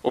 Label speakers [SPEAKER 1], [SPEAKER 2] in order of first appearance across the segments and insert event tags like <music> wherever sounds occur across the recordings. [SPEAKER 1] O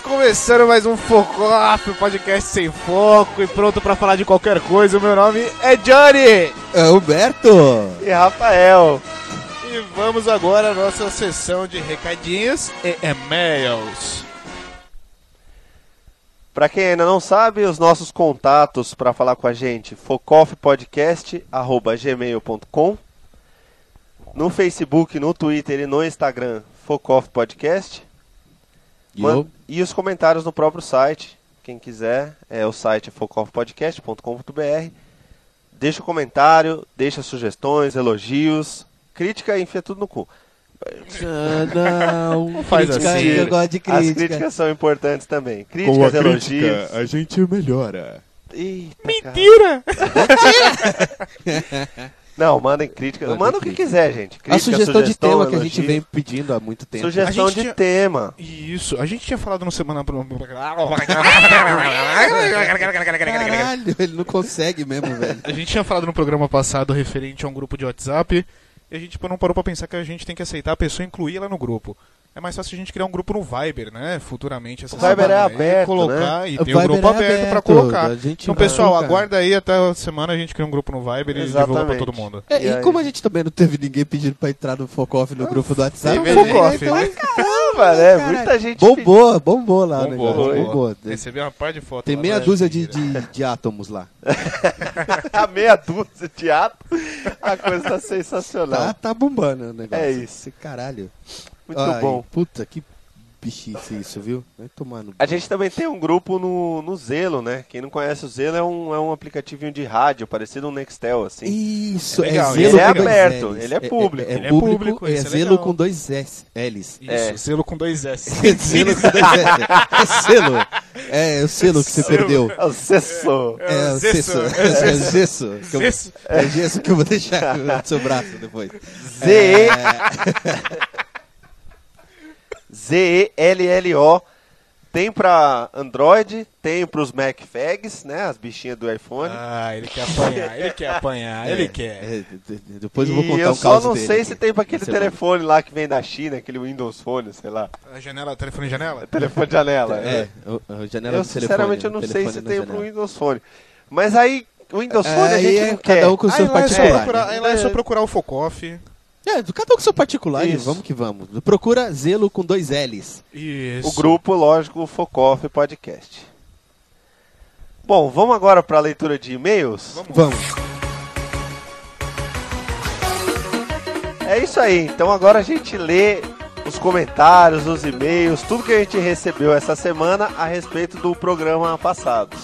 [SPEAKER 2] Começando mais um Foco Off, um podcast sem foco e pronto pra falar de qualquer coisa. O meu nome é Johnny
[SPEAKER 3] É, Humberto!
[SPEAKER 4] E Rafael,
[SPEAKER 2] e vamos agora à nossa sessão de recadinhos e e-mails.
[SPEAKER 4] pra quem ainda não sabe, os nossos contatos pra falar com a gente, focoffpodcast@gmail.com. No Facebook, no Twitter e no Instagram, Focoff Podcast.
[SPEAKER 3] E
[SPEAKER 4] Man-
[SPEAKER 3] eu,
[SPEAKER 4] E os comentários no próprio site. Quem quiser, é o site focofpodcast.com.br. Deixa o comentário, deixa sugestões, elogios, crítica, enfia tudo no cu.
[SPEAKER 3] Ah, não, não
[SPEAKER 2] faz assim.
[SPEAKER 3] Eu gosto de
[SPEAKER 4] As
[SPEAKER 3] crítica.
[SPEAKER 4] críticas são importantes também. Críticas, elogios.
[SPEAKER 5] a gente melhora.
[SPEAKER 4] Eita, Mentira! Mentira! Não, mandem crítica.
[SPEAKER 3] Mandem
[SPEAKER 4] Manda o que
[SPEAKER 3] crítica.
[SPEAKER 4] quiser, gente. Crítica,
[SPEAKER 3] a sugestão, de tema que a gente
[SPEAKER 4] elogio.
[SPEAKER 3] vem pedindo há muito tempo.
[SPEAKER 4] Sugestão
[SPEAKER 2] A gente
[SPEAKER 4] de
[SPEAKER 2] tinha-
[SPEAKER 4] tema.
[SPEAKER 2] Isso, a gente tinha falado na semana.
[SPEAKER 1] <laughs>
[SPEAKER 3] Caralho, ele não consegue mesmo, velho.
[SPEAKER 2] A gente tinha falado no programa passado referente a um grupo de WhatsApp e a gente tipo, não parou pra pensar que a gente tem que aceitar a pessoa e incluir ela no grupo. É mais fácil a gente criar um grupo no Viber, né? Futuramente. Essa
[SPEAKER 4] O Viber é
[SPEAKER 2] semana, né?
[SPEAKER 4] aberto,
[SPEAKER 2] E colocar e
[SPEAKER 3] O
[SPEAKER 2] ter um
[SPEAKER 3] Viber
[SPEAKER 2] grupo
[SPEAKER 3] é
[SPEAKER 2] aberto pra
[SPEAKER 3] aberto,
[SPEAKER 2] colocar.
[SPEAKER 3] a gente
[SPEAKER 2] Então,
[SPEAKER 3] vai
[SPEAKER 2] pessoal,
[SPEAKER 3] colocar.
[SPEAKER 2] aguarda aí até a semana a gente cria um grupo no Viber e divulga pra
[SPEAKER 4] Exatamente.
[SPEAKER 2] todo mundo.
[SPEAKER 3] É,
[SPEAKER 4] E
[SPEAKER 3] e
[SPEAKER 4] aí?
[SPEAKER 3] como a gente também não teve ninguém pedindo pra entrar no Focoff no grupo do WhatsApp,
[SPEAKER 2] teve
[SPEAKER 3] né?
[SPEAKER 2] Focoff,
[SPEAKER 3] Então,
[SPEAKER 2] né?
[SPEAKER 4] Caramba, né? Muita gente.
[SPEAKER 3] bombou, bombou lá o
[SPEAKER 2] Bombou,
[SPEAKER 3] negócio. Bombou.
[SPEAKER 2] bombou. Recebi uma par de fotos.
[SPEAKER 3] Tem meia dúzia de, de, de átomos lá.
[SPEAKER 4] pediu A meia dúzia de ato. A coisa tá sensacional.
[SPEAKER 3] Tá, tá bombando o negócio.
[SPEAKER 4] É isso.
[SPEAKER 3] Caralho.
[SPEAKER 4] Muito
[SPEAKER 3] Ai,
[SPEAKER 4] bom.
[SPEAKER 3] Puta, que bichice isso, viu? Vai tomar no...
[SPEAKER 4] A gente também tem um grupo no, no Zelo, né? Quem não conhece o Zelo é um, é um aplicativinho de rádio, parecido um Nextel, assim.
[SPEAKER 3] Isso,
[SPEAKER 2] É legal,
[SPEAKER 3] é zelo
[SPEAKER 2] ele é
[SPEAKER 3] com dois
[SPEAKER 4] aberto,
[SPEAKER 3] Ls.
[SPEAKER 4] ele é público.
[SPEAKER 3] É,
[SPEAKER 2] Ele é
[SPEAKER 3] público,
[SPEAKER 2] público,
[SPEAKER 3] é
[SPEAKER 2] isso é
[SPEAKER 3] zelo
[SPEAKER 2] legal.
[SPEAKER 3] com dois S, L's. <laughs>
[SPEAKER 2] Isso,
[SPEAKER 4] É.
[SPEAKER 2] selo com dois S.
[SPEAKER 3] É zelo com dois S. É selo. É o selo que você perdeu.
[SPEAKER 4] É o Cesso.
[SPEAKER 3] É o
[SPEAKER 2] Zesso.
[SPEAKER 3] gesso. É o gesso. <laughs> que eu-
[SPEAKER 2] Zesso.
[SPEAKER 3] É o gesso que eu vou deixar no seu braço depois. É.
[SPEAKER 4] <laughs> Z Z-E-L-L-O. Tem pra Android, tem pros MacFags, né? As bichinhas do iPhone.
[SPEAKER 2] Ah, ele quer apanhar, ele quer apanhar, ele quer.
[SPEAKER 3] É, de- de- de- depois eu vou
[SPEAKER 4] e
[SPEAKER 3] contar
[SPEAKER 4] eu
[SPEAKER 3] um
[SPEAKER 4] só
[SPEAKER 3] caos
[SPEAKER 4] não
[SPEAKER 3] dele
[SPEAKER 4] sei
[SPEAKER 3] aqui. é
[SPEAKER 4] se tem pra aquele
[SPEAKER 3] Essa semana.
[SPEAKER 4] telefone lá que vem da China, aquele Windows Phone, sei
[SPEAKER 3] <laughs>
[SPEAKER 4] lá.
[SPEAKER 2] A janela, telefone janela?
[SPEAKER 4] Telefone de janela.
[SPEAKER 3] É, o-
[SPEAKER 4] né? Eu,
[SPEAKER 3] a janela do telefone. né?
[SPEAKER 4] sinceramente, eu não sei
[SPEAKER 3] telefone
[SPEAKER 4] se
[SPEAKER 3] na
[SPEAKER 4] tem
[SPEAKER 3] janela.
[SPEAKER 4] pro Windows Phone. Mas aí, o Windows Phone a
[SPEAKER 3] Aí
[SPEAKER 4] gente
[SPEAKER 3] é
[SPEAKER 4] não quer. Ah,
[SPEAKER 3] cada um com o seu
[SPEAKER 2] Aí lá, é só
[SPEAKER 3] particular.
[SPEAKER 2] procurar,
[SPEAKER 3] né?
[SPEAKER 2] aí lá é só procurar o Focoff.
[SPEAKER 3] É, cada um com seu particular, e
[SPEAKER 4] Isso.
[SPEAKER 3] vamos que vamos. Procura zelo com dois L's.
[SPEAKER 2] Isso.
[SPEAKER 4] O grupo, lógico, o Focoff Podcast. Bom, vamos agora pra leitura de e-mails?
[SPEAKER 3] Vamos.
[SPEAKER 4] É isso aí. Então agora a gente lê os comentários, os e-mails, tudo que a gente recebeu essa semana a respeito do programa passado.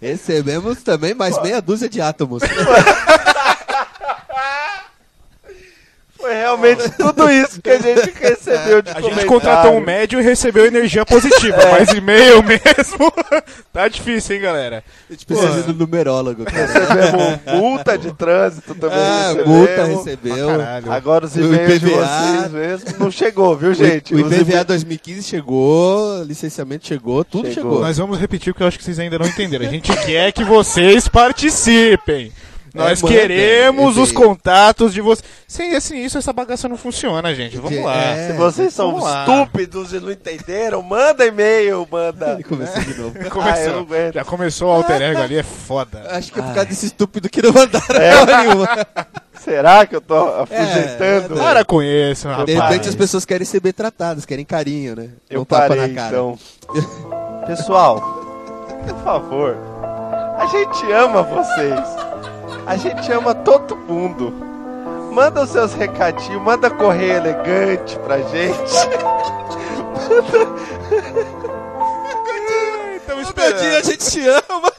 [SPEAKER 3] Recebemos também mais meia dúzia de átomos. <laughs>
[SPEAKER 4] Foi realmente tudo isso que a gente recebeu de
[SPEAKER 2] A gente contratou um médio e recebeu energia positiva, mas e-mail mesmo. <laughs> tá difícil, hein, galera?
[SPEAKER 3] A gente precisa de um numerólogo, cara.
[SPEAKER 4] Recebemos multa de trânsito também.
[SPEAKER 3] Ah,
[SPEAKER 4] recebemos.
[SPEAKER 3] multa recebeu.
[SPEAKER 2] Caralho.
[SPEAKER 4] Agora os
[SPEAKER 3] O
[SPEAKER 4] e-mails de
[SPEAKER 3] IPVA.
[SPEAKER 4] vocês mesmo não chegou, viu, gente?
[SPEAKER 3] o
[SPEAKER 4] Os
[SPEAKER 3] IPVA 2015 chegou, licenciamento chegou, tudo
[SPEAKER 4] Chegou.
[SPEAKER 3] chegou.
[SPEAKER 2] Nós vamos repetir porque eu acho que vocês ainda não entenderam. A <laughs> gente quer que vocês participem. Nós
[SPEAKER 3] manda,
[SPEAKER 2] queremos os
[SPEAKER 3] e-mail.
[SPEAKER 2] contatos de vocês. Sem esse, isso, essa bagaça não funciona, gente. Vamos lá.
[SPEAKER 3] É,
[SPEAKER 4] Se vocês são
[SPEAKER 2] vamos lá.
[SPEAKER 4] estúpidos e não entenderam, manda e-mail, manda.
[SPEAKER 3] Ele <laughs> começou de novo.
[SPEAKER 4] Ah, eu não
[SPEAKER 2] Começou,
[SPEAKER 4] aguento.
[SPEAKER 2] já começou o alter ego ali, é foda.
[SPEAKER 3] Acho que é por causa desse estúpido que não mandaram
[SPEAKER 4] É.
[SPEAKER 3] porra nenhuma.
[SPEAKER 4] Será que eu tô afugentando?
[SPEAKER 3] É,
[SPEAKER 2] Para com isso, rapaz.
[SPEAKER 3] De repente
[SPEAKER 4] parei.
[SPEAKER 3] as pessoas querem ser bem tratadas, querem carinho, né?
[SPEAKER 4] Eu
[SPEAKER 3] Não tapa
[SPEAKER 4] parei,
[SPEAKER 3] na cara.
[SPEAKER 4] então. Pessoal, por favor, a gente ama vocês. A gente ama todo mundo. Manda os seus recadinhos, manda correio elegante pra gente.
[SPEAKER 2] Estamos
[SPEAKER 3] Todo dia a gente te ama.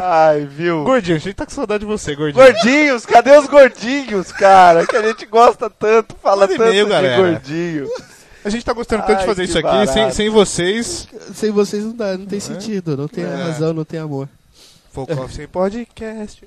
[SPEAKER 4] Ai, viu?
[SPEAKER 2] Gordinho, a gente tá com saudade de você, Gordinho.
[SPEAKER 4] Gordinhos, cadê os gordinhos, cara? Que a gente gosta tanto, fala
[SPEAKER 2] Manda
[SPEAKER 4] tanto
[SPEAKER 2] e-mail,
[SPEAKER 4] de
[SPEAKER 2] galera.
[SPEAKER 4] gordinho.
[SPEAKER 2] A gente tá gostando tanto de
[SPEAKER 4] Ai,
[SPEAKER 2] fazer
[SPEAKER 4] que
[SPEAKER 2] isso aqui,
[SPEAKER 4] barato.
[SPEAKER 2] sem, sem vocês.
[SPEAKER 3] Sem vocês não dá, não tem
[SPEAKER 4] Uhum.
[SPEAKER 3] sentido. Não tem
[SPEAKER 2] É.
[SPEAKER 3] razão, não tem amor.
[SPEAKER 2] Focoff sem podcast.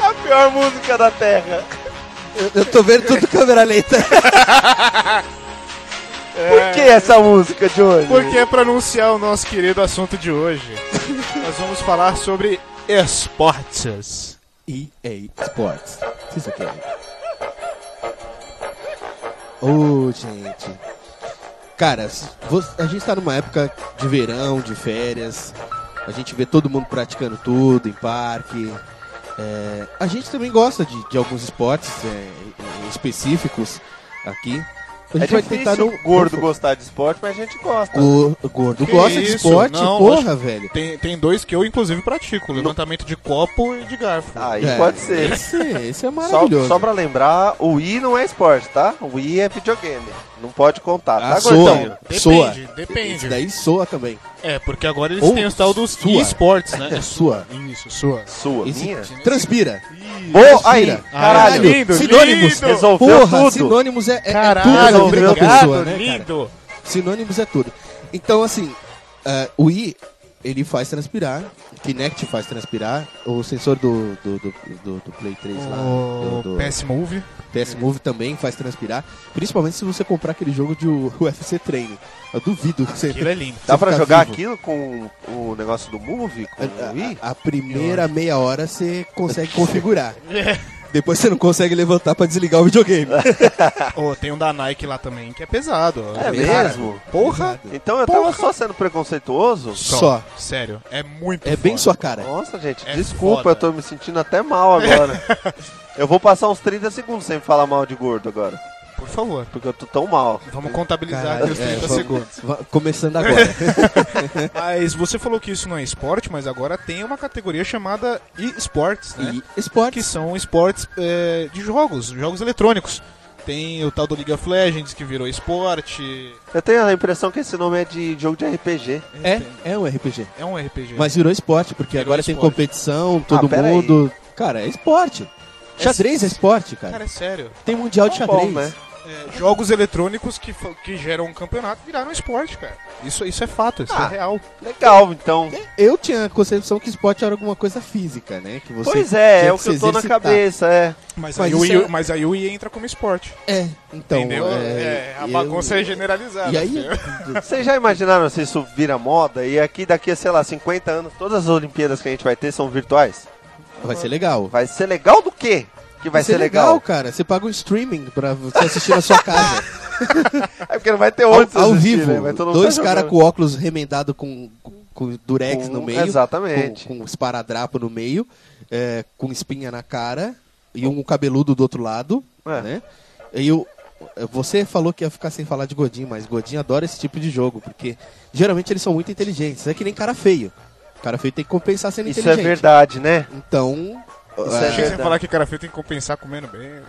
[SPEAKER 4] É A pior música da Terra.
[SPEAKER 3] Eu, eu tô vendo tudo câmera lenta.
[SPEAKER 4] Por que essa música, Johnny?
[SPEAKER 2] Porque é pra anunciar o nosso querido assunto de hoje. Nós vamos falar sobre esportes.
[SPEAKER 3] EA Sports. Isso aqui é. Ô, gente. Cara, s- vo- a gente tá numa época de verão, de férias. A gente vê todo mundo praticando tudo em parque. É, a gente também gosta de, de alguns esportes é, em- em específicos aqui. A
[SPEAKER 4] É
[SPEAKER 3] gente vai tentar
[SPEAKER 4] difícil
[SPEAKER 3] não.
[SPEAKER 4] o gordo
[SPEAKER 3] não-
[SPEAKER 4] gostar de esporte, mas a gente gosta.
[SPEAKER 3] Go- gordo
[SPEAKER 2] Que
[SPEAKER 3] gosta de
[SPEAKER 2] isso?
[SPEAKER 3] esporte?
[SPEAKER 2] Não,
[SPEAKER 3] Porra, velho.
[SPEAKER 2] Tem, tem dois que eu, inclusive, pratico: levantamento de copo e de garfo.
[SPEAKER 4] Aí
[SPEAKER 3] É,
[SPEAKER 4] Ah, pode ser.
[SPEAKER 3] Esse, esse
[SPEAKER 4] Só,
[SPEAKER 3] é maravilhoso.
[SPEAKER 4] só pra lembrar, o Wii não é esporte, tá? O Wii é videogame. Não pode contar,
[SPEAKER 3] Ah,
[SPEAKER 4] tá,
[SPEAKER 3] soa.
[SPEAKER 4] gordão?
[SPEAKER 2] Depende,
[SPEAKER 3] soa. Esse
[SPEAKER 2] depende.
[SPEAKER 3] daí soa também.
[SPEAKER 2] É, porque agora eles
[SPEAKER 3] Ou
[SPEAKER 2] têm o tal dos
[SPEAKER 3] sua.
[SPEAKER 2] esportes, né?
[SPEAKER 3] É sua.
[SPEAKER 2] Isso, sua.
[SPEAKER 4] Sua,
[SPEAKER 3] Esse-
[SPEAKER 4] minha?
[SPEAKER 3] Transpira.
[SPEAKER 4] Boa, aí,
[SPEAKER 3] Transpira.
[SPEAKER 4] caralho.
[SPEAKER 2] lindo,
[SPEAKER 3] sinônimos.
[SPEAKER 2] lindo.
[SPEAKER 4] Resolveu
[SPEAKER 3] Porra,
[SPEAKER 4] tudo.
[SPEAKER 3] sinônimos é, é- é
[SPEAKER 2] Caralho,
[SPEAKER 3] tudo na vida da
[SPEAKER 2] obrigado,
[SPEAKER 3] pessoa, né, cara?
[SPEAKER 2] lindo.
[SPEAKER 3] Sinônimos é tudo. Então, assim, ah, o I, ele faz transpirar, o Kinect faz transpirar, o sensor do, do, do, do- do Play 3 lá, do,
[SPEAKER 2] O
[SPEAKER 3] do
[SPEAKER 2] PS Move.
[SPEAKER 3] PS Move também faz transpirar, principalmente se você comprar aquele jogo de U- <laughs> UFC Training. Eu duvido que você...
[SPEAKER 2] Aquilo é
[SPEAKER 3] <laughs>
[SPEAKER 2] lindo.
[SPEAKER 4] Dá
[SPEAKER 3] você
[SPEAKER 4] pra
[SPEAKER 3] ficar
[SPEAKER 4] jogar
[SPEAKER 3] vivo. É,
[SPEAKER 4] aquilo com o negócio do Move, com o Wii?
[SPEAKER 3] A, a- a primeira meia hora você consegue configurar. Depois você não consegue levantar pra desligar o videogame.
[SPEAKER 2] Ô, tem um da Nike lá também, que é pesado. ó.
[SPEAKER 4] É
[SPEAKER 3] Cara,
[SPEAKER 4] mesmo?
[SPEAKER 2] Porra!
[SPEAKER 4] Então eu tava só sendo preconceituoso?
[SPEAKER 3] Só.
[SPEAKER 2] Sério, é muito
[SPEAKER 3] É bem sua
[SPEAKER 2] foda.
[SPEAKER 3] cara.
[SPEAKER 4] Nossa, gente,
[SPEAKER 2] É
[SPEAKER 4] desculpa,
[SPEAKER 2] foda.
[SPEAKER 4] eu tô me sentindo até mal
[SPEAKER 3] <laughs>
[SPEAKER 4] agora. eu vou passar uns 30 segundos sem falar mal de gordo agora,
[SPEAKER 2] Por favor,
[SPEAKER 4] porque eu tô tão mal.
[SPEAKER 2] vamos contabilizar
[SPEAKER 3] Caralho,
[SPEAKER 2] aqui os
[SPEAKER 3] é,
[SPEAKER 2] 30
[SPEAKER 3] vamos-
[SPEAKER 2] segundos.
[SPEAKER 3] va- Começando agora.
[SPEAKER 2] Mas você falou que isso não é esporte, mas agora tem uma categoria chamada e-sports, né?
[SPEAKER 3] E
[SPEAKER 2] <laughs>
[SPEAKER 3] esporte.
[SPEAKER 2] Que são esportes é, de jogos, jogos eletrônicos. Tem o tal do League of Legends, que virou esporte.
[SPEAKER 4] Eu tenho a impressão que esse nome é de jogo de RPG.
[SPEAKER 3] É, é um RPG.
[SPEAKER 2] É um RPG.
[SPEAKER 3] Mas virou esporte, porque
[SPEAKER 2] Virou
[SPEAKER 3] agora tem
[SPEAKER 2] esporte.
[SPEAKER 3] competição, todo
[SPEAKER 4] Ah, pera aí.
[SPEAKER 3] mundo. Cara, é esporte. Xadrez é esporte, cara.
[SPEAKER 2] Cara, é sério.
[SPEAKER 3] Tem mundial de
[SPEAKER 4] Tá
[SPEAKER 3] xadrez.
[SPEAKER 4] bom, né?
[SPEAKER 2] É, jogos eletrônicos que, fa- que geram um campeonato viraram esporte, cara. Isso, isso é fato, isso
[SPEAKER 4] Ah.
[SPEAKER 2] é real.
[SPEAKER 4] Legal, então.
[SPEAKER 3] Eu tinha a concepção que esporte era alguma coisa física, né? Que você
[SPEAKER 4] Pois é,
[SPEAKER 3] tinha
[SPEAKER 4] é o que
[SPEAKER 3] se
[SPEAKER 4] eu tô na
[SPEAKER 3] exercitar.
[SPEAKER 4] cabeça, é.
[SPEAKER 2] Mas,
[SPEAKER 3] Mas
[SPEAKER 2] aí, o
[SPEAKER 3] isso
[SPEAKER 2] IE
[SPEAKER 3] é-
[SPEAKER 2] mas aí o IE entra como esporte.
[SPEAKER 3] É, então.
[SPEAKER 2] entendeu? É, a
[SPEAKER 3] eu-
[SPEAKER 2] bagunça é né? generalizada.
[SPEAKER 3] E aí,
[SPEAKER 2] entendeu?
[SPEAKER 4] Vocês já imaginaram se isso vira moda e aqui daqui a, sei lá, 50 anos, todas as Olimpíadas que a gente vai ter são virtuais?
[SPEAKER 3] <laughs> vai ser legal.
[SPEAKER 4] Vai ser legal do quê? Que vai ser, legal?
[SPEAKER 3] cara. Você paga um streaming pra você assistir na sua casa.
[SPEAKER 4] É porque não vai ter
[SPEAKER 3] ao,
[SPEAKER 4] onde
[SPEAKER 3] ao
[SPEAKER 4] assistir,
[SPEAKER 3] vivo.
[SPEAKER 4] né? Vai todo mundo
[SPEAKER 3] dois
[SPEAKER 4] tá
[SPEAKER 3] caras
[SPEAKER 4] jogando.
[SPEAKER 3] com óculos remendado com, com durex
[SPEAKER 4] Com- um,
[SPEAKER 3] no meio.
[SPEAKER 4] exatamente.
[SPEAKER 3] Com, com esparadrapo no meio, é, com espinha na cara e um cabeludo do outro lado,
[SPEAKER 4] É.
[SPEAKER 3] né? E o, você falou que ia ficar sem falar de Godin, mas Godin adora esse tipo de jogo, porque geralmente eles são muito inteligentes. É que nem cara feio. Cara feio tem que compensar sendo
[SPEAKER 4] Isso é
[SPEAKER 3] inteligente.
[SPEAKER 4] verdade, né?
[SPEAKER 3] Então...
[SPEAKER 4] Isso é
[SPEAKER 3] é,
[SPEAKER 2] Achei que você
[SPEAKER 4] verdade.
[SPEAKER 2] ia falar que cara feio tem que compensar comendo bem. né,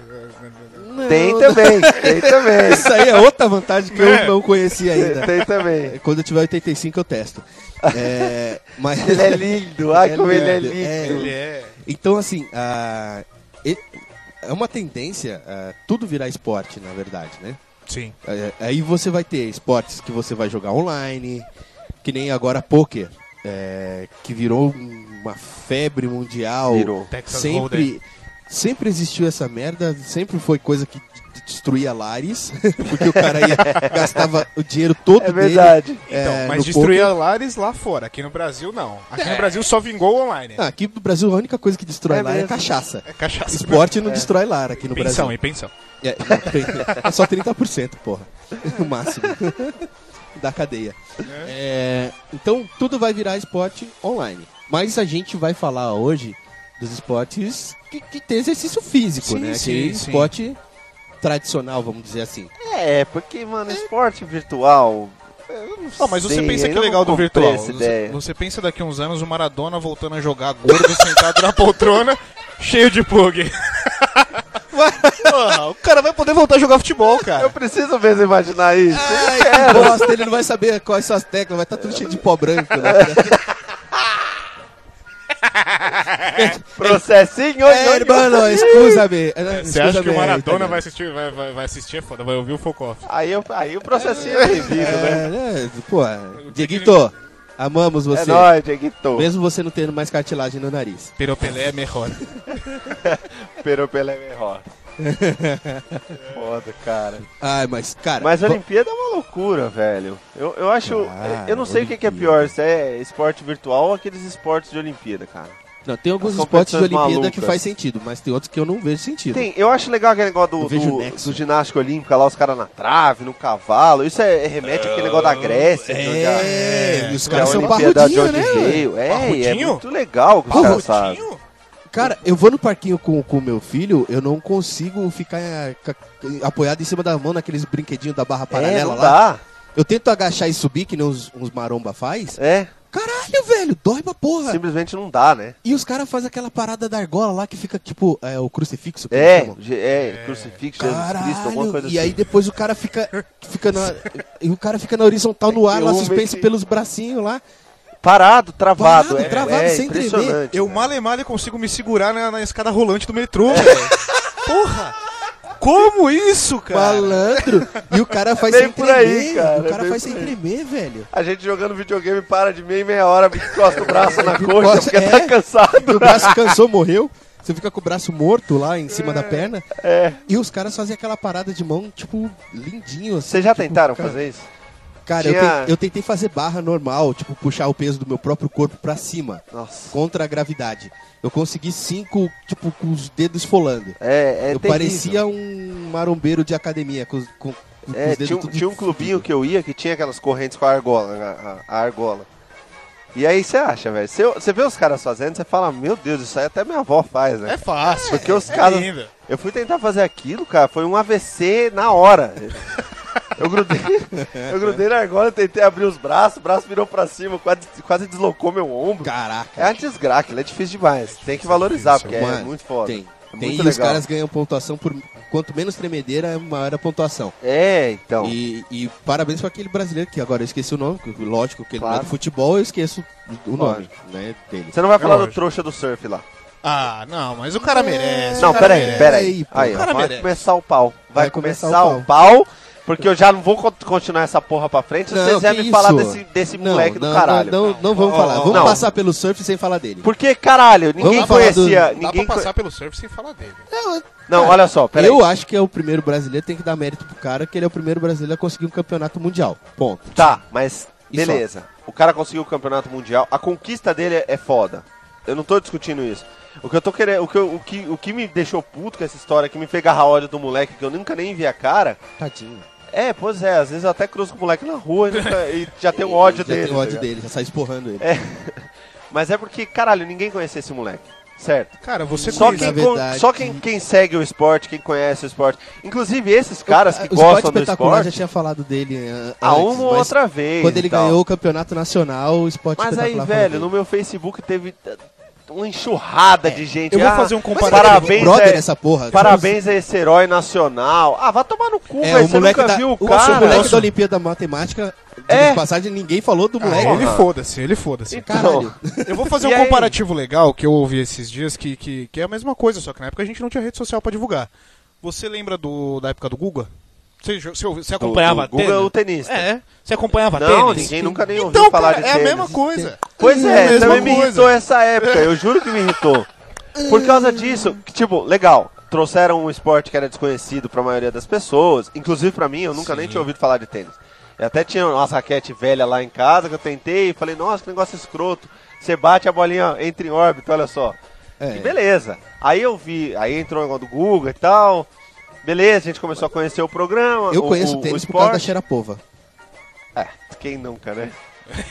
[SPEAKER 3] não,
[SPEAKER 4] Tem
[SPEAKER 3] <laughs>
[SPEAKER 4] também, tem também.
[SPEAKER 3] Isso aí é outra vantagem que
[SPEAKER 2] Né?
[SPEAKER 3] eu não conhecia ainda.
[SPEAKER 4] Tem
[SPEAKER 3] <laughs>
[SPEAKER 4] também.
[SPEAKER 3] Quando eu tiver 85 eu testo.
[SPEAKER 4] <laughs>
[SPEAKER 3] É, mas
[SPEAKER 4] Ele é lindo, ai
[SPEAKER 3] É
[SPEAKER 4] como ele é
[SPEAKER 3] lindo, é
[SPEAKER 4] lindo.
[SPEAKER 2] Ele é.
[SPEAKER 3] então assim, ah, e- é uma tendência ah, tudo virar esporte, na verdade, né?
[SPEAKER 2] Sim.
[SPEAKER 3] É, Aí você vai ter esportes que você vai jogar online, que nem agora poker, é, que virou uma febre mundial.
[SPEAKER 4] Virou. É
[SPEAKER 2] Texas Hold'em.
[SPEAKER 3] Sempre, sempre existiu essa merda, sempre foi coisa que d- destruía lares, <laughs> porque o cara
[SPEAKER 4] <laughs>
[SPEAKER 3] ia, gastava o dinheiro todo
[SPEAKER 4] É
[SPEAKER 3] dele.
[SPEAKER 4] verdade.
[SPEAKER 2] Então,
[SPEAKER 3] é,
[SPEAKER 2] mas
[SPEAKER 3] no
[SPEAKER 2] destruía lares lá fora. Aqui no Brasil, não. Aqui no Brasil só vingou online.
[SPEAKER 3] Ah, aqui no Brasil a única coisa que destrói
[SPEAKER 4] É
[SPEAKER 3] lar é
[SPEAKER 4] mesmo. É.
[SPEAKER 3] cachaça.
[SPEAKER 2] É cachaça.
[SPEAKER 3] Esporte não destrói lar aqui no
[SPEAKER 2] pensão,
[SPEAKER 3] Brasil.
[SPEAKER 2] e pensão.
[SPEAKER 3] É, não, tem- é só 30%, porra. <laughs> No máximo. da cadeia. É, então tudo vai virar esporte online. Mas a gente vai falar hoje dos esportes que, que tem exercício físico,
[SPEAKER 2] Sim,
[SPEAKER 3] né?
[SPEAKER 2] sim,
[SPEAKER 3] Aquele
[SPEAKER 2] sim.
[SPEAKER 3] esporte tradicional, vamos dizer assim.
[SPEAKER 4] É, porque, mano, esporte virtual. eu não
[SPEAKER 2] Ó, Ah, mas você
[SPEAKER 4] sei,
[SPEAKER 2] pensa que
[SPEAKER 4] ainda não
[SPEAKER 2] legal do
[SPEAKER 4] comprei
[SPEAKER 2] virtual.
[SPEAKER 4] Essa
[SPEAKER 2] Você,
[SPEAKER 4] ideia.
[SPEAKER 2] você pensa daqui a uns anos o <laughs> Maradona voltando a jogar gordo, sentado na poltrona, cheio de plug. Porra, o cara vai poder voltar a jogar futebol,
[SPEAKER 4] Eu
[SPEAKER 2] cara.
[SPEAKER 4] preciso mesmo imaginar isso.
[SPEAKER 2] É.
[SPEAKER 3] <laughs> Ai, que bosta, ele não vai saber quais são as teclas, vai estar tudo cheio de pó branco.
[SPEAKER 2] <laughs>
[SPEAKER 3] Né?
[SPEAKER 4] Processinho,
[SPEAKER 3] é, irmão, escusa-me.
[SPEAKER 2] É, Você acha que o Maradona vai assistir, vai, vai, vai assistir, é foda, vai ouvir o Focoff.
[SPEAKER 4] <laughs> Aí, eu, aí o processinho é devido, né?
[SPEAKER 3] É, né? Pô, Dieguito, amamos
[SPEAKER 4] É
[SPEAKER 3] você.
[SPEAKER 4] nóis, Dieguito.
[SPEAKER 3] Mesmo você não tendo mais cartilagem no nariz.
[SPEAKER 2] Peropelé é melhor.
[SPEAKER 4] Pero pela melhor.
[SPEAKER 2] <laughs>
[SPEAKER 4] Foda, cara.
[SPEAKER 3] Ai, mas, cara.
[SPEAKER 4] Mas a
[SPEAKER 3] va-
[SPEAKER 4] Olimpíada é uma loucura, velho. Eu, eu acho.
[SPEAKER 3] Ah,
[SPEAKER 4] eu não sei o que que é pior,
[SPEAKER 3] Olimpíada.
[SPEAKER 4] se é esporte virtual ou aqueles esportes de Olimpíada, cara.
[SPEAKER 3] Não, tem alguns
[SPEAKER 4] As
[SPEAKER 3] esportes de
[SPEAKER 4] competições
[SPEAKER 3] Olimpíada que
[SPEAKER 4] malucas.
[SPEAKER 3] faz sentido, mas tem outros que eu não vejo sentido.
[SPEAKER 4] Tem, eu acho legal aquele negócio do,
[SPEAKER 3] Eu vejo
[SPEAKER 4] do,
[SPEAKER 3] nexo.
[SPEAKER 4] do ginástica olímpica lá, os caras na trave, no cavalo. Isso é, é remete àquele negócio da Grécia. que onde a-
[SPEAKER 3] É, e os
[SPEAKER 4] que
[SPEAKER 3] caras
[SPEAKER 4] a
[SPEAKER 3] são
[SPEAKER 4] Olimpíada de
[SPEAKER 3] parrudinhos,
[SPEAKER 4] onde
[SPEAKER 3] né? velho?
[SPEAKER 4] veio. É, e é
[SPEAKER 2] Parrudinho?
[SPEAKER 4] muito legal o que os caras É, sabem.
[SPEAKER 2] Parrudinho?
[SPEAKER 3] Cara, eu vou no parquinho com o meu filho, eu não consigo ficar eh, ca- apoiado em cima da mão naqueles brinquedinhos da barra
[SPEAKER 4] É,
[SPEAKER 3] paralela
[SPEAKER 4] não
[SPEAKER 3] lá.
[SPEAKER 4] dá.
[SPEAKER 3] Eu tento agachar e subir, que nem uns, uns maromba faz.
[SPEAKER 4] É,
[SPEAKER 3] Caralho, velho, dói pra porra.
[SPEAKER 4] simplesmente não dá, né?
[SPEAKER 3] E os caras fazem aquela parada da argola lá que fica tipo é, o crucifixo. que
[SPEAKER 4] É,
[SPEAKER 3] eles chamam.
[SPEAKER 4] ge- é, crucifixo, Jesus Cristo, alguma
[SPEAKER 3] Caralho,
[SPEAKER 4] coisa
[SPEAKER 3] e aí
[SPEAKER 4] assim.
[SPEAKER 3] depois o cara fica, fica na, e o cara fica na horizontal no ar,
[SPEAKER 4] que
[SPEAKER 3] lá
[SPEAKER 4] um
[SPEAKER 3] suspenso
[SPEAKER 4] meio que-
[SPEAKER 3] pelos bracinhos lá.
[SPEAKER 4] Parado, travado.
[SPEAKER 3] Parado,
[SPEAKER 4] é,
[SPEAKER 3] travado,
[SPEAKER 4] é,
[SPEAKER 3] sem tremer.
[SPEAKER 4] impressionante.
[SPEAKER 2] Eu
[SPEAKER 4] né?
[SPEAKER 2] male male consigo me segurar na, na escada rolante do metrô, velho. Porra! Como isso, cara?
[SPEAKER 3] Malandro! E o cara faz
[SPEAKER 4] É
[SPEAKER 3] sem
[SPEAKER 4] bem por aí,
[SPEAKER 3] tremer.
[SPEAKER 4] cara,
[SPEAKER 3] o
[SPEAKER 4] é
[SPEAKER 3] cara
[SPEAKER 4] bem
[SPEAKER 3] faz
[SPEAKER 4] por
[SPEAKER 3] sem
[SPEAKER 4] aí. <laughs>
[SPEAKER 3] tremer, velho.
[SPEAKER 4] A gente jogando videogame para de meia em meia hora, me encosta o braço na coxa,
[SPEAKER 3] Encosta-
[SPEAKER 4] porque
[SPEAKER 3] é.
[SPEAKER 4] tá
[SPEAKER 3] E o
[SPEAKER 4] cansado.
[SPEAKER 3] braço cansou, morreu. Você fica com o braço morto lá em cima da perna.
[SPEAKER 4] É.
[SPEAKER 3] E os caras fazem aquela parada de mão, tipo, lindinho. Assim,
[SPEAKER 4] Vocês já
[SPEAKER 3] tipo,
[SPEAKER 4] tentaram
[SPEAKER 3] cara,
[SPEAKER 4] fazer isso?
[SPEAKER 3] Cara, eu,
[SPEAKER 4] Tinha-
[SPEAKER 3] te- eu tentei fazer barra normal, tipo, puxar o peso do meu próprio corpo pra cima,
[SPEAKER 4] Nossa.
[SPEAKER 3] contra a gravidade. Eu consegui cinco, tipo, com os dedos folando.
[SPEAKER 4] É, é
[SPEAKER 3] eu
[SPEAKER 4] terrível.
[SPEAKER 3] parecia um marombeiro de academia, com, os- com, com
[SPEAKER 4] É,
[SPEAKER 3] os dedos
[SPEAKER 4] tinha, um-
[SPEAKER 3] tudo
[SPEAKER 4] tinha um clubinho que eu ia que tinha aquelas correntes com a argola, a, a- a argola. E aí você acha, velho? Você- Você vê os caras fazendo, você fala, meu Deus, isso aí até minha avó faz, né?
[SPEAKER 2] É fácil.
[SPEAKER 4] Porque os
[SPEAKER 2] é
[SPEAKER 4] caras-
[SPEAKER 2] lindo.
[SPEAKER 4] Eu fui tentar fazer aquilo, cara, foi um AVC na hora. Eu grudei, eu grudei na argola, tentei abrir os braços, o braço virou pra cima, quase, quase deslocou meu ombro.
[SPEAKER 3] Caraca.
[SPEAKER 4] É uma desgraça, aquilo é difícil demais. Tem que valorizar, porque é
[SPEAKER 3] Mano,
[SPEAKER 4] muito foda.
[SPEAKER 3] Tem.
[SPEAKER 4] É
[SPEAKER 3] tem
[SPEAKER 4] muito
[SPEAKER 3] e os
[SPEAKER 4] legal.
[SPEAKER 3] caras ganham pontuação por. Quanto menos tremedeira, maior a pontuação.
[SPEAKER 4] É, então.
[SPEAKER 3] E, e parabéns para aquele brasileiro que agora eu esqueci o nome, que lógico que ele não é
[SPEAKER 4] Claro.
[SPEAKER 3] do futebol, eu esqueço o nome
[SPEAKER 4] Lógico.
[SPEAKER 3] né, dele.
[SPEAKER 4] Você não vai falar do
[SPEAKER 2] É lógico.
[SPEAKER 4] trouxa do surf lá.
[SPEAKER 2] Ah, não, mas o cara merece.
[SPEAKER 4] É. não,
[SPEAKER 2] o cara
[SPEAKER 4] peraí,
[SPEAKER 2] merece.
[SPEAKER 4] peraí.
[SPEAKER 3] Aí, pô.
[SPEAKER 4] Aí,
[SPEAKER 2] O
[SPEAKER 4] ó,
[SPEAKER 2] cara
[SPEAKER 4] vai
[SPEAKER 2] merece.
[SPEAKER 4] começar o pau. Vai,
[SPEAKER 3] Vai
[SPEAKER 4] começar,
[SPEAKER 3] começar o
[SPEAKER 4] o pau. Porque eu já não vou con- continuar essa porra pra frente se
[SPEAKER 3] Não,
[SPEAKER 4] vocês
[SPEAKER 3] que
[SPEAKER 4] vierem me falar
[SPEAKER 3] isso?
[SPEAKER 4] desse, desse
[SPEAKER 3] Não,
[SPEAKER 4] moleque
[SPEAKER 3] não,
[SPEAKER 4] do caralho.
[SPEAKER 3] Não, não, não vamos
[SPEAKER 2] Não.
[SPEAKER 3] falar. Vamos
[SPEAKER 4] Não.
[SPEAKER 3] passar pelo surf sem falar dele.
[SPEAKER 4] Porque, caralho, ninguém
[SPEAKER 3] Vamos falar do-
[SPEAKER 4] conhecia.
[SPEAKER 2] Dá pra
[SPEAKER 4] Ninguém co-
[SPEAKER 2] passar pelo surf sem falar dele.
[SPEAKER 4] Não, olha só, peraí.
[SPEAKER 3] eu acho que é o primeiro brasileiro, tem que dar mérito pro cara, que ele é o primeiro brasileiro a conseguir um campeonato mundial. Ponto.
[SPEAKER 4] Tá, mas
[SPEAKER 3] E só.
[SPEAKER 4] beleza. O cara conseguiu o campeonato mundial. A conquista dele é- é foda. Eu não tô discutindo isso. O que eu tô querendo. O que, eu- o que, o que me deixou puto com essa história, que me fez agarrar ódio do moleque, que eu nunca nem vi a cara.
[SPEAKER 3] Tadinho.
[SPEAKER 4] É, pois é, às vezes eu até cruzo com o moleque na rua e, nunca- e já tem um ódio
[SPEAKER 3] <laughs> já
[SPEAKER 4] dele.
[SPEAKER 3] tem
[SPEAKER 4] tá
[SPEAKER 3] ódio
[SPEAKER 4] ligado? É,
[SPEAKER 3] dele, já sai esporrando ele.
[SPEAKER 4] <laughs> Mas é porque, caralho, ninguém conhecia esse moleque. Certo?
[SPEAKER 2] Cara, você
[SPEAKER 4] Só
[SPEAKER 2] conhece-
[SPEAKER 3] Na
[SPEAKER 4] quem, con-
[SPEAKER 3] verdade-
[SPEAKER 4] só quem, quem segue o esporte, quem conhece o esporte. Inclusive, esses caras que
[SPEAKER 3] o
[SPEAKER 4] gostam do
[SPEAKER 3] espetacular já
[SPEAKER 4] esporte,
[SPEAKER 3] tinha falado dele eh,
[SPEAKER 4] a
[SPEAKER 3] antes,
[SPEAKER 4] uma ou
[SPEAKER 3] mas
[SPEAKER 4] outra vez.
[SPEAKER 3] Quando ele
[SPEAKER 4] e tal.
[SPEAKER 3] ganhou o campeonato nacional, o esporte
[SPEAKER 4] Mas aí,
[SPEAKER 3] espetacular
[SPEAKER 4] velho, no
[SPEAKER 3] falou
[SPEAKER 4] meu Facebook teve t- uma enxurrada de gente.
[SPEAKER 2] eu vou
[SPEAKER 4] Ah,
[SPEAKER 2] fazer um
[SPEAKER 4] mas
[SPEAKER 2] comparativo.
[SPEAKER 3] dele.
[SPEAKER 4] Parabéns,
[SPEAKER 3] brother
[SPEAKER 4] é-
[SPEAKER 3] essa porra.
[SPEAKER 4] parabéns a esse herói nacional. Ah, vai tomar no cu,
[SPEAKER 3] É,
[SPEAKER 4] velho.
[SPEAKER 3] o
[SPEAKER 4] Você
[SPEAKER 3] moleque
[SPEAKER 4] nunca
[SPEAKER 3] da,
[SPEAKER 4] viu o
[SPEAKER 3] nossa,
[SPEAKER 4] cara. né?
[SPEAKER 3] o moleque da Olimpíada Matemática, de
[SPEAKER 4] É.
[SPEAKER 3] passagem, ninguém falou do
[SPEAKER 2] Ah,
[SPEAKER 3] moleque.
[SPEAKER 2] ele foda-se, ele foda-se.
[SPEAKER 4] Então,
[SPEAKER 3] Caralho.
[SPEAKER 2] Eu vou fazer
[SPEAKER 4] E
[SPEAKER 2] um
[SPEAKER 4] aí?
[SPEAKER 2] comparativo legal que eu ouvi esses dias, que, que, que é a mesma coisa, só que na época a gente não tinha rede social pra divulgar. Você lembra do, da época do Guga? Você, jo- você, você
[SPEAKER 4] Do-
[SPEAKER 2] acompanhava
[SPEAKER 4] do Guga é o
[SPEAKER 2] tênis?
[SPEAKER 4] tenista.
[SPEAKER 2] É, você acompanhava
[SPEAKER 4] Não,
[SPEAKER 2] tênis?
[SPEAKER 4] ninguém nunca nem ouviu
[SPEAKER 2] Então,
[SPEAKER 4] falar
[SPEAKER 2] cara,
[SPEAKER 4] de
[SPEAKER 2] é a
[SPEAKER 4] tênis.
[SPEAKER 2] mesma coisa.
[SPEAKER 4] Pois
[SPEAKER 2] É a
[SPEAKER 4] é,
[SPEAKER 2] mesma
[SPEAKER 4] também me
[SPEAKER 2] coisa.
[SPEAKER 4] irritou essa época. Eu juro que me irritou. Por causa disso, que, tipo, legal. Trouxeram um esporte que era desconhecido pra maioria das pessoas. Inclusive pra mim, eu nunca nem tinha ouvido falar de tênis. Eu até tinha uma raquete velha lá em casa que eu tentei e falei, nossa, que negócio escroto. Você bate a bolinha entra em órbita, olha só.
[SPEAKER 3] É.
[SPEAKER 4] E beleza. Aí eu vi, aí entrou o negócio do Google e tal. Beleza, a gente começou a conhecer o programa.
[SPEAKER 3] Eu
[SPEAKER 4] o,
[SPEAKER 3] conheço
[SPEAKER 4] o,
[SPEAKER 3] tênis
[SPEAKER 4] o
[SPEAKER 3] por causa da
[SPEAKER 4] esporte.
[SPEAKER 3] Xerapova.
[SPEAKER 4] É, quem nunca,
[SPEAKER 3] <laughs>
[SPEAKER 4] né?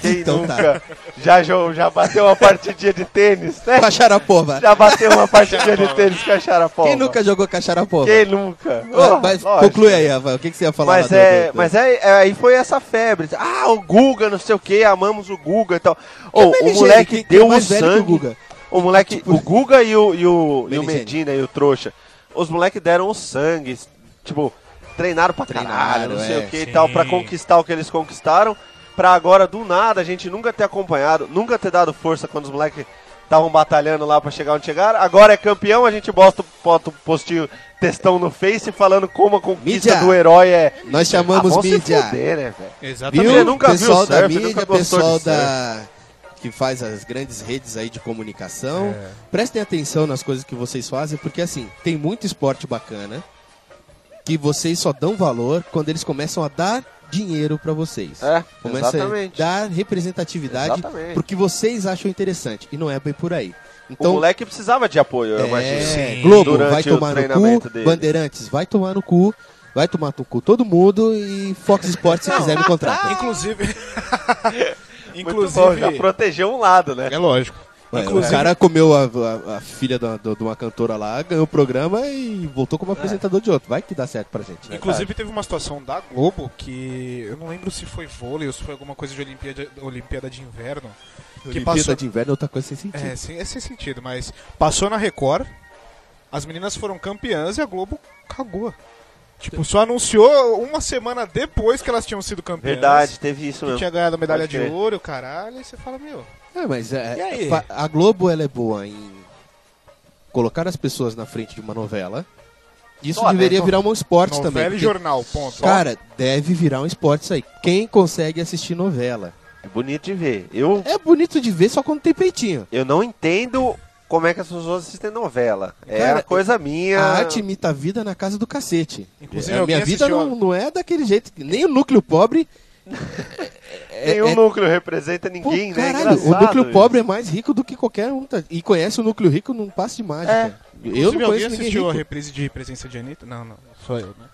[SPEAKER 4] Quem
[SPEAKER 3] Então tá.
[SPEAKER 4] nunca já, jo- já bateu uma partidinha de tênis, né?
[SPEAKER 3] Com a Xarapova.
[SPEAKER 4] Já bateu uma partidinha de tênis com a Xarapova.
[SPEAKER 3] Quem nunca jogou com a Xarapova?
[SPEAKER 4] Quem nunca?
[SPEAKER 3] Ah,
[SPEAKER 4] Oh,
[SPEAKER 3] mas
[SPEAKER 4] lógico.
[SPEAKER 3] conclui aí, Rafael. O que, que você ia falar?
[SPEAKER 4] Mas,
[SPEAKER 3] lá do-
[SPEAKER 4] é,
[SPEAKER 3] do- do-
[SPEAKER 4] mas é, é, aí foi essa febre. Ah, o Guga, não sei o que, amamos o Guga e tal. Ô,
[SPEAKER 3] Quem é
[SPEAKER 4] o
[SPEAKER 3] Meligeni?
[SPEAKER 4] moleque
[SPEAKER 3] Quem- quem é
[SPEAKER 4] deu o
[SPEAKER 3] mais velho que Tipo,
[SPEAKER 4] sangue.
[SPEAKER 3] o Guga?
[SPEAKER 4] O moleque, o Guga e o, e o, e o
[SPEAKER 3] Meligeni.
[SPEAKER 4] Medina e o Trouxa os moleques deram o sangue, tipo, treinaram pra
[SPEAKER 3] Treinaram,
[SPEAKER 4] caralho, não sei
[SPEAKER 3] é,
[SPEAKER 4] o que e
[SPEAKER 2] sim.
[SPEAKER 4] tal, pra conquistar o que eles conquistaram, pra agora, do nada, a gente nunca ter acompanhado, nunca ter dado força quando os moleques estavam batalhando lá pra chegar onde chegaram, agora é campeão, a gente bota, bota um postinho, textão no Face falando como a conquista
[SPEAKER 3] Mídia.
[SPEAKER 4] do herói é...
[SPEAKER 3] Nós chamamos
[SPEAKER 4] ah, vão
[SPEAKER 3] mídia.
[SPEAKER 4] Se fuder, né, velho?
[SPEAKER 2] Exatamente.
[SPEAKER 3] Viu?
[SPEAKER 4] nunca viu
[SPEAKER 3] pessoal da
[SPEAKER 4] surf,
[SPEAKER 3] mídia,
[SPEAKER 4] nunca gostou
[SPEAKER 3] pessoal
[SPEAKER 4] de
[SPEAKER 3] da que faz as grandes redes aí de comunicação.
[SPEAKER 2] É.
[SPEAKER 3] Prestem atenção nas coisas que vocês fazem, porque assim, tem muito esporte bacana que vocês só dão valor quando eles começam a dar dinheiro pra vocês.
[SPEAKER 4] É,
[SPEAKER 3] Começa
[SPEAKER 4] exatamente.
[SPEAKER 3] a dar representatividade
[SPEAKER 4] Exatamente.
[SPEAKER 3] porque vocês acham interessante e não é bem por aí.
[SPEAKER 4] o
[SPEAKER 3] Então,
[SPEAKER 4] moleque precisava de apoio, eu imagino.
[SPEAKER 3] é,
[SPEAKER 2] Sim.
[SPEAKER 3] Globo
[SPEAKER 4] Durante
[SPEAKER 3] vai
[SPEAKER 4] o
[SPEAKER 3] tomar no
[SPEAKER 4] treinamento
[SPEAKER 3] cu,
[SPEAKER 4] dele.
[SPEAKER 3] Bandeirantes vai tomar no cu, vai tomar no cu todo mundo e Fox Sports se quiser me contrata.
[SPEAKER 2] Inclusive. <laughs>
[SPEAKER 4] Muito bom, já
[SPEAKER 2] Inclusive.
[SPEAKER 4] protegeu um lado, né?
[SPEAKER 2] é lógico.
[SPEAKER 3] Ué,
[SPEAKER 2] Inclusive-
[SPEAKER 3] O cara comeu a, a- a filha da- do- de uma cantora lá, ganhou o programa e voltou como apresentador de outro. Vai que dá certo pra gente.
[SPEAKER 2] É.
[SPEAKER 3] né?
[SPEAKER 2] Inclusive teve uma situação da Globo que eu não lembro se foi vôlei ou se foi alguma coisa de Olimpíada, Olimpíada de Inverno. que
[SPEAKER 3] Olimpíada
[SPEAKER 2] passou-
[SPEAKER 3] de inverno é outra coisa sem sentido.
[SPEAKER 2] É, sem, é sem sentido, mas passou na Record, as meninas foram campeãs e a Globo cagou. Tipo, só anunciou uma semana depois que elas tinham sido campeãs.
[SPEAKER 4] Verdade, teve isso
[SPEAKER 2] Que
[SPEAKER 4] mesmo.
[SPEAKER 2] tinha ganhado a medalha
[SPEAKER 4] Pode
[SPEAKER 2] de
[SPEAKER 4] crer.
[SPEAKER 2] ouro, caralho, e você fala, meu.
[SPEAKER 3] É, mas é,
[SPEAKER 2] E aí?
[SPEAKER 3] fa- a Globo ela é boa em colocar as pessoas na frente de uma novela. Isso
[SPEAKER 4] Só, né?
[SPEAKER 3] deveria virar um esporte
[SPEAKER 2] Novela
[SPEAKER 3] também.
[SPEAKER 2] e
[SPEAKER 3] porque-
[SPEAKER 2] jornal, ponto.
[SPEAKER 3] Cara, deve virar um esporte isso aí. Quem consegue assistir novela?
[SPEAKER 4] É bonito de ver. Eu,
[SPEAKER 3] É bonito de ver só quando tem peitinho.
[SPEAKER 4] eu não entendo como é que as pessoas assistem novela. É
[SPEAKER 3] Cara,
[SPEAKER 4] uma coisa minha.
[SPEAKER 3] A arte imita a vida na casa do cacete.
[SPEAKER 2] Inclusive,
[SPEAKER 3] É, a
[SPEAKER 2] alguém
[SPEAKER 3] minha vida
[SPEAKER 2] assistiu a-
[SPEAKER 3] não, não é daquele jeito. que Nem o núcleo pobre. é,
[SPEAKER 4] Nenhum
[SPEAKER 3] é-
[SPEAKER 4] núcleo representa
[SPEAKER 3] pô,
[SPEAKER 4] ninguém, né? É
[SPEAKER 3] caralho, o
[SPEAKER 4] engraçado
[SPEAKER 3] núcleo
[SPEAKER 4] isso.
[SPEAKER 3] pobre é mais rico do que qualquer um. tá? E conhece o núcleo rico num passo de mágica. Eu
[SPEAKER 2] Inclusive,
[SPEAKER 3] não
[SPEAKER 2] alguém
[SPEAKER 3] conheço ninguém
[SPEAKER 2] assistiu
[SPEAKER 3] rico. Então,
[SPEAKER 2] a reprise de presença de Anitta? Não, não, só eu, né?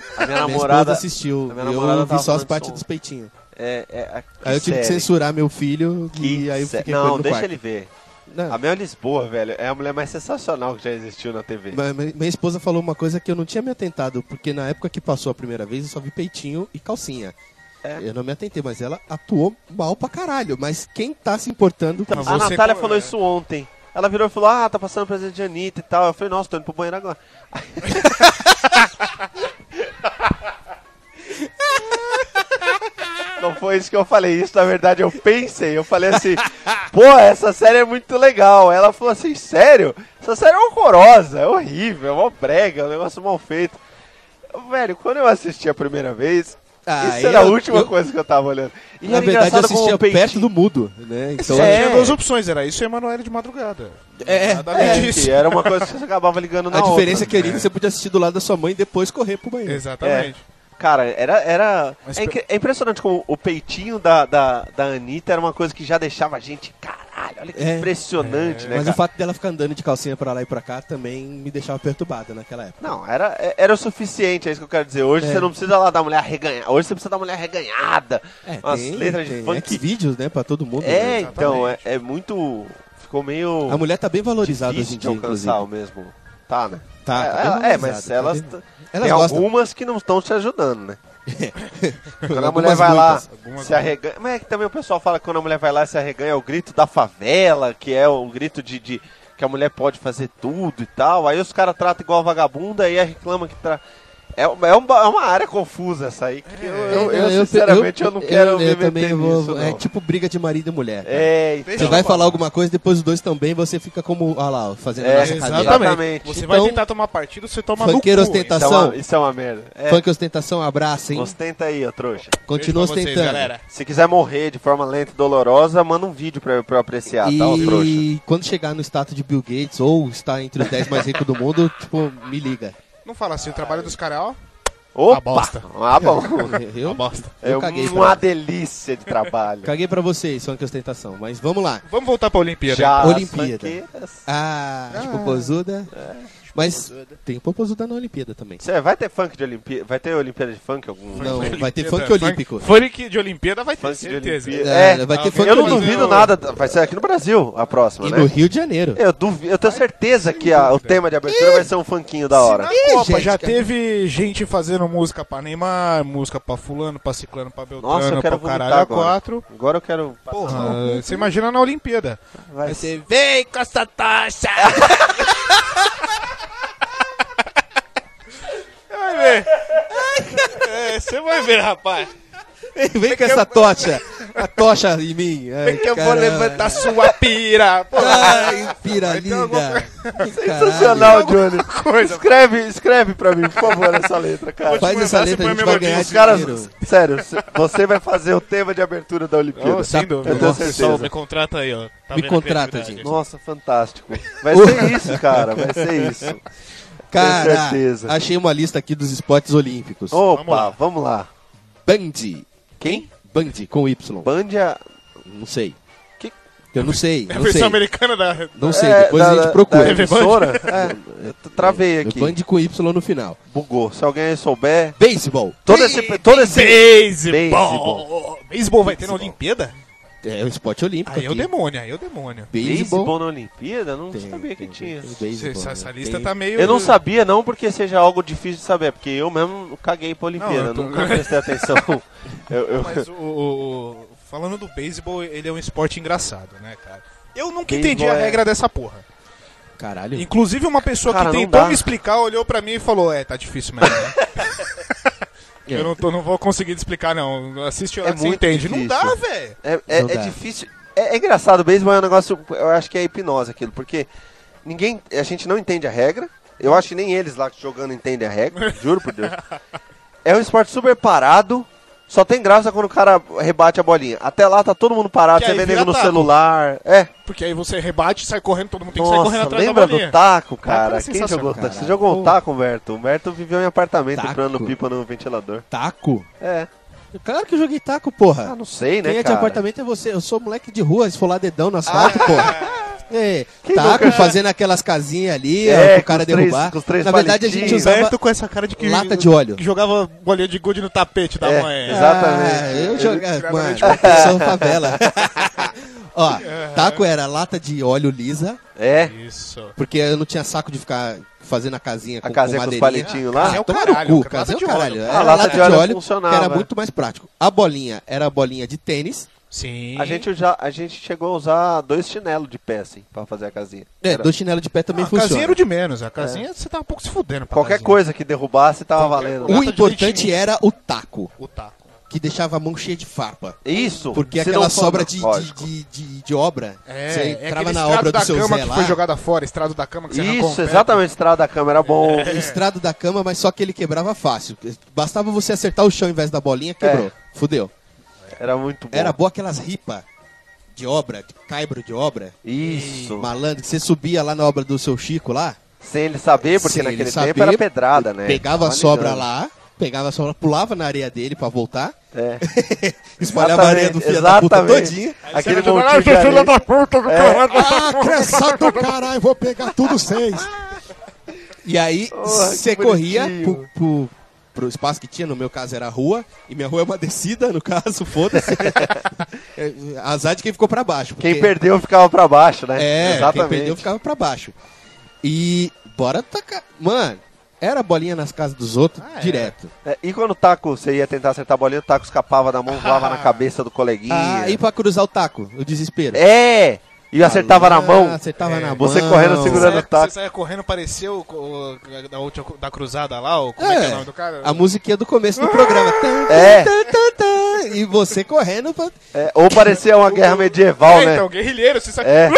[SPEAKER 4] Cara, a minha
[SPEAKER 3] Minha esposa
[SPEAKER 4] namorada.
[SPEAKER 3] assistiu.
[SPEAKER 4] a minha namorada
[SPEAKER 3] eu vi
[SPEAKER 4] tava
[SPEAKER 3] só as
[SPEAKER 4] falando
[SPEAKER 3] partes
[SPEAKER 4] sobre-
[SPEAKER 3] dos peitinhos.
[SPEAKER 4] É, é, a-
[SPEAKER 3] Aí eu tive que
[SPEAKER 4] série.
[SPEAKER 3] censurar meu filho
[SPEAKER 4] Que
[SPEAKER 3] e aí eu
[SPEAKER 4] sé-
[SPEAKER 3] fiquei com
[SPEAKER 4] Não,
[SPEAKER 3] no
[SPEAKER 4] deixa
[SPEAKER 3] quarto.
[SPEAKER 4] ele Ah, ver.
[SPEAKER 3] Não.
[SPEAKER 4] A Mel Lisboa, velho, é a mulher mais sensacional que já existiu na TV.
[SPEAKER 3] Mas mas minha esposa falou uma coisa que eu não tinha me atentado, porque na época que passou a primeira vez eu só vi peitinho e calcinha.
[SPEAKER 4] É.
[SPEAKER 3] Eu não me atentei, mas ela atuou mal pra caralho. Mas quem tá se importando com
[SPEAKER 2] Mas
[SPEAKER 4] A
[SPEAKER 2] você
[SPEAKER 4] Natália
[SPEAKER 2] co-
[SPEAKER 4] falou
[SPEAKER 2] é.
[SPEAKER 4] isso ontem. Ela virou e falou: Ah, tá passando presente de Anitta e tal. Eu falei: Nossa, tô indo pro banheiro agora. <laughs> Não foi isso que eu falei, isso na verdade eu pensei. Eu falei assim: Pô, essa série é muito legal. Ela falou assim: Sério? Essa série é horrorosa, é horrível, é uma brega, é um negócio mal feito. Velho, quando eu assisti a primeira vez,
[SPEAKER 3] Ah,
[SPEAKER 4] isso era a
[SPEAKER 3] eu-
[SPEAKER 4] última
[SPEAKER 3] eu-
[SPEAKER 4] coisa que eu tava olhando. E
[SPEAKER 3] Na
[SPEAKER 4] era
[SPEAKER 3] verdade, eu
[SPEAKER 4] engraçado como o
[SPEAKER 3] assistia
[SPEAKER 4] peitinho-
[SPEAKER 3] perto do mudo, né? Então,
[SPEAKER 2] Só
[SPEAKER 4] É.
[SPEAKER 2] tinha duas opções, era isso e Emanuele de madrugada.
[SPEAKER 3] É,
[SPEAKER 2] Nada
[SPEAKER 3] é,
[SPEAKER 2] além
[SPEAKER 4] É,
[SPEAKER 2] disso.
[SPEAKER 4] que era uma coisa que você acabava ligando na
[SPEAKER 3] a diferença é
[SPEAKER 4] outra.
[SPEAKER 3] que ali você podia assistir do lado da sua mãe e depois correr pro banheiro.
[SPEAKER 2] Exatamente.
[SPEAKER 4] Cara, era. era...
[SPEAKER 2] Mas
[SPEAKER 4] É, incri- é impressionante como o peitinho da, da, da Anitta era uma coisa que já deixava a gente. Caralho, olha que
[SPEAKER 3] É.
[SPEAKER 4] impressionante, né?
[SPEAKER 3] Mas
[SPEAKER 4] cara?
[SPEAKER 3] o fato dela ficar andando de calcinha pra lá e pra cá também me deixava perturbada naquela época.
[SPEAKER 4] Não, era, é- era o suficiente, é isso que eu quero dizer. Hoje
[SPEAKER 3] É.
[SPEAKER 4] você não precisa lá da mulher reganhada. Hoje você precisa da mulher reganhada.
[SPEAKER 3] É,
[SPEAKER 4] umas
[SPEAKER 3] tem,
[SPEAKER 4] letras de
[SPEAKER 3] tem
[SPEAKER 4] funk.
[SPEAKER 3] X-Vídeos, né, pra todo mundo.
[SPEAKER 4] É,
[SPEAKER 3] né?
[SPEAKER 4] então, é, é muito. Ficou meio.
[SPEAKER 3] A mulher tá bem valorizada hoje
[SPEAKER 4] difícil
[SPEAKER 3] em
[SPEAKER 4] de
[SPEAKER 3] dia, inclusive.
[SPEAKER 4] alcançar o mesmo. Tá, né?
[SPEAKER 3] Tá,
[SPEAKER 4] é,
[SPEAKER 3] tá bem
[SPEAKER 4] ela- é,
[SPEAKER 3] valorizada,
[SPEAKER 4] mas
[SPEAKER 3] tá
[SPEAKER 4] elas.
[SPEAKER 3] bem-
[SPEAKER 4] t-
[SPEAKER 3] Elas
[SPEAKER 4] tem
[SPEAKER 3] gostam.
[SPEAKER 4] algumas que não estão te ajudando, né? Quando a
[SPEAKER 3] Algumas
[SPEAKER 4] mulher vai lá,
[SPEAKER 3] muitas.
[SPEAKER 2] Algumas
[SPEAKER 4] se arreganha. Mas é que também o pessoal fala que quando a mulher vai lá e se arreganha é o grito da favela, que é um grito de, de- que a mulher pode fazer tudo e tal. Aí os caras tratam igual a vagabunda e aí reclama que tra... é, uma- é uma, é uma área confusa essa aí. Que eu, eu- eu, sinceramente, eu, não quero me
[SPEAKER 3] É, eu
[SPEAKER 4] meter
[SPEAKER 3] também
[SPEAKER 4] nisso,
[SPEAKER 3] vou-
[SPEAKER 4] não.
[SPEAKER 3] É tipo briga de marido e mulher. cara.
[SPEAKER 4] É,
[SPEAKER 3] Você
[SPEAKER 4] então,
[SPEAKER 3] vai falar alguma coisa, depois os dois também, você fica como, olha lá, ó, fazendo
[SPEAKER 4] É,
[SPEAKER 3] a nossa cadeira.
[SPEAKER 2] Exatamente.
[SPEAKER 4] Exatamente.
[SPEAKER 2] Você
[SPEAKER 3] Então,
[SPEAKER 2] vai tentar tomar partido, você toma
[SPEAKER 3] funkeiro
[SPEAKER 2] no cu. hein?
[SPEAKER 3] ostenta-
[SPEAKER 4] Isso é uma,
[SPEAKER 3] ação.
[SPEAKER 4] isso é uma merda. É,
[SPEAKER 3] Funk ostentação, abraço, hein?
[SPEAKER 4] ostenta aí, ó, trouxa.
[SPEAKER 3] Continua
[SPEAKER 2] Beijo pra vocês,
[SPEAKER 3] ostentando.
[SPEAKER 2] assim, galera.
[SPEAKER 4] Se quiser morrer de forma lenta e dolorosa, manda um vídeo pra, eu- pra eu apreciar, tá, ô trouxa?
[SPEAKER 3] e quando chegar no status de Bill Gates ou estar entre os 10 mais ricos do mundo, <laughs> tipo, me liga.
[SPEAKER 2] Não fala assim, o trabalho dos caras, ó.
[SPEAKER 4] Opa!
[SPEAKER 2] bosta.
[SPEAKER 4] Ah, bom.
[SPEAKER 3] <laughs> Eu,
[SPEAKER 2] bosta.
[SPEAKER 3] eu
[SPEAKER 4] É
[SPEAKER 3] caguei,
[SPEAKER 4] uma
[SPEAKER 3] pra,
[SPEAKER 4] delícia de trabalho.
[SPEAKER 3] <laughs> caguei pra vocês, funk ostentação, mas vamos lá.
[SPEAKER 2] Vamos voltar pra Olimpíada.
[SPEAKER 4] Já as
[SPEAKER 3] Olimpíada.
[SPEAKER 4] franqueiras-
[SPEAKER 3] Ah, de popozuda.
[SPEAKER 4] É, tipo,
[SPEAKER 3] Mas tem popozuda na Olimpíada também.
[SPEAKER 4] Cê vai ter funk de Olimpíada? Vai ter Olimpíada de funk algum?
[SPEAKER 3] Não,
[SPEAKER 4] Funk
[SPEAKER 3] vai ter
[SPEAKER 2] Olimpíada, É,
[SPEAKER 3] funk olímpico.
[SPEAKER 2] Funk de Olimpíada vai ter,
[SPEAKER 4] de
[SPEAKER 2] certeza.
[SPEAKER 4] Olimpíada.
[SPEAKER 3] É, vai ter
[SPEAKER 2] Ah,
[SPEAKER 3] funk
[SPEAKER 4] eu não
[SPEAKER 2] olímpico.
[SPEAKER 4] duvido nada. Vai ser aqui no Brasil a próxima,
[SPEAKER 3] E
[SPEAKER 4] né?
[SPEAKER 3] no Rio de Janeiro.
[SPEAKER 4] Eu, duvido, eu tenho certeza que a- o tema de abertura vai ser um funkinho da hora.
[SPEAKER 2] Se na Copa
[SPEAKER 3] gente,
[SPEAKER 2] já
[SPEAKER 3] cara.
[SPEAKER 2] teve gente fazendo música pra Neymar, música pra fulano, pra ciclano, pra beltrano,
[SPEAKER 4] Nossa, eu quero
[SPEAKER 2] pra caralho
[SPEAKER 4] vomitar
[SPEAKER 2] a
[SPEAKER 4] agora.
[SPEAKER 2] quatro.
[SPEAKER 4] Agora eu quero... um
[SPEAKER 2] Porra,
[SPEAKER 3] Ah.
[SPEAKER 2] você imagina na Olimpíada.
[SPEAKER 4] Vai <laughs>
[SPEAKER 2] Você vem com essa tocha! ver. É, você vai ver, rapaz.
[SPEAKER 3] Vem com essa tocha. A tocha em mim. Ai,
[SPEAKER 2] Que eu vou
[SPEAKER 3] caralho.
[SPEAKER 2] levantar sua pira. Pô,
[SPEAKER 3] Ai, pira
[SPEAKER 2] Vai ter alguma
[SPEAKER 3] linda.
[SPEAKER 4] Sensacional, Johnny.
[SPEAKER 2] coisa.
[SPEAKER 4] Escreve, escreve pra mim, por favor, essa letra, cara.
[SPEAKER 3] Faz essa letra, a gente vai ganhar
[SPEAKER 4] Os caras,
[SPEAKER 3] dinheiro.
[SPEAKER 4] sério, c- você vai fazer o tema de abertura da Olimpíada.
[SPEAKER 2] Oh, sem dúvida.
[SPEAKER 4] eu tenho
[SPEAKER 2] Nossa,
[SPEAKER 4] certeza.
[SPEAKER 2] pessoal, me contrata aí, ó. Tá
[SPEAKER 3] Me
[SPEAKER 2] vendo a
[SPEAKER 3] contrata,
[SPEAKER 2] criatividade?
[SPEAKER 3] gente.
[SPEAKER 4] Nossa, fantástico. Vai
[SPEAKER 3] <laughs>
[SPEAKER 4] ser isso, cara, vai ser isso. Tenho
[SPEAKER 3] Cara,
[SPEAKER 4] certeza. Oh.
[SPEAKER 3] achei uma lista aqui dos esportes olímpicos.
[SPEAKER 2] Vamos lá.
[SPEAKER 4] Opa, vamos lá.
[SPEAKER 3] Band.
[SPEAKER 4] Quem?
[SPEAKER 3] Band, com Y.
[SPEAKER 4] Bandia.
[SPEAKER 3] Não sei.
[SPEAKER 4] Que- É,
[SPEAKER 3] Eu não sei,
[SPEAKER 2] É a
[SPEAKER 3] não sei.
[SPEAKER 2] versão americana da...
[SPEAKER 3] Não sei, depois
[SPEAKER 4] da-
[SPEAKER 3] a gente
[SPEAKER 4] da-
[SPEAKER 3] procura.
[SPEAKER 4] Da emissora? É, eu t- travei aqui.
[SPEAKER 3] Band com Y no final.
[SPEAKER 4] Bugou. Se alguém aí souber.
[SPEAKER 3] Beisebol.
[SPEAKER 4] Todo esse. Todo esse...
[SPEAKER 2] Beisebol.
[SPEAKER 4] Beisebol.
[SPEAKER 2] Beisebol vai ter na
[SPEAKER 3] Beisebol.
[SPEAKER 2] Olimpíada?
[SPEAKER 3] É um esporte olímpico.
[SPEAKER 2] Aí é o
[SPEAKER 3] aqui.
[SPEAKER 2] demônio, aí é o demônio.
[SPEAKER 3] Beisebol.
[SPEAKER 4] Beisebol na Olimpíada? Não
[SPEAKER 3] Tem,
[SPEAKER 4] sabia
[SPEAKER 3] tem,
[SPEAKER 4] que tinha.
[SPEAKER 3] tem
[SPEAKER 2] Essa,
[SPEAKER 3] beisebol, né?
[SPEAKER 2] essa lista
[SPEAKER 3] Tem-
[SPEAKER 2] tá meio...
[SPEAKER 4] Eu não sabia, não porque seja algo difícil de saber, porque eu mesmo caguei pra Olimpíada,
[SPEAKER 2] eu tô-
[SPEAKER 4] nunca
[SPEAKER 3] <laughs>
[SPEAKER 4] prestei atenção. Eu- eu-
[SPEAKER 2] Mas o, o- o- Falando do beisebol, ele é um esporte engraçado, né, cara? Eu nunca
[SPEAKER 4] Beisebol
[SPEAKER 2] entendi a
[SPEAKER 4] é-
[SPEAKER 2] regra dessa porra.
[SPEAKER 3] Caralho.
[SPEAKER 2] Inclusive, uma pessoa
[SPEAKER 4] Cara,
[SPEAKER 2] que
[SPEAKER 4] não
[SPEAKER 2] tentou
[SPEAKER 4] dá.
[SPEAKER 2] me explicar olhou pra mim e falou: É, tá difícil mesmo. Né?
[SPEAKER 4] <laughs>
[SPEAKER 2] Eu não, tô- não vou conseguir te explicar, não. Assiste lá
[SPEAKER 4] É
[SPEAKER 2] que você
[SPEAKER 4] muito
[SPEAKER 2] entende. Não
[SPEAKER 4] difícil.
[SPEAKER 2] dá, velho.
[SPEAKER 4] É, é-
[SPEAKER 3] Não
[SPEAKER 4] é
[SPEAKER 3] dá.
[SPEAKER 4] difícil. É, é engraçado, o beisebol é um negócio. Eu acho que é hipnose aquilo, porque ninguém. A gente não entende a regra. Eu acho que nem eles lá que jogando entendem
[SPEAKER 2] <laughs>
[SPEAKER 4] a regra, juro por Deus. É um esporte super parado. Só tem graça quando o cara rebate a bolinha. Até lá tá todo mundo parado,
[SPEAKER 2] Que
[SPEAKER 4] você
[SPEAKER 2] aí
[SPEAKER 4] vê
[SPEAKER 2] vira
[SPEAKER 4] nego no
[SPEAKER 2] taco.
[SPEAKER 4] celular. É.
[SPEAKER 2] Porque aí você rebate, sai correndo, todo mundo tem que sair correndo
[SPEAKER 4] Nossa,
[SPEAKER 2] atrás da
[SPEAKER 4] lembra do
[SPEAKER 2] bolinha.
[SPEAKER 4] taco,
[SPEAKER 2] Taco
[SPEAKER 4] cara?
[SPEAKER 2] era
[SPEAKER 4] Quem
[SPEAKER 2] sensacional,
[SPEAKER 4] jogou taco?
[SPEAKER 3] é cara.
[SPEAKER 4] Você jogou um
[SPEAKER 3] Pô.
[SPEAKER 4] taco, Humberto? O Humberto viveu em apartamento
[SPEAKER 3] Taco?
[SPEAKER 4] entrando pipa no ventilador.
[SPEAKER 3] Taco?
[SPEAKER 4] É.
[SPEAKER 3] Claro que eu joguei taco, porra.
[SPEAKER 4] Ah, não sei, né,
[SPEAKER 3] Quem é de
[SPEAKER 4] cara? Ah.
[SPEAKER 3] apartamento é você. Eu sou moleque de rua, esfolar dedão no asfalto, porra.
[SPEAKER 4] <laughs>
[SPEAKER 3] É,
[SPEAKER 4] Quem
[SPEAKER 3] taco
[SPEAKER 4] nunca-
[SPEAKER 3] fazendo aquelas casinhas ali,
[SPEAKER 4] É,
[SPEAKER 3] ó, pro
[SPEAKER 4] com
[SPEAKER 3] cara
[SPEAKER 4] os três-
[SPEAKER 3] derrubar.
[SPEAKER 4] com os três
[SPEAKER 3] Na verdade, a
[SPEAKER 4] palitinhos.
[SPEAKER 3] gente usava
[SPEAKER 2] com essa cara de
[SPEAKER 3] lata de óleo.
[SPEAKER 2] que jogava bolinha de gude no tapete da
[SPEAKER 4] É,
[SPEAKER 2] mãe.
[SPEAKER 4] exato. Exatamente.
[SPEAKER 3] Ah, eu
[SPEAKER 4] Ele
[SPEAKER 3] jogava,
[SPEAKER 2] tirava
[SPEAKER 3] mano,
[SPEAKER 2] leite
[SPEAKER 3] eu sou um
[SPEAKER 2] <laughs>
[SPEAKER 3] favela. Ó,
[SPEAKER 2] É.
[SPEAKER 3] taco era lata de óleo lisa,
[SPEAKER 4] É.
[SPEAKER 2] Isso.
[SPEAKER 3] porque eu não tinha saco de ficar fazendo a casinha com,
[SPEAKER 4] A casinha com os
[SPEAKER 3] madeirinha.
[SPEAKER 4] palitinhos lá.
[SPEAKER 2] É o
[SPEAKER 3] Tomar
[SPEAKER 2] caralho,
[SPEAKER 3] no cu,
[SPEAKER 2] cara.
[SPEAKER 3] cara,
[SPEAKER 2] Lata
[SPEAKER 3] é
[SPEAKER 2] de
[SPEAKER 3] o caralho.
[SPEAKER 2] óleo.
[SPEAKER 3] Era
[SPEAKER 4] A
[SPEAKER 3] lata, de
[SPEAKER 4] é
[SPEAKER 3] óleo,
[SPEAKER 4] funcionava.
[SPEAKER 3] que era muito mais prático. A bolinha era a bolinha de tênis,
[SPEAKER 2] Sim.
[SPEAKER 4] A gente, já, a gente chegou a usar dois chinelos de pé, assim, pra fazer a casinha.
[SPEAKER 3] é,
[SPEAKER 4] Era-
[SPEAKER 3] dois chinelos de pé também
[SPEAKER 2] Ah, a
[SPEAKER 3] funciona.
[SPEAKER 2] casinha era o de menos. A casinha você tava um pouco se fudendo. pra
[SPEAKER 4] É. Qualquer
[SPEAKER 2] casinha.
[SPEAKER 4] coisa que derrubasse tava valendo.
[SPEAKER 2] lata
[SPEAKER 4] né?
[SPEAKER 3] O
[SPEAKER 2] de
[SPEAKER 3] importante
[SPEAKER 2] leitinho.
[SPEAKER 3] era o taco,
[SPEAKER 2] O taco.
[SPEAKER 3] que deixava a mão cheia de farpa.
[SPEAKER 4] Isso!
[SPEAKER 3] Porque
[SPEAKER 4] se
[SPEAKER 3] aquela
[SPEAKER 4] não for-
[SPEAKER 3] sobra de, de,
[SPEAKER 4] lógico.
[SPEAKER 3] de, de- de obra, você entrava
[SPEAKER 2] É, aquele
[SPEAKER 3] na
[SPEAKER 2] estrado
[SPEAKER 3] obra do
[SPEAKER 2] da
[SPEAKER 3] seu
[SPEAKER 2] cama
[SPEAKER 3] Zé
[SPEAKER 2] que
[SPEAKER 3] lá.
[SPEAKER 2] foi jogada fora, estrado da cama que você arrancou um
[SPEAKER 4] Isso,
[SPEAKER 2] pé.
[SPEAKER 4] exatamente, estrada da câmera,
[SPEAKER 3] <laughs>
[SPEAKER 4] bom.
[SPEAKER 3] Estrado da cama, mas só que ele quebrava fácil. Bastava você acertar o chão ao invés da bolinha, quebrou.
[SPEAKER 4] É.
[SPEAKER 3] Fudeu.
[SPEAKER 4] Era muito bom.
[SPEAKER 3] Era boa aquelas ripas de obra, de caibro de obra.
[SPEAKER 4] Isso.
[SPEAKER 3] Malandro, que você subia lá na obra do seu Chico lá.
[SPEAKER 4] Sem ele saber, porque
[SPEAKER 3] sem ele
[SPEAKER 4] naquele
[SPEAKER 3] saber,
[SPEAKER 4] tempo era pedrada, né?
[SPEAKER 3] Pegava a
[SPEAKER 4] Tava
[SPEAKER 3] sobra
[SPEAKER 4] ligando.
[SPEAKER 3] lá, pegava a sobra, pulava na areia dele pra voltar. <laughs>
[SPEAKER 4] É.
[SPEAKER 3] Espalhava a areia do filho da puta
[SPEAKER 4] exatamente.
[SPEAKER 3] todinha.
[SPEAKER 4] Aquele
[SPEAKER 2] Você vai
[SPEAKER 4] montinho
[SPEAKER 2] jogar,
[SPEAKER 4] de
[SPEAKER 2] "Ah, seu filho
[SPEAKER 4] areia. É.
[SPEAKER 2] da puta do caralho.
[SPEAKER 3] <laughs> Ah, criançada do caralho, vou pegar tudo seis. E aí,
[SPEAKER 4] Oh, que
[SPEAKER 3] você corria pro,
[SPEAKER 4] bonitinho.
[SPEAKER 3] pro, pro espaço que tinha, no meu caso era a rua, e minha rua é uma descida, no caso, <laughs> foda-se. É, Azar de quem ficou pra baixo.
[SPEAKER 4] Quem
[SPEAKER 3] porque-
[SPEAKER 4] perdeu ficava pra baixo, né?
[SPEAKER 3] É, quem
[SPEAKER 4] Exatamente.
[SPEAKER 3] perdeu ficava pra baixo. E bora tacar. Mano, era bolinha nas casas dos outros
[SPEAKER 2] Ah, é.
[SPEAKER 3] direto.
[SPEAKER 4] É, E quando o taco, você ia tentar acertar a bolinha, o taco escapava da mão, voava na cabeça do coleguinha.
[SPEAKER 3] Ah, e pra cruzar o taco, o desespero.
[SPEAKER 4] É! E
[SPEAKER 3] Ah,
[SPEAKER 4] acertava na mão.
[SPEAKER 3] Acertava na mão.
[SPEAKER 4] você correndo,
[SPEAKER 2] Você
[SPEAKER 4] segurando-
[SPEAKER 2] saia-
[SPEAKER 4] o taco.
[SPEAKER 2] Você saia correndo, parecia o, o- da, outra, da cruzada lá, o, como é, que é o nome do cara? Ah!
[SPEAKER 3] A musiquinha do começo do programa. Tan, tan,
[SPEAKER 4] É.
[SPEAKER 3] tan, tan, tan. E você correndo. pra-
[SPEAKER 4] É, ou parecia uma guerra medieval,
[SPEAKER 2] é,
[SPEAKER 4] né?
[SPEAKER 2] então, guerrilheiro, você sabe.
[SPEAKER 4] É.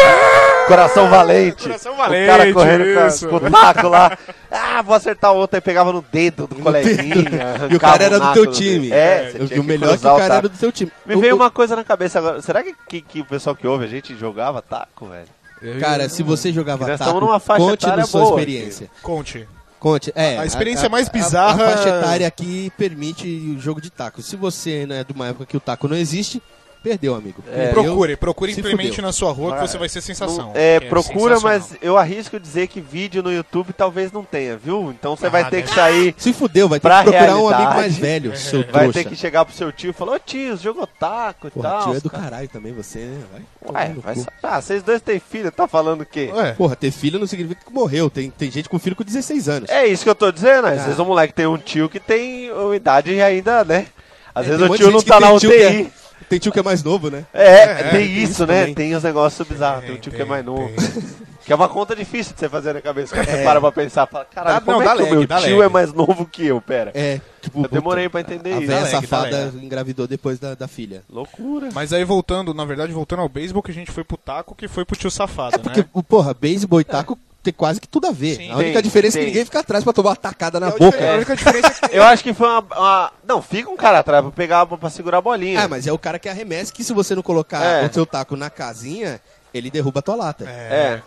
[SPEAKER 4] Coração valente.
[SPEAKER 2] Coração
[SPEAKER 4] O
[SPEAKER 2] valente,
[SPEAKER 4] cara correndo com a-
[SPEAKER 2] isso.
[SPEAKER 4] com o taco lá. Ah, vou acertar o outro. Aí pegava no dedo do coleguinha.
[SPEAKER 3] dedo. E o
[SPEAKER 4] arrancava
[SPEAKER 3] cara era do
[SPEAKER 4] naco
[SPEAKER 3] teu
[SPEAKER 4] dedo.
[SPEAKER 3] time.
[SPEAKER 4] É, você
[SPEAKER 3] O-
[SPEAKER 4] tinha
[SPEAKER 3] o melhor é que
[SPEAKER 4] cruzar
[SPEAKER 3] o cara
[SPEAKER 4] taco.
[SPEAKER 3] era do seu time.
[SPEAKER 4] Me
[SPEAKER 3] O-
[SPEAKER 4] veio
[SPEAKER 3] o-
[SPEAKER 4] uma coisa na cabeça agora. Será que, que, que o pessoal que ouve a gente jogava taco, velho?
[SPEAKER 3] Cara, se você jogava
[SPEAKER 4] Nós
[SPEAKER 3] taco,
[SPEAKER 4] estamos numa faixa
[SPEAKER 3] conte
[SPEAKER 4] etária
[SPEAKER 3] na sua
[SPEAKER 4] boa
[SPEAKER 3] experiência.
[SPEAKER 2] Conte.
[SPEAKER 3] Conte. É,
[SPEAKER 2] A experiência mais bizarra-
[SPEAKER 3] A, a faixa etária que permite o jogo de taco. Se você não é de uma época que o taco não existe, perdeu, amigo.
[SPEAKER 4] É,
[SPEAKER 3] Perdeu.
[SPEAKER 2] procure, procure
[SPEAKER 3] se
[SPEAKER 2] implemente
[SPEAKER 3] fudeu.
[SPEAKER 2] na sua rua que
[SPEAKER 4] Vai.
[SPEAKER 2] você vai ser sensação.
[SPEAKER 4] Não- é,
[SPEAKER 2] Que
[SPEAKER 4] procura,
[SPEAKER 2] Tá sensacional.
[SPEAKER 4] mas eu arrisco dizer que vídeo no YouTube talvez não tenha, viu? Então você
[SPEAKER 2] Ah,
[SPEAKER 4] vai ter
[SPEAKER 2] deve-
[SPEAKER 4] que sair,
[SPEAKER 3] Se fudeu, vai ter
[SPEAKER 4] Pra
[SPEAKER 3] que procurar um
[SPEAKER 4] realidade,
[SPEAKER 3] amigo mais
[SPEAKER 2] É.
[SPEAKER 3] velho, seu trouxa.
[SPEAKER 4] vai ter que chegar pro seu tio e falar, ô tio, jogou taco e
[SPEAKER 3] Porra,
[SPEAKER 4] tal.
[SPEAKER 3] tio é
[SPEAKER 4] os
[SPEAKER 3] do
[SPEAKER 4] caras-
[SPEAKER 3] caralho também você, né? Vai tomar
[SPEAKER 4] Ué,
[SPEAKER 3] no
[SPEAKER 4] vai
[SPEAKER 3] cu.
[SPEAKER 4] saber. Ah, vocês dois têm filho, tá falando o quê?
[SPEAKER 2] Ué,
[SPEAKER 3] Porra, ter filho não significa que morreu. Tem, tem gente com filho com 16 anos.
[SPEAKER 4] É isso que eu tô dizendo, às vezes o moleque tem um tio que tem uma idade e ainda, né? Às
[SPEAKER 3] É, tem
[SPEAKER 4] vezes
[SPEAKER 3] um
[SPEAKER 4] o
[SPEAKER 3] monte
[SPEAKER 4] tio
[SPEAKER 3] de
[SPEAKER 4] não
[SPEAKER 3] gente que
[SPEAKER 4] tá na
[SPEAKER 3] tem tio que é-
[SPEAKER 4] UTI.
[SPEAKER 3] Tem tio que é mais novo, né?
[SPEAKER 4] É, tem
[SPEAKER 3] tem
[SPEAKER 4] isso,
[SPEAKER 3] isso
[SPEAKER 4] né?
[SPEAKER 3] também.
[SPEAKER 4] Tem os negócios bizarros,
[SPEAKER 2] tem,
[SPEAKER 4] tem um tio que é
[SPEAKER 2] tem,
[SPEAKER 4] mais novo.
[SPEAKER 2] tem.
[SPEAKER 4] <laughs> Que é uma conta difícil de você fazer na cabeça. Quando
[SPEAKER 3] É.
[SPEAKER 4] você para pra pensar, fala, caralho,
[SPEAKER 2] Dá-
[SPEAKER 4] como
[SPEAKER 2] não,
[SPEAKER 4] é
[SPEAKER 2] dá
[SPEAKER 4] que o
[SPEAKER 2] lag,
[SPEAKER 4] meu
[SPEAKER 2] dá
[SPEAKER 4] tio
[SPEAKER 2] lag.
[SPEAKER 4] é mais novo que eu? Pera.
[SPEAKER 3] É, tipo,
[SPEAKER 4] eu demorei pra entender
[SPEAKER 3] a
[SPEAKER 4] isso.
[SPEAKER 3] velha
[SPEAKER 2] lag, dá
[SPEAKER 3] safada
[SPEAKER 2] lag.
[SPEAKER 3] engravidou depois da, da
[SPEAKER 4] Né?
[SPEAKER 3] filha.
[SPEAKER 4] Loucura.
[SPEAKER 2] Mas aí voltando, na verdade, voltando ao beisebol, que a gente foi pro taco, que foi pro tio safado,
[SPEAKER 3] É porque,
[SPEAKER 2] né?
[SPEAKER 3] porra, beisebol e taco tem quase que tudo a ver.
[SPEAKER 2] Sim,
[SPEAKER 3] a única
[SPEAKER 4] tem,
[SPEAKER 3] diferença é
[SPEAKER 4] tem.
[SPEAKER 3] que ninguém fica atrás pra tomar uma tacada
[SPEAKER 4] É
[SPEAKER 3] na
[SPEAKER 2] A
[SPEAKER 3] boca.
[SPEAKER 2] única- A única diferença é que
[SPEAKER 4] Eu acho que foi uma, uma- Não, fica um cara atrás pra pegar pra pra segurar a bolinha.
[SPEAKER 3] Ah, mas é o cara que arremessa que se você não colocar
[SPEAKER 4] É.
[SPEAKER 3] o seu taco na casinha, ele derruba a tua lata.
[SPEAKER 4] É.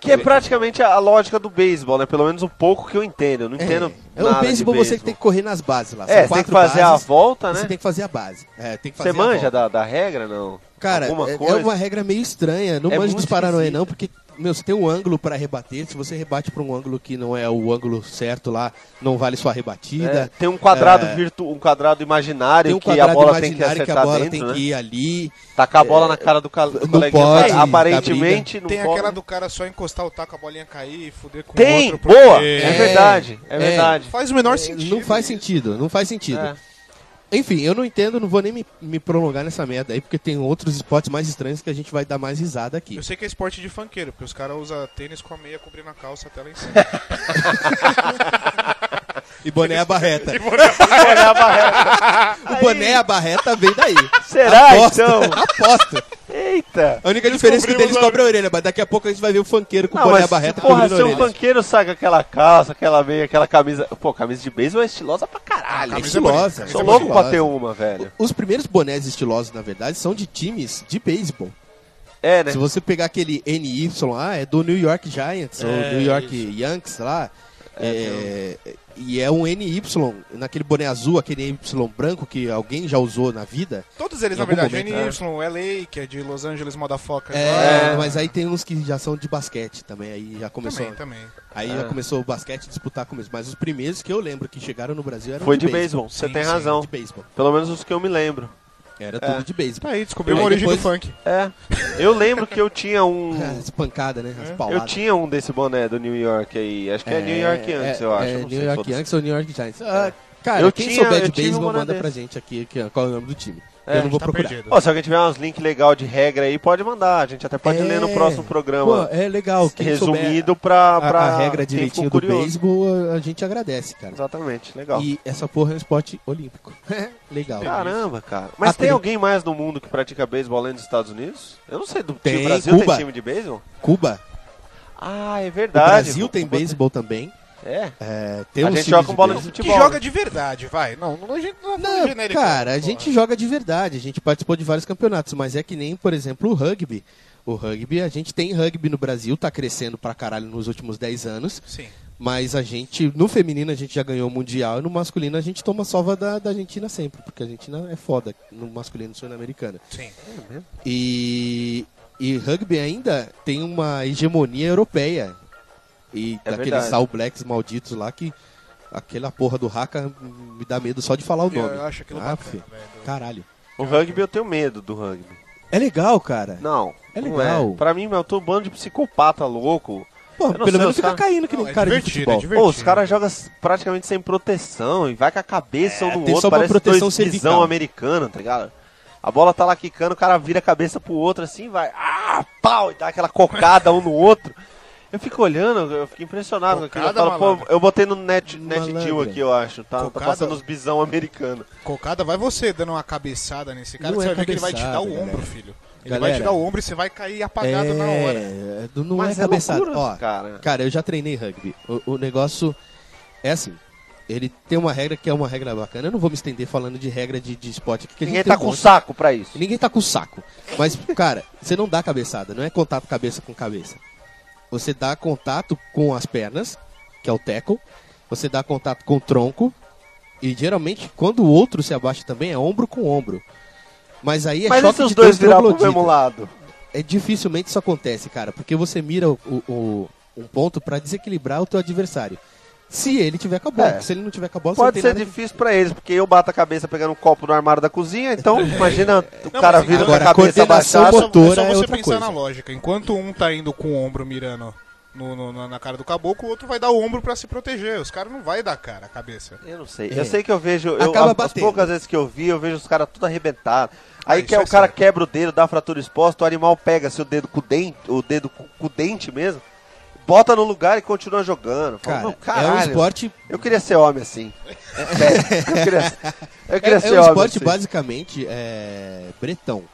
[SPEAKER 4] Que é praticamente a a lógica do beisebol, né? Pelo menos um pouco que eu entendo. Eu não
[SPEAKER 3] É.
[SPEAKER 4] entendo.
[SPEAKER 3] É
[SPEAKER 4] nada
[SPEAKER 3] o
[SPEAKER 4] de
[SPEAKER 3] beisebol você que tem que correr nas bases lá.
[SPEAKER 4] É, você
[SPEAKER 3] São
[SPEAKER 4] tem que
[SPEAKER 3] quatro
[SPEAKER 4] fazer a
[SPEAKER 3] bases,
[SPEAKER 4] volta,
[SPEAKER 3] Você
[SPEAKER 4] né?
[SPEAKER 3] tem que fazer a base. É, tem que fazer
[SPEAKER 4] Você
[SPEAKER 3] a
[SPEAKER 4] manja da,
[SPEAKER 3] volta.
[SPEAKER 4] da regra, não?
[SPEAKER 3] Cara,
[SPEAKER 4] Alguma
[SPEAKER 3] é,
[SPEAKER 4] coisa?
[SPEAKER 3] é uma regra meio estranha. Não
[SPEAKER 4] É
[SPEAKER 3] manjo
[SPEAKER 4] muito
[SPEAKER 3] dos Paranoê,
[SPEAKER 4] esquisita.
[SPEAKER 3] não, porque, meu, você tem um ângulo pra rebater. Se você rebate pra um ângulo que não é o ângulo certo lá, não vale sua
[SPEAKER 4] É,
[SPEAKER 3] rebatida.
[SPEAKER 4] tem um quadrado
[SPEAKER 3] É.
[SPEAKER 4] virtu... um quadrado imaginário
[SPEAKER 3] Tem um
[SPEAKER 4] que a
[SPEAKER 3] quadrado
[SPEAKER 4] bola tem que
[SPEAKER 3] imaginário que,
[SPEAKER 4] acertar
[SPEAKER 3] a bola
[SPEAKER 4] dentro,
[SPEAKER 3] tem
[SPEAKER 4] né?
[SPEAKER 3] que ir ali.
[SPEAKER 4] Tacar a bola na cara do, ca... do
[SPEAKER 3] não
[SPEAKER 4] colega.
[SPEAKER 3] pode,
[SPEAKER 4] Ah,
[SPEAKER 3] dá
[SPEAKER 4] Aparentemente <laughs> não
[SPEAKER 2] tem
[SPEAKER 4] pode.
[SPEAKER 2] aquela do cara só encostar o taco, a bolinha cair e fuder com
[SPEAKER 4] Tem!
[SPEAKER 2] o outro. porque-
[SPEAKER 4] Boa! É, verdade, é,
[SPEAKER 3] é.
[SPEAKER 4] verdade.
[SPEAKER 2] Faz o menor
[SPEAKER 3] É,
[SPEAKER 2] sentido.
[SPEAKER 3] Não faz sentido, não faz sentido.
[SPEAKER 4] É.
[SPEAKER 3] Enfim, eu não entendo, não vou nem me, me prolongar nessa merda aí, porque tem outros esportes mais estranhos que a gente vai dar mais risada aqui.
[SPEAKER 2] Eu sei que é esporte de funkeiro, porque os caras usam tênis com a meia cobrindo a calça até lá em cima.
[SPEAKER 3] E boné é a
[SPEAKER 4] <laughs>
[SPEAKER 3] barreta.
[SPEAKER 4] Olhar a barreira.
[SPEAKER 3] O boné é a barreta vem daí.
[SPEAKER 4] Será,
[SPEAKER 3] Aposto.
[SPEAKER 4] então?
[SPEAKER 3] Aposto.
[SPEAKER 4] Eita!
[SPEAKER 3] A única diferença é que o deles
[SPEAKER 2] Descobrimos a-
[SPEAKER 3] cobre a orelha, mas daqui a pouco a gente vai ver o funkeiro com o
[SPEAKER 4] Não,
[SPEAKER 3] boné a
[SPEAKER 4] mas,
[SPEAKER 3] barreta
[SPEAKER 4] porra,
[SPEAKER 3] cobrindo a
[SPEAKER 4] se um
[SPEAKER 3] orelha.
[SPEAKER 4] banqueiro saca aquela calça, aquela meia, aquela camisa... Pô, camisa de beisebol é estilosa pra caralho.
[SPEAKER 2] Camisa
[SPEAKER 4] Eu
[SPEAKER 3] estilosa,
[SPEAKER 2] bonita, camisa
[SPEAKER 4] Sou
[SPEAKER 3] é
[SPEAKER 4] louco
[SPEAKER 3] estilosa.
[SPEAKER 4] pra ter um. uma, velho.
[SPEAKER 3] Os primeiros bonés estilosos, na verdade, são de times de beisebol.
[SPEAKER 4] É, né?
[SPEAKER 3] Se você pegar aquele NY lá, é do New York Giants, ou
[SPEAKER 4] É,
[SPEAKER 3] New York Yankees lá. é, e é um NY, naquele boné azul, aquele NY branco que alguém já usou na vida.
[SPEAKER 2] Todos eles,
[SPEAKER 3] Em
[SPEAKER 2] na
[SPEAKER 3] algum
[SPEAKER 2] verdade.
[SPEAKER 3] momento,
[SPEAKER 2] NY, LA, que é de Los Angeles Motherfucker.
[SPEAKER 3] É, mas aí tem uns que já são de basquete também, aí já começou.
[SPEAKER 2] Também, também.
[SPEAKER 3] Aí
[SPEAKER 4] É.
[SPEAKER 3] já começou o basquete disputar com eles. Mas os primeiros que eu lembro que chegaram no Brasil eram
[SPEAKER 4] Foi de beisebol, você
[SPEAKER 2] Sim,
[SPEAKER 4] tem
[SPEAKER 2] sim,
[SPEAKER 4] razão.
[SPEAKER 3] De beisebol.
[SPEAKER 4] Pelo menos os que eu me lembro.
[SPEAKER 3] Era
[SPEAKER 4] É.
[SPEAKER 3] tudo de beisebol.
[SPEAKER 2] Tá aí, descobriu
[SPEAKER 3] Aí
[SPEAKER 2] a origem
[SPEAKER 3] depois-
[SPEAKER 2] do funk.
[SPEAKER 4] É. <laughs> Eu lembro que eu tinha
[SPEAKER 3] <laughs>
[SPEAKER 4] um.
[SPEAKER 3] As pancadas, né? As
[SPEAKER 4] Eu
[SPEAKER 3] pauladas.
[SPEAKER 4] tinha um desse boné do New York aí. Acho que é, New York Yankees,
[SPEAKER 3] é,
[SPEAKER 4] eu acho.
[SPEAKER 3] É,
[SPEAKER 4] eu não
[SPEAKER 3] New
[SPEAKER 4] sei,
[SPEAKER 3] York
[SPEAKER 4] foda-se.
[SPEAKER 3] Yankees ou New York Giants. Ah, Cara,
[SPEAKER 4] Eu
[SPEAKER 3] quem
[SPEAKER 4] tinha- eu
[SPEAKER 3] souber de
[SPEAKER 4] tive um
[SPEAKER 3] beisebol,
[SPEAKER 4] boné
[SPEAKER 3] manda pra
[SPEAKER 4] desse.
[SPEAKER 3] gente aqui, aqui ó, qual é o nome do time.
[SPEAKER 4] É,
[SPEAKER 3] eu não vou
[SPEAKER 2] Tá
[SPEAKER 3] procurar.
[SPEAKER 2] perdido.
[SPEAKER 4] Ó, se alguém tiver uns links legais de regra aí, pode mandar. A gente até pode
[SPEAKER 3] É.
[SPEAKER 4] ler no próximo
[SPEAKER 3] Pô,
[SPEAKER 4] programa.
[SPEAKER 3] é legal. Quem
[SPEAKER 4] resumido
[SPEAKER 3] souber
[SPEAKER 4] pra,
[SPEAKER 3] a,
[SPEAKER 4] pra
[SPEAKER 3] a regra
[SPEAKER 4] quem
[SPEAKER 3] direitinho
[SPEAKER 4] for
[SPEAKER 3] do
[SPEAKER 4] curioso.
[SPEAKER 3] beisebol, a gente agradece, cara.
[SPEAKER 4] Exatamente, legal.
[SPEAKER 3] E essa porra é um esporte olímpico. <laughs> legal.
[SPEAKER 4] Caramba, cara. Mas
[SPEAKER 3] Ah,
[SPEAKER 4] tem
[SPEAKER 3] tem-
[SPEAKER 4] alguém mais no mundo que pratica beisebol além dos Estados Unidos? Eu não sei, do que
[SPEAKER 3] Tem,
[SPEAKER 4] o Brasil
[SPEAKER 3] Cuba.
[SPEAKER 4] tem time de beisebol?
[SPEAKER 3] Cuba,
[SPEAKER 4] Ah, é
[SPEAKER 3] o
[SPEAKER 4] verdade.
[SPEAKER 3] Brasil tem
[SPEAKER 4] Cuba
[SPEAKER 3] beisebol também.
[SPEAKER 4] É.
[SPEAKER 3] É, tem
[SPEAKER 4] A
[SPEAKER 3] uns
[SPEAKER 4] gente
[SPEAKER 3] times
[SPEAKER 4] joga com bola de
[SPEAKER 3] beisebol.
[SPEAKER 4] futebol.
[SPEAKER 2] Que joga de verdade, vai. Não, não, a gente não, é
[SPEAKER 3] Não,
[SPEAKER 2] genérico,
[SPEAKER 3] cara, a
[SPEAKER 2] porra.
[SPEAKER 3] gente joga de verdade, a gente participou de vários campeonatos, mas é que nem, por exemplo, o rugby. O rugby, a gente tem rugby no Brasil, tá crescendo pra caralho nos últimos 10 anos,
[SPEAKER 2] Sim.
[SPEAKER 3] mas a gente, no feminino a gente já ganhou o Mundial e no masculino a gente toma sova da, da Argentina sempre, porque a Argentina é foda no masculino sul-americano.
[SPEAKER 2] Sim.
[SPEAKER 3] E, e rugby ainda tem uma hegemonia europeia. E
[SPEAKER 4] É
[SPEAKER 3] daqueles
[SPEAKER 4] verdade.
[SPEAKER 3] All Blacks malditos lá que aquela porra do Haka me dá medo só de falar o nome.
[SPEAKER 2] Eu acho aquilo
[SPEAKER 3] Ah,
[SPEAKER 2] bacana,
[SPEAKER 3] fi.
[SPEAKER 2] velho.
[SPEAKER 3] Caralho.
[SPEAKER 4] O rugby eu tenho medo do rugby.
[SPEAKER 3] É legal, cara.
[SPEAKER 4] Não.
[SPEAKER 3] É
[SPEAKER 4] não
[SPEAKER 3] legal.
[SPEAKER 4] Pra mim, eu tô um bando de psicopata louco.
[SPEAKER 3] Pô,
[SPEAKER 4] Eu não
[SPEAKER 3] pelo
[SPEAKER 4] sei,
[SPEAKER 3] menos
[SPEAKER 4] os
[SPEAKER 3] fica
[SPEAKER 4] cara-
[SPEAKER 3] caindo que
[SPEAKER 2] Não,
[SPEAKER 3] nem
[SPEAKER 2] é
[SPEAKER 3] cara de
[SPEAKER 2] divertido, é
[SPEAKER 3] futebol.
[SPEAKER 2] divertido.
[SPEAKER 4] Pô, os caras jogam s- praticamente sem proteção e vai com a cabeça um no
[SPEAKER 3] É, tem
[SPEAKER 4] outro,
[SPEAKER 3] só uma
[SPEAKER 4] parece
[SPEAKER 3] proteção
[SPEAKER 4] dois visão
[SPEAKER 3] cervical.
[SPEAKER 4] americana, tá ligado? A bola tá lá quicando, o cara vira a cabeça pro outro assim, vai, ah, pau, e dá aquela cocada um no outro. Eu fico olhando, eu fico impressionado com aquilo. Eu,
[SPEAKER 2] Cocada,
[SPEAKER 4] falo, pô,
[SPEAKER 2] malandro.
[SPEAKER 4] eu botei no Net, net
[SPEAKER 3] Malandro.
[SPEAKER 4] Deal aqui, eu acho, tá? Tá
[SPEAKER 2] Cocada?
[SPEAKER 4] passando os bisão americano.
[SPEAKER 2] Cocada, vai você dando uma cabeçada nesse cara,
[SPEAKER 3] Não
[SPEAKER 2] que você
[SPEAKER 3] é
[SPEAKER 2] vai ver que ele vai te dar o
[SPEAKER 3] cabeçada,
[SPEAKER 2] ombro,
[SPEAKER 3] galera.
[SPEAKER 2] filho. Ele vai
[SPEAKER 3] Galera.
[SPEAKER 2] te dar o ombro e você vai cair apagado
[SPEAKER 3] é...
[SPEAKER 2] na hora.
[SPEAKER 3] é, do- Não
[SPEAKER 4] Mas
[SPEAKER 3] é
[SPEAKER 4] é
[SPEAKER 3] cabeçada.
[SPEAKER 4] loucura,
[SPEAKER 3] Ó,
[SPEAKER 4] cara.
[SPEAKER 3] eu já treinei rugby. O, o negócio é assim. Ele tem uma regra que é uma regra bacana. Eu não vou me estender falando de regra de, de esporte aqui. Que a gente
[SPEAKER 4] Ninguém
[SPEAKER 3] tem
[SPEAKER 4] tá
[SPEAKER 3] um
[SPEAKER 4] com
[SPEAKER 3] monte.
[SPEAKER 4] saco pra isso.
[SPEAKER 3] Ninguém tá com saco. Mas, cara, você não dá cabeçada, não é contato cabeça com cabeça. Você dá contato com as pernas, que é o teco. Você dá contato com o tronco. E geralmente, quando o outro se abaixa também, é ombro com ombro. Mas aí é
[SPEAKER 4] Mas e
[SPEAKER 3] choque
[SPEAKER 4] se os
[SPEAKER 3] de
[SPEAKER 4] dois
[SPEAKER 3] tronco
[SPEAKER 4] virar pro
[SPEAKER 3] troglodita.
[SPEAKER 4] mesmo lado?
[SPEAKER 3] É dificilmente isso acontece, cara, porque você mira o, o- o- um ponto pra desequilibrar o teu adversário. Se ele tiver com a bola,
[SPEAKER 4] É.
[SPEAKER 3] se ele não tiver com a bola, você
[SPEAKER 4] Pode
[SPEAKER 3] não tem
[SPEAKER 4] ser
[SPEAKER 3] nada que-
[SPEAKER 4] difícil pra eles, porque eu bato a cabeça pegando um copo no armário da cozinha,
[SPEAKER 3] <laughs>
[SPEAKER 4] então imagina o
[SPEAKER 2] Não,
[SPEAKER 4] cara
[SPEAKER 2] mas
[SPEAKER 4] vira com a cabeça
[SPEAKER 3] agora, coordenação
[SPEAKER 4] abaixada.
[SPEAKER 2] É só- é só,
[SPEAKER 3] motora é
[SPEAKER 2] você
[SPEAKER 3] outra
[SPEAKER 2] pensar
[SPEAKER 3] coisa.
[SPEAKER 2] na lógica. Enquanto um tá indo com o ombro mirando no- no- na- na cara do caboclo, o outro vai dar o ombro pra se proteger. Os caras não vai dar cara, a cabeça.
[SPEAKER 4] Eu não sei.
[SPEAKER 3] É.
[SPEAKER 4] Eu sei que eu vejo. Eu,
[SPEAKER 3] Acaba
[SPEAKER 4] a- as
[SPEAKER 3] batendo.
[SPEAKER 4] poucas vezes que eu vi, eu vejo os caras tudo arrebentados. Aí
[SPEAKER 2] Ah,
[SPEAKER 4] que
[SPEAKER 2] isso
[SPEAKER 4] é,
[SPEAKER 2] é
[SPEAKER 4] o cara
[SPEAKER 2] certo.
[SPEAKER 4] quebra o dedo, dá a fratura exposta, o animal pega seu dedo com o dente, o dedo com, com o dente mesmo, bota no lugar e continua jogando. Fala,
[SPEAKER 3] Cara,
[SPEAKER 4] "Não,
[SPEAKER 3] é um
[SPEAKER 4] caralho,
[SPEAKER 3] esporte,
[SPEAKER 4] Eu queria ser homem
[SPEAKER 3] <laughs>
[SPEAKER 4] assim. Sério, eu queria, eu
[SPEAKER 3] é,
[SPEAKER 4] queria
[SPEAKER 3] é
[SPEAKER 4] ser
[SPEAKER 3] um
[SPEAKER 4] homem.
[SPEAKER 3] esporte
[SPEAKER 4] assim.
[SPEAKER 3] basicamente é, bretão.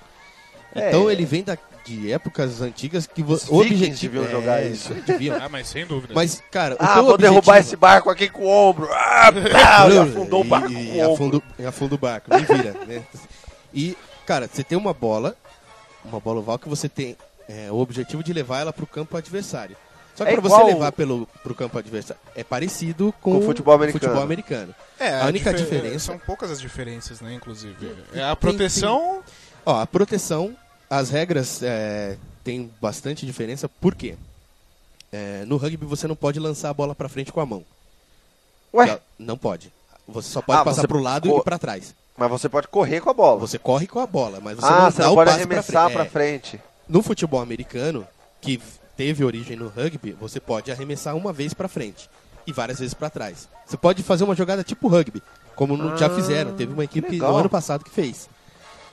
[SPEAKER 4] É,
[SPEAKER 3] Então
[SPEAKER 4] é.
[SPEAKER 3] ele vem da- de épocas antigas que
[SPEAKER 4] Os
[SPEAKER 3] você.
[SPEAKER 4] vikings deviam jogar isso.
[SPEAKER 3] é,
[SPEAKER 4] <laughs>
[SPEAKER 3] deviam.
[SPEAKER 2] Ah, mas sem dúvida.
[SPEAKER 3] Mas, cara, o
[SPEAKER 4] Ah,
[SPEAKER 3] teu
[SPEAKER 4] vou derrubar esse
[SPEAKER 3] objetivo-
[SPEAKER 4] barco aqui com o ombro.
[SPEAKER 3] <laughs>
[SPEAKER 4] Ah, <laughs> pá, e afundou o
[SPEAKER 3] E-
[SPEAKER 4] barco
[SPEAKER 3] e
[SPEAKER 4] com o ombro.
[SPEAKER 3] afunda, e afunda o barco, me vira, né? E, cara, você tem uma bola, uma bola oval que você tem é, o objetivo de levar ela pro campo adversário. Só que
[SPEAKER 4] É
[SPEAKER 3] pra você
[SPEAKER 4] igual-
[SPEAKER 3] levar pelo, pro campo adversário, é parecido com,
[SPEAKER 4] Com o futebol americano.
[SPEAKER 3] futebol americano.
[SPEAKER 2] É,
[SPEAKER 3] A única
[SPEAKER 2] dife-
[SPEAKER 3] diferença-
[SPEAKER 2] São poucas as diferenças, né, inclusive. É
[SPEAKER 3] tem-
[SPEAKER 2] a proteção.
[SPEAKER 3] Ó, a proteção, as regras é, tem bastante diferença, por quê? É, no rugby você não pode lançar a bola pra frente com a mão.
[SPEAKER 4] Ué,
[SPEAKER 3] Não pode. Você só pode
[SPEAKER 4] Ah,
[SPEAKER 3] passar
[SPEAKER 4] você
[SPEAKER 3] pro lado
[SPEAKER 4] co-
[SPEAKER 3] e pra trás.
[SPEAKER 4] mas você pode correr com a bola.
[SPEAKER 3] Você corre com a bola, mas você
[SPEAKER 4] ah,
[SPEAKER 3] não
[SPEAKER 4] você
[SPEAKER 3] dá
[SPEAKER 4] não
[SPEAKER 3] o
[SPEAKER 4] pode
[SPEAKER 3] passe
[SPEAKER 4] arremessar
[SPEAKER 3] pra
[SPEAKER 4] pra
[SPEAKER 3] frente. É.
[SPEAKER 4] frente.
[SPEAKER 3] No futebol americano, que teve origem no rugby, você pode arremessar uma vez pra frente e várias vezes pra trás. Você pode fazer uma jogada tipo rugby, como no- já
[SPEAKER 4] Ah,
[SPEAKER 3] fizeram. Teve uma equipe
[SPEAKER 4] legal.
[SPEAKER 3] no ano passado que fez.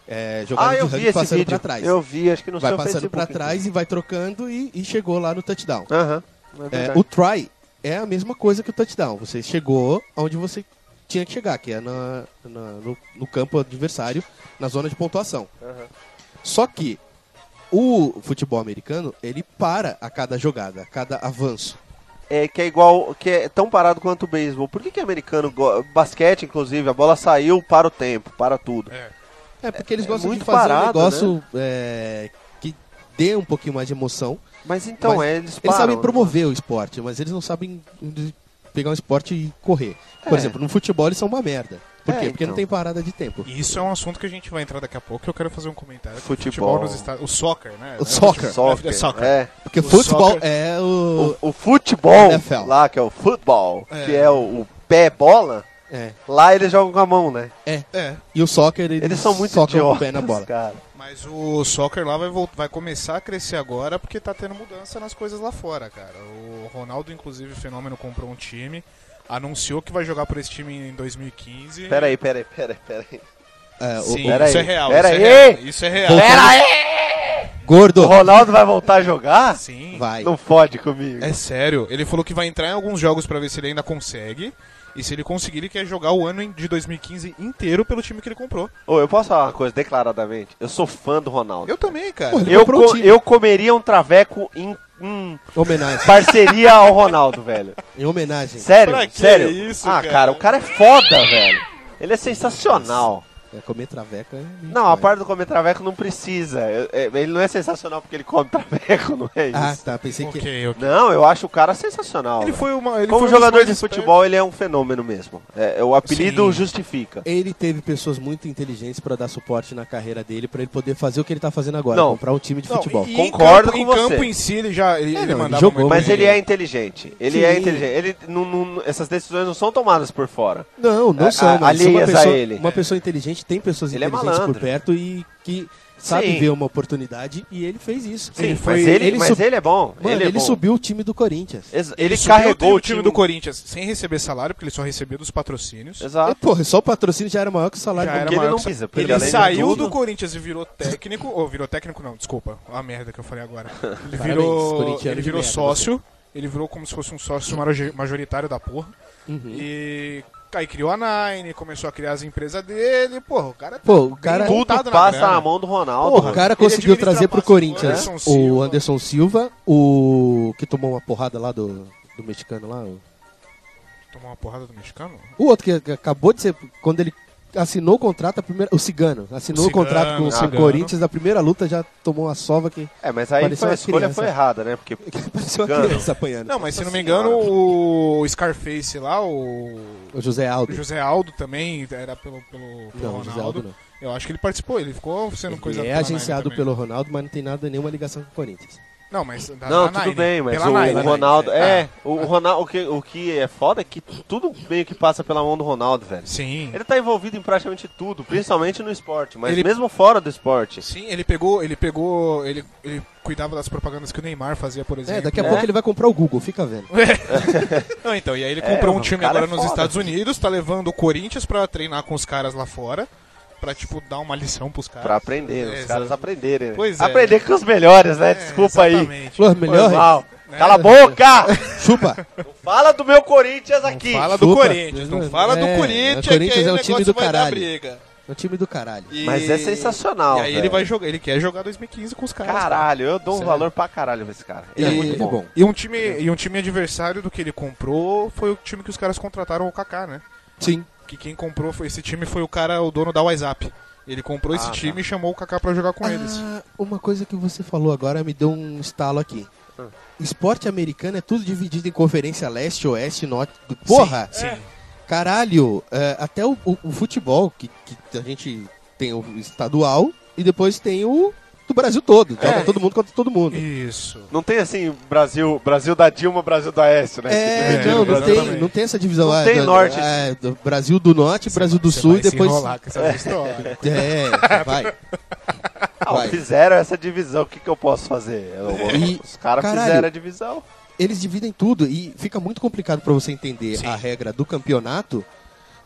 [SPEAKER 3] É, jogada
[SPEAKER 4] Ah,
[SPEAKER 3] de
[SPEAKER 4] eu vi
[SPEAKER 3] rugby
[SPEAKER 4] esse
[SPEAKER 3] passando
[SPEAKER 4] vídeo.
[SPEAKER 3] pra trás.
[SPEAKER 4] Eu vi, acho que no
[SPEAKER 3] vai
[SPEAKER 4] seu
[SPEAKER 3] passando
[SPEAKER 4] Facebook.
[SPEAKER 3] pra trás e vai trocando e, e chegou lá no touchdown.
[SPEAKER 4] Aham.
[SPEAKER 3] É,
[SPEAKER 4] verdade.
[SPEAKER 3] o try é a mesma coisa que o touchdown. Você chegou onde você tinha que chegar, que é na- na- no, no campo adversário, na zona de pontuação.
[SPEAKER 4] Aham.
[SPEAKER 3] Só que o futebol americano, ele para a cada jogada, a cada avanço.
[SPEAKER 4] É que é igual, que é tão parado quanto o beisebol. Por que que americano, go- basquete inclusive, a bola saiu para o tempo, para tudo.
[SPEAKER 2] É.
[SPEAKER 3] É porque eles
[SPEAKER 4] É
[SPEAKER 3] gostam de
[SPEAKER 4] muito
[SPEAKER 3] fazer um
[SPEAKER 4] parado, né?
[SPEAKER 3] negócio é, que dê um pouquinho mais de emoção.
[SPEAKER 4] Mas então,
[SPEAKER 3] Mas
[SPEAKER 4] é, eles param.
[SPEAKER 3] Eles sabem
[SPEAKER 4] né?
[SPEAKER 3] promover o esporte, mas eles não sabem de- pegar um esporte e correr. Por
[SPEAKER 4] É.
[SPEAKER 3] exemplo, no futebol eles são uma merda. Por
[SPEAKER 4] É,
[SPEAKER 3] quê? Porque
[SPEAKER 4] então.
[SPEAKER 3] não tem parada de tempo.
[SPEAKER 2] E isso é um assunto que a gente vai entrar daqui a pouco. Eu quero fazer um comentário.
[SPEAKER 4] Futebol.
[SPEAKER 2] nos Estados O soccer, né?
[SPEAKER 3] O soccer.
[SPEAKER 4] Soccer,
[SPEAKER 2] É, é soccer.
[SPEAKER 4] é.
[SPEAKER 3] Porque
[SPEAKER 2] O
[SPEAKER 3] futebol
[SPEAKER 2] soccer-
[SPEAKER 3] é o.
[SPEAKER 4] O, o futebol,
[SPEAKER 3] NFL.
[SPEAKER 4] lá que é o futebol,
[SPEAKER 2] É.
[SPEAKER 4] que é o, o pé bola,
[SPEAKER 3] É.
[SPEAKER 4] lá eles jogam com a mão, né?
[SPEAKER 2] É.
[SPEAKER 3] E o soccer, eles,
[SPEAKER 4] Eles são muito
[SPEAKER 3] socam
[SPEAKER 4] idiotas,
[SPEAKER 3] o pé na bola.
[SPEAKER 4] cara.
[SPEAKER 2] Mas o soccer lá vai, vol- vai começar a crescer agora porque tá tendo mudança nas coisas lá fora, cara. O Ronaldo, inclusive, fenômeno, comprou um time. Anunciou que vai jogar por esse time em 2015.
[SPEAKER 4] Peraí, peraí, peraí, peraí.
[SPEAKER 3] É, o-
[SPEAKER 2] Sim,
[SPEAKER 3] o-
[SPEAKER 4] Pera
[SPEAKER 2] isso é
[SPEAKER 4] aí,
[SPEAKER 2] real.
[SPEAKER 4] pera
[SPEAKER 2] isso,
[SPEAKER 4] aí.
[SPEAKER 2] é real isso é real.
[SPEAKER 3] Voltando- Gordo!
[SPEAKER 4] O Ronaldo vai voltar a jogar?
[SPEAKER 2] Sim.
[SPEAKER 3] Vai.
[SPEAKER 4] Não fode comigo.
[SPEAKER 2] É sério, ele falou que vai entrar em alguns jogos pra ver se ele ainda consegue. E se ele conseguir, ele quer jogar o ano em- de 2015 inteiro pelo time que ele comprou.
[SPEAKER 4] Ô, eu posso falar uma coisa declaradamente? Eu sou fã do Ronaldo.
[SPEAKER 2] Eu também, cara.
[SPEAKER 3] Pô, ele
[SPEAKER 4] Eu,
[SPEAKER 3] comprou
[SPEAKER 4] co-
[SPEAKER 3] o time.
[SPEAKER 4] eu comeria um traveco em, em
[SPEAKER 3] Homenagem.
[SPEAKER 4] parceria ao Ronaldo, velho.
[SPEAKER 3] Em homenagem.
[SPEAKER 4] Sério,
[SPEAKER 2] Pra que
[SPEAKER 4] sério.
[SPEAKER 2] isso,
[SPEAKER 4] ah,
[SPEAKER 2] cara?
[SPEAKER 4] cara? o cara é foda, velho. Ele é sensacional.
[SPEAKER 3] É, comer traveca é. muito
[SPEAKER 4] Não, a
[SPEAKER 3] bom.
[SPEAKER 4] parte do comer traveco não precisa. Eu- é, Ele não é sensacional porque ele come traveco, <laughs> não é isso.
[SPEAKER 3] Ah, tá. Pensei que.
[SPEAKER 2] Ok, ok.
[SPEAKER 4] Não, eu acho o cara sensacional.
[SPEAKER 2] Ele
[SPEAKER 4] velho.
[SPEAKER 2] foi uma. Ele foi
[SPEAKER 4] Como
[SPEAKER 2] um dos
[SPEAKER 4] jogador
[SPEAKER 2] mais
[SPEAKER 4] de
[SPEAKER 2] espertos.
[SPEAKER 4] futebol, ele é um fenômeno mesmo. É, o apelido
[SPEAKER 2] Sim.
[SPEAKER 4] justifica.
[SPEAKER 3] Ele teve pessoas muito inteligentes pra dar suporte na carreira dele, pra ele poder fazer o que ele tá fazendo agora,
[SPEAKER 4] Não.
[SPEAKER 3] comprar um time de
[SPEAKER 2] Não,
[SPEAKER 3] futebol.
[SPEAKER 2] e- e
[SPEAKER 4] Concordo
[SPEAKER 2] em campo,
[SPEAKER 4] com
[SPEAKER 2] em campo
[SPEAKER 4] você.
[SPEAKER 2] em si, ele já. Ele,
[SPEAKER 3] É,
[SPEAKER 2] ele
[SPEAKER 3] não, ele
[SPEAKER 2] mandava
[SPEAKER 3] jogou,
[SPEAKER 2] muito
[SPEAKER 4] Mas
[SPEAKER 2] bem.
[SPEAKER 4] ele é inteligente. Ele é
[SPEAKER 3] Sim.
[SPEAKER 4] inteligente. Ele não- não- essas decisões não são tomadas por fora.
[SPEAKER 3] Não, não
[SPEAKER 4] A-
[SPEAKER 3] são,
[SPEAKER 4] a-
[SPEAKER 3] mas uma
[SPEAKER 4] alheias a
[SPEAKER 3] pessoa,
[SPEAKER 4] ele.
[SPEAKER 3] uma pessoa inteligente tem pessoas
[SPEAKER 4] Ele é
[SPEAKER 3] inteligentes por
[SPEAKER 4] malandro.
[SPEAKER 3] perto e que sabe
[SPEAKER 4] Sim.
[SPEAKER 3] ver uma oportunidade e ele fez isso.
[SPEAKER 4] Sim,
[SPEAKER 2] Ele foi-
[SPEAKER 4] mas, ele,
[SPEAKER 3] ele
[SPEAKER 4] mas
[SPEAKER 3] sub-
[SPEAKER 4] ele é bom.
[SPEAKER 3] Mano,
[SPEAKER 4] ele
[SPEAKER 3] ele,
[SPEAKER 4] é bom.
[SPEAKER 3] subiu o time do Corinthians.
[SPEAKER 4] Ex- Ele,
[SPEAKER 2] subiu
[SPEAKER 4] carregou o time,
[SPEAKER 2] do Corinthians sem receber salário, porque ele só recebia dos patrocínios.
[SPEAKER 3] E,
[SPEAKER 4] Exato.
[SPEAKER 3] porra, só o patrocínio já era maior que o salário
[SPEAKER 2] Já
[SPEAKER 3] do
[SPEAKER 2] era
[SPEAKER 4] Porque ele
[SPEAKER 2] maior
[SPEAKER 4] não
[SPEAKER 2] que-
[SPEAKER 4] pisa, porque
[SPEAKER 2] Ele,
[SPEAKER 4] ele, além de
[SPEAKER 2] saiu
[SPEAKER 4] tudo-
[SPEAKER 2] do Corinthians e virou técnico. Ou virou técnico, não, desculpa. A merda que eu falei agora. Ele
[SPEAKER 3] Parabéns,
[SPEAKER 2] virou,
[SPEAKER 3] corintiano
[SPEAKER 2] ele
[SPEAKER 3] de
[SPEAKER 2] virou
[SPEAKER 3] merda,
[SPEAKER 2] sócio. Ele virou como se fosse um sócio maroje- majoritário da porra.
[SPEAKER 3] Uhum.
[SPEAKER 2] E aí criou a Nine, começou a criar as empresas dele. Porra, o cara.
[SPEAKER 3] Pô, o
[SPEAKER 2] Tudo
[SPEAKER 3] cara, o
[SPEAKER 4] Tudo
[SPEAKER 2] voltado na
[SPEAKER 4] passa
[SPEAKER 2] grana.
[SPEAKER 4] na mão do Ronaldo. mano.
[SPEAKER 3] cara conseguiu
[SPEAKER 2] administra
[SPEAKER 3] trazer pro
[SPEAKER 2] passe pro
[SPEAKER 3] Corinthians
[SPEAKER 2] Anderson
[SPEAKER 3] o
[SPEAKER 2] Silva.
[SPEAKER 3] Anderson Silva, o que tomou uma porrada lá do, do mexicano lá. o-
[SPEAKER 2] Tomou uma porrada do mexicano?
[SPEAKER 3] O outro que- que acabou de ser. Quando ele assinou o contrato, a primeira, o Cigano. Assinou
[SPEAKER 2] O
[SPEAKER 3] o,
[SPEAKER 2] Cigano,
[SPEAKER 3] contrato com
[SPEAKER 2] o
[SPEAKER 3] o
[SPEAKER 2] Cigano.
[SPEAKER 3] Corinthians, na primeira luta já tomou uma sova que
[SPEAKER 4] É, mas aí
[SPEAKER 3] Parecia
[SPEAKER 4] foi, a
[SPEAKER 3] uma
[SPEAKER 4] escolha
[SPEAKER 3] criança.
[SPEAKER 4] foi errada, né? Porque
[SPEAKER 3] parecia uma
[SPEAKER 4] Cigano.
[SPEAKER 3] criança apanhando.
[SPEAKER 2] Não, mas se
[SPEAKER 4] Nossa
[SPEAKER 2] não me
[SPEAKER 4] Senhora.
[SPEAKER 2] engano, o Scarface lá, o.
[SPEAKER 3] O José
[SPEAKER 2] O
[SPEAKER 3] Aldo.
[SPEAKER 2] José Aldo também era pelo, pelo, pelo
[SPEAKER 3] Não, o
[SPEAKER 2] Ronaldo.
[SPEAKER 3] José Aldo não.
[SPEAKER 2] Eu acho que ele participou, ele ficou sendo coisa
[SPEAKER 3] Ele é
[SPEAKER 2] pela Nike
[SPEAKER 3] agenciado
[SPEAKER 2] também.
[SPEAKER 3] pelo Ronaldo, mas não tem nada, nenhuma ligação com o Corinthians.
[SPEAKER 2] Não, mas. da-
[SPEAKER 4] Não,
[SPEAKER 2] da
[SPEAKER 4] tudo
[SPEAKER 2] Nine. né?
[SPEAKER 4] bem, mas
[SPEAKER 2] Pela
[SPEAKER 4] o
[SPEAKER 2] Nine,
[SPEAKER 4] Ronaldo.
[SPEAKER 2] né?
[SPEAKER 4] É, o Ronaldo. O que, o que é foda é que tudo meio que passa pela mão do Ronaldo, velho.
[SPEAKER 2] Sim.
[SPEAKER 4] Ele tá envolvido em praticamente tudo, principalmente no esporte, mas
[SPEAKER 2] Ele-
[SPEAKER 4] mesmo fora do esporte.
[SPEAKER 2] Sim, ele pegou, ele pegou, ele, ele cuidava das propagandas que o Neymar fazia, por exemplo. <laughs>
[SPEAKER 3] É, daqui a
[SPEAKER 4] É.
[SPEAKER 3] pouco ele vai comprar o Google, fica vendo.
[SPEAKER 2] Não, então, e aí ele
[SPEAKER 4] É,
[SPEAKER 2] comprou um
[SPEAKER 4] mano, o
[SPEAKER 2] time
[SPEAKER 4] cara
[SPEAKER 2] agora
[SPEAKER 4] é
[SPEAKER 2] nos
[SPEAKER 4] foda.
[SPEAKER 2] Estados Unidos, tá levando o Corinthians pra treinar com os caras lá fora, pra, tipo, dar uma lição pros caras.
[SPEAKER 3] Ah,
[SPEAKER 4] Pra aprender, os
[SPEAKER 2] É,
[SPEAKER 4] caras
[SPEAKER 2] exato.
[SPEAKER 4] aprenderem. né?
[SPEAKER 2] Pois é.
[SPEAKER 4] Aprender com os melhores, né?
[SPEAKER 2] É,
[SPEAKER 4] Desculpa aí.
[SPEAKER 2] exatamente.
[SPEAKER 3] Flor,
[SPEAKER 4] Foi
[SPEAKER 3] melhor. É.
[SPEAKER 4] mal.
[SPEAKER 2] Né?
[SPEAKER 4] Cala a boca!
[SPEAKER 2] <laughs>
[SPEAKER 3] Chupa!
[SPEAKER 4] Fala do meu Corinthians aqui.
[SPEAKER 2] Fala do
[SPEAKER 3] Chupa.
[SPEAKER 2] Corinthians, não fala
[SPEAKER 3] É,
[SPEAKER 2] do Corinthians,
[SPEAKER 3] o Corinthians
[SPEAKER 2] que aí
[SPEAKER 3] é um
[SPEAKER 2] o
[SPEAKER 3] time
[SPEAKER 2] negócio
[SPEAKER 3] do
[SPEAKER 2] vai dar
[SPEAKER 3] caralho.
[SPEAKER 2] briga.
[SPEAKER 3] É um time do caralho.
[SPEAKER 2] E-
[SPEAKER 4] Mas é sensacional,
[SPEAKER 2] E aí ele
[SPEAKER 4] velho.
[SPEAKER 2] vai jogar, ele quer jogar 2015 com os caras. cara.
[SPEAKER 4] Caralho, eu dou um
[SPEAKER 2] Sério.
[SPEAKER 4] valor pra caralho pra esse cara. Ele
[SPEAKER 3] E-
[SPEAKER 4] é muito bom.
[SPEAKER 3] bom.
[SPEAKER 2] E um, time, e um time adversário do que ele comprou foi o time que os caras contrataram o Kaká, né?
[SPEAKER 3] Sim.
[SPEAKER 2] que quem comprou foi esse time foi o cara, o dono da WhatsApp. Ele comprou esse
[SPEAKER 3] tá.
[SPEAKER 4] Ah,
[SPEAKER 2] time e chamou o Kaká pra jogar com eles.
[SPEAKER 3] Ah, uma coisa que você falou agora me deu um estalo aqui.
[SPEAKER 2] Hum.
[SPEAKER 3] Esporte americano é tudo dividido em conferência leste, oeste, norte. Porra!
[SPEAKER 2] Sim.
[SPEAKER 3] Caralho! é, até o, o- o futebol, que, que a gente tem o estadual e depois tem o do Brasil todo. Joga
[SPEAKER 2] É.
[SPEAKER 3] todo mundo contra todo mundo.
[SPEAKER 2] Isso.
[SPEAKER 4] Não tem assim, Brasil, Brasil da Dilma, Brasil do Oeste, né?
[SPEAKER 3] É,
[SPEAKER 2] É,
[SPEAKER 3] não, não tem,
[SPEAKER 2] exatamente.
[SPEAKER 3] não tem essa divisão.
[SPEAKER 4] Não
[SPEAKER 3] ah,
[SPEAKER 4] tem
[SPEAKER 3] do-
[SPEAKER 4] norte.
[SPEAKER 3] é, do Brasil do Norte, Brasil do Sul e depois.
[SPEAKER 2] Enrolar com essa história.
[SPEAKER 3] É, vai.
[SPEAKER 4] Ah,
[SPEAKER 3] Vai.
[SPEAKER 4] fizeram essa divisão, o que, que eu posso fazer? Eu-
[SPEAKER 3] E-
[SPEAKER 4] os caras
[SPEAKER 3] caralho.
[SPEAKER 4] fizeram a divisão.
[SPEAKER 3] Eles dividem tudo e fica muito complicado pra você entender
[SPEAKER 2] Sim.
[SPEAKER 3] a regra do campeonato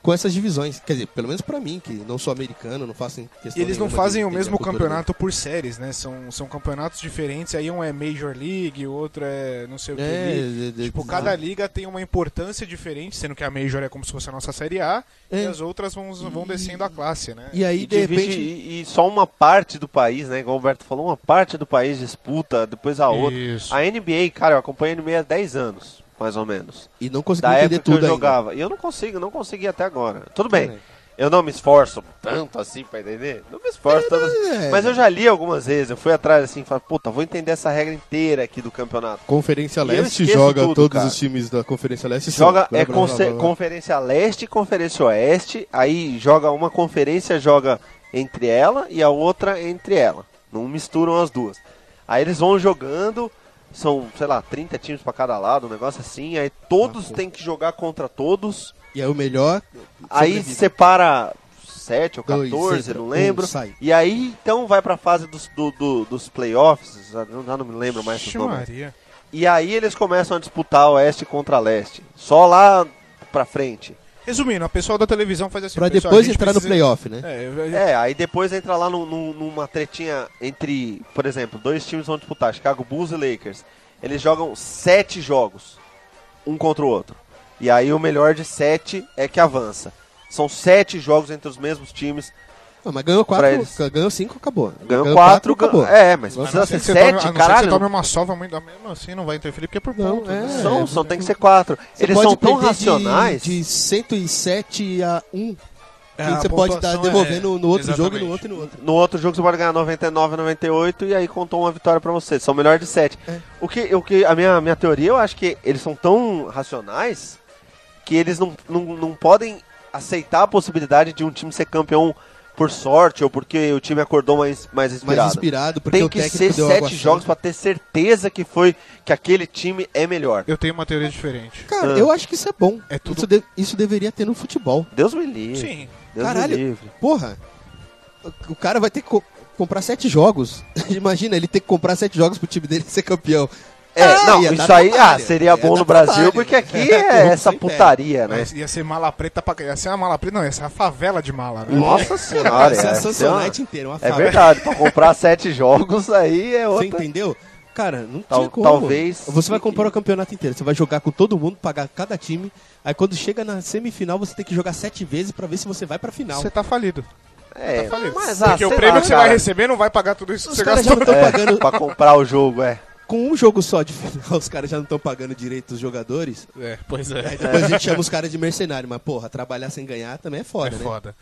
[SPEAKER 3] com essas divisões. Quer dizer, pelo menos pra mim, que não sou americano, não faço questão
[SPEAKER 2] E eles não
[SPEAKER 3] nenhuma de
[SPEAKER 2] fazem o
[SPEAKER 3] entender a
[SPEAKER 2] mesmo
[SPEAKER 3] cultura
[SPEAKER 2] campeonato por séries, né? São, são campeonatos diferentes. Aí um é Major League, o outro é não sei o
[SPEAKER 3] do-
[SPEAKER 2] que.
[SPEAKER 3] É,
[SPEAKER 2] liga.
[SPEAKER 3] de- de-
[SPEAKER 2] Tipo, cada liga tem uma importância diferente, sendo que a Major é como se fosse a nossa Série A
[SPEAKER 3] É.
[SPEAKER 2] e as outras vão, vão descendo a classe, né?
[SPEAKER 3] E aí,
[SPEAKER 4] E,
[SPEAKER 3] de
[SPEAKER 4] divide-
[SPEAKER 3] repente.
[SPEAKER 4] e- e só uma parte do país, né? Igual o Humberto falou, uma parte do país disputa, depois a outra.
[SPEAKER 2] Isso.
[SPEAKER 4] A NBA, cara, eu acompanho a NBA há 10 anos, mais ou menos.
[SPEAKER 3] E não consegui
[SPEAKER 4] Da
[SPEAKER 3] entender
[SPEAKER 4] época que eu
[SPEAKER 3] tudo né? ainda.
[SPEAKER 4] jogava. E eu não consigo, não consegui até agora. Tudo bem. Eu não me esforço tanto assim pra entender. Não me esforço tanto assim.
[SPEAKER 3] É,
[SPEAKER 4] Mas eu já li algumas vezes, eu fui atrás assim, e falei, puta, vou entender essa regra inteira aqui do campeonato.
[SPEAKER 3] Conferência
[SPEAKER 4] E eu
[SPEAKER 3] Leste
[SPEAKER 4] esqueço
[SPEAKER 3] joga
[SPEAKER 4] tudo,
[SPEAKER 3] todos
[SPEAKER 4] cara.
[SPEAKER 3] os times da Conferência Leste. são-
[SPEAKER 4] Joga
[SPEAKER 3] blá,
[SPEAKER 4] é
[SPEAKER 3] blá, blá,
[SPEAKER 4] conce-
[SPEAKER 3] blá, blá.
[SPEAKER 4] Conferência Leste, Conferência Oeste, aí joga uma conferência, joga entre ela e a outra entre ela. Não misturam as duas. Aí eles vão jogando, são, sei lá, 30 times pra cada lado, um negócio assim, aí todos têm que jogar contra todos.
[SPEAKER 3] E aí o melhor.
[SPEAKER 4] Aí
[SPEAKER 3] sobrevive.
[SPEAKER 4] separa 7 ou
[SPEAKER 3] Dois,
[SPEAKER 4] 14,
[SPEAKER 3] entra,
[SPEAKER 4] não
[SPEAKER 3] um
[SPEAKER 4] lembro.
[SPEAKER 3] sai.
[SPEAKER 4] E aí então vai pra fase dos, do- do- dos playoffs, já não, já não me lembro mais os
[SPEAKER 2] Ixi,
[SPEAKER 4] nomes.
[SPEAKER 2] Maria.
[SPEAKER 4] E aí eles começam a disputar oeste contra leste. Só lá pra frente.
[SPEAKER 2] Resumindo, a pessoa da televisão faz assim.
[SPEAKER 3] Pra
[SPEAKER 2] pessoal, a
[SPEAKER 3] depois
[SPEAKER 2] gente
[SPEAKER 3] entrar no
[SPEAKER 2] precisa-
[SPEAKER 3] playoff, né?
[SPEAKER 2] É,
[SPEAKER 4] É, aí depois entra lá num- num- numa tretinha entre, por exemplo, dois times vão disputar, Chicago Bulls e Lakers. Eles jogam sete jogos, um contra o outro. E aí o melhor de sete é que avança. São sete jogos entre os mesmos times.
[SPEAKER 3] Ah, mas ganhou
[SPEAKER 4] Pra
[SPEAKER 3] 4,
[SPEAKER 4] eles.
[SPEAKER 3] ganhou 5, acabou.
[SPEAKER 4] Ganham quatro, gan-
[SPEAKER 3] acabou.
[SPEAKER 4] É, mas
[SPEAKER 3] Agora
[SPEAKER 4] precisa
[SPEAKER 2] A não
[SPEAKER 4] ser
[SPEAKER 2] ser que você
[SPEAKER 4] sete,
[SPEAKER 2] tome- a não ser que
[SPEAKER 4] caralho.
[SPEAKER 2] Você tome um- uma sova muito, mesmo assim não vai interferir porque é por
[SPEAKER 3] Não,
[SPEAKER 2] ponto.
[SPEAKER 3] é.
[SPEAKER 2] né?
[SPEAKER 4] São,
[SPEAKER 3] é,
[SPEAKER 4] são, tem que ser quatro.
[SPEAKER 3] Você
[SPEAKER 4] Eles
[SPEAKER 3] pode
[SPEAKER 4] são tão
[SPEAKER 3] perder de-
[SPEAKER 4] racionais.
[SPEAKER 3] De, 107 a 1.
[SPEAKER 2] É,
[SPEAKER 3] que
[SPEAKER 2] a
[SPEAKER 3] você pode estar
[SPEAKER 2] pontuação
[SPEAKER 3] devolvendo
[SPEAKER 2] é-
[SPEAKER 3] no outro
[SPEAKER 2] exatamente.
[SPEAKER 3] jogo e no outro e no outro.
[SPEAKER 4] No outro jogo você pode ganhar 99, 98 e aí contou uma vitória pra você. São melhor de 7.
[SPEAKER 3] É.
[SPEAKER 4] O que, o que a minha, minha teoria, eu acho que eles são tão racionais que eles não, não, não podem aceitar a possibilidade de um time ser campeão por sorte ou porque o time acordou mais, mais inspirado.
[SPEAKER 3] Mais inspirado, porque
[SPEAKER 4] Tem
[SPEAKER 3] o
[SPEAKER 4] que
[SPEAKER 3] técnico
[SPEAKER 4] ser
[SPEAKER 3] deu água
[SPEAKER 4] sete
[SPEAKER 3] santa.
[SPEAKER 4] jogos pra ter certeza que foi que aquele time é melhor.
[SPEAKER 2] Eu tenho uma teoria diferente.
[SPEAKER 3] Cara,
[SPEAKER 4] Ah.
[SPEAKER 3] eu acho que isso é bom.
[SPEAKER 2] É tudo-
[SPEAKER 3] isso, de- isso deveria ter no futebol.
[SPEAKER 4] Deus me livre.
[SPEAKER 2] Sim.
[SPEAKER 4] Deus
[SPEAKER 3] Caralho.
[SPEAKER 4] me livre.
[SPEAKER 3] Porra, o- o cara vai ter que co- comprar 7 jogos. <laughs> Imagina ele ter que comprar 7 jogos pro time dele <laughs> ser campeão.
[SPEAKER 4] É,
[SPEAKER 3] Ah,
[SPEAKER 4] não,
[SPEAKER 3] ia dar
[SPEAKER 4] isso aí ah,
[SPEAKER 3] trabalho.
[SPEAKER 4] seria
[SPEAKER 3] Ia
[SPEAKER 4] bom
[SPEAKER 3] dar
[SPEAKER 4] no Brasil,
[SPEAKER 3] trabalho.
[SPEAKER 4] porque
[SPEAKER 3] <laughs>
[SPEAKER 4] aqui é essa
[SPEAKER 3] Sem pé.
[SPEAKER 4] putaria, né?
[SPEAKER 2] Mas ia ser mala preta pra. Ia ser uma mala preta, não, ia ser a favela de mala, né?
[SPEAKER 3] <laughs>
[SPEAKER 4] Nossa senhora,
[SPEAKER 3] Cara, isso é a Samsonite
[SPEAKER 4] é,
[SPEAKER 3] inteira, uma
[SPEAKER 4] é
[SPEAKER 3] fábrica.
[SPEAKER 4] verdade,
[SPEAKER 3] <laughs>
[SPEAKER 4] pra comprar sete jogos aí é
[SPEAKER 3] Você
[SPEAKER 4] outra.
[SPEAKER 3] entendeu? Cara, não tinha
[SPEAKER 4] Tal-
[SPEAKER 3] como.
[SPEAKER 4] talvez-
[SPEAKER 3] Você vai comprar o campeonato inteiro. Você vai jogar com todo mundo, pagar cada time. Aí quando chega na semifinal, você tem que jogar sete vezes pra ver se você vai pra final.
[SPEAKER 2] Você tá falido.
[SPEAKER 4] É,
[SPEAKER 2] Tá falido.
[SPEAKER 4] mas ah,
[SPEAKER 2] Porque o
[SPEAKER 4] sei
[SPEAKER 2] prêmio
[SPEAKER 4] lá,
[SPEAKER 2] que você vai
[SPEAKER 4] cara.
[SPEAKER 2] receber não vai pagar tudo isso que
[SPEAKER 3] Os
[SPEAKER 2] você
[SPEAKER 3] caras
[SPEAKER 2] gastou.
[SPEAKER 3] já não estão
[SPEAKER 4] É,
[SPEAKER 3] pagando.
[SPEAKER 4] pra comprar o jogo, é.
[SPEAKER 3] Com um jogo só de <laughs> final, os caras já não estão pagando direito os jogadores.
[SPEAKER 2] É, pois é.
[SPEAKER 3] Aí depois a gente chama os caras de mercenário. Mas, porra, trabalhar sem ganhar também é
[SPEAKER 2] É
[SPEAKER 3] foda, né?
[SPEAKER 2] foda.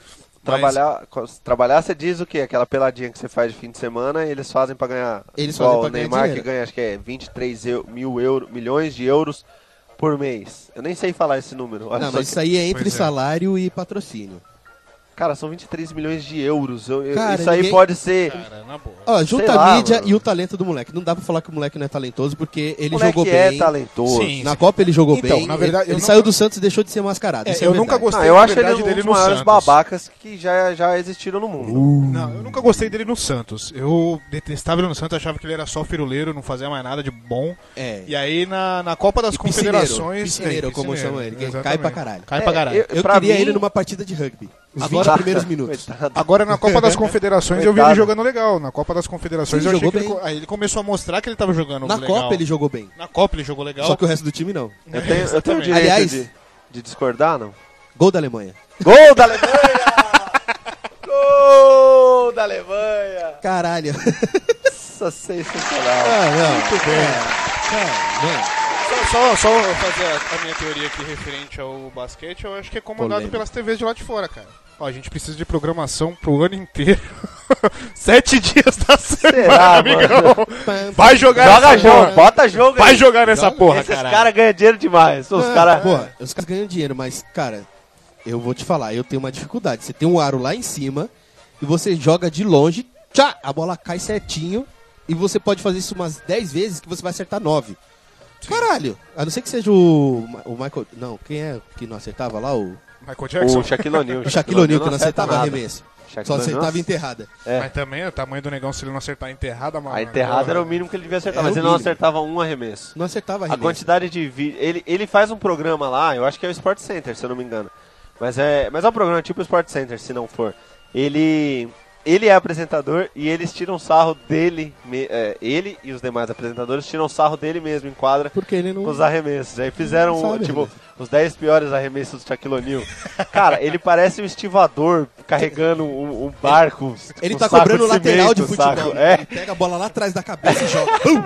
[SPEAKER 4] Trabalhar, co- trabalhar, você diz o quê? Aquela peladinha que você faz de fim de semana e eles fazem pra ganhar.
[SPEAKER 3] Eles
[SPEAKER 4] igual
[SPEAKER 3] fazem pra
[SPEAKER 4] o
[SPEAKER 3] ganhar
[SPEAKER 4] Neymar
[SPEAKER 3] dinheiro.
[SPEAKER 4] que ganha, acho que é 23 eu- mil euro, milhões de euros por mês. Eu nem sei falar esse número. Olha
[SPEAKER 3] Não,
[SPEAKER 4] só
[SPEAKER 3] mas
[SPEAKER 4] que-
[SPEAKER 3] isso aí é entre
[SPEAKER 2] Pois é.
[SPEAKER 3] salário e patrocínio.
[SPEAKER 4] Cara, são 23 milhões de euros. Eu- eu-
[SPEAKER 3] Cara,
[SPEAKER 4] isso aí
[SPEAKER 3] ninguém-
[SPEAKER 4] pode ser.
[SPEAKER 2] Cara, na boa.
[SPEAKER 3] Ó, junta
[SPEAKER 4] Sei
[SPEAKER 3] a
[SPEAKER 4] lá,
[SPEAKER 3] mídia
[SPEAKER 4] mano.
[SPEAKER 3] e o talento do moleque. Não dá pra falar que o moleque não é talentoso, porque ele
[SPEAKER 4] o moleque
[SPEAKER 3] jogou
[SPEAKER 4] é
[SPEAKER 3] bem.
[SPEAKER 4] talentoso.
[SPEAKER 2] Sim.
[SPEAKER 3] Na Copa ele jogou
[SPEAKER 2] Então,
[SPEAKER 3] bem.
[SPEAKER 2] na verdade,
[SPEAKER 3] ele
[SPEAKER 2] eu
[SPEAKER 3] ele
[SPEAKER 2] não-
[SPEAKER 3] saiu do Santos e deixou de ser mascarado.
[SPEAKER 2] É,
[SPEAKER 3] Isso é
[SPEAKER 2] eu
[SPEAKER 3] verdade.
[SPEAKER 2] nunca gostei
[SPEAKER 4] Ah, eu
[SPEAKER 2] de
[SPEAKER 4] acho ele
[SPEAKER 2] verdade
[SPEAKER 4] um
[SPEAKER 2] dele
[SPEAKER 4] dos
[SPEAKER 2] no
[SPEAKER 4] maiores
[SPEAKER 2] Santos.
[SPEAKER 4] babacas que já, já existiram no mundo.
[SPEAKER 2] Não, eu nunca gostei dele no Santos. Eu detestava ele no Santos, achava que ele era só firuleiro, não fazia mais nada de bom.
[SPEAKER 3] É.
[SPEAKER 2] E aí na, na Copa das
[SPEAKER 3] E piscineiro,
[SPEAKER 2] Confederações.
[SPEAKER 3] piscineiro,
[SPEAKER 2] é,
[SPEAKER 3] como
[SPEAKER 2] piscineiro,
[SPEAKER 3] chamam ele, que
[SPEAKER 2] exatamente.
[SPEAKER 3] cai pra caralho.
[SPEAKER 2] Cai pra
[SPEAKER 4] É,
[SPEAKER 2] caralho.
[SPEAKER 4] eu-
[SPEAKER 3] Eu
[SPEAKER 4] pra
[SPEAKER 3] queria
[SPEAKER 4] mim-
[SPEAKER 3] ele numa partida de rugby. Os 20
[SPEAKER 4] Coitado,
[SPEAKER 3] primeiros minutos.
[SPEAKER 4] <laughs> coitado.
[SPEAKER 2] Agora na Copa das Confederações eu vi ele
[SPEAKER 4] Coitado.
[SPEAKER 2] jogando legal. Na Copa das Confederações
[SPEAKER 3] Sim,
[SPEAKER 2] eu achei
[SPEAKER 3] jogou
[SPEAKER 2] que ele,
[SPEAKER 3] bem.
[SPEAKER 2] co- aí ele começou a mostrar que ele tava jogando
[SPEAKER 3] Na
[SPEAKER 2] legal.
[SPEAKER 3] Copa ele jogou bem.
[SPEAKER 2] Na Copa ele jogou legal. Né?
[SPEAKER 3] Só que o resto do time não.
[SPEAKER 4] Eu tenho, eu tenho o
[SPEAKER 2] Exatamente.
[SPEAKER 4] direito
[SPEAKER 3] Aliás-
[SPEAKER 4] de, de discordar, não?
[SPEAKER 3] Gol da Alemanha.
[SPEAKER 4] Gol da Alemanha! Gol da Alemanha!
[SPEAKER 3] Caralho.
[SPEAKER 4] Nossa,
[SPEAKER 3] <laughs>
[SPEAKER 4] sensacional.
[SPEAKER 3] Ah, não. Muito
[SPEAKER 2] bem.
[SPEAKER 3] bem.
[SPEAKER 2] Só, só, só eu fazer a, a minha teoria aqui referente ao basquete, eu acho que é comandado
[SPEAKER 3] Polêmica.
[SPEAKER 2] pelas TVs de lá de fora, cara. Ó, a gente precisa de programação pro ano inteiro. <laughs> Sete dias da semana,
[SPEAKER 4] Será,
[SPEAKER 2] amigão.
[SPEAKER 4] mano?
[SPEAKER 3] É.
[SPEAKER 2] Vai jogar
[SPEAKER 4] Joga
[SPEAKER 2] nessa
[SPEAKER 4] jogo,
[SPEAKER 2] porra.
[SPEAKER 4] bota jogo
[SPEAKER 2] Vai
[SPEAKER 4] aí.
[SPEAKER 2] jogar nessa porra,
[SPEAKER 4] Esses
[SPEAKER 2] cara.
[SPEAKER 4] caras ganham dinheiro demais. Os caras.
[SPEAKER 3] É, Porra, os caras ganham dinheiro, mas, cara, eu vou te falar, eu tenho uma dificuldade. Você tem um aro lá em cima e você joga de longe, tchá, a bola cai certinho e você pode fazer isso umas 10 vezes que você vai acertar 9. Caralho, a não ser que seja o, Ma- o Michael. Não, quem é que não acertava lá? O,
[SPEAKER 2] Michael Jackson.
[SPEAKER 4] O Shaquille O'Neal.
[SPEAKER 3] o Shaquille O'Neal, que não
[SPEAKER 4] acerta
[SPEAKER 3] acertava
[SPEAKER 4] nada.
[SPEAKER 3] arremesso.
[SPEAKER 4] Shaquille
[SPEAKER 3] Só
[SPEAKER 4] O'Neal
[SPEAKER 3] acertava
[SPEAKER 4] não-
[SPEAKER 3] enterrada.
[SPEAKER 4] É.
[SPEAKER 2] Mas também o tamanho do negão, se ele não acertar a enterrada, mano.
[SPEAKER 4] A enterrada era o mínimo que ele devia acertar,
[SPEAKER 3] Era
[SPEAKER 4] mas
[SPEAKER 3] o
[SPEAKER 4] ele não
[SPEAKER 3] mínimo.
[SPEAKER 4] acertava um arremesso.
[SPEAKER 3] Não acertava
[SPEAKER 4] A
[SPEAKER 3] arremesso.
[SPEAKER 4] quantidade de vídeo. Ele, ele faz um programa lá, eu acho que é o Sport Center, se eu não me engano. Mas é, mas é um programa tipo o Sport Center, se não for. Ele. Ele é apresentador e eles tiram sarro dele. me- é, ele e os demais apresentadores tiram sarro dele mesmo em quadra
[SPEAKER 3] Porque ele não.
[SPEAKER 4] com os arremessos. Aí fizeram,
[SPEAKER 3] Não sabe
[SPEAKER 4] tipo,
[SPEAKER 3] arremesso.
[SPEAKER 4] os 10 piores arremessos do Shaquille O'Neal. Cara, ele parece um estivador carregando um, um barco.
[SPEAKER 3] Ele
[SPEAKER 4] um
[SPEAKER 3] tá
[SPEAKER 4] saco
[SPEAKER 3] cobrando o
[SPEAKER 4] de
[SPEAKER 3] lateral de
[SPEAKER 4] cimento,
[SPEAKER 3] futebol.
[SPEAKER 4] saco. É,
[SPEAKER 3] né? Ele Pega a bola lá atrás da cabeça e
[SPEAKER 4] <laughs>
[SPEAKER 3] joga. Pum!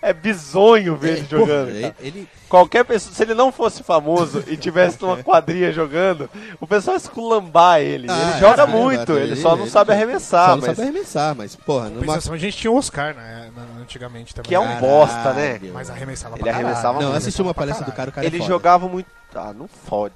[SPEAKER 4] é bizonho ver ele
[SPEAKER 3] É, Porra,
[SPEAKER 4] jogando. cara.
[SPEAKER 3] ele- ele,
[SPEAKER 4] Qualquer pessoa, se ele não fosse famoso e tivesse
[SPEAKER 3] <laughs>
[SPEAKER 4] numa quadrilha jogando, o pessoal ia esculambar ele.
[SPEAKER 3] É. Ah,
[SPEAKER 4] ele
[SPEAKER 3] é,
[SPEAKER 4] joga
[SPEAKER 3] é,
[SPEAKER 4] muito,
[SPEAKER 3] verdade,
[SPEAKER 4] ele, só não sabe arremessar,
[SPEAKER 3] Só não
[SPEAKER 4] Tá, mas
[SPEAKER 3] sabe arremessar, mas, porra, numa...
[SPEAKER 2] Pensação, a gente tinha o Oscar, né? na- Antigamente também.
[SPEAKER 4] que é um
[SPEAKER 2] Cara,
[SPEAKER 4] bosta, né?
[SPEAKER 3] Caralho.
[SPEAKER 2] Mas arremessava
[SPEAKER 4] Ele
[SPEAKER 2] pra caralho.
[SPEAKER 4] arremessava
[SPEAKER 3] Não,
[SPEAKER 4] muito.
[SPEAKER 3] assisti uma palestra do cara, o cara é
[SPEAKER 4] ele
[SPEAKER 3] foda.
[SPEAKER 4] jogava muito. Ah, não fode.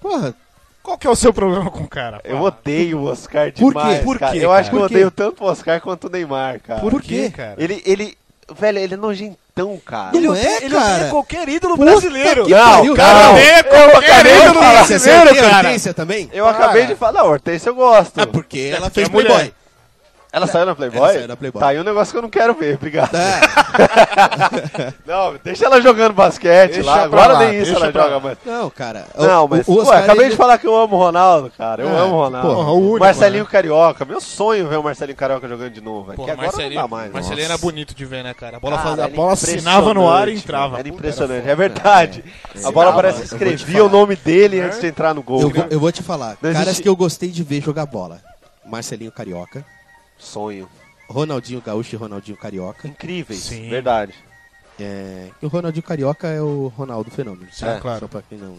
[SPEAKER 3] Porra,
[SPEAKER 2] Qual que é o seu problema com o cara?
[SPEAKER 4] Eu
[SPEAKER 2] Fala.
[SPEAKER 4] odeio o Oscar
[SPEAKER 3] Ah. Por quê?
[SPEAKER 4] demais.
[SPEAKER 3] Por
[SPEAKER 4] cara.
[SPEAKER 3] quê,
[SPEAKER 4] Eu
[SPEAKER 3] cara?
[SPEAKER 4] acho que eu
[SPEAKER 3] Por quê?
[SPEAKER 4] odeio tanto o Oscar quanto o Neymar, cara.
[SPEAKER 3] Por quê?
[SPEAKER 2] cara?
[SPEAKER 4] Ele, ele. Velho, ele é nojentão, cara. um
[SPEAKER 3] Não é, cara.
[SPEAKER 5] qualquer ídolo
[SPEAKER 3] Puta
[SPEAKER 5] brasileiro.
[SPEAKER 3] que pariu,
[SPEAKER 4] cara,
[SPEAKER 3] cara.
[SPEAKER 2] Cadê?
[SPEAKER 4] acabei
[SPEAKER 2] Cadê
[SPEAKER 4] de
[SPEAKER 2] do
[SPEAKER 4] falar.
[SPEAKER 2] brasileiro, cara?
[SPEAKER 3] Hortência também?
[SPEAKER 4] Eu acabei de falar, Hortência eu gosto.
[SPEAKER 3] Ah, porque ela
[SPEAKER 2] porque
[SPEAKER 3] fez
[SPEAKER 2] é mulher.
[SPEAKER 3] Playboy.
[SPEAKER 4] Ela saiu na Playboy?
[SPEAKER 3] Ela saiu na Playboy.
[SPEAKER 4] Tá aí um negócio que eu não quero ver, obrigado.
[SPEAKER 3] Ah,
[SPEAKER 4] Não, deixa ela jogando basquete
[SPEAKER 2] Deixa
[SPEAKER 4] lá.
[SPEAKER 2] pra
[SPEAKER 4] Agora
[SPEAKER 2] lá,
[SPEAKER 4] nem isso
[SPEAKER 2] deixa
[SPEAKER 4] ela
[SPEAKER 2] pra
[SPEAKER 4] joga,
[SPEAKER 2] lá.
[SPEAKER 4] mas.
[SPEAKER 3] não, cara. o-
[SPEAKER 4] Não, mas.
[SPEAKER 3] o
[SPEAKER 4] pô,
[SPEAKER 3] Oscar,
[SPEAKER 4] acabei
[SPEAKER 3] ele-
[SPEAKER 4] de falar que eu amo o Ronaldo, cara. Eu
[SPEAKER 3] Ah,
[SPEAKER 4] amo o Ronaldo.
[SPEAKER 3] porra, né?
[SPEAKER 2] o único,
[SPEAKER 4] Marcelinho Carioca. Meu sonho é ver o Marcelinho Carioca jogando de novo. É que
[SPEAKER 2] Porra,
[SPEAKER 4] agora
[SPEAKER 2] Marcelinho,
[SPEAKER 4] não dá mais.
[SPEAKER 2] Marcelinho
[SPEAKER 4] Nossa.
[SPEAKER 2] era bonito de ver, né, cara? A bola,
[SPEAKER 4] Cara,
[SPEAKER 2] fazia, a
[SPEAKER 4] era
[SPEAKER 2] bola assinava no ar e
[SPEAKER 4] impressionante,
[SPEAKER 2] entrava.
[SPEAKER 4] Era
[SPEAKER 2] Puta,
[SPEAKER 4] impressionante, é verdade. A bola
[SPEAKER 3] Assinava,
[SPEAKER 4] parece que
[SPEAKER 3] eu vou te
[SPEAKER 4] escrevia o
[SPEAKER 3] falar.
[SPEAKER 4] nome dele antes de entrar no gol.
[SPEAKER 3] Eu, vou, eu vou te falar.
[SPEAKER 4] Não
[SPEAKER 3] Caras
[SPEAKER 4] existe-
[SPEAKER 3] que eu gostei de ver jogar bola. Marcelinho Carioca,
[SPEAKER 4] Sonho.
[SPEAKER 3] Ronaldinho Gaúcho e Ronaldinho Carioca.
[SPEAKER 4] Incríveis,
[SPEAKER 2] Sim.
[SPEAKER 3] <laughs>
[SPEAKER 4] verdade.
[SPEAKER 3] É... E o Ronaldinho Carioca é o Ronaldo Fenômeno.
[SPEAKER 2] Sim,
[SPEAKER 3] tá?
[SPEAKER 2] claro.
[SPEAKER 3] Só pra quem não...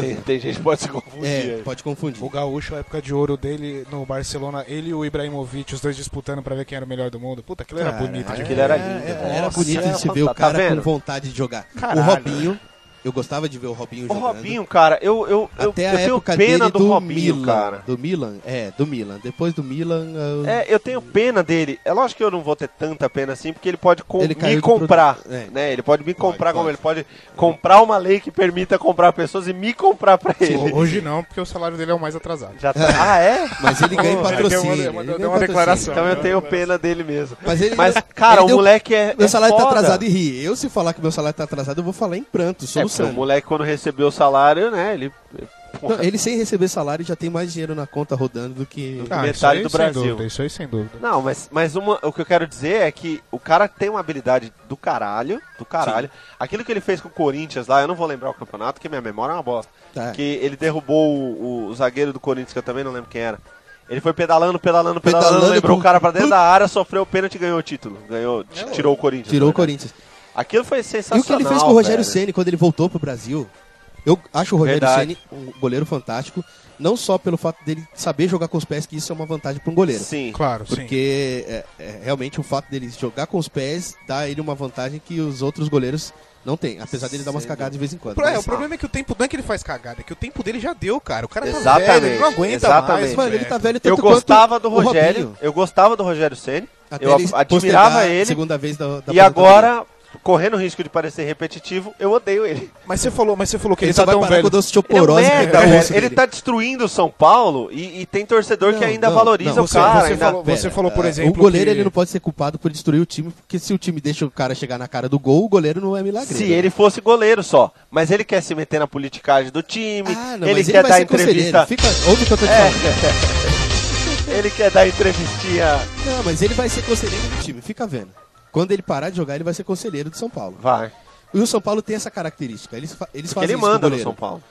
[SPEAKER 4] Tem, tem gente que pode se confundir.
[SPEAKER 3] É,
[SPEAKER 4] aí.
[SPEAKER 3] pode confundir.
[SPEAKER 2] O Gaúcho, a época de ouro dele no Barcelona, ele e o Ibrahimovic, os dois disputando pra ver quem era o melhor do mundo. Puta, aquilo era
[SPEAKER 3] Cara,
[SPEAKER 2] bonito. de
[SPEAKER 4] Aquilo
[SPEAKER 2] ver.
[SPEAKER 4] era
[SPEAKER 2] É,
[SPEAKER 4] lindo.
[SPEAKER 2] é,
[SPEAKER 3] Era
[SPEAKER 4] Nossa,
[SPEAKER 3] bonito de se ver
[SPEAKER 4] fantástico.
[SPEAKER 3] o cara
[SPEAKER 4] Tá
[SPEAKER 3] com
[SPEAKER 4] vendo?
[SPEAKER 3] vontade de jogar.
[SPEAKER 2] Caralho.
[SPEAKER 3] O Robinho, eu gostava de ver o Robinho
[SPEAKER 4] O
[SPEAKER 3] jogando.
[SPEAKER 4] Robinho, cara, eu, eu, eu,
[SPEAKER 3] Até
[SPEAKER 4] eu
[SPEAKER 3] a
[SPEAKER 4] tenho
[SPEAKER 3] época
[SPEAKER 4] pena
[SPEAKER 3] dele
[SPEAKER 4] do,
[SPEAKER 3] do,
[SPEAKER 4] Robinho,
[SPEAKER 3] Milan.
[SPEAKER 4] cara.
[SPEAKER 3] Do Milan, é, do Milan. Depois do Milan, eu-
[SPEAKER 4] É, eu tenho pena dele. É lógico que eu não vou ter tanta pena assim, porque ele pode com-
[SPEAKER 3] Ele caiu
[SPEAKER 4] me
[SPEAKER 3] do
[SPEAKER 4] comprar.
[SPEAKER 3] produto. É.
[SPEAKER 4] Né? Ele pode me comprar,
[SPEAKER 3] pode.
[SPEAKER 4] como ele pode comprar uma lei que permita comprar pessoas e me comprar pra ele.
[SPEAKER 2] Hoje não, porque o salário dele é o mais atrasado.
[SPEAKER 4] Já
[SPEAKER 3] <laughs>
[SPEAKER 4] tá- Ah, é?
[SPEAKER 3] mas ele ganha em
[SPEAKER 2] Porra,
[SPEAKER 3] patrocínio.
[SPEAKER 2] deu uma-
[SPEAKER 3] ele
[SPEAKER 2] deu uma-
[SPEAKER 3] ganha em
[SPEAKER 2] deu uma
[SPEAKER 3] patrocínio.
[SPEAKER 2] declaração.
[SPEAKER 4] Então eu tenho pena dele mesmo.
[SPEAKER 3] Mas, ele,
[SPEAKER 4] Mas, cara,
[SPEAKER 3] ele
[SPEAKER 4] o
[SPEAKER 3] deu-
[SPEAKER 4] moleque é.
[SPEAKER 3] Meu salário
[SPEAKER 4] é
[SPEAKER 3] tá
[SPEAKER 4] foda.
[SPEAKER 3] atrasado e ri. Eu, se falar que meu salário tá atrasado, eu vou falar em pranto,
[SPEAKER 4] É, porque o
[SPEAKER 3] solução.
[SPEAKER 4] moleque, é quando recebeu o salário, né? Ele.
[SPEAKER 3] Não, ele sem receber salário já tem mais dinheiro na conta rodando do que.
[SPEAKER 4] Ah, Metade do
[SPEAKER 2] sem
[SPEAKER 4] Brasil.
[SPEAKER 2] dúvida, isso aí sem dúvida.
[SPEAKER 4] Não, mas, mas uma, o que eu quero dizer é que o cara tem uma habilidade do caralho, do caralho. Aquilo que ele fez com o Corinthians lá, eu não vou lembrar o campeonato, porque minha memória é uma bosta.
[SPEAKER 3] Tá.
[SPEAKER 4] Que ele derrubou o, o zagueiro do Corinthians, que eu também não lembro quem era. Ele foi pedalando, pedalando, pedalando,
[SPEAKER 3] Pedalando
[SPEAKER 4] lembrou
[SPEAKER 3] pro-
[SPEAKER 4] o cara pra dentro da área, sofreu o pênalti e ganhou o título. Ganhou, ti- tirou o Corinthians.
[SPEAKER 3] É, Tirou
[SPEAKER 4] na
[SPEAKER 3] o
[SPEAKER 4] verdade.
[SPEAKER 3] Corinthians.
[SPEAKER 4] Aquilo foi
[SPEAKER 3] E
[SPEAKER 4] sensacional.
[SPEAKER 3] o que ele fez com o Rogério
[SPEAKER 4] velho.
[SPEAKER 3] Ceni quando ele voltou pro Brasil? Eu acho o Rogério
[SPEAKER 4] Verdade.
[SPEAKER 3] Ceni um goleiro fantástico, não só pelo fato dele saber jogar com os pés, que isso é uma vantagem para um goleiro.
[SPEAKER 4] Sim.
[SPEAKER 2] Claro, sim.
[SPEAKER 3] Porque é, é, realmente o fato dele jogar com os pés dá a ele uma vantagem que os outros goleiros Não tem, apesar dele dar umas
[SPEAKER 4] Sei
[SPEAKER 3] cagadas de vez em quando.
[SPEAKER 2] Pro- é, o
[SPEAKER 3] mas-
[SPEAKER 2] problema é que o tempo não é que ele faz cagada, é que o tempo dele já deu, cara. O cara tá
[SPEAKER 4] Exatamente,
[SPEAKER 2] velho, ele não aguenta
[SPEAKER 4] exatamente.
[SPEAKER 2] mais.
[SPEAKER 3] Mano, ele tá
[SPEAKER 2] velho.
[SPEAKER 3] velho
[SPEAKER 4] é, Eu
[SPEAKER 3] tanto quanto
[SPEAKER 4] gostava do
[SPEAKER 3] o Robinho.
[SPEAKER 4] Rogério, eu gostava do Rogério Ceni,
[SPEAKER 3] Até
[SPEAKER 4] eu
[SPEAKER 3] ele
[SPEAKER 4] a- admirava
[SPEAKER 3] postergar a
[SPEAKER 4] ele,
[SPEAKER 3] Segunda vez da, da
[SPEAKER 4] e agora, correndo o risco de parecer repetitivo, eu odeio ele.
[SPEAKER 2] Mas você falou, mas você falou que
[SPEAKER 3] Ele
[SPEAKER 2] ele,
[SPEAKER 3] só
[SPEAKER 2] tá
[SPEAKER 3] vai
[SPEAKER 2] tão
[SPEAKER 3] parar
[SPEAKER 2] velho.
[SPEAKER 3] quando eu sou
[SPEAKER 4] Ele é um
[SPEAKER 3] choporosa.
[SPEAKER 4] merda, velho. Ele tá destruindo o São Paulo e, e tem torcedor que
[SPEAKER 3] Não,
[SPEAKER 4] ainda
[SPEAKER 3] não,
[SPEAKER 4] valoriza
[SPEAKER 3] não,
[SPEAKER 4] o
[SPEAKER 2] você,
[SPEAKER 4] cara.
[SPEAKER 2] você
[SPEAKER 4] ainda-
[SPEAKER 2] falou, você
[SPEAKER 3] Pera,
[SPEAKER 2] falou, por
[SPEAKER 3] ah,
[SPEAKER 2] exemplo,
[SPEAKER 3] O goleiro
[SPEAKER 2] que-
[SPEAKER 3] ele não pode ser culpado por destruir o time, porque se o time deixa o cara chegar na cara do gol, o goleiro não é milagreiro.
[SPEAKER 4] Se ele fosse goleiro só. Mas ele quer se meter na politicagem do time,
[SPEAKER 3] Ah, não,
[SPEAKER 4] ele
[SPEAKER 3] mas
[SPEAKER 4] quer
[SPEAKER 3] vai
[SPEAKER 4] dar
[SPEAKER 3] ser conselheiro.
[SPEAKER 4] entrevista. É.
[SPEAKER 3] Fica, ouve o que eu tô te falando.
[SPEAKER 4] <laughs> Ele quer dar entrevistinha.
[SPEAKER 3] Não, mas ele vai ser conselheiro do time, fica vendo. Quando ele parar de jogar, ele vai ser conselheiro do São Paulo.
[SPEAKER 4] Vai.
[SPEAKER 3] E o São Paulo tem essa característica. Eles, fa eles
[SPEAKER 4] Porque ele
[SPEAKER 3] fazem isso com o
[SPEAKER 4] manda no
[SPEAKER 3] goleiro.
[SPEAKER 4] São Paulo.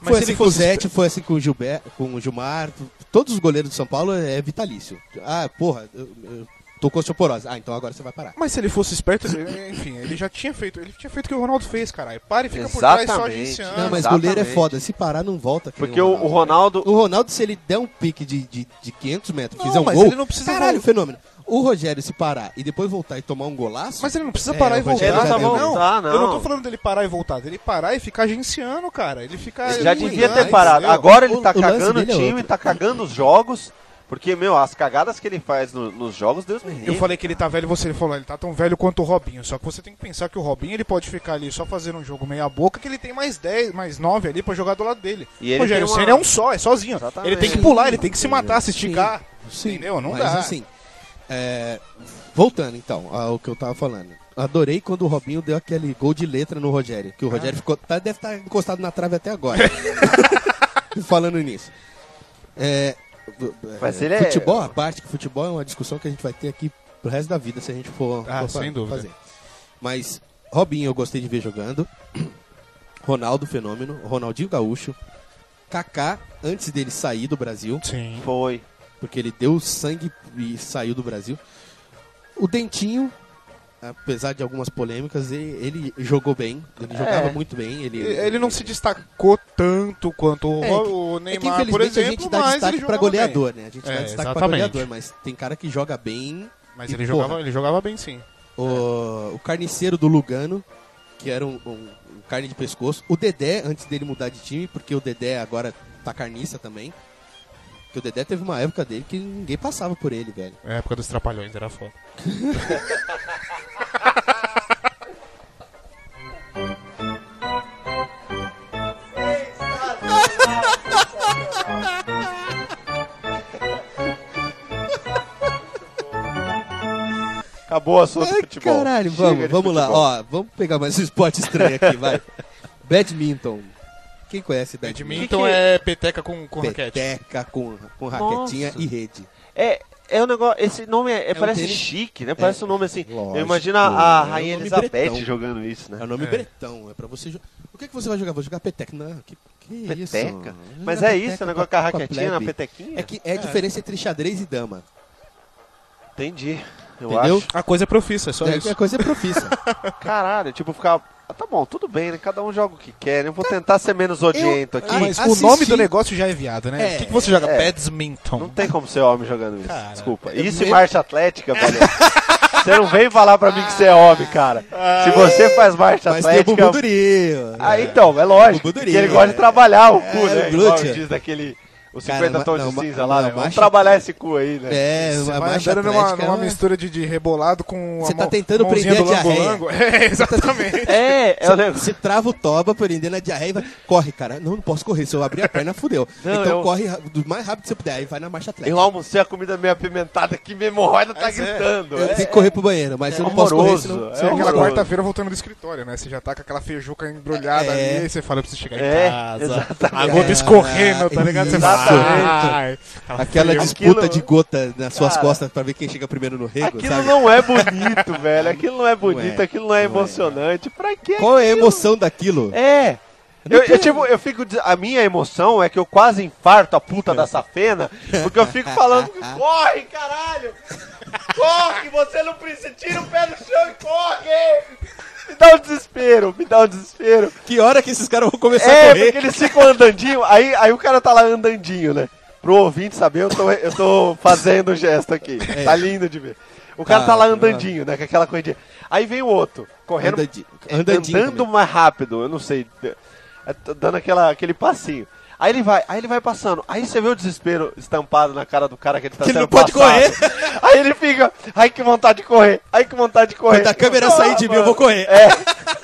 [SPEAKER 2] Mas se
[SPEAKER 3] foi assim
[SPEAKER 2] ele
[SPEAKER 3] com o
[SPEAKER 2] fosse-
[SPEAKER 3] Zete, foi assim com o, Gilber, com o Gilmar. Todos os goleiros do São Paulo é vitalício. Ah, porra, eu, eu tô com osteoporose. Ah, então agora você vai parar.
[SPEAKER 2] Mas se ele fosse esperto, ele- enfim, ele já tinha feito. Ele tinha feito o que o Ronaldo fez, caralho. Para e fica por trás só
[SPEAKER 4] Exatamente.
[SPEAKER 2] agenciando.
[SPEAKER 3] Não, mas
[SPEAKER 4] Exatamente.
[SPEAKER 3] goleiro é foda. Se parar, não volta. que nem
[SPEAKER 4] Porque o o Ronaldo.
[SPEAKER 3] O um Ronaldo, se ele der um pique de, de, de 500 metros e
[SPEAKER 2] Não,
[SPEAKER 3] fizer um
[SPEAKER 2] mas
[SPEAKER 3] gol,
[SPEAKER 2] ele não precisa
[SPEAKER 3] caralho,
[SPEAKER 2] vol-
[SPEAKER 3] fenômeno. O Rogério, se parar e depois voltar e tomar um golaço,
[SPEAKER 2] Mas ele não precisa
[SPEAKER 3] É,
[SPEAKER 2] parar e
[SPEAKER 3] o Rogério
[SPEAKER 2] voltar.
[SPEAKER 3] Ele não precisa
[SPEAKER 2] entendeu?
[SPEAKER 4] voltar, não.
[SPEAKER 2] Eu não tô falando dele parar e voltar, dele parar e ficar agenciando, cara. Ele fica.
[SPEAKER 4] Ele
[SPEAKER 3] é
[SPEAKER 4] já
[SPEAKER 2] ele
[SPEAKER 4] devia
[SPEAKER 2] engana,
[SPEAKER 4] ter parado.
[SPEAKER 2] entendeu?
[SPEAKER 4] Agora ele
[SPEAKER 3] O-
[SPEAKER 4] tá
[SPEAKER 3] o lance
[SPEAKER 4] cagando o
[SPEAKER 3] dele é
[SPEAKER 4] time,
[SPEAKER 3] outro.
[SPEAKER 4] tá cagando os jogos. Porque, meu, as cagadas que ele faz no- nos jogos, Deus me
[SPEAKER 2] Eu
[SPEAKER 4] livre.
[SPEAKER 2] falei que ele tá velho, você falou, ele tá tão velho quanto o Robinho. Só que você tem que pensar que o Robinho ele pode ficar ali só fazendo um jogo meia boca, que ele tem mais 10, mais 9 ali pra jogar do lado dele.
[SPEAKER 4] E ele
[SPEAKER 2] o Rogério
[SPEAKER 4] tem uma-
[SPEAKER 2] Senna é um só, é sozinho.
[SPEAKER 4] Exatamente.
[SPEAKER 2] Ele tem que
[SPEAKER 4] Sim,
[SPEAKER 2] pular, ele tem que se
[SPEAKER 3] entendeu?
[SPEAKER 2] matar, se
[SPEAKER 3] Sim.
[SPEAKER 2] esticar.
[SPEAKER 3] Sim,
[SPEAKER 2] Entendeu? Não
[SPEAKER 3] mas
[SPEAKER 2] dá.
[SPEAKER 3] assim, é, voltando então ao que eu tava falando. Adorei quando o Robinho deu aquele gol de letra no Rogério, que o
[SPEAKER 2] Ah.
[SPEAKER 3] Rogério ficou, tá- deve estar encostado na trave até
[SPEAKER 2] <laughs>
[SPEAKER 3] agora. <laughs> Falando nisso. É, do-
[SPEAKER 4] Mas
[SPEAKER 3] é,
[SPEAKER 4] ele é-
[SPEAKER 3] futebol, a parte que futebol é uma discussão que a gente vai ter aqui pro resto da vida se a gente for,
[SPEAKER 2] Ah,
[SPEAKER 3] for
[SPEAKER 2] sem
[SPEAKER 3] fa-
[SPEAKER 2] dúvida.
[SPEAKER 3] fazer. Mas Robinho eu gostei de ver jogando. <clears throat> Ronaldo fenômeno, Ronaldinho Gaúcho, Kaká antes dele sair do Brasil
[SPEAKER 2] Sim.
[SPEAKER 4] Foi.
[SPEAKER 3] porque ele deu sangue e saiu do Brasil. O Dentinho, apesar de algumas polêmicas, ele, ele jogou bem, ele jogava
[SPEAKER 2] É.
[SPEAKER 3] muito bem. Ele,
[SPEAKER 2] Ele não se destacou tanto quanto o,
[SPEAKER 3] É,
[SPEAKER 2] Ro-
[SPEAKER 3] que-
[SPEAKER 2] o
[SPEAKER 3] É que,
[SPEAKER 2] Neymar,
[SPEAKER 3] infelizmente,
[SPEAKER 2] por exemplo,
[SPEAKER 3] a gente dá
[SPEAKER 2] mas
[SPEAKER 3] destaque
[SPEAKER 2] ele
[SPEAKER 3] pra
[SPEAKER 2] jogava
[SPEAKER 3] goleador, né? A gente dá
[SPEAKER 2] É,
[SPEAKER 3] destaque pra
[SPEAKER 2] exatamente.
[SPEAKER 3] goleador, mas tem cara que joga bem.
[SPEAKER 2] bem. Mas
[SPEAKER 3] E,
[SPEAKER 2] ele
[SPEAKER 3] porra,
[SPEAKER 2] jogava, ele jogava bem sim.
[SPEAKER 3] O, o carniceiro do Lugano, que era um, um- um carne de pescoço. O Dedé, antes dele mudar de time, porque o Dedé agora tá carniça também. Porque o Dedé teve uma época dele que ninguém passava por ele, velho.
[SPEAKER 2] É a época dos trapalhões, era foda.
[SPEAKER 4] Acabou o assunto
[SPEAKER 3] Ai,
[SPEAKER 4] futebol.
[SPEAKER 3] Caralho,
[SPEAKER 4] Chega
[SPEAKER 3] vamos,
[SPEAKER 4] de
[SPEAKER 3] vamos lá.
[SPEAKER 4] futebol.
[SPEAKER 3] Ó, vamos pegar mais um esporte estranho
[SPEAKER 4] <laughs>
[SPEAKER 3] aqui, vai. Badminton. Quem conhece badminton?
[SPEAKER 2] Badminton
[SPEAKER 4] que-
[SPEAKER 2] é peteca com, com raquete.
[SPEAKER 3] Peteca com, com raquetinha
[SPEAKER 4] Nossa.
[SPEAKER 3] e rede.
[SPEAKER 4] É, é um negócio. Esse nome é, é-
[SPEAKER 3] um
[SPEAKER 4] parece
[SPEAKER 3] tênis- É.
[SPEAKER 4] chique, né? Parece um nome assim.
[SPEAKER 3] lógico,
[SPEAKER 4] eu imagino a,
[SPEAKER 3] é
[SPEAKER 4] a
[SPEAKER 3] um
[SPEAKER 4] Rainha
[SPEAKER 3] nome
[SPEAKER 4] Elizabeth
[SPEAKER 3] bretão.
[SPEAKER 4] jogando isso,
[SPEAKER 3] É
[SPEAKER 4] né?
[SPEAKER 3] o nome
[SPEAKER 2] É.
[SPEAKER 3] bretão, é pra você jogar. O que, é que você vai jogar? Vou jogar peteca. Não, que, que isso?
[SPEAKER 4] Peteca.
[SPEAKER 3] Jogar
[SPEAKER 4] Mas é
[SPEAKER 3] peteca
[SPEAKER 4] isso, o negócio
[SPEAKER 3] com
[SPEAKER 4] com a
[SPEAKER 3] com
[SPEAKER 4] raquetinha, na
[SPEAKER 3] plebe.
[SPEAKER 4] petequinha?
[SPEAKER 3] É que é a diferença entre xadrez e dama.
[SPEAKER 4] Entendi. Eu
[SPEAKER 3] Entendeu?
[SPEAKER 4] acho.
[SPEAKER 2] A coisa é profissa, é só
[SPEAKER 3] É,
[SPEAKER 2] isso.
[SPEAKER 3] a coisa é
[SPEAKER 4] <laughs>
[SPEAKER 3] profissa.
[SPEAKER 4] Caralho, tipo, ficar. Ah, tá bom, tudo bem, né? Cada um joga o que quer. né? Eu vou tentar ser menos odiento aqui.
[SPEAKER 3] Ah,
[SPEAKER 2] mas o
[SPEAKER 3] assisti-
[SPEAKER 2] nome do negócio já é viado, né?
[SPEAKER 3] É,
[SPEAKER 2] O que, que você joga?
[SPEAKER 4] é.
[SPEAKER 2] Badminton.
[SPEAKER 4] Não tem como ser homem jogando isso.
[SPEAKER 2] Cara,
[SPEAKER 4] Desculpa.
[SPEAKER 3] é
[SPEAKER 4] Isso e
[SPEAKER 3] mesmo.
[SPEAKER 4] marcha atlética,
[SPEAKER 3] <laughs>
[SPEAKER 4] velho. Você não vem falar pra mim que você é homem, cara. Se você faz marcha
[SPEAKER 3] Ah. Mas tem o
[SPEAKER 4] atlética.
[SPEAKER 3] bumbum durinho.
[SPEAKER 4] Ah, então, é lógico.
[SPEAKER 3] O
[SPEAKER 4] Que
[SPEAKER 3] Budurinho,
[SPEAKER 4] ele gosta de
[SPEAKER 3] é.
[SPEAKER 4] trabalhar o cu,
[SPEAKER 3] É,
[SPEAKER 4] né?
[SPEAKER 3] o
[SPEAKER 4] Igual
[SPEAKER 3] glúteo.
[SPEAKER 4] diz daquele. Os
[SPEAKER 3] Cara,
[SPEAKER 4] 50
[SPEAKER 3] ma-
[SPEAKER 4] tons de
[SPEAKER 3] não,
[SPEAKER 4] cinza
[SPEAKER 3] ma-
[SPEAKER 4] lá,
[SPEAKER 3] não,
[SPEAKER 4] né? Vamos
[SPEAKER 3] macho-
[SPEAKER 4] trabalhar esse cu aí, né?
[SPEAKER 3] É,
[SPEAKER 2] Você
[SPEAKER 3] a
[SPEAKER 2] vai
[SPEAKER 3] marcha é
[SPEAKER 2] andando numa,
[SPEAKER 3] atlética,
[SPEAKER 2] numa
[SPEAKER 3] ela-
[SPEAKER 2] mistura de, de rebolado com
[SPEAKER 3] Você
[SPEAKER 2] a
[SPEAKER 3] tá
[SPEAKER 2] mão-
[SPEAKER 3] tentando
[SPEAKER 2] mãozinha
[SPEAKER 3] prender
[SPEAKER 2] do
[SPEAKER 3] a diarreia. tá
[SPEAKER 2] lango-lango. <laughs> É,
[SPEAKER 3] <laughs>
[SPEAKER 2] exatamente.
[SPEAKER 4] <laughs> <laughs> É, é o negócio.
[SPEAKER 3] Se trava o toba, prendendo a diarreia e vai. Corre, cara. Não, não posso correr. Se eu abrir a perna, fudeu.
[SPEAKER 4] <laughs> Não,
[SPEAKER 3] então
[SPEAKER 4] eu-
[SPEAKER 3] corre ra- do mais rápido que você puder. Aí vai na marcha atlética.
[SPEAKER 4] Eu almocei a comida meio apimentada que minha hemorroida tá
[SPEAKER 2] Mas é.
[SPEAKER 4] gritando.
[SPEAKER 3] Eu
[SPEAKER 4] É,
[SPEAKER 3] tenho que correr pro banheiro, mas eu não posso correr.
[SPEAKER 4] horroroso.
[SPEAKER 3] Senão...
[SPEAKER 2] Você é aquela
[SPEAKER 4] horroroso.
[SPEAKER 2] quarta-feira voltando do escritório, né? Você já tá com aquela feijuca embrulhada
[SPEAKER 3] É.
[SPEAKER 2] ali, aí você fala pra você chegar em
[SPEAKER 4] É,
[SPEAKER 2] casa. Ah,
[SPEAKER 4] exatamente.
[SPEAKER 2] A gota escorrendo, tá ligado? Você fala,
[SPEAKER 3] Exatamente.
[SPEAKER 2] "Ai, tá
[SPEAKER 3] Aquela
[SPEAKER 2] frio."
[SPEAKER 3] disputa
[SPEAKER 4] Aquilo-
[SPEAKER 3] de gota nas suas
[SPEAKER 4] Cara.
[SPEAKER 3] costas pra ver quem chega primeiro no rego,
[SPEAKER 4] Aquilo
[SPEAKER 3] sabe?
[SPEAKER 4] não é bonito, velho. Aquilo não é bonito,
[SPEAKER 3] é,
[SPEAKER 4] aquilo não é
[SPEAKER 3] não é.
[SPEAKER 4] emocionante. Pra que
[SPEAKER 3] Qual é a
[SPEAKER 4] aquilo?
[SPEAKER 3] emoção daquilo?
[SPEAKER 4] É. Eu, eu, tipo, eu fico. des- A minha emoção é que eu quase infarto a puta da safena, porque eu fico falando que corre, caralho! Corre, você não precisa, tira o pé do chão e corre! Me dá um desespero, me dá um desespero.
[SPEAKER 3] Que hora que esses caras vão começar a
[SPEAKER 4] É,
[SPEAKER 3] correr?
[SPEAKER 4] porque eles ficam andandinho, aí, aí o cara tá lá andandinho, né? Pro ouvinte saber, eu tô, eu tô fazendo o gesto aqui.
[SPEAKER 3] É.
[SPEAKER 4] Tá lindo de ver. O cara
[SPEAKER 3] Tá,
[SPEAKER 4] tá lá
[SPEAKER 3] tá.
[SPEAKER 4] andandinho, né? Com aquela coisa de... Aí vem o outro, correndo
[SPEAKER 3] Andandi-
[SPEAKER 4] é,
[SPEAKER 3] andandinho
[SPEAKER 4] andando
[SPEAKER 3] também.
[SPEAKER 4] mais rápido, eu não sei, d- é, t- dando aquela, aquele passinho. Aí ele vai, aí ele vai passando. Aí você vê o desespero estampado na cara do cara que ele tá
[SPEAKER 3] Que ele
[SPEAKER 4] sendo
[SPEAKER 3] não pode
[SPEAKER 4] passado.
[SPEAKER 3] correr.
[SPEAKER 4] <laughs> Aí ele fica, ai que vontade de correr, ai que vontade de correr.
[SPEAKER 3] Quando a câmera sair de mim, eu vou correr.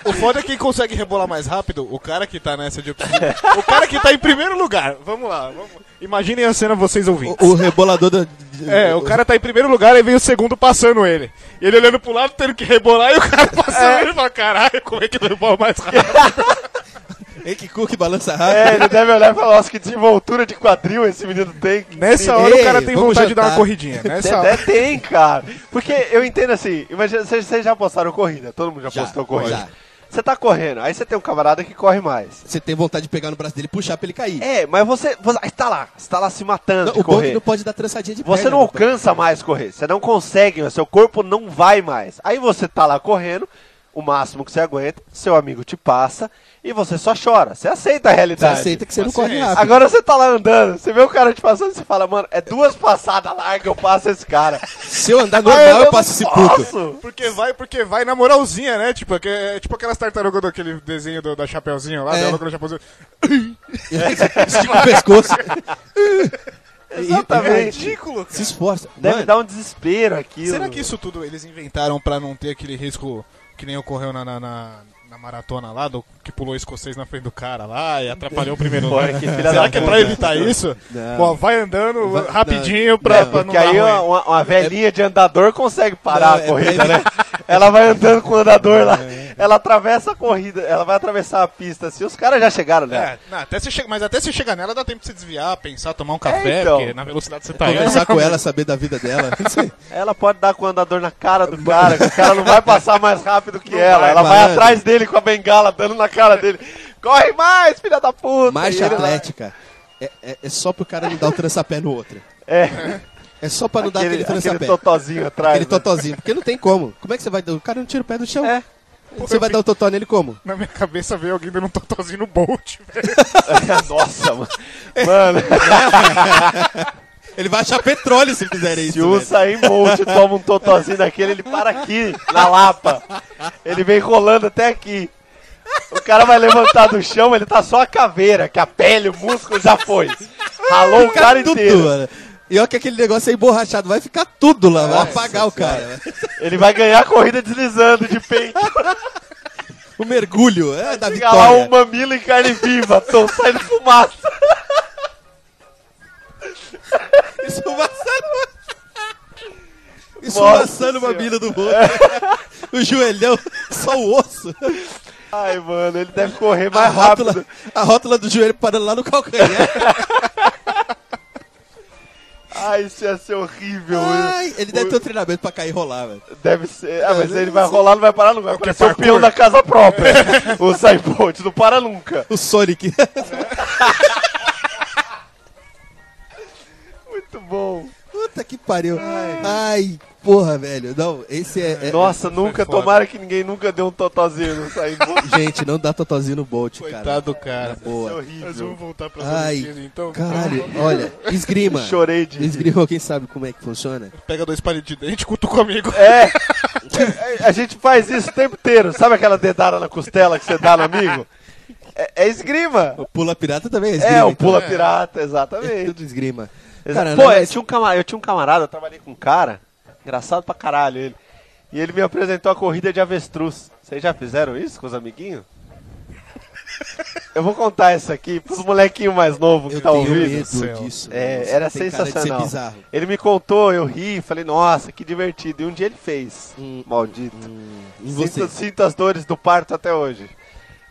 [SPEAKER 2] O foda é quem consegue rebolar mais rápido, o cara que tá nessa de opção. o cara que tá em primeiro lugar. Vamos lá, vamos. Imaginem a cena vocês ouvindo.
[SPEAKER 3] O, o rebolador da. de-
[SPEAKER 2] É, o cara tá em primeiro lugar, aí vem o segundo passando ele. E ele olhando pro lado, tendo que rebolar, e o cara passando ele e fala, caralho, como é que eu rebolo mais rápido?
[SPEAKER 3] Ei, que cu que balança
[SPEAKER 4] É,
[SPEAKER 3] rápido.
[SPEAKER 4] ele deve olhar e falar, nossa, que desenvoltura de quadril esse menino tem.
[SPEAKER 2] <laughs> Nessa
[SPEAKER 3] Ei,
[SPEAKER 2] hora o cara tem
[SPEAKER 3] vamos
[SPEAKER 2] vontade de dar uma
[SPEAKER 3] jantar. <laughs>
[SPEAKER 2] corridinha. Nessa
[SPEAKER 4] Até
[SPEAKER 2] hora.
[SPEAKER 4] tem, cara. Porque eu entendo assim, imagina, vocês vocês já postaram corrida, todo mundo já,
[SPEAKER 3] Já,
[SPEAKER 4] postou corrida.
[SPEAKER 3] já.
[SPEAKER 4] Você tá correndo, aí você tem um camarada que corre mais.
[SPEAKER 3] Você tem vontade de pegar no braço dele e puxar pra ele cair.
[SPEAKER 4] É, mas você, você aí tá lá, você tá lá se matando
[SPEAKER 3] Não,
[SPEAKER 4] de
[SPEAKER 3] o bom é que
[SPEAKER 4] correr.
[SPEAKER 3] não pode dar trançadinha de
[SPEAKER 4] Você
[SPEAKER 3] perna,
[SPEAKER 4] não
[SPEAKER 3] né, pra-
[SPEAKER 4] alcança mais correr, você não consegue, mas seu corpo não vai mais. Aí você tá lá correndo, o máximo que você aguenta, seu amigo te passa e você só chora. Você aceita a
[SPEAKER 3] Você
[SPEAKER 4] realidade.
[SPEAKER 3] aceita que você não corre
[SPEAKER 2] Paciência.
[SPEAKER 3] rápido.
[SPEAKER 4] Agora você tá lá andando, você vê o cara te passando e você fala, mano, é duas passadas largas, eu passo esse cara.
[SPEAKER 3] Se eu andar
[SPEAKER 4] Aí
[SPEAKER 3] <laughs> normal, eu
[SPEAKER 4] não
[SPEAKER 3] passo esse puto. <laughs>
[SPEAKER 4] posso.
[SPEAKER 2] Porque vai, porque vai na moralzinha, né? Tipo, aque- é tipo aquelas tartarugas daquele desenho do- da Chapeuzinho lá,
[SPEAKER 3] É.
[SPEAKER 2] dela com o Chapeuzinho.
[SPEAKER 3] Estica o
[SPEAKER 4] <laughs>
[SPEAKER 3] pescoço.
[SPEAKER 4] Exatamente.
[SPEAKER 2] Ridículo,
[SPEAKER 3] Se esforça.
[SPEAKER 4] Deve
[SPEAKER 3] Mano,
[SPEAKER 4] dar um desespero aquilo.
[SPEAKER 2] Será que isso tudo eles inventaram pra não ter aquele risco que nem ocorreu na, na, na- na maratona lá, do, que pulou o escocês na frente do cara lá e atrapalhou o primeiro
[SPEAKER 4] Pô,
[SPEAKER 2] lugar?
[SPEAKER 4] que filha
[SPEAKER 2] Será
[SPEAKER 4] da
[SPEAKER 2] que é
[SPEAKER 4] puta.
[SPEAKER 2] pra evitar isso?
[SPEAKER 3] Não.
[SPEAKER 2] Pô, vai andando
[SPEAKER 3] Vai-
[SPEAKER 2] rapidinho pra
[SPEAKER 4] É,
[SPEAKER 2] pra não
[SPEAKER 4] porque
[SPEAKER 2] dar
[SPEAKER 4] aí uma,
[SPEAKER 2] ruim.
[SPEAKER 4] uma- uma velhinha de andador consegue parar
[SPEAKER 3] É- Não,
[SPEAKER 4] a
[SPEAKER 3] é
[SPEAKER 4] corrida,
[SPEAKER 3] pra
[SPEAKER 4] né? Ela vai andando com o andador lá. Ela atravessa a corrida, ela vai atravessar a pista. Se os caras já chegaram, né?
[SPEAKER 2] É, não, até você chega, mas até você chegar nela dá tempo de você desviar, pensar, tomar um café,
[SPEAKER 4] então.
[SPEAKER 2] porque na velocidade que você tá indo.
[SPEAKER 3] conversar com ela, saber da
[SPEAKER 4] <laughs>
[SPEAKER 3] vida dela. Não sei.
[SPEAKER 4] Ela pode dar com o andador na cara do cara, que o cara não vai passar mais rápido que ela.
[SPEAKER 3] vai,
[SPEAKER 4] ela vai
[SPEAKER 3] malandro.
[SPEAKER 4] atrás dele com a bengala, dando na cara dele. Corre mais, filha da puta! E
[SPEAKER 3] Marcha
[SPEAKER 4] ele lá-
[SPEAKER 3] atlética. É, é- é só pro cara não dar o trançapé no outro.
[SPEAKER 4] É,
[SPEAKER 3] É só pra não dar
[SPEAKER 4] aquele,
[SPEAKER 3] aquele
[SPEAKER 4] aquele
[SPEAKER 3] trançapé.
[SPEAKER 4] totozinho atrás.
[SPEAKER 3] Aquele
[SPEAKER 4] né?
[SPEAKER 3] totozinho. Porque não tem como. Como é que você vai... dar- O cara não tira o pé do chão.
[SPEAKER 4] É.
[SPEAKER 3] Você vai dar o totó nele como?
[SPEAKER 2] Na minha cabeça veio alguém dando um totozinho no Bolt, velho.
[SPEAKER 4] <laughs> Nossa, mano.
[SPEAKER 3] <laughs>
[SPEAKER 4] Mano,
[SPEAKER 3] Ele vai achar petróleo se fizerem
[SPEAKER 4] se
[SPEAKER 3] isso,
[SPEAKER 4] o
[SPEAKER 3] velho.
[SPEAKER 4] Saim Bolt toma um totozinho daquele, ele para aqui, na Lapa. Ele vem rolando até aqui. O cara vai levantar do chão, ele tá só a caveira, que a pele, o músculo já foi. Ralou o cara
[SPEAKER 3] tudo,
[SPEAKER 4] inteiro.
[SPEAKER 3] mano. E olha que aquele negócio aí borrachado, vai ficar tudo lá,
[SPEAKER 4] É,
[SPEAKER 3] vai apagar o cara. né?
[SPEAKER 4] Ele vai ganhar a corrida deslizando de peito.
[SPEAKER 3] O mergulho é da
[SPEAKER 4] Fica lá um
[SPEAKER 3] vitória.
[SPEAKER 4] mamilo em carne viva, tô saindo fumaça.
[SPEAKER 3] Esfumaçando,
[SPEAKER 4] Esfumaçando <laughs>
[SPEAKER 3] esfumaçando
[SPEAKER 4] uma
[SPEAKER 3] uma
[SPEAKER 4] bila
[SPEAKER 3] mina do bolo. o joelhão, só o
[SPEAKER 4] <laughs>
[SPEAKER 3] osso.
[SPEAKER 4] Ai, mano, ele deve correr
[SPEAKER 3] A
[SPEAKER 4] mais rápido.
[SPEAKER 3] rótula, a rótula do joelho parando lá
[SPEAKER 4] <laughs>
[SPEAKER 3] no calcanhar.
[SPEAKER 4] Ai, isso ia ser horrível.
[SPEAKER 3] Ai, ele deve
[SPEAKER 4] O-
[SPEAKER 3] ter um treinamento pra cair e rolar, velho.
[SPEAKER 4] Deve ser. Ah, mas
[SPEAKER 3] eu
[SPEAKER 4] ele
[SPEAKER 3] não
[SPEAKER 4] vai
[SPEAKER 3] sei.
[SPEAKER 4] rolar, não vai parar nunca. Vai
[SPEAKER 2] que é
[SPEAKER 4] parecer o
[SPEAKER 2] parkour?
[SPEAKER 4] peão da
[SPEAKER 2] <laughs>
[SPEAKER 4] casa própria. o Saibolt, não para nunca.
[SPEAKER 3] O Sonic. <laughs>
[SPEAKER 4] Muito bom.
[SPEAKER 3] Puta que pariu. Ai, porra, velho. Não, esse é. é-
[SPEAKER 4] Nossa, nunca.
[SPEAKER 2] foda.
[SPEAKER 4] Tomara que ninguém nunca deu um totozinho no Saibolt.
[SPEAKER 3] Gente, não dá totozinho no Bolt, cara.
[SPEAKER 2] Coitado do cara.
[SPEAKER 4] Isso é
[SPEAKER 3] Boa.
[SPEAKER 2] Mas
[SPEAKER 4] horrível.
[SPEAKER 2] vamos voltar pras
[SPEAKER 3] Ai,
[SPEAKER 2] Olimpíadas então. <laughs>
[SPEAKER 3] caralho. Olha, esgrima.
[SPEAKER 4] Chorei de. rir.
[SPEAKER 3] Esgrima, quem sabe como é que funciona?
[SPEAKER 2] Pega dois palitos de dente, cutuca o amigo.
[SPEAKER 4] É, É, a gente faz isso o tempo inteiro. Sabe aquela dedada na costela que você dá no amigo? É, é esgrima.
[SPEAKER 3] O pula pirata também é esgrima.
[SPEAKER 4] É, o
[SPEAKER 3] então.
[SPEAKER 4] pula pirata,
[SPEAKER 3] É
[SPEAKER 4] exatamente.
[SPEAKER 3] tudo esgrima.
[SPEAKER 4] Exa-
[SPEAKER 3] Cara,
[SPEAKER 4] Pô,
[SPEAKER 3] não,
[SPEAKER 4] eu,
[SPEAKER 3] mas-
[SPEAKER 4] tinha um camarada, eu tinha um camarada, eu trabalhei com um cara, engraçado pra caralho ele. E ele me apresentou a corrida de avestruz. Vocês já fizeram isso com os
[SPEAKER 3] <laughs>
[SPEAKER 4] amiguinhos? Eu vou contar isso aqui pros molequinhos mais novos que
[SPEAKER 3] Eu
[SPEAKER 4] tá
[SPEAKER 3] tenho
[SPEAKER 4] ouvindo.
[SPEAKER 3] medo
[SPEAKER 2] céu.
[SPEAKER 3] disso.
[SPEAKER 4] É,
[SPEAKER 3] Isso né?
[SPEAKER 4] era
[SPEAKER 3] tem cara de ser
[SPEAKER 4] sensacional.
[SPEAKER 3] bizarro.
[SPEAKER 4] Ele me contou, eu ri, falei, nossa, que divertido. E um dia ele fez,
[SPEAKER 3] Hum,
[SPEAKER 4] maldito.
[SPEAKER 3] E você?
[SPEAKER 4] Sinto, sinto as dores do parto até hoje.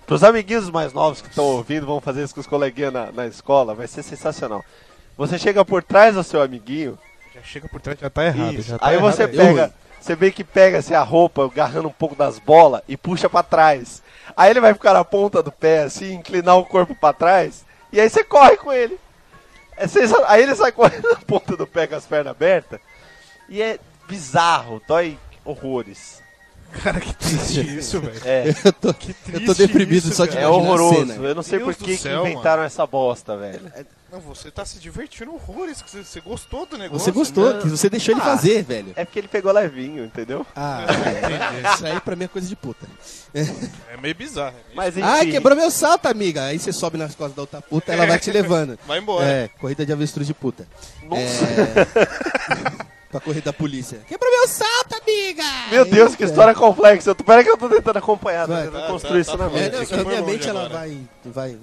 [SPEAKER 4] Pros amiguinhos mais novos que estão ouvindo, vão fazer isso com os coleguinhas na, na escola, vai ser sensacional. Você chega por trás do seu amiguinho,
[SPEAKER 2] Já chega por trás, já tá errado.
[SPEAKER 4] isso.
[SPEAKER 2] já tá
[SPEAKER 4] aí
[SPEAKER 2] errado
[SPEAKER 4] você
[SPEAKER 3] Eu-
[SPEAKER 4] pega, você meio que pega assim, a roupa, agarrando um pouco das bolas e puxa pra trás. Aí ele vai ficar na ponta do pé, assim, inclinar o corpo pra trás, e aí você corre com ele. É sensa- Aí ele sai <laughs> correndo na ponta do pé com as pernas abertas, e é bizarro, dói horrores.
[SPEAKER 2] Cara, que triste isso, velho.
[SPEAKER 4] É,
[SPEAKER 3] <laughs> Eu tô,
[SPEAKER 2] Que triste
[SPEAKER 3] eu tô deprimido
[SPEAKER 2] isso,
[SPEAKER 3] só de
[SPEAKER 2] cara.
[SPEAKER 4] é
[SPEAKER 3] imaginar a
[SPEAKER 4] horroroso.
[SPEAKER 3] cena. É,
[SPEAKER 4] Eu não sei
[SPEAKER 2] Deus
[SPEAKER 4] por
[SPEAKER 2] do
[SPEAKER 4] que, que
[SPEAKER 2] céu,
[SPEAKER 4] inventaram essa bosta, velho.
[SPEAKER 2] Não, você tá se divertindo horrores, que você, você gostou do negócio.
[SPEAKER 3] Você gostou,
[SPEAKER 4] não.
[SPEAKER 3] que você deixou ele
[SPEAKER 4] Ah.
[SPEAKER 3] fazer, velho.
[SPEAKER 4] É porque ele pegou levinho, entendeu?
[SPEAKER 3] Ah, <laughs> isso aí pra mim é coisa de puta.
[SPEAKER 2] É meio bizarro. é meio-
[SPEAKER 4] Mas enfim.
[SPEAKER 3] Ai, Ah, quebrou meu salto, amiga. Aí você sobe nas costas da outra puta, ela vai te levando.
[SPEAKER 2] É. Vai embora.
[SPEAKER 3] É, corrida de avestruz de puta.
[SPEAKER 4] Nossa.
[SPEAKER 3] É... <laughs> pra correr da polícia. Quebrou meu salto, amiga!
[SPEAKER 4] Meu Deus, que
[SPEAKER 3] <laughs> Eita.
[SPEAKER 4] história complexa. Eu tô- Pera que eu tô tentando acompanhar, tô
[SPEAKER 3] É. Vai,
[SPEAKER 4] tentando
[SPEAKER 2] tá,
[SPEAKER 4] construir
[SPEAKER 2] tá,
[SPEAKER 4] isso
[SPEAKER 2] tá
[SPEAKER 4] na
[SPEAKER 2] bom.
[SPEAKER 3] É,
[SPEAKER 4] mente.
[SPEAKER 3] não,
[SPEAKER 2] Esse
[SPEAKER 3] a
[SPEAKER 2] foi
[SPEAKER 3] minha
[SPEAKER 2] longe
[SPEAKER 3] mente ela
[SPEAKER 2] agora.
[SPEAKER 3] vai, vai.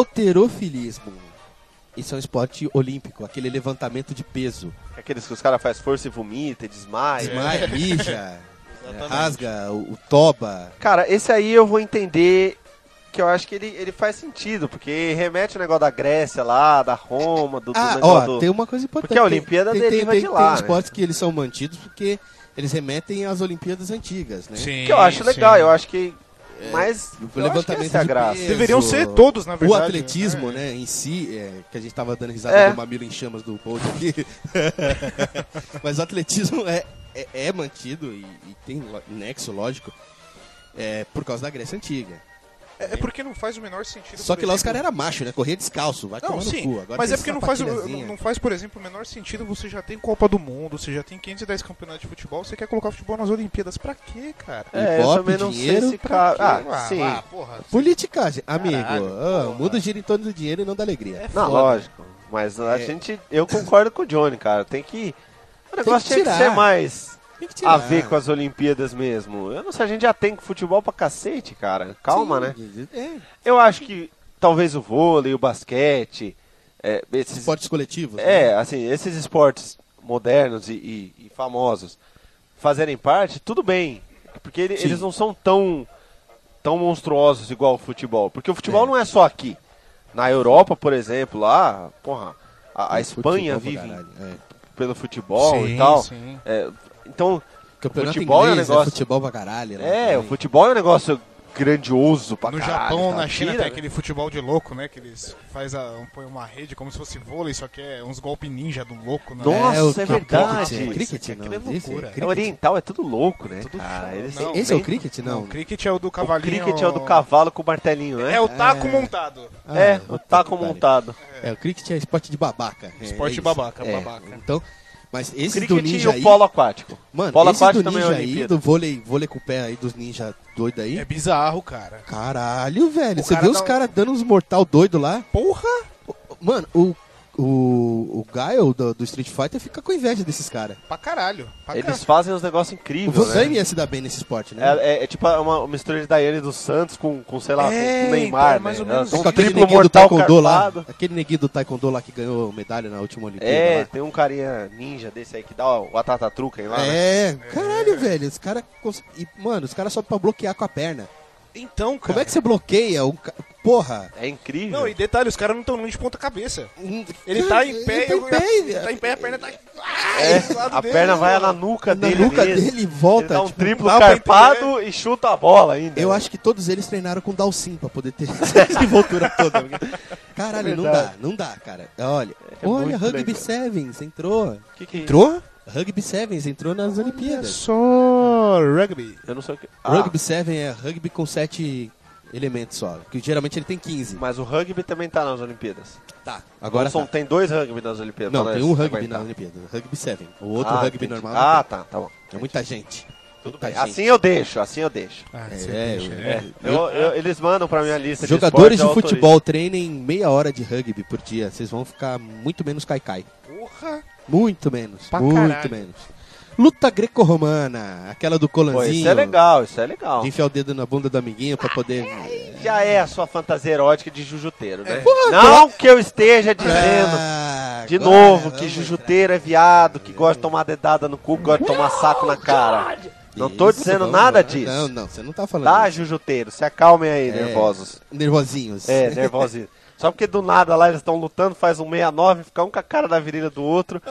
[SPEAKER 3] Alterofilismo. Isso é um esporte olímpico, aquele levantamento de peso.
[SPEAKER 4] É Aqueles que os caras fazem força e vomita e desmaia.
[SPEAKER 3] Desmaia, mija,
[SPEAKER 2] Ah, é. <laughs> Exatamente.
[SPEAKER 3] rasga o, o toba.
[SPEAKER 4] Cara, esse aí eu vou entender que eu acho que ele, ele faz sentido, porque remete o negócio da Grécia lá, da Roma, do, do
[SPEAKER 3] Ah,
[SPEAKER 4] negócio
[SPEAKER 3] ó,
[SPEAKER 4] do...
[SPEAKER 3] tem uma coisa importante.
[SPEAKER 4] Porque a
[SPEAKER 3] Tem-
[SPEAKER 4] Olimpíada
[SPEAKER 3] tem,
[SPEAKER 4] deriva
[SPEAKER 3] tem,
[SPEAKER 4] de
[SPEAKER 3] tem,
[SPEAKER 4] lá,
[SPEAKER 3] Tem
[SPEAKER 4] né?
[SPEAKER 3] esportes que eles são mantidos porque eles remetem às Olimpíadas antigas, né?
[SPEAKER 2] Sim,
[SPEAKER 4] Que eu acho legal,
[SPEAKER 2] sim.
[SPEAKER 4] eu acho que... Mas
[SPEAKER 3] É, O
[SPEAKER 4] eu acho que
[SPEAKER 3] levantamento
[SPEAKER 4] essa é a
[SPEAKER 3] de
[SPEAKER 4] graça.
[SPEAKER 3] peso.
[SPEAKER 2] Deveriam ser todos, na
[SPEAKER 3] O
[SPEAKER 2] verdade.
[SPEAKER 3] atletismo, né, em si, é, que a gente tava dando risada
[SPEAKER 4] É.
[SPEAKER 3] do mamilo em chamas do Bolt aqui. <laughs> Mas o atletismo é, é, é mantido e, e tem lo- nexo, lógico, é, por causa da Grécia Antiga.
[SPEAKER 2] É, é porque não faz o menor sentido.
[SPEAKER 3] Só
[SPEAKER 2] por
[SPEAKER 3] que lá os
[SPEAKER 2] exemplo,
[SPEAKER 3] caras eram macho, né? Corria descalço,
[SPEAKER 4] é
[SPEAKER 3] vai
[SPEAKER 2] Não,
[SPEAKER 3] tomar no
[SPEAKER 2] sim.
[SPEAKER 3] cu. Agora
[SPEAKER 2] mas
[SPEAKER 3] tem
[SPEAKER 2] é porque não faz, o-
[SPEAKER 3] sapatilhazinha.
[SPEAKER 2] não faz, por exemplo, o menor sentido. Você já tem Copa do Mundo, você já tem 510 campeonatos de futebol, você quer colocar futebol nas Olimpíadas. Pra quê, cara?
[SPEAKER 4] É, eu
[SPEAKER 3] Ibope,
[SPEAKER 4] também não sei
[SPEAKER 3] dinheiro,
[SPEAKER 4] se... Ca... Ah,
[SPEAKER 2] Sei lá,
[SPEAKER 4] sim.
[SPEAKER 2] lá, porra.
[SPEAKER 3] Politicagem, amigo.
[SPEAKER 2] Caralho,
[SPEAKER 3] ah, o
[SPEAKER 2] porra. É,
[SPEAKER 3] mundo gira em torno do dinheiro e não da alegria.
[SPEAKER 4] Não,
[SPEAKER 2] foda.
[SPEAKER 4] lógico. Mas a
[SPEAKER 3] É.
[SPEAKER 4] gente... Eu concordo com o Johnny, cara. Tem que... O negócio tinha que
[SPEAKER 3] tirar.
[SPEAKER 4] ser mais...
[SPEAKER 3] Tem que tirar.
[SPEAKER 4] a ver com as Olimpíadas mesmo. Eu não sei, a gente já tem futebol pra cacete, cara. Calma, né?
[SPEAKER 3] Sim, É,
[SPEAKER 4] Eu acho que talvez o vôlei, o basquete, é, esses,
[SPEAKER 3] esportes coletivos. né?
[SPEAKER 4] é, assim, esses esportes modernos e, e- e famosos fazerem parte, tudo bem. Porque ele-
[SPEAKER 3] Sim.
[SPEAKER 4] eles não são tão, tão monstruosos igual o futebol. Porque o futebol não é só aqui. Na Europa, por exemplo, lá, porra, a, a
[SPEAKER 3] Futebol
[SPEAKER 4] Espanha
[SPEAKER 3] pra
[SPEAKER 4] vive
[SPEAKER 3] caralho, é.
[SPEAKER 4] pelo futebol
[SPEAKER 2] Sim,
[SPEAKER 4] e tal.
[SPEAKER 2] sim.
[SPEAKER 4] É, então,
[SPEAKER 3] Campeonato
[SPEAKER 4] Futebol é um
[SPEAKER 3] inglês, é
[SPEAKER 4] negócio-
[SPEAKER 3] futebol pra caralho. né?
[SPEAKER 4] É, o futebol é um negócio grandioso pra
[SPEAKER 2] No
[SPEAKER 4] caralho,
[SPEAKER 2] Japão,
[SPEAKER 4] tá?
[SPEAKER 2] na China,
[SPEAKER 4] Tira,
[SPEAKER 2] tem aquele futebol de louco, né? Que eles faz a, um- põem uma rede como se fosse vôlei, só que é uns golpes ninja do louco, né?
[SPEAKER 4] Nossa, é
[SPEAKER 3] o- o
[SPEAKER 4] verdade.
[SPEAKER 3] Cricket, cricket
[SPEAKER 2] Isso aqui
[SPEAKER 3] não,
[SPEAKER 2] é
[SPEAKER 3] existe?
[SPEAKER 2] loucura.
[SPEAKER 4] né? oriental é tudo louco, né? cara? Eles-
[SPEAKER 2] Não,
[SPEAKER 3] Esse é o
[SPEAKER 4] bem-
[SPEAKER 3] cricket? Não.
[SPEAKER 2] Não, o cricket é o do
[SPEAKER 4] O
[SPEAKER 2] cavalinho.
[SPEAKER 4] cricket é o do cavalo com o martelinho, né?
[SPEAKER 2] É o taco montado.
[SPEAKER 3] Ah,
[SPEAKER 4] É,
[SPEAKER 3] puta
[SPEAKER 4] o taco
[SPEAKER 3] que pariu.
[SPEAKER 4] montado.
[SPEAKER 3] É, o cricket é esporte de babaca. É,
[SPEAKER 2] Esporte
[SPEAKER 3] é isso.
[SPEAKER 2] babaca,
[SPEAKER 3] É,
[SPEAKER 2] babaca.
[SPEAKER 3] Então, mas esse do
[SPEAKER 4] cricket e
[SPEAKER 3] ninja
[SPEAKER 4] o
[SPEAKER 3] aí...
[SPEAKER 4] polo aquático.
[SPEAKER 3] Mano,
[SPEAKER 4] polo
[SPEAKER 3] esse do
[SPEAKER 4] aquático também é
[SPEAKER 3] ninja aí,
[SPEAKER 4] Olimpíada.
[SPEAKER 3] do vôlei, vôlei com o pé aí, dos ninja doido aí...
[SPEAKER 2] É bizarro, cara.
[SPEAKER 3] Caralho, velho.
[SPEAKER 2] O
[SPEAKER 3] Você
[SPEAKER 2] cara
[SPEAKER 3] viu
[SPEAKER 2] dá
[SPEAKER 3] os
[SPEAKER 2] um-
[SPEAKER 3] caras dando uns mortal doido lá?
[SPEAKER 2] Porra!
[SPEAKER 3] Mano, o... O, o Gaio do, do Street Fighter fica com inveja desses caras.
[SPEAKER 2] Pra caralho. Pra
[SPEAKER 4] Eles
[SPEAKER 2] caralho.
[SPEAKER 4] fazem uns negócios
[SPEAKER 3] O
[SPEAKER 4] incríveis,
[SPEAKER 3] Van
[SPEAKER 4] né?
[SPEAKER 3] ia se dar bem nesse esporte, né?
[SPEAKER 4] É, é- é tipo uma, uma mistura de Daiane dos Santos com, com sei lá,
[SPEAKER 2] É,
[SPEAKER 4] com- com o
[SPEAKER 2] então,
[SPEAKER 4] Neymar,
[SPEAKER 2] é mais ou
[SPEAKER 4] né?
[SPEAKER 2] menos
[SPEAKER 4] Elas são
[SPEAKER 3] com aquele
[SPEAKER 4] triplo
[SPEAKER 3] neguinho do
[SPEAKER 4] mortal
[SPEAKER 3] Taekwondo lá.
[SPEAKER 4] carpado.
[SPEAKER 3] Aquele neguinho do Taekwondo lá que ganhou medalha na última Olimpíada.
[SPEAKER 4] É,
[SPEAKER 3] lá.
[SPEAKER 4] tem um carinha ninja desse aí que dá o atatatruca aí lá, né?
[SPEAKER 3] É, caralho, velho. Os caras. Cons... e, Mano, os caras só pra bloquear com a perna.
[SPEAKER 2] Então, cara.
[SPEAKER 3] Como é que você bloqueia? Um... ca- Porra!
[SPEAKER 4] É incrível.
[SPEAKER 2] Não, e detalhe, os caras não estão nem de ponta cabeça.
[SPEAKER 3] Hum,
[SPEAKER 2] Ele
[SPEAKER 3] cara,
[SPEAKER 2] tá em pé,
[SPEAKER 3] Ele tá
[SPEAKER 2] eu-
[SPEAKER 3] em pé,
[SPEAKER 2] ele tá em pé, a perna tá.
[SPEAKER 4] É,
[SPEAKER 2] <laughs> do lado
[SPEAKER 4] a
[SPEAKER 2] dele,
[SPEAKER 4] perna vai
[SPEAKER 2] mano.
[SPEAKER 4] na nuca
[SPEAKER 3] na
[SPEAKER 4] dele.
[SPEAKER 3] nuca
[SPEAKER 4] mesmo.
[SPEAKER 3] dele e volta.
[SPEAKER 4] Ele dá um
[SPEAKER 3] tipo,
[SPEAKER 4] triplo
[SPEAKER 2] dá pra
[SPEAKER 4] carpado e chuta a bola ainda.
[SPEAKER 3] Eu acho que todos eles treinaram com Dalsim pra poder ter <laughs> essa voltura toda. Caralho, não dá,
[SPEAKER 4] Verdade. É
[SPEAKER 3] não dá, cara. Olha, olha,
[SPEAKER 4] muito
[SPEAKER 3] Rugby
[SPEAKER 4] legal.
[SPEAKER 3] Sevens entrou.
[SPEAKER 4] que, que é isso?
[SPEAKER 3] Entrou? Rugby Sevens entrou nas
[SPEAKER 2] Olha
[SPEAKER 3] Olimpíadas.
[SPEAKER 2] só rugby.
[SPEAKER 4] Eu não sei o que. Ah,
[SPEAKER 3] Rugby Seven é rugby com sete elementos só, que geralmente ele tem 15.
[SPEAKER 4] Mas o rugby também tá nas Olimpíadas.
[SPEAKER 3] Tá, agora
[SPEAKER 4] Não são-
[SPEAKER 3] tá.
[SPEAKER 4] tem dois rugby nas Olimpíadas.
[SPEAKER 3] Não,
[SPEAKER 4] pra
[SPEAKER 3] tem
[SPEAKER 4] nós
[SPEAKER 3] um rugby
[SPEAKER 4] aguentar.
[SPEAKER 3] na Olimpíada, rugby Seven. O outro
[SPEAKER 4] assim, Ah,
[SPEAKER 3] rugby
[SPEAKER 4] entendi.
[SPEAKER 3] normal. não
[SPEAKER 4] Ah,
[SPEAKER 3] tem.
[SPEAKER 4] tá, tá bom.
[SPEAKER 3] É muita gente.
[SPEAKER 4] Tudo
[SPEAKER 3] Muita
[SPEAKER 4] bem.
[SPEAKER 3] gente.
[SPEAKER 4] Assim eu deixo, assim eu deixo.
[SPEAKER 2] Ah,
[SPEAKER 3] É,
[SPEAKER 2] você
[SPEAKER 3] é,
[SPEAKER 2] deixa,
[SPEAKER 3] é.
[SPEAKER 2] né?
[SPEAKER 4] Eu- eu- eles mandam pra minha lista de
[SPEAKER 3] Jogadores de
[SPEAKER 4] esporte, eu autorizo.
[SPEAKER 3] futebol treinem meia hora de rugby por dia. Vocês vão ficar muito menos caicai.
[SPEAKER 2] Porra.
[SPEAKER 3] Muito menos.
[SPEAKER 2] Pra
[SPEAKER 3] muito
[SPEAKER 2] caralho.
[SPEAKER 3] menos. Luta greco-romana, aquela do
[SPEAKER 4] Pô,
[SPEAKER 3] colanzinho.
[SPEAKER 4] isso é legal, isso é legal.
[SPEAKER 3] De enfiar o dedo na bunda do amiguinho pra poder. É.
[SPEAKER 4] Já é a sua fantasia erótica de jujuteiro, né? Não que eu esteja dizendo
[SPEAKER 3] Ah,
[SPEAKER 4] De novo, que jujuteiro é viado, que gosta de tomar dedada no cu, que gosta de tomar saco na cara. Não tô dizendo nada disso.
[SPEAKER 3] Não, não, você não tá falando.
[SPEAKER 4] Tá,
[SPEAKER 3] disso.
[SPEAKER 4] jujuteiro? Se acalmem aí,
[SPEAKER 3] É, <laughs>
[SPEAKER 4] nervosos.
[SPEAKER 3] Nervosinhos.
[SPEAKER 4] É, nervosinho. Só porque do nada lá eles estão lutando, faz um 69, fica um com a cara na virilha do outro.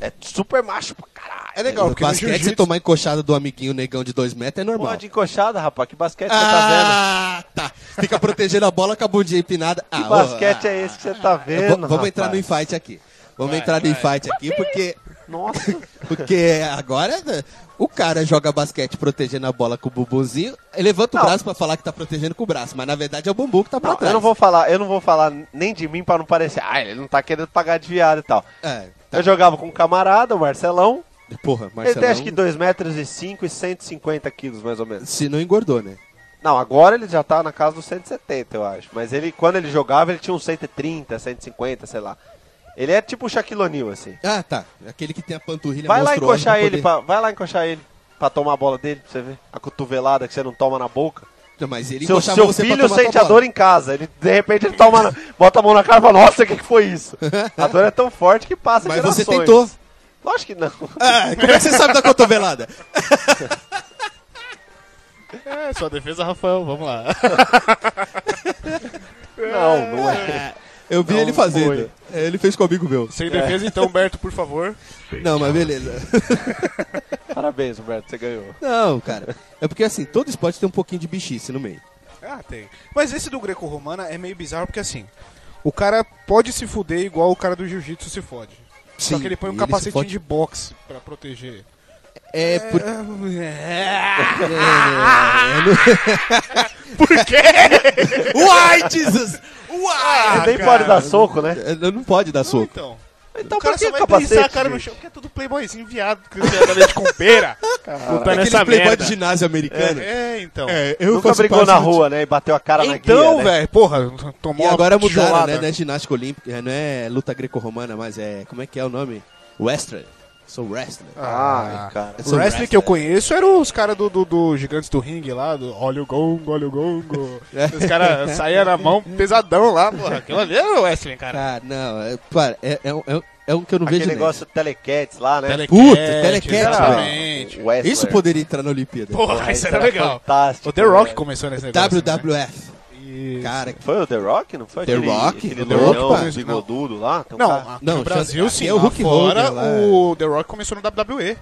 [SPEAKER 4] É, super macho pra caralho.
[SPEAKER 2] É legal,
[SPEAKER 3] no
[SPEAKER 2] porque no
[SPEAKER 3] basquete,
[SPEAKER 2] jiu-jitsu...
[SPEAKER 3] você tomar encoxada do amiguinho negão de 2 metros é normal.
[SPEAKER 4] Pô, de encoxada, rapaz, que basquete você tá vendo?
[SPEAKER 3] Ah, tá. Fica protegendo a bola com a bundinha empinada. Ah,
[SPEAKER 4] Que
[SPEAKER 3] ô,
[SPEAKER 4] basquete
[SPEAKER 3] ah,
[SPEAKER 4] é esse que você tá
[SPEAKER 3] eu
[SPEAKER 4] vendo?
[SPEAKER 3] vou- Vamos entrar no
[SPEAKER 4] rapaz?
[SPEAKER 3] infight aqui. Vamos entrar no infight aqui porque
[SPEAKER 4] <laughs> Nossa.
[SPEAKER 3] Porque agora né, o cara joga basquete protegendo a bola com o bumbumzinho, ele levanta o
[SPEAKER 4] Não.
[SPEAKER 3] braço pra falar que tá protegendo com o braço, mas na verdade é o bumbum que tá pra
[SPEAKER 4] Não,
[SPEAKER 3] trás.
[SPEAKER 4] eu não vou falar, eu não vou falar nem de mim pra não parecer, ah, ele não tá querendo pagar de viado e tal.
[SPEAKER 3] É,
[SPEAKER 4] Eu jogava com um camarada, o Marcelão.
[SPEAKER 3] porra,
[SPEAKER 4] Ele tem
[SPEAKER 3] Marcelão,
[SPEAKER 4] acho que 2,5 metros e, cinco e 150 quilos, mais ou menos.
[SPEAKER 3] se não engordou, né?
[SPEAKER 4] Não, agora ele já tá na casa dos 170, eu acho. Mas ele, quando ele jogava, ele tinha uns 130, 150, sei lá. Ele é tipo o Shaquille O'Neal, assim.
[SPEAKER 3] Ah, tá. Aquele que tem a panturrilha
[SPEAKER 4] Vai lá
[SPEAKER 3] monstruosa
[SPEAKER 4] encoxar
[SPEAKER 3] pra
[SPEAKER 4] ele,
[SPEAKER 3] poder-
[SPEAKER 4] pra, vai lá encoxar ele pra tomar a bola dele, pra você ver. A cotovelada que você não toma na boca.
[SPEAKER 3] Não, mas ele
[SPEAKER 4] Seu,
[SPEAKER 3] encoxava
[SPEAKER 4] seu
[SPEAKER 3] você pra
[SPEAKER 4] filho
[SPEAKER 3] tomar tua
[SPEAKER 4] sente a
[SPEAKER 3] bola.
[SPEAKER 4] dor em casa. Ele, de repente ele toma, na- bota a mão na cara e fala, nossa, o que, que foi isso? A dor é tão forte que passa
[SPEAKER 3] Mas você
[SPEAKER 4] gerações.
[SPEAKER 3] tentou.
[SPEAKER 4] Lógico que não. <laughs>
[SPEAKER 3] Ah, como é que você sabe da cotovelada?
[SPEAKER 2] É, sua defesa, Rafael, vamos lá. <laughs>
[SPEAKER 4] Não, não é.
[SPEAKER 3] Eu vi
[SPEAKER 4] Não
[SPEAKER 3] ele fazendo.
[SPEAKER 4] foi.
[SPEAKER 3] É, Ele fez com um amigo meu.
[SPEAKER 2] Sem defesa, então, Humberto, por favor.
[SPEAKER 3] Não, mas beleza.
[SPEAKER 4] Parabéns, Roberto, você ganhou.
[SPEAKER 3] Não, cara. É porque assim, todo esporte tem um pouquinho de bichice no meio.
[SPEAKER 2] <laughs> Ah, tem. Mas esse do greco-romana é meio bizarro porque assim, o cara pode se fuder igual o cara do jiu-jitsu se fode. Só
[SPEAKER 3] Sim,
[SPEAKER 2] que ele põe um
[SPEAKER 3] e se
[SPEAKER 2] capacetinho
[SPEAKER 3] fode-
[SPEAKER 2] de boxe pra proteger.
[SPEAKER 3] É por...
[SPEAKER 2] É...
[SPEAKER 3] Uai, Jesus! Uai!
[SPEAKER 4] Nem pode dar soco, né?
[SPEAKER 3] É, Não pode dar soco.
[SPEAKER 2] Então, Ah,
[SPEAKER 4] Então
[SPEAKER 2] o cara
[SPEAKER 4] por que
[SPEAKER 2] só
[SPEAKER 4] o
[SPEAKER 2] vai pensar a
[SPEAKER 4] capacete?
[SPEAKER 2] cara no
[SPEAKER 4] gente?
[SPEAKER 2] chão, porque é tudo playboyzinho viado, que você anda leite com pera.
[SPEAKER 5] Não tá
[SPEAKER 3] Aquele
[SPEAKER 5] nessa
[SPEAKER 3] playboy
[SPEAKER 5] merda.
[SPEAKER 3] de ginásio americano.
[SPEAKER 2] É, então.
[SPEAKER 3] É, eu
[SPEAKER 4] Nunca
[SPEAKER 3] faço
[SPEAKER 4] brigou
[SPEAKER 3] parte
[SPEAKER 4] na
[SPEAKER 3] do-
[SPEAKER 4] rua, né? E bateu a cara na guia,
[SPEAKER 2] Então,
[SPEAKER 4] né?
[SPEAKER 2] velho, porra, tomou
[SPEAKER 3] E agora
[SPEAKER 2] uma
[SPEAKER 3] mudaram,
[SPEAKER 2] tijolada.
[SPEAKER 3] né? Não é ginástica olímpica, é, não é luta greco-romana, mas é. Como é que é o nome? Wrestling. Sou wrestler.
[SPEAKER 4] Ah. Ai, cara.
[SPEAKER 3] Ah, Eu
[SPEAKER 2] O
[SPEAKER 3] sou
[SPEAKER 2] wrestling
[SPEAKER 3] wrestler.
[SPEAKER 2] que eu conheço eram os caras do, do, do Gigantes do Ringue lá, do Olha o Gongo, olha o Gongo. Os caras saíam na mão pesadão lá, porra. Aquilo ali era o wrestling, cara.
[SPEAKER 3] Ah, não, é, para, é, é, um- é um- é um que eu não
[SPEAKER 4] Aquele
[SPEAKER 3] vejo
[SPEAKER 4] negócio do Telequets lá, né? Ah,
[SPEAKER 3] Puta, telequete,
[SPEAKER 2] exatamente.
[SPEAKER 4] Wrestler.
[SPEAKER 3] nem. Isso poderia entrar na Olimpíada.
[SPEAKER 2] Porra, isso era legal.
[SPEAKER 4] Ah, Fantástico.
[SPEAKER 2] O The Rock
[SPEAKER 4] né?
[SPEAKER 2] começou nesse negócio.
[SPEAKER 3] WWF.
[SPEAKER 2] né? E-
[SPEAKER 3] Cara,
[SPEAKER 4] Foi o The Rock? Não foi
[SPEAKER 3] The
[SPEAKER 4] aquele,
[SPEAKER 3] Rock?
[SPEAKER 4] Aquele
[SPEAKER 3] The
[SPEAKER 2] Rock,
[SPEAKER 4] loirão,
[SPEAKER 2] não.
[SPEAKER 4] bigodudo lá? Tem um
[SPEAKER 2] né? Não,
[SPEAKER 4] cara-
[SPEAKER 2] aqui
[SPEAKER 3] Não,
[SPEAKER 2] no Brasil
[SPEAKER 3] aqui
[SPEAKER 2] sim.
[SPEAKER 3] é o Hulk
[SPEAKER 2] lá fora,
[SPEAKER 3] Hogan lá. é.
[SPEAKER 2] o The Rock começou no WWE.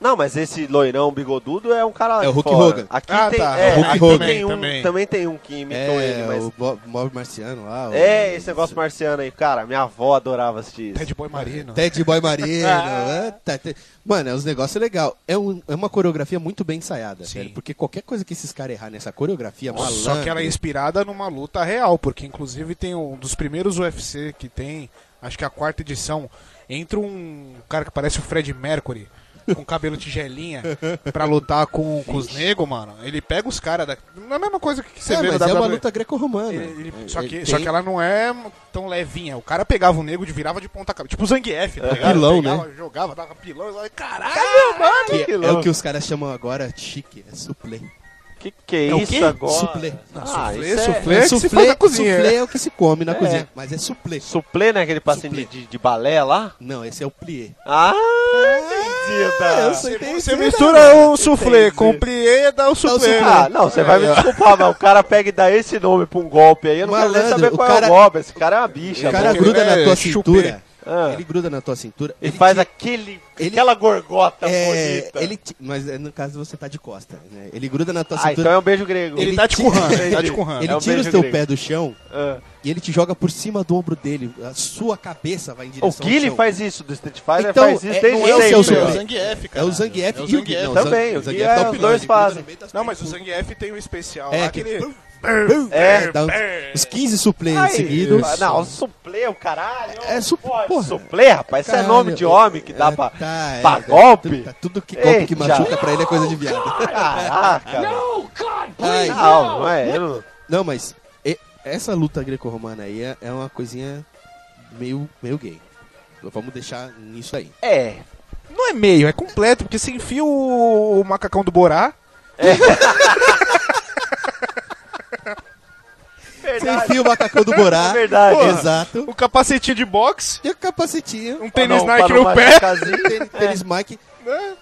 [SPEAKER 4] Não, mas esse loirão bigodudo é um cara lá
[SPEAKER 3] É o
[SPEAKER 4] de
[SPEAKER 3] Hulk
[SPEAKER 4] fora.
[SPEAKER 3] Hogan.
[SPEAKER 4] Aqui
[SPEAKER 2] Ah,
[SPEAKER 4] tem,
[SPEAKER 2] tá.
[SPEAKER 4] é,
[SPEAKER 3] Hulk
[SPEAKER 4] aqui
[SPEAKER 3] Hogan.
[SPEAKER 4] tem um,
[SPEAKER 2] Também.
[SPEAKER 4] também. tem um que imitou ele,
[SPEAKER 3] é,
[SPEAKER 4] mas...
[SPEAKER 3] o Bob, Bob Marciano lá. o-
[SPEAKER 4] É, esse negócio marciano aí, cara, minha avó adorava assistir isso.
[SPEAKER 2] Ted Boy Marino.
[SPEAKER 3] Ted Boy
[SPEAKER 4] <laughs>
[SPEAKER 3] Marino. ah, tá, tá. Mano, é uns negócios legais. É, um- é uma coreografia muito bem ensaiada,
[SPEAKER 2] Sim.
[SPEAKER 3] velho, Porque qualquer coisa que esses caras errar nessa coreografia, malandro.
[SPEAKER 2] Só que ela é inspirada numa luta real, porque inclusive tem um dos primeiros UFC que tem, acho que é a quarta edição, entra um cara que parece o Fred Mercury, com cabelo tigelinha, pra lutar com, com os negros, mano. Ele pega os caras da. Não é a mesma coisa que você
[SPEAKER 3] É,
[SPEAKER 2] vê
[SPEAKER 3] mas
[SPEAKER 2] no
[SPEAKER 3] é uma
[SPEAKER 2] WWE.
[SPEAKER 3] luta greco-romana.
[SPEAKER 2] Ele- ele- só,
[SPEAKER 3] Ele
[SPEAKER 2] que, só
[SPEAKER 3] tem-
[SPEAKER 2] que ela não é tão levinha. O cara pegava o nego e virava de ponta cabeça. Tipo o Zangief, tá ligado?
[SPEAKER 3] um pilão, né?
[SPEAKER 2] pegava, Jogava, dava pilão e falava, caralho! um
[SPEAKER 3] que
[SPEAKER 4] que
[SPEAKER 3] é o
[SPEAKER 4] louco.
[SPEAKER 3] que os caras chamam agora chique, é suplê.
[SPEAKER 4] Que que é,
[SPEAKER 3] É o quê?
[SPEAKER 4] isso agora?
[SPEAKER 3] Suplê.
[SPEAKER 4] Ah,
[SPEAKER 2] Soufflé,
[SPEAKER 4] isso é...
[SPEAKER 2] soufflé é que se faz na cozinha.
[SPEAKER 3] Suplê é o que se come na
[SPEAKER 4] É.
[SPEAKER 3] cozinha, mas é suplê.
[SPEAKER 4] Suplê, né? Aquele passinho de,
[SPEAKER 3] Suplê.
[SPEAKER 4] de, de balé lá?
[SPEAKER 3] Não, esse é o plié.
[SPEAKER 4] Ah, é, entendida.
[SPEAKER 3] eu
[SPEAKER 2] Você,
[SPEAKER 3] sei. Entendi,
[SPEAKER 2] você
[SPEAKER 3] né?
[SPEAKER 2] mistura o soufflé
[SPEAKER 3] Entendi.
[SPEAKER 2] com o plié e dá o soufflé. né?
[SPEAKER 4] Ah, não, você vai me
[SPEAKER 3] É.
[SPEAKER 4] desculpar, mas o cara pega e dá esse nome pra um golpe aí, eu não quero nem
[SPEAKER 3] Malandro,
[SPEAKER 4] saber
[SPEAKER 3] o
[SPEAKER 4] qual é
[SPEAKER 3] cara-
[SPEAKER 4] o golpe, esse cara é uma bicha.
[SPEAKER 3] O cara
[SPEAKER 4] pô.
[SPEAKER 2] porque
[SPEAKER 3] gruda
[SPEAKER 2] ele
[SPEAKER 3] na
[SPEAKER 2] é
[SPEAKER 3] tua
[SPEAKER 2] chupê.
[SPEAKER 3] cintura.
[SPEAKER 4] Ah.
[SPEAKER 3] Ele gruda na tua cintura.
[SPEAKER 4] Ele faz
[SPEAKER 3] te-
[SPEAKER 4] aquele,
[SPEAKER 3] ele-
[SPEAKER 4] aquela gorgota
[SPEAKER 3] é,
[SPEAKER 4] bonita.
[SPEAKER 3] ele te- Mas é, no caso você tá de costa. Né? Ele gruda na tua
[SPEAKER 4] Ah,
[SPEAKER 3] cintura.
[SPEAKER 4] então é um beijo grego.
[SPEAKER 2] Ele tá te currando, ele tá te currando.
[SPEAKER 3] Ele
[SPEAKER 4] é um
[SPEAKER 3] tira
[SPEAKER 4] beijo
[SPEAKER 3] o teu
[SPEAKER 4] grego.
[SPEAKER 3] pé do chão
[SPEAKER 4] Ah.
[SPEAKER 3] e ele te joga por cima do ombro dele. A sua cabeça vai em direção
[SPEAKER 4] O Guile
[SPEAKER 3] ao chão.
[SPEAKER 4] faz isso do Street Fighter,
[SPEAKER 3] Então,
[SPEAKER 4] faz isso
[SPEAKER 3] é-
[SPEAKER 4] desde
[SPEAKER 3] não é o
[SPEAKER 4] sempre.
[SPEAKER 3] seu
[SPEAKER 4] ó.
[SPEAKER 3] suplê.
[SPEAKER 2] Zangief,
[SPEAKER 3] É o Zangief
[SPEAKER 2] É o
[SPEAKER 3] e o
[SPEAKER 2] Zangief
[SPEAKER 3] Guile. Não,
[SPEAKER 4] também,
[SPEAKER 3] Zang-
[SPEAKER 4] o Guile é,
[SPEAKER 3] dá
[SPEAKER 4] os
[SPEAKER 3] pilão,
[SPEAKER 4] dois
[SPEAKER 3] ele gruda no
[SPEAKER 4] fazem.
[SPEAKER 3] meio das
[SPEAKER 2] Não, mas o
[SPEAKER 3] pernas.
[SPEAKER 2] Zangief tem um especial
[SPEAKER 3] É,
[SPEAKER 2] lá que
[SPEAKER 3] aquele-
[SPEAKER 2] ele...
[SPEAKER 4] É,
[SPEAKER 3] Dá uns- uns 15 suplês
[SPEAKER 4] Ai,
[SPEAKER 3] seguidos.
[SPEAKER 4] Não, suplê, o caralho.
[SPEAKER 3] É su-
[SPEAKER 4] Pode,
[SPEAKER 3] porra.
[SPEAKER 4] Suplê, rapaz, isso é
[SPEAKER 3] Caralho,
[SPEAKER 4] nome de homem que dá
[SPEAKER 3] é,
[SPEAKER 4] pra,
[SPEAKER 3] tá, é,
[SPEAKER 4] pra
[SPEAKER 3] é,
[SPEAKER 4] golpe.
[SPEAKER 3] Tudo, tá, tudo que golpe que
[SPEAKER 4] Eita.
[SPEAKER 3] machuca pra ele é coisa de viado.
[SPEAKER 4] Caraca. Não,
[SPEAKER 3] Ai,
[SPEAKER 4] não, é, eu não-
[SPEAKER 3] Não, mas e- essa luta greco-romana aí é, é uma coisinha meio, meio gay. Vamos deixar nisso aí.
[SPEAKER 4] É.
[SPEAKER 2] Não é meio, é completo, porque você enfia o, o macacão do Borá,
[SPEAKER 3] Você
[SPEAKER 4] Verdade.
[SPEAKER 3] enfia o macacão do
[SPEAKER 2] <laughs>
[SPEAKER 3] Borá.
[SPEAKER 4] É verdade.
[SPEAKER 3] Exato.
[SPEAKER 2] o capacetinho de boxe,
[SPEAKER 3] E o capacetinho.
[SPEAKER 2] um É.
[SPEAKER 4] Pra
[SPEAKER 2] tênis
[SPEAKER 4] não-
[SPEAKER 2] Nike
[SPEAKER 4] pra não
[SPEAKER 2] no pé.
[SPEAKER 4] machucarzinho.
[SPEAKER 2] <laughs>
[SPEAKER 3] tênis, tênis Mike.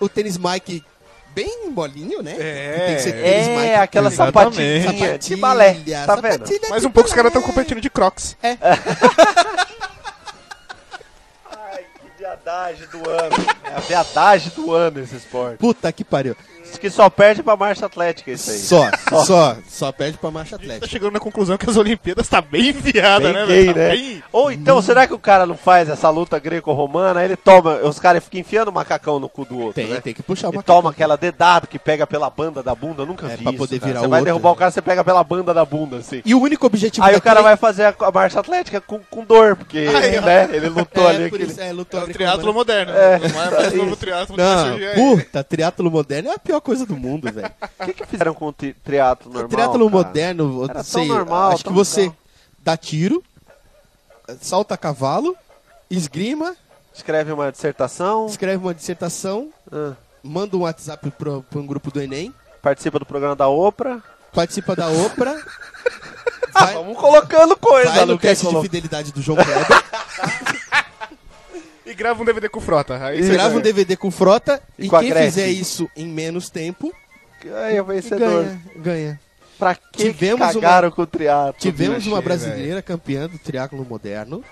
[SPEAKER 3] O tênis Mike bem molinho, né?
[SPEAKER 2] Né? É.
[SPEAKER 3] Tem que ser tênis Mike.
[SPEAKER 4] É, aquela
[SPEAKER 2] Exatamente.
[SPEAKER 4] sapatilha de balé. Tá vendo?
[SPEAKER 3] sapatilha
[SPEAKER 2] Mas
[SPEAKER 3] de
[SPEAKER 2] um pouco os caras
[SPEAKER 3] balé.
[SPEAKER 2] É. estão competindo de crocs.
[SPEAKER 4] Ai, que viadagem. viadagem do ano. É a viadagem do ano esse esporte.
[SPEAKER 3] Puta que pariu.
[SPEAKER 4] Diz que só perde pra marcha atlética isso aí.
[SPEAKER 3] Só, só, só perde pra marcha
[SPEAKER 2] A gente tá
[SPEAKER 3] atlética.
[SPEAKER 2] chegando na conclusão que as Olimpíadas tá bem enfiada,
[SPEAKER 4] Bem
[SPEAKER 2] né,
[SPEAKER 4] gay,
[SPEAKER 2] velho? Tá
[SPEAKER 4] né?
[SPEAKER 2] bem-
[SPEAKER 4] Ou
[SPEAKER 3] Hum.
[SPEAKER 4] então, será que o cara não faz essa luta greco-romana? Ele toma, os caras ficam enfiando o macacão no cu do outro,
[SPEAKER 3] Tem,
[SPEAKER 4] né?
[SPEAKER 3] tem que puxar
[SPEAKER 4] E
[SPEAKER 3] uma
[SPEAKER 4] toma aquela dedada que pega pela banda da bunda, eu nunca
[SPEAKER 3] É,
[SPEAKER 4] vi
[SPEAKER 3] pra
[SPEAKER 4] isso,
[SPEAKER 3] poder
[SPEAKER 4] cara.
[SPEAKER 3] virar
[SPEAKER 4] Você
[SPEAKER 3] o
[SPEAKER 4] vai
[SPEAKER 3] outro,
[SPEAKER 4] derrubar
[SPEAKER 3] né?
[SPEAKER 4] o cara, você pega pela banda da bunda, assim.
[SPEAKER 3] E o único objetivo
[SPEAKER 4] Aí o cara
[SPEAKER 3] daquele-
[SPEAKER 4] vai fazer a, a marcha atlética com, com dor, porque
[SPEAKER 2] Aí, ó.
[SPEAKER 4] né, ele lutou
[SPEAKER 3] é,
[SPEAKER 4] ali.
[SPEAKER 3] por
[SPEAKER 4] aquele-
[SPEAKER 3] isso, é, lutou
[SPEAKER 2] É o
[SPEAKER 3] ali com a
[SPEAKER 2] triatlo
[SPEAKER 3] mão.
[SPEAKER 2] moderno.
[SPEAKER 4] É.
[SPEAKER 2] Não é mais novo triatlo que vai
[SPEAKER 3] Não,
[SPEAKER 2] surgir aí.
[SPEAKER 3] puta, triatlo moderno é a pior coisa do mundo, velho.
[SPEAKER 4] O que, que fizeram com o tri triatlo <laughs> normal?
[SPEAKER 3] O triatlo
[SPEAKER 4] cara?
[SPEAKER 3] moderno,
[SPEAKER 4] Era tão
[SPEAKER 3] sei,
[SPEAKER 4] normal,
[SPEAKER 3] acho que
[SPEAKER 4] tão
[SPEAKER 3] você
[SPEAKER 4] legal.
[SPEAKER 3] dá tiro, salta a cavalo, esgrima,
[SPEAKER 4] Escreve uma dissertação,
[SPEAKER 3] escreve uma dissertação,
[SPEAKER 4] ah,
[SPEAKER 3] manda um WhatsApp pro, pra um grupo do Enem,
[SPEAKER 4] participa do programa da Oprah.
[SPEAKER 3] participa da Oprah,
[SPEAKER 4] <laughs> Ah,
[SPEAKER 3] vai,
[SPEAKER 4] vamos colocando coisa,
[SPEAKER 3] vai
[SPEAKER 4] não
[SPEAKER 3] no
[SPEAKER 4] quer
[SPEAKER 3] teste de
[SPEAKER 4] colocar.
[SPEAKER 3] fidelidade do João
[SPEAKER 4] <laughs>
[SPEAKER 3] Kleber,
[SPEAKER 2] E grava um DVD com o Frota. Aí você
[SPEAKER 3] grava um DVD com frota
[SPEAKER 4] E
[SPEAKER 3] e,
[SPEAKER 4] com a
[SPEAKER 3] quem
[SPEAKER 4] Gretchen.
[SPEAKER 3] fizer isso em menos tempo
[SPEAKER 4] Aí é vencedor.
[SPEAKER 3] ganha, ganha.
[SPEAKER 4] Pra que
[SPEAKER 3] Tivemos
[SPEAKER 4] cagaram com o triatlo?
[SPEAKER 3] Tivemos
[SPEAKER 2] bicho,
[SPEAKER 3] uma
[SPEAKER 2] velho.
[SPEAKER 3] brasileira campeã do triatlo moderno.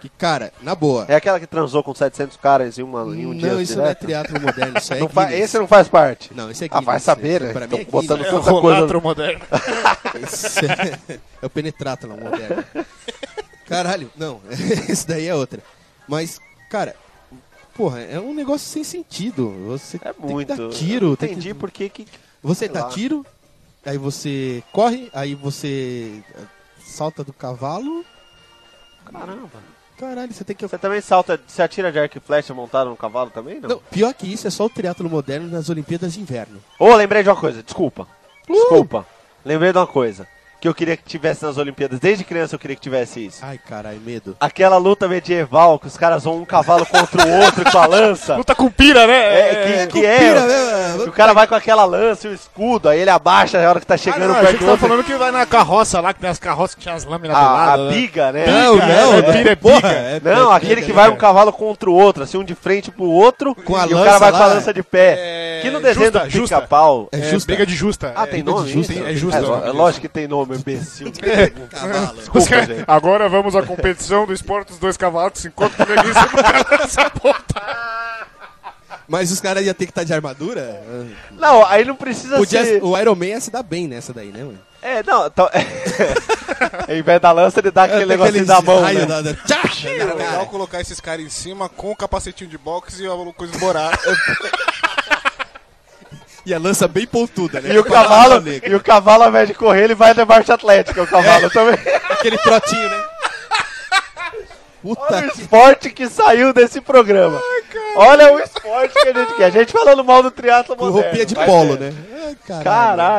[SPEAKER 3] Que, cara, na boa.
[SPEAKER 4] É aquela que transou com 700 caras em, uma, em um dia
[SPEAKER 3] não, isso não é
[SPEAKER 4] direto?
[SPEAKER 3] triatlo moderno, isso é
[SPEAKER 4] Não fa-
[SPEAKER 3] Guinness.
[SPEAKER 4] Esse não faz parte.
[SPEAKER 3] Não, esse é
[SPEAKER 4] Ah,
[SPEAKER 3] Guinness.
[SPEAKER 4] vai saber,
[SPEAKER 3] esse,
[SPEAKER 4] né?
[SPEAKER 3] Pra mim é
[SPEAKER 4] Tô botando
[SPEAKER 3] Guinness.
[SPEAKER 2] É o
[SPEAKER 4] tanta coisa-
[SPEAKER 2] rolatro moderno.
[SPEAKER 3] <laughs> Esse é- é o penetrátalo moderno. Caralho, não. <laughs> Esse daí é outra. Mas, cara, porra, é um negócio sem sentido. Você
[SPEAKER 4] É
[SPEAKER 3] tem
[SPEAKER 4] muito.
[SPEAKER 3] que dar
[SPEAKER 4] Eu não
[SPEAKER 3] tiro. Tem
[SPEAKER 4] entendi
[SPEAKER 3] que...
[SPEAKER 4] por que que...
[SPEAKER 3] Você
[SPEAKER 4] sei
[SPEAKER 3] dá
[SPEAKER 4] lá.
[SPEAKER 3] tiro, aí você corre, aí você eh, salta do cavalo.
[SPEAKER 4] Caramba.
[SPEAKER 3] Caralho, você tem que
[SPEAKER 4] Você também salta, você atira de arco e flecha montado no cavalo também, não?
[SPEAKER 3] Não, pior que isso é só o triatlo moderno nas Olimpíadas de Inverno.
[SPEAKER 4] Ô, lembrei de uma coisa, desculpa. Desculpa. Lembrei de uma coisa. Que eu queria que tivesse nas Olimpíadas. Desde criança eu queria que tivesse isso.
[SPEAKER 3] Ai, caralho, medo.
[SPEAKER 4] Aquela luta medieval que os caras vão um cavalo contra o outro com a lança.
[SPEAKER 2] Luta com pira, né?
[SPEAKER 4] É, que, que
[SPEAKER 3] Pira,
[SPEAKER 4] é.
[SPEAKER 3] né,
[SPEAKER 4] que O
[SPEAKER 3] mano?
[SPEAKER 4] cara vai com aquela lança e o escudo, aí ele abaixa na hora que tá
[SPEAKER 2] Ah, não,
[SPEAKER 4] chegando
[SPEAKER 2] achei que
[SPEAKER 4] perto do
[SPEAKER 2] você tava
[SPEAKER 4] outro.
[SPEAKER 2] falando que vai na carroça lá, que tem as carroças que tinha as lâminas do
[SPEAKER 4] Ah, A,
[SPEAKER 2] lado.
[SPEAKER 4] a
[SPEAKER 2] né?
[SPEAKER 4] biga, né?
[SPEAKER 3] Não,
[SPEAKER 2] Pica,
[SPEAKER 3] não,
[SPEAKER 2] é,
[SPEAKER 3] não.
[SPEAKER 2] pira, é né?
[SPEAKER 3] porra,
[SPEAKER 2] pica.
[SPEAKER 3] é-
[SPEAKER 4] Não,
[SPEAKER 3] é-
[SPEAKER 4] aquele
[SPEAKER 3] é-
[SPEAKER 4] que vai um cavalo contra o outro, assim, um de frente pro outro,
[SPEAKER 3] Com a
[SPEAKER 4] e o
[SPEAKER 3] lança
[SPEAKER 4] cara vai com a
[SPEAKER 3] lá,
[SPEAKER 4] lança de pé.
[SPEAKER 2] é,
[SPEAKER 4] que no desenho
[SPEAKER 2] justa,
[SPEAKER 4] do
[SPEAKER 2] justa.
[SPEAKER 4] pica-pau.
[SPEAKER 3] É
[SPEAKER 2] É,
[SPEAKER 3] justa.
[SPEAKER 2] briga de justa.
[SPEAKER 4] Ah,
[SPEAKER 2] É,
[SPEAKER 4] tem
[SPEAKER 2] briga de
[SPEAKER 4] nome?
[SPEAKER 2] justa,
[SPEAKER 4] isso?
[SPEAKER 2] É justa. É.
[SPEAKER 4] É, lo- é lógico que tem
[SPEAKER 2] <laughs>
[SPEAKER 4] nome, imbecil.
[SPEAKER 3] Cavalo.
[SPEAKER 2] Os
[SPEAKER 4] Desculpa,
[SPEAKER 2] caras-
[SPEAKER 4] gente.
[SPEAKER 2] Agora vamos à competição do esporte dos dois cavalos que se encontram no início do cara essa porta.
[SPEAKER 3] Mas os caras iam ter que estar de armadura?
[SPEAKER 4] Não, aí não precisa
[SPEAKER 3] Podia-
[SPEAKER 4] ser.
[SPEAKER 3] o Iron Man ia se dar bem nessa daí, né, mano?
[SPEAKER 4] É, não, então. <laughs> Ao invés da lança, ele dá aquele
[SPEAKER 3] Aquele
[SPEAKER 4] negocinho da mão.
[SPEAKER 3] raio
[SPEAKER 4] né?
[SPEAKER 3] da- da- Tchá!
[SPEAKER 2] É legal colocar esses caras em cima com o capacetinho de boxe e a coisa esborar.
[SPEAKER 4] <laughs>
[SPEAKER 3] E a lança bem pontuda, né?
[SPEAKER 4] E o
[SPEAKER 3] Com a barba
[SPEAKER 4] cavalo,
[SPEAKER 3] negra.
[SPEAKER 4] e o cavalo, ao invés de correr, ele vai na marcha atlética, o
[SPEAKER 2] É.
[SPEAKER 4] cavalo também.
[SPEAKER 3] Aquele trotinho, né? Puta
[SPEAKER 4] Olha o esporte que saiu desse programa. Olha o esporte que a gente quer. A gente falando mal do triatlo
[SPEAKER 3] que
[SPEAKER 4] moderno.
[SPEAKER 3] roupinha de
[SPEAKER 4] vai
[SPEAKER 3] polo,
[SPEAKER 4] ver.
[SPEAKER 3] né? Ai, caralho.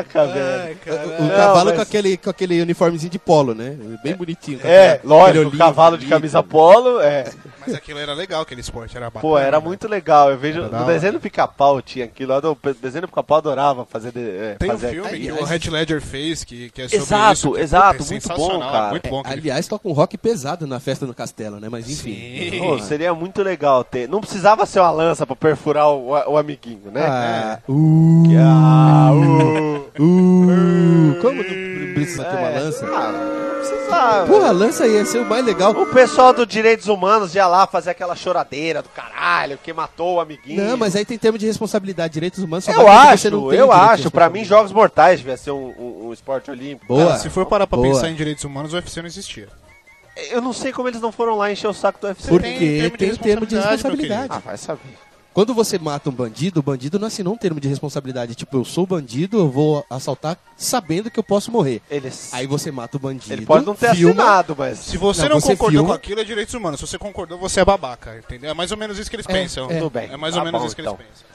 [SPEAKER 4] Caraca, velho.
[SPEAKER 3] O
[SPEAKER 4] Não,
[SPEAKER 3] cavalo
[SPEAKER 4] mas-
[SPEAKER 3] com, aquele, com aquele uniformezinho de polo, né? Bem bonitinho. com
[SPEAKER 4] É,
[SPEAKER 3] aquele- aquele
[SPEAKER 4] lógico,
[SPEAKER 3] olhinho
[SPEAKER 4] cavalo de
[SPEAKER 3] bonito. né?
[SPEAKER 4] camisa polo, é.
[SPEAKER 2] Mas aquilo era legal, aquele esporte, era bacana.
[SPEAKER 4] Pô, era
[SPEAKER 2] né?
[SPEAKER 4] muito legal. Eu vejo.
[SPEAKER 2] Era da
[SPEAKER 4] No
[SPEAKER 2] hora.
[SPEAKER 4] desenho do pica-pau tinha aquilo. lá do- O desenho do pica-pau adorava fazer. de- é,
[SPEAKER 2] Tem um
[SPEAKER 4] fazer
[SPEAKER 2] filme
[SPEAKER 3] aquilo.
[SPEAKER 2] que o Heath Ledger fez, que, que é sobre
[SPEAKER 4] Exato,
[SPEAKER 2] isso. que,
[SPEAKER 4] exato,
[SPEAKER 2] puta, é
[SPEAKER 4] muito bom,
[SPEAKER 2] sensacional,
[SPEAKER 4] cara.
[SPEAKER 2] Muito bom. aquele
[SPEAKER 3] Aliás, toca um rock pesado na festa no castelo, né? Mas enfim.
[SPEAKER 2] Sim.
[SPEAKER 4] Pô, seria muito legal ter. Não precisava ser uma lança pra perfurar o, o amiguinho, né?
[SPEAKER 3] Ah, uh,
[SPEAKER 4] Que- ah, uh,
[SPEAKER 3] uh, como não precisa ter uma
[SPEAKER 4] é.
[SPEAKER 3] lança?
[SPEAKER 4] Ah, não precisava.
[SPEAKER 3] Porra, a lança ia ser o mais legal.
[SPEAKER 4] O pessoal dos direitos humanos ia lá fazer aquela choradeira do caralho, que matou o amiguinho.
[SPEAKER 3] Não, mas aí tem termo de responsabilidade, direitos humanos. só
[SPEAKER 4] Eu
[SPEAKER 3] vai quando
[SPEAKER 4] acho,
[SPEAKER 3] você não tem
[SPEAKER 4] eu
[SPEAKER 3] direito de
[SPEAKER 4] acho. Pra mim,
[SPEAKER 3] responsabilidade.
[SPEAKER 4] Jogos Mortais devia ser um, um- um esporte olímpico.
[SPEAKER 3] Boa.
[SPEAKER 4] Cara,
[SPEAKER 2] Se for parar pra
[SPEAKER 3] Boa.
[SPEAKER 2] pensar em direitos humanos, o UFC não existia.
[SPEAKER 4] Eu não sei como eles não foram lá encher o saco do UFC.
[SPEAKER 3] Porque
[SPEAKER 2] tem
[SPEAKER 3] tem,
[SPEAKER 2] termo de
[SPEAKER 3] termo de
[SPEAKER 2] responsabilidade, meu
[SPEAKER 4] Ah,
[SPEAKER 3] responsabilidade.
[SPEAKER 4] vai saber.
[SPEAKER 3] Quando você mata um bandido, o bandido não assinou um termo de responsabilidade. Tipo, eu sou bandido, eu vou assaltar sabendo que eu posso morrer.
[SPEAKER 4] Eles...
[SPEAKER 3] Aí você mata o bandido.
[SPEAKER 4] Ele pode não ter
[SPEAKER 3] filma,
[SPEAKER 4] assinado, mas...
[SPEAKER 2] Se você não,
[SPEAKER 3] Não, você
[SPEAKER 2] concordou
[SPEAKER 3] filma-
[SPEAKER 2] com aquilo, é direitos humanos. Se você concordou, você é babaca, entendeu? É mais ou menos isso que eles pensam.
[SPEAKER 4] é. Tudo bem,
[SPEAKER 2] É mais
[SPEAKER 4] tá
[SPEAKER 2] ou menos
[SPEAKER 4] bom,
[SPEAKER 2] isso que
[SPEAKER 4] então.
[SPEAKER 2] eles pensam.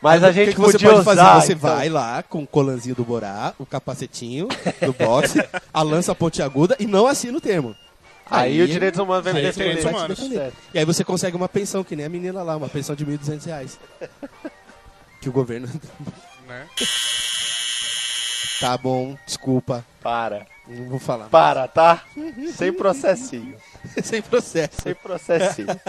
[SPEAKER 4] Mas a
[SPEAKER 3] O que
[SPEAKER 4] gente
[SPEAKER 3] que você
[SPEAKER 4] podia
[SPEAKER 3] pode
[SPEAKER 4] usar,
[SPEAKER 3] fazer? Você
[SPEAKER 4] então.
[SPEAKER 3] vai lá com o colanzinho do Borá, o capacetinho do boxe, a lança pontiaguda e não assina o termo.
[SPEAKER 4] então. Aí, o direitos humanos vem
[SPEAKER 2] aí o
[SPEAKER 4] me é defender.
[SPEAKER 2] direitos
[SPEAKER 3] vai te
[SPEAKER 2] humanos,
[SPEAKER 3] é defender.
[SPEAKER 4] certo.
[SPEAKER 3] E aí você consegue uma pensão, que nem a menina lá, uma pensão de 1.200 reais. Que o governo... <laughs>
[SPEAKER 2] Né?
[SPEAKER 3] Tá bom, desculpa,
[SPEAKER 4] Para,
[SPEAKER 3] não vou falar. <laughs>
[SPEAKER 4] para, tá? Sem processinho,
[SPEAKER 3] Sem processo.
[SPEAKER 4] sem processinho.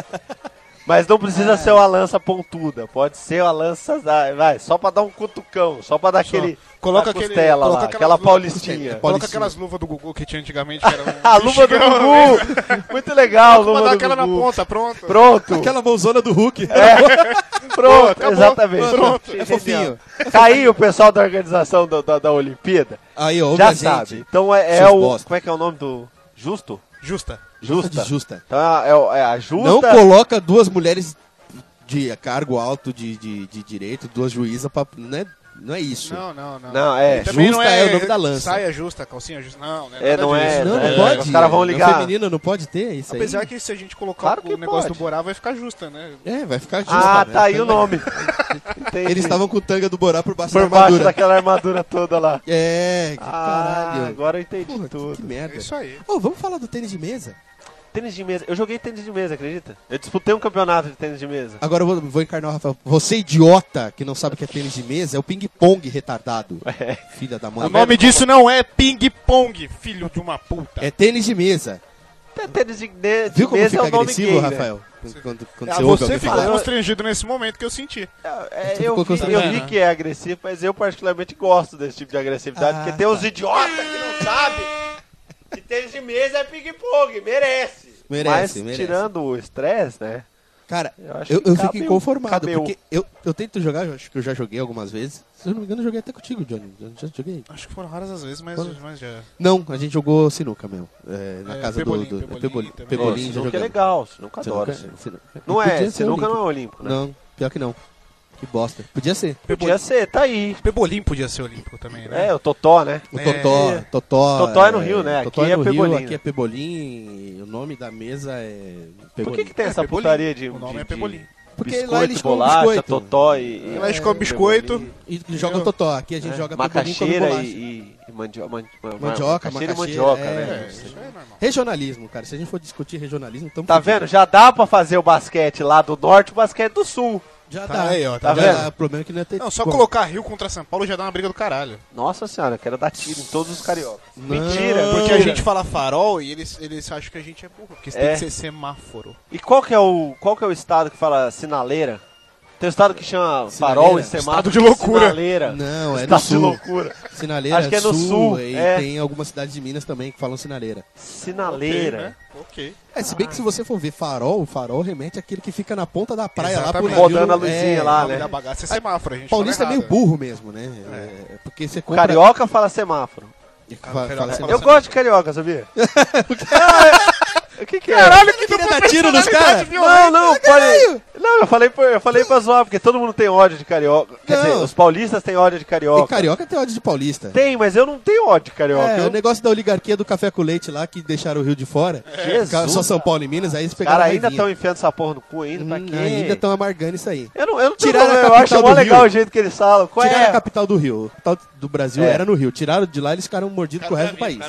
[SPEAKER 4] Mas não precisa ser uma lança pontuda. Pode ser uma lança. da- Vai, só pra dar um cutucão. Só pra dar aquele.
[SPEAKER 2] Coloca
[SPEAKER 4] na
[SPEAKER 2] aquele-
[SPEAKER 4] costela
[SPEAKER 2] coloca
[SPEAKER 4] lá,
[SPEAKER 2] aquelas
[SPEAKER 4] aquela
[SPEAKER 2] luvas-
[SPEAKER 4] paulistinha.
[SPEAKER 2] Coloca
[SPEAKER 3] Paulistinha.
[SPEAKER 2] aquelas luvas do Gugu que tinha antigamente, que era um
[SPEAKER 4] <laughs> A luva do
[SPEAKER 2] bichigão, né?
[SPEAKER 4] Gugu! Muito legal,
[SPEAKER 2] Vou
[SPEAKER 4] luva
[SPEAKER 2] dar
[SPEAKER 4] do
[SPEAKER 2] aquela na
[SPEAKER 4] Gugu.
[SPEAKER 2] ponta, pronto.
[SPEAKER 4] Pronto, É.
[SPEAKER 3] Aquela mãozona do Hulk.
[SPEAKER 4] pronto,
[SPEAKER 2] acabou.
[SPEAKER 4] exatamente.
[SPEAKER 2] Pronto,
[SPEAKER 4] Genial.
[SPEAKER 3] é fofinho.
[SPEAKER 4] Tá aí o pessoal da organização da, da, da Olimpíada.
[SPEAKER 3] Aí, ó, ouve
[SPEAKER 4] Já
[SPEAKER 3] a gente.
[SPEAKER 4] sabe. Então é, é
[SPEAKER 3] seus
[SPEAKER 4] o.
[SPEAKER 3] bosta.
[SPEAKER 4] Como é que é o nome do. Justo?
[SPEAKER 2] Justa.
[SPEAKER 3] Justa.
[SPEAKER 4] Justa.
[SPEAKER 3] de justa.
[SPEAKER 4] Então é, é o- é a justa.
[SPEAKER 3] Não coloca duas mulheres de cargo alto de, de, de direito, duas juízas, pra, né? não é isso.
[SPEAKER 2] Não, não, não.
[SPEAKER 4] Não, é.
[SPEAKER 2] E também
[SPEAKER 3] Justa é o nome da lança.
[SPEAKER 2] Saia justa, calcinha justa. Não, né?
[SPEAKER 4] É, não é,
[SPEAKER 3] Não, não
[SPEAKER 4] é,
[SPEAKER 3] pode.
[SPEAKER 4] os caras vão ligar.
[SPEAKER 3] Não, feminino não pode ter isso aí.
[SPEAKER 2] Apesar que se a gente colocar
[SPEAKER 4] Claro
[SPEAKER 2] o
[SPEAKER 4] que
[SPEAKER 2] negócio
[SPEAKER 4] pode.
[SPEAKER 2] do Borá, vai ficar justa, né?
[SPEAKER 3] É, vai ficar justo.
[SPEAKER 4] Ah,
[SPEAKER 3] né?
[SPEAKER 4] tá aí o
[SPEAKER 3] <laughs>
[SPEAKER 4] nome. Entendi.
[SPEAKER 3] Eles estavam com o tanga do Borá por baixo
[SPEAKER 4] por
[SPEAKER 3] da armadura.
[SPEAKER 4] baixo daquela armadura toda lá.
[SPEAKER 3] É, que
[SPEAKER 4] Ah,
[SPEAKER 3] caralho.
[SPEAKER 4] agora eu entendi
[SPEAKER 3] Porra, que-
[SPEAKER 4] tudo.
[SPEAKER 3] que merda.
[SPEAKER 2] É isso aí.
[SPEAKER 3] Ô, vamos falar do tênis de mesa?
[SPEAKER 4] Tênis de mesa. Eu joguei tênis de mesa, acredita? Eu disputei um campeonato de tênis de mesa.
[SPEAKER 3] Agora eu vou, vou encarnar o Rafael. Você, idiota, que não sabe o que é tênis de mesa, é o ping-pong retardado.
[SPEAKER 4] É.
[SPEAKER 3] Filha da mãe.
[SPEAKER 2] O nome disso não é ping-pong, filho de uma puta.
[SPEAKER 3] É tênis de mesa.
[SPEAKER 4] T- Tênis de, de
[SPEAKER 3] Viu como
[SPEAKER 4] mesa
[SPEAKER 3] fica
[SPEAKER 4] é o nome É,
[SPEAKER 3] agressivo,
[SPEAKER 4] gay, né?
[SPEAKER 3] Rafael? Quando, quando
[SPEAKER 2] Ah,
[SPEAKER 3] você ouve
[SPEAKER 2] você
[SPEAKER 3] alguém
[SPEAKER 2] ficou
[SPEAKER 3] falar.
[SPEAKER 2] constrangido nesse momento que eu senti.
[SPEAKER 4] É,
[SPEAKER 3] Você
[SPEAKER 4] eu,
[SPEAKER 3] ficou
[SPEAKER 4] vi, eu
[SPEAKER 2] constrangendo,
[SPEAKER 4] vi
[SPEAKER 2] né?
[SPEAKER 4] que é agressivo, mas eu particularmente gosto desse tipo de agressividade,
[SPEAKER 3] Ah,
[SPEAKER 4] porque tem uns idiotas que não sabem que tênis de mesa é ping-pong, merece.
[SPEAKER 3] Merece,
[SPEAKER 4] mas
[SPEAKER 3] merece.
[SPEAKER 4] tirando o estresse, né?
[SPEAKER 3] Cara,
[SPEAKER 4] Eu acho
[SPEAKER 3] eu,
[SPEAKER 4] que tá um
[SPEAKER 3] eu
[SPEAKER 4] cabeu,
[SPEAKER 3] fico inconformado,
[SPEAKER 4] cabeu.
[SPEAKER 3] porque eu, eu tento jogar, eu acho que eu já joguei algumas vezes. Se eu não me engano, eu joguei até contigo, Johnny. Eu já joguei.
[SPEAKER 2] Acho que foram raras as vezes, mas,
[SPEAKER 3] Quando-
[SPEAKER 2] mas já.
[SPEAKER 3] Não, a gente jogou sinuca mesmo. É, na
[SPEAKER 2] É,
[SPEAKER 3] casa
[SPEAKER 2] Pebolim,
[SPEAKER 3] do. do é,
[SPEAKER 2] Pebolim
[SPEAKER 3] Pebolim,
[SPEAKER 2] também.
[SPEAKER 4] Pô,
[SPEAKER 3] Pebolim já
[SPEAKER 4] sinuca é
[SPEAKER 3] jogamos.
[SPEAKER 4] legal, sinuca adoro.
[SPEAKER 3] Sinuca-
[SPEAKER 4] sinuca.
[SPEAKER 3] sinu-
[SPEAKER 4] Não
[SPEAKER 3] Podia
[SPEAKER 4] é,
[SPEAKER 3] ser
[SPEAKER 4] sinuca não é olímpico,
[SPEAKER 3] olímpico.
[SPEAKER 4] né?
[SPEAKER 3] Não, pior que não. Que bosta. Podia ser.
[SPEAKER 4] Podia ser, tá aí.
[SPEAKER 2] Pebolim podia ser olímpico também, né?
[SPEAKER 4] É, o Totó, né?
[SPEAKER 3] O
[SPEAKER 2] É.
[SPEAKER 3] Totó, Totó.
[SPEAKER 4] Totó é no Rio, né?
[SPEAKER 3] Totó
[SPEAKER 4] Aqui
[SPEAKER 3] é
[SPEAKER 4] é
[SPEAKER 3] no Rio,
[SPEAKER 4] Pebolim,
[SPEAKER 3] aqui
[SPEAKER 4] né?
[SPEAKER 3] é Pebolim. O nome da mesa é
[SPEAKER 4] Por
[SPEAKER 3] Pebolim.
[SPEAKER 4] que, que tem
[SPEAKER 2] É,
[SPEAKER 4] essa
[SPEAKER 2] Pebolim.
[SPEAKER 4] putaria de.
[SPEAKER 2] O nome
[SPEAKER 4] de-
[SPEAKER 2] é Pebolim.
[SPEAKER 3] Porque
[SPEAKER 4] biscoito,
[SPEAKER 3] lá eles comem
[SPEAKER 4] bolacha,
[SPEAKER 3] biscoito.
[SPEAKER 4] totó e.
[SPEAKER 2] Lá eles comem biscoito.
[SPEAKER 4] É, Pebolim. né?
[SPEAKER 3] E joga Totó. Aqui a gente joga Pebolim com
[SPEAKER 4] É. macaxeira
[SPEAKER 3] bolacha.
[SPEAKER 4] e, e mandio- man- ma-
[SPEAKER 3] Mandioca,
[SPEAKER 4] macaxeira e
[SPEAKER 3] macaxeira,
[SPEAKER 4] mandioca,
[SPEAKER 3] é.
[SPEAKER 4] né?
[SPEAKER 2] É, isso aí é normal.
[SPEAKER 3] Regionalismo, cara. Se a gente for discutir regionalismo, estamos
[SPEAKER 4] Tá vendo? Já dá pra fazer o basquete lá do norte e o basquete do sul.
[SPEAKER 3] Já
[SPEAKER 2] Tá
[SPEAKER 3] dá.
[SPEAKER 2] aí, ó,
[SPEAKER 4] tá
[SPEAKER 3] Já
[SPEAKER 4] vendo?
[SPEAKER 3] dá. O problema é que não ia ter...
[SPEAKER 2] Não, só
[SPEAKER 3] como.
[SPEAKER 2] colocar Rio contra São Paulo já dá uma briga do caralho.
[SPEAKER 4] Nossa senhora, eu quero dar tiro em todos os cariocas.
[SPEAKER 3] Não,
[SPEAKER 4] Mentira,
[SPEAKER 2] Porque a
[SPEAKER 4] mentira.
[SPEAKER 2] gente fala farol e eles, eles acham que a gente é burro, porque isso
[SPEAKER 4] É.
[SPEAKER 2] tem que ser semáforo.
[SPEAKER 4] E qual que, é o, qual que é o estado que fala sinaleira? Tem um estado que chama
[SPEAKER 3] Sinaleira.
[SPEAKER 4] farol e semáforo.
[SPEAKER 2] Estado de loucura.
[SPEAKER 4] Sinaleira.
[SPEAKER 3] Não, é no
[SPEAKER 4] estado de
[SPEAKER 3] sul.
[SPEAKER 4] loucura.
[SPEAKER 3] Sinaleira
[SPEAKER 4] tá Acho que é no sul,
[SPEAKER 3] E
[SPEAKER 4] é.
[SPEAKER 3] tem algumas cidades de Minas também que falam sinaleira.
[SPEAKER 4] Sinaleira.
[SPEAKER 2] Ok.
[SPEAKER 3] É, se bem que se você for ver farol, o farol remete àquele que fica na ponta da praia lá
[SPEAKER 2] Exatamente.
[SPEAKER 3] pro navio-
[SPEAKER 4] Rodando a luzinha
[SPEAKER 3] é,
[SPEAKER 2] Ah,
[SPEAKER 4] lá,
[SPEAKER 2] né?
[SPEAKER 4] né?
[SPEAKER 2] Da bagaça é semáforo, a gente
[SPEAKER 3] Paulista é
[SPEAKER 2] fala
[SPEAKER 3] meio
[SPEAKER 2] errado.
[SPEAKER 3] burro mesmo, né? É, porque você compra...
[SPEAKER 4] Carioca fala semáforo.
[SPEAKER 3] Fala-
[SPEAKER 2] Carioca
[SPEAKER 3] fala
[SPEAKER 2] fala
[SPEAKER 3] assim,
[SPEAKER 4] eu
[SPEAKER 2] semáforo.
[SPEAKER 4] gosto de carioca,
[SPEAKER 3] <laughs>
[SPEAKER 4] sabia? Ah, é- O que que é?
[SPEAKER 3] Caralho, que queria dar tiro nos caras.
[SPEAKER 4] Não, não,
[SPEAKER 3] né,
[SPEAKER 4] falei. Não, eu falei, pra- eu falei pra zoar, porque todo mundo tem ódio de carioca. Quer
[SPEAKER 3] Não.
[SPEAKER 4] dizer, os paulistas têm ódio de
[SPEAKER 3] E
[SPEAKER 4] carioca.
[SPEAKER 3] carioca tem ódio de paulista.
[SPEAKER 4] Tem, mas eu não tenho ódio de carioca.
[SPEAKER 3] É,
[SPEAKER 4] eu
[SPEAKER 3] o negócio da oligarquia do café com leite lá, que deixaram o Rio de fora.
[SPEAKER 4] Jesus,
[SPEAKER 3] Ficaram Só São Paulo e Minas, aí eles
[SPEAKER 4] Os caras
[SPEAKER 3] pegaram
[SPEAKER 4] ainda
[SPEAKER 3] raivinha.
[SPEAKER 4] estão enfiando essa porra no cu ainda, pra
[SPEAKER 3] Hum,
[SPEAKER 4] quê?
[SPEAKER 3] Ainda estão amargando isso aí.
[SPEAKER 4] Eu não, eu não tenho
[SPEAKER 3] Tiraram
[SPEAKER 4] problema,
[SPEAKER 3] a
[SPEAKER 4] eu
[SPEAKER 3] capital
[SPEAKER 4] acho mó
[SPEAKER 3] do
[SPEAKER 4] legal
[SPEAKER 3] Rio.
[SPEAKER 4] o jeito que eles falam. Qual
[SPEAKER 3] Tiraram a
[SPEAKER 4] é?
[SPEAKER 3] capital do Rio. A capital do Brasil
[SPEAKER 4] É.
[SPEAKER 3] era no Rio. Tiraram de lá, eles ficaram mordidos com o resto do país.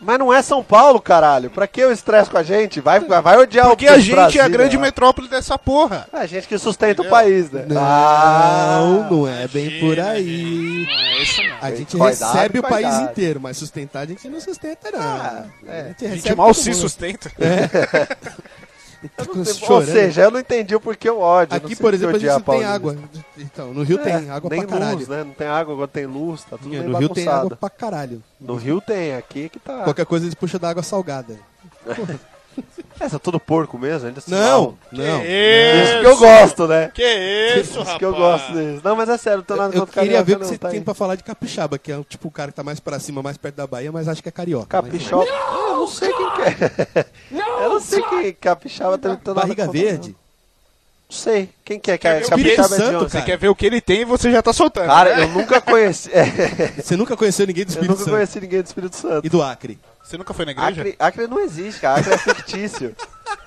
[SPEAKER 4] Mas não é São Paulo, caralho. Pra que o estresse com a gente? Vai, vai odiar
[SPEAKER 2] Porque
[SPEAKER 4] o
[SPEAKER 2] a gente é a
[SPEAKER 4] Brasília,
[SPEAKER 2] grande
[SPEAKER 4] né?
[SPEAKER 2] metrópole dessa porra.
[SPEAKER 4] A gente que sustenta o país, né? Ah.
[SPEAKER 3] Não, não é bem por aí.
[SPEAKER 2] Não né, é isso não.
[SPEAKER 3] A gente
[SPEAKER 4] Cuidado,
[SPEAKER 3] recebe o país
[SPEAKER 4] cuidado. Ah, é.
[SPEAKER 3] inteiro, mas sustentar a gente não sustenta, não. a gente,
[SPEAKER 2] A gente
[SPEAKER 3] recebe
[SPEAKER 2] mal
[SPEAKER 3] todo
[SPEAKER 2] se
[SPEAKER 3] mundo.
[SPEAKER 2] sustenta.
[SPEAKER 3] Tá com-
[SPEAKER 4] Ou
[SPEAKER 3] chorando.
[SPEAKER 4] seja, eu não entendi o porquê o ódio. eu não
[SPEAKER 3] Aqui,
[SPEAKER 4] sei
[SPEAKER 3] por
[SPEAKER 4] porque
[SPEAKER 3] exemplo, a gente
[SPEAKER 4] odiar
[SPEAKER 3] não tem
[SPEAKER 4] paulista.
[SPEAKER 3] água. Então, no Rio tem
[SPEAKER 4] É,
[SPEAKER 3] água
[SPEAKER 4] nem
[SPEAKER 3] pra caralho.
[SPEAKER 4] luz, né? Não tem água, agora tem luz, tá tudo bem
[SPEAKER 3] No Rio tem
[SPEAKER 4] bagunçado.
[SPEAKER 3] água pra caralho.
[SPEAKER 4] No Rio tem, aqui que tá.
[SPEAKER 3] Qualquer coisa eles puxam da água salgada.
[SPEAKER 4] Essa é tudo porco mesmo, ainda se falam.
[SPEAKER 3] não.
[SPEAKER 4] Isso
[SPEAKER 2] É Isso
[SPEAKER 4] que eu gosto, né?
[SPEAKER 2] Que isso,
[SPEAKER 4] Isso
[SPEAKER 2] rapaz.
[SPEAKER 4] que eu gosto deles. Não, mas é sério, não tô nada
[SPEAKER 3] Eu
[SPEAKER 4] contra
[SPEAKER 3] queria ver
[SPEAKER 4] carioca,
[SPEAKER 3] o que
[SPEAKER 4] não,
[SPEAKER 3] você
[SPEAKER 4] tá
[SPEAKER 3] tem
[SPEAKER 4] aí.
[SPEAKER 3] pra falar de capixaba, que é tipo o cara que tá mais pra cima, mais perto da Bahia, mas acho que é carioca.
[SPEAKER 4] Capixaba. Ah, eu não sei quem que é. eu não sei quem capixaba tá
[SPEAKER 3] Mas-
[SPEAKER 4] tentando.
[SPEAKER 3] Barriga verde.
[SPEAKER 4] Não sei. Quem que é, cara?
[SPEAKER 2] Espírito
[SPEAKER 4] Capixaba é de
[SPEAKER 3] Santo,
[SPEAKER 4] onde?
[SPEAKER 2] Você
[SPEAKER 3] cara.
[SPEAKER 2] quer ver o que ele tem e você já tá soltando.
[SPEAKER 4] Cara,
[SPEAKER 2] né?
[SPEAKER 4] eu nunca conheci. <laughs> é,
[SPEAKER 3] Você nunca conheceu ninguém do
[SPEAKER 4] eu
[SPEAKER 3] Espírito
[SPEAKER 4] nunca
[SPEAKER 3] Santo
[SPEAKER 4] conheci ninguém do Espírito Santo.
[SPEAKER 3] e do Acre.
[SPEAKER 2] Você nunca foi na igreja?
[SPEAKER 4] Acre, Acre não existe, cara. Acre é fictício.
[SPEAKER 3] <laughs>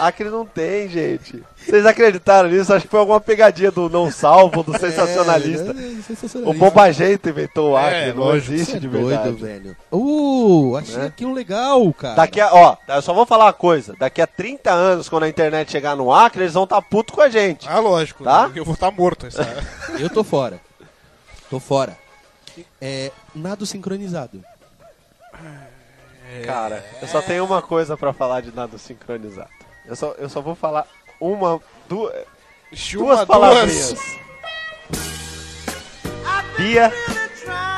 [SPEAKER 4] Acre não tem, gente. Vocês acreditaram nisso? Acho que foi alguma pegadinha do não salvo, do sensacionalista.
[SPEAKER 3] É, é, é sensacionalista.
[SPEAKER 4] O Bobajeito inventou o Acre,
[SPEAKER 2] É,
[SPEAKER 4] não
[SPEAKER 2] lógico,
[SPEAKER 3] Você
[SPEAKER 4] existe
[SPEAKER 3] é
[SPEAKER 4] de
[SPEAKER 3] doido,
[SPEAKER 4] verdade. Né?
[SPEAKER 3] velho. Uh, achei aqui um legal, cara.
[SPEAKER 4] Daqui a, ó, eu só vou falar uma coisa. Daqui a 30 anos, quando a internet chegar no Acre, eles vão estar putos puto com a gente.
[SPEAKER 2] Ah, lógico.
[SPEAKER 4] Tá?
[SPEAKER 2] Eu vou estar morto. Essa...
[SPEAKER 3] Eu tô fora. Tô fora. É, nado sincronizado. É.
[SPEAKER 4] Cara, eu só tenho uma coisa pra falar de nado sincronizado. Eu só, eu só vou falar uma, duas,
[SPEAKER 2] Chupa
[SPEAKER 4] <laughs> duas palavrinhas. Bia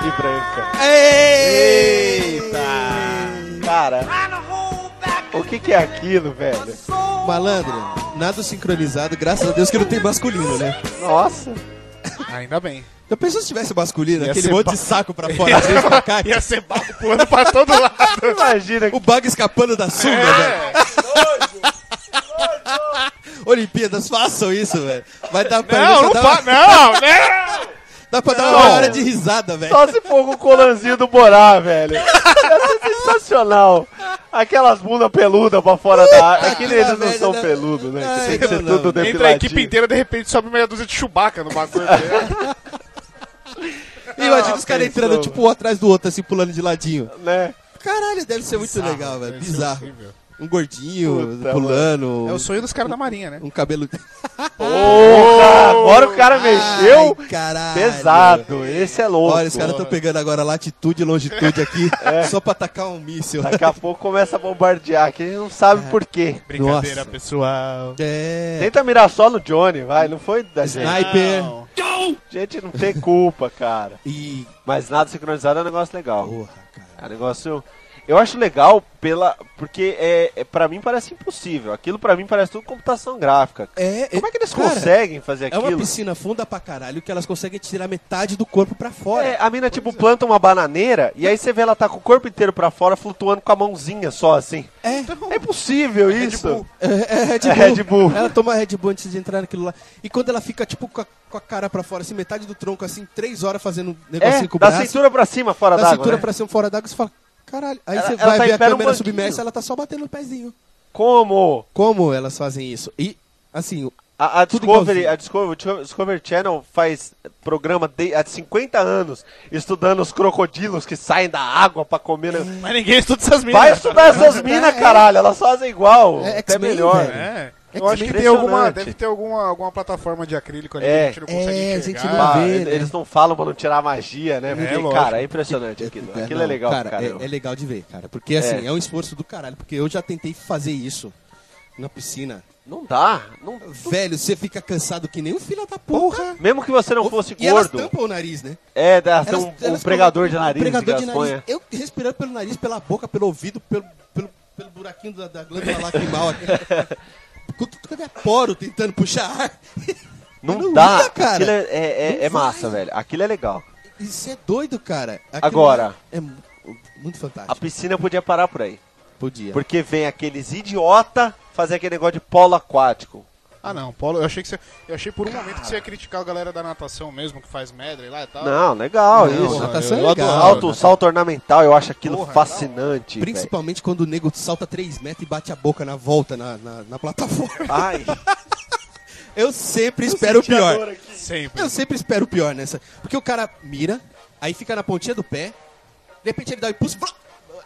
[SPEAKER 4] e Branca.
[SPEAKER 3] Eita!
[SPEAKER 4] Cara, o que que é aquilo, velho?
[SPEAKER 3] Malandro, nada sincronizado, graças a Deus que não tem masculino, né?
[SPEAKER 4] Nossa.
[SPEAKER 2] Ainda bem.
[SPEAKER 3] Eu penso se tivesse masculino,
[SPEAKER 2] Ia
[SPEAKER 3] aquele
[SPEAKER 2] ser
[SPEAKER 3] monte
[SPEAKER 2] ba-
[SPEAKER 3] de saco pra fora, às vezes
[SPEAKER 2] <laughs>
[SPEAKER 3] pra cá,
[SPEAKER 2] Ia ser barro pulando pra todo lado.
[SPEAKER 4] Imagina,
[SPEAKER 3] o bug escapando da sunga,
[SPEAKER 2] É.
[SPEAKER 3] velho. Olimpíadas, façam isso, velho. Vai dar pra
[SPEAKER 2] Não, não
[SPEAKER 3] dá,
[SPEAKER 2] fa... Não, né? <laughs> não!
[SPEAKER 3] dá pra dar uma hora de risada, velho.
[SPEAKER 4] só se for com o colanzinho do Borá, velho. Isso é sensacional. Aquelas bundas peludas pra fora da área. É que
[SPEAKER 3] que
[SPEAKER 4] eles não
[SPEAKER 3] merda,
[SPEAKER 4] são
[SPEAKER 3] né?
[SPEAKER 4] peludos, né? Que
[SPEAKER 3] Ai,
[SPEAKER 4] tem que ser
[SPEAKER 3] não,
[SPEAKER 4] tudo
[SPEAKER 2] Entra
[SPEAKER 3] não.
[SPEAKER 2] a
[SPEAKER 4] depiladinho.
[SPEAKER 2] equipe inteira, de repente sobe meia dúzia de Chewbacca no bagulho.
[SPEAKER 3] E imagina
[SPEAKER 2] Ah,
[SPEAKER 3] os caras
[SPEAKER 4] pensou,
[SPEAKER 3] entrando, tipo, um atrás do outro, assim, pulando de ladinho.
[SPEAKER 4] Né?
[SPEAKER 3] Caralho, deve ser muito legal, velho. Bizarro.
[SPEAKER 2] horrível.
[SPEAKER 3] Um gordinho,
[SPEAKER 4] Puta,
[SPEAKER 2] <laughs>
[SPEAKER 3] pulando,
[SPEAKER 2] É o sonho dos caras da Marinha, né?
[SPEAKER 3] um cabelo...
[SPEAKER 4] Porra, agora o cara mexeu
[SPEAKER 3] Ai, caralho.
[SPEAKER 4] pesado. Esse é louco.
[SPEAKER 3] Olha, tá os caras estão pegando agora latitude e
[SPEAKER 2] <laughs>
[SPEAKER 3] longitude aqui,
[SPEAKER 2] É.
[SPEAKER 3] só pra atacar um míssil.
[SPEAKER 4] Daqui a pouco começa a bombardear, que a gente não sabe por quê.
[SPEAKER 2] Brincadeira,
[SPEAKER 3] Nossa.
[SPEAKER 2] pessoal.
[SPEAKER 3] É.
[SPEAKER 4] Tenta mirar só no Johnny, vai. Não foi da gente.
[SPEAKER 3] Sniper.
[SPEAKER 2] Não.
[SPEAKER 4] Gente, não tem culpa, cara.
[SPEAKER 3] E.
[SPEAKER 4] Mas nada sincronizado é um negócio legal.
[SPEAKER 3] Porra, cara.
[SPEAKER 4] É um negócio. Eu acho legal pela. Porque é, é, pra mim parece impossível. Aquilo pra mim parece tudo computação gráfica.
[SPEAKER 3] É,
[SPEAKER 4] Como é que eles
[SPEAKER 3] cara,
[SPEAKER 4] conseguem fazer
[SPEAKER 3] É uma
[SPEAKER 4] aquilo?
[SPEAKER 3] piscina funda pra caralho que elas conseguem tirar metade do corpo pra fora.
[SPEAKER 4] É, a mina, tipo, planta uma bananeira e aí você vê ela tá com o corpo inteiro pra fora flutuando com a mãozinha só assim.
[SPEAKER 3] É.
[SPEAKER 4] É impossível isso.
[SPEAKER 3] É, é Red, Bull.
[SPEAKER 4] É Red Bull.
[SPEAKER 3] Ela toma Red Bull antes de entrar naquilo lá. E quando ela fica, tipo, com a, com a cara pra fora, assim, metade do tronco, assim, três horas fazendo um negocinho
[SPEAKER 4] É,
[SPEAKER 3] com o
[SPEAKER 4] da
[SPEAKER 3] braço.
[SPEAKER 4] cintura pra cima, fora
[SPEAKER 3] da
[SPEAKER 4] d'água.
[SPEAKER 3] cintura
[SPEAKER 4] né?
[SPEAKER 3] pra cima, fora d'água, você fala, caralho. Aí
[SPEAKER 4] Ela-
[SPEAKER 3] você
[SPEAKER 4] ela
[SPEAKER 3] vai
[SPEAKER 4] tá
[SPEAKER 3] ver
[SPEAKER 4] em
[SPEAKER 3] a
[SPEAKER 4] pé num
[SPEAKER 3] câmera
[SPEAKER 4] banquinho.
[SPEAKER 3] submersa, ela tá só batendo o pezinho.
[SPEAKER 4] Como?
[SPEAKER 3] Como elas fazem isso? E, assim,
[SPEAKER 4] A, a
[SPEAKER 3] Tudo
[SPEAKER 4] Discovery,
[SPEAKER 3] igualzinho.
[SPEAKER 4] a Discovery, Disco- Discovery Channel faz programa de, há 50 anos estudando os crocodilos que saem da água pra comer. né?
[SPEAKER 2] Mas ninguém estuda essas minas.
[SPEAKER 4] Vai estudar essas minas,
[SPEAKER 3] é.
[SPEAKER 4] caralho. Elas fazem igual.
[SPEAKER 3] É
[SPEAKER 4] até
[SPEAKER 3] X-Men,
[SPEAKER 4] melhor.
[SPEAKER 3] velho.
[SPEAKER 2] É.
[SPEAKER 3] É
[SPEAKER 2] Eu acho que tem
[SPEAKER 4] impressionante.
[SPEAKER 2] alguma, deve ter alguma, alguma plataforma de acrílico ali que
[SPEAKER 4] É.
[SPEAKER 2] a gente não consegue
[SPEAKER 3] É, a gente
[SPEAKER 2] enxergar.
[SPEAKER 3] não
[SPEAKER 4] Ah,
[SPEAKER 3] vê,
[SPEAKER 4] eles-
[SPEAKER 3] né?
[SPEAKER 4] Eles não falam pra não tirar a magia, né? Porque,
[SPEAKER 2] lógico.
[SPEAKER 4] cara, é impressionante aquilo.
[SPEAKER 3] É,
[SPEAKER 4] Aquilo é
[SPEAKER 3] não,
[SPEAKER 4] legal, cara.
[SPEAKER 3] É, é legal de ver, cara. Porque assim, é.
[SPEAKER 4] É.
[SPEAKER 3] um esforço do caralho. Porque eu já tentei fazer isso na piscina.
[SPEAKER 4] Não dá. Não...
[SPEAKER 3] Velho, você fica cansado que nem um filho da porra.
[SPEAKER 4] Mesmo que você não fosse
[SPEAKER 3] e elas
[SPEAKER 4] gordo,
[SPEAKER 3] tampam o nariz, né?
[SPEAKER 4] é, dá tem
[SPEAKER 3] Elas-
[SPEAKER 4] um, um
[SPEAKER 3] elas
[SPEAKER 4] pregador de
[SPEAKER 3] colocam-
[SPEAKER 4] nariz.
[SPEAKER 3] Um pregador
[SPEAKER 4] que
[SPEAKER 3] de
[SPEAKER 4] gasponha.
[SPEAKER 3] nariz. Eu respirando pelo nariz, pela boca, pelo ouvido, pelo, pelo, pelo buraquinho da, da glândula
[SPEAKER 4] <laughs>
[SPEAKER 3] lacrimal aqui. Com tudo é poro tentando puxar ar.
[SPEAKER 4] Não,
[SPEAKER 3] Não
[SPEAKER 4] dá.
[SPEAKER 3] dá, cara.
[SPEAKER 4] Aquilo é, é- é-
[SPEAKER 3] Não
[SPEAKER 4] é massa,
[SPEAKER 3] vai.
[SPEAKER 4] velho. Aquilo é legal.
[SPEAKER 3] Isso é doido, cara. Aquilo
[SPEAKER 4] Agora.
[SPEAKER 3] É mu- muito
[SPEAKER 4] A
[SPEAKER 3] fantástico.
[SPEAKER 4] piscina podia parar por aí.
[SPEAKER 3] Podia.
[SPEAKER 4] Porque vem aqueles idiota fazer aquele negócio de polo aquático.
[SPEAKER 2] Ah não, Paulo, eu achei que você, eu achei por um momento que você ia criticar a galera da natação mesmo que faz medley lá e tal.
[SPEAKER 4] Não, legal
[SPEAKER 3] Não,
[SPEAKER 4] isso.
[SPEAKER 3] natação é
[SPEAKER 4] eu adoro
[SPEAKER 3] legal.
[SPEAKER 4] alto salto ornamental, eu acho aquilo
[SPEAKER 2] Porra,
[SPEAKER 4] fascinante. velho.
[SPEAKER 3] Principalmente quando o nego salta 3 metros e bate a boca na volta na, na,
[SPEAKER 4] <laughs>
[SPEAKER 3] na plataforma.
[SPEAKER 4] Ai,
[SPEAKER 3] Eu sempre espero o pior.
[SPEAKER 2] Sempre.
[SPEAKER 3] Eu sempre espero o pior nessa. Porque o cara mira, aí fica na pontinha do pé, de repente ele dá um impulso, blá,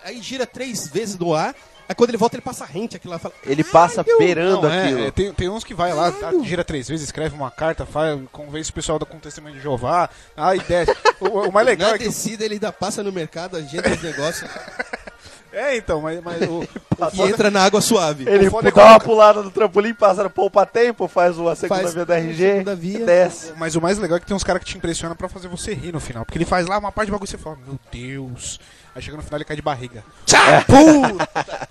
[SPEAKER 3] aí gira três vezes no ar, aí quando ele volta ele passa rente aquilo lá e fala. "É
[SPEAKER 4] ele
[SPEAKER 3] <laughs>
[SPEAKER 4] passa
[SPEAKER 3] "Caralho!"
[SPEAKER 4] beirando
[SPEAKER 2] Não, é,
[SPEAKER 4] aquilo.
[SPEAKER 2] é, tem, tem uns que vai lá, dá- gira três vezes, escreve uma carta, faz, convence o pessoal da com testemunho de Jeová, aí desce. O, o mais legal
[SPEAKER 3] Na
[SPEAKER 2] é que.
[SPEAKER 3] descida ele ainda passa no mercado, agenda os negócios
[SPEAKER 2] É, então, mas, mas <laughs> o,
[SPEAKER 3] e entra na água suave.
[SPEAKER 4] Ele
[SPEAKER 2] O foda é
[SPEAKER 4] dá uma
[SPEAKER 2] quando-
[SPEAKER 4] pulada no trampolim, passa no poupa tempo, faz uma segunda
[SPEAKER 3] Faz
[SPEAKER 4] via da RG,
[SPEAKER 3] segunda via.
[SPEAKER 4] desce.
[SPEAKER 2] mas o mais legal é que tem uns caras que te impressionam pra fazer você rir no final. Porque ele faz lá uma parte de bagulho e você fala, meu Deus. Aí chega no final ele cai de barriga.
[SPEAKER 3] Tchá! Puta!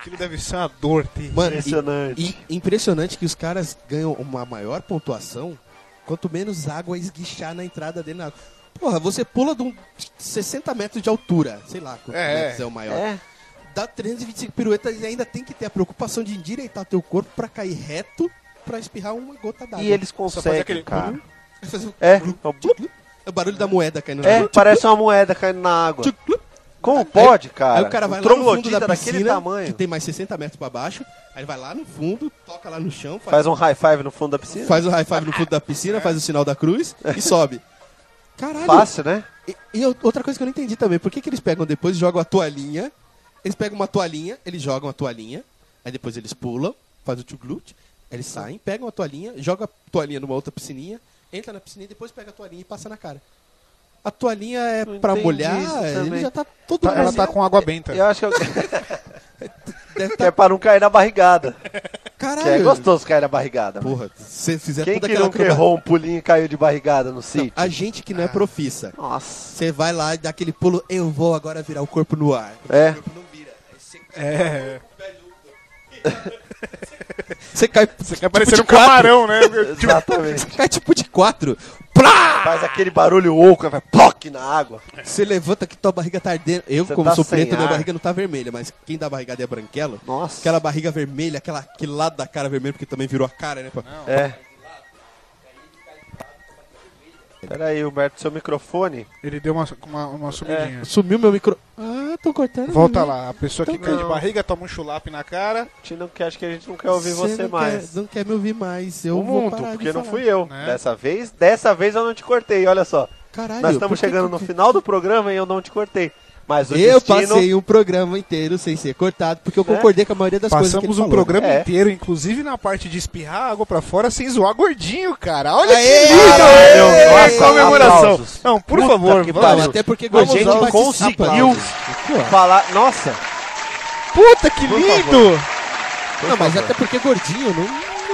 [SPEAKER 2] Aquilo deve ser uma dor terrível.
[SPEAKER 3] Mano,
[SPEAKER 4] Impressionante.
[SPEAKER 3] E, e impressionante que os caras ganham uma maior pontuação quanto menos água esguichar na entrada dele na água. Porra, você pula de um 60 metros de altura, sei lá quantos
[SPEAKER 2] É.
[SPEAKER 3] metros é o maior.
[SPEAKER 4] É.
[SPEAKER 3] Dá 325 piruetas e ainda tem que ter a preocupação de endireitar teu corpo pra cair reto pra espirrar uma gota d'água.
[SPEAKER 4] E eles
[SPEAKER 2] fazer
[SPEAKER 4] conseguem,
[SPEAKER 2] aquele-
[SPEAKER 4] cara.
[SPEAKER 3] Vai fazer um-
[SPEAKER 4] É,
[SPEAKER 3] é o barulho da moeda caindo na
[SPEAKER 4] é,
[SPEAKER 3] água.
[SPEAKER 4] parece uma moeda caindo na água. Como pode, cara?
[SPEAKER 3] Aí o cara vai
[SPEAKER 4] um
[SPEAKER 3] lá no fundo
[SPEAKER 4] troglodita
[SPEAKER 3] da
[SPEAKER 4] daquele
[SPEAKER 3] piscina, que
[SPEAKER 4] tamanho.
[SPEAKER 3] tem mais 60 metros pra baixo, aí ele vai lá no fundo, toca lá no chão, faz
[SPEAKER 4] Faz um high five no fundo da piscina.
[SPEAKER 3] Faz o high five no fundo da piscina, faz o sinal da cruz e sobe. Caralho.
[SPEAKER 4] Fácil, né?
[SPEAKER 3] E, e eu- outra coisa que eu não entendi também, por que, que eles pegam depois e jogam a toalhinha? Eles pegam uma toalhinha, eles jogam a toalhinha, aí depois eles pulam, fazem o tchuglut, aí eles saem, pegam a toalhinha, jogam a toalhinha numa outra piscininha, entra na piscina e depois pega a toalhinha e passa na cara. A toalhinha é
[SPEAKER 4] Não
[SPEAKER 3] pra
[SPEAKER 4] entendi
[SPEAKER 3] molhar,
[SPEAKER 4] isso
[SPEAKER 3] ele
[SPEAKER 4] também.
[SPEAKER 3] já tá todo
[SPEAKER 2] Tá-
[SPEAKER 4] assim,
[SPEAKER 2] ela
[SPEAKER 3] molhado.
[SPEAKER 4] é,
[SPEAKER 2] tá com água benta.
[SPEAKER 4] Eu acho que eu-
[SPEAKER 3] Deve
[SPEAKER 4] que
[SPEAKER 3] tá-
[SPEAKER 4] é pra não cair na barrigada. Que é
[SPEAKER 3] Caralho.
[SPEAKER 4] gostoso cair na barrigada. mano.
[SPEAKER 3] Porra, se você fizer
[SPEAKER 4] Quem
[SPEAKER 3] toda
[SPEAKER 4] que
[SPEAKER 3] aquela
[SPEAKER 4] nunca errou um pulinho e caiu de barrigada no
[SPEAKER 3] Não,
[SPEAKER 4] sítio? Ah.
[SPEAKER 3] a gente que não é profissa.
[SPEAKER 4] Nossa.
[SPEAKER 3] Você vai lá e dá aquele pulo, eu vou agora virar o corpo no ar.
[SPEAKER 4] É.
[SPEAKER 2] É.
[SPEAKER 3] Você cai, você
[SPEAKER 2] É
[SPEAKER 3] cai
[SPEAKER 2] parecendo um
[SPEAKER 3] tipo de quatro.
[SPEAKER 2] camarão, né? Tipo,
[SPEAKER 4] Exatamente.
[SPEAKER 3] Você cai tipo de quatro. Plá!
[SPEAKER 4] Faz aquele barulho oco, vai POC na água.
[SPEAKER 3] Você levanta que tua barriga tá ardendo. Eu,
[SPEAKER 4] Você
[SPEAKER 3] como
[SPEAKER 4] tá
[SPEAKER 3] sou
[SPEAKER 4] sem
[SPEAKER 3] preto, minha
[SPEAKER 4] ar.
[SPEAKER 3] barriga não tá vermelha, mas quem dá barrigada é branquela.
[SPEAKER 4] Nossa.
[SPEAKER 3] Aquela barriga vermelha, aquela, aquele lado da cara vermelho, porque também virou a cara, né? pô?
[SPEAKER 4] É. Peraí, Humberto, seu microfone?
[SPEAKER 2] <laughs> ele deu uma, uma, uma sumidinha.
[SPEAKER 3] Sumiu meu micro. Ah, tô cortando.
[SPEAKER 2] Volta lá, a pessoa que
[SPEAKER 4] É. Então
[SPEAKER 2] cai de
[SPEAKER 4] não.
[SPEAKER 2] barriga toma um chulape na cara,
[SPEAKER 4] A gente não quer, acho que a gente não quer ouvir você
[SPEAKER 3] não
[SPEAKER 4] mais.
[SPEAKER 3] Quer, não quer me ouvir mais. Eu
[SPEAKER 4] o
[SPEAKER 3] vou
[SPEAKER 4] mundo,
[SPEAKER 3] parar de
[SPEAKER 4] porque não
[SPEAKER 3] falar.
[SPEAKER 4] fui eu.
[SPEAKER 2] né?
[SPEAKER 4] Dessa vez, dessa vez eu não te cortei, olha só.
[SPEAKER 3] Caralho,
[SPEAKER 4] Nós estamos
[SPEAKER 3] por que
[SPEAKER 4] chegando
[SPEAKER 3] que-
[SPEAKER 4] no final do programa e eu não te cortei. Mas o
[SPEAKER 3] Eu
[SPEAKER 4] destino
[SPEAKER 3] passei um programa inteiro sem ser cortado, porque eu
[SPEAKER 4] Né?
[SPEAKER 3] concordei com a maioria das coisas que ele
[SPEAKER 2] passamos um
[SPEAKER 3] falou.
[SPEAKER 2] programa
[SPEAKER 4] É.
[SPEAKER 2] inteiro, inclusive na parte de espirrar água pra fora sem zoar gordinho, cara. Olha
[SPEAKER 3] Aê!
[SPEAKER 2] que lindo!
[SPEAKER 4] Caralho,
[SPEAKER 2] Aê,
[SPEAKER 4] nossa,
[SPEAKER 2] comemoração.
[SPEAKER 4] aplausos.
[SPEAKER 2] Não, por
[SPEAKER 4] Puta
[SPEAKER 2] favor,
[SPEAKER 4] que
[SPEAKER 2] vamos.
[SPEAKER 4] pariu.
[SPEAKER 3] Não, até porque
[SPEAKER 4] A gente
[SPEAKER 3] Gonzalo participa.
[SPEAKER 4] conseguiu.
[SPEAKER 3] Pô,
[SPEAKER 4] falar. Nossa!
[SPEAKER 2] Puta que
[SPEAKER 4] Por
[SPEAKER 2] lindo!
[SPEAKER 4] por
[SPEAKER 3] Não, mas
[SPEAKER 4] favor.
[SPEAKER 3] até porque gordinho não,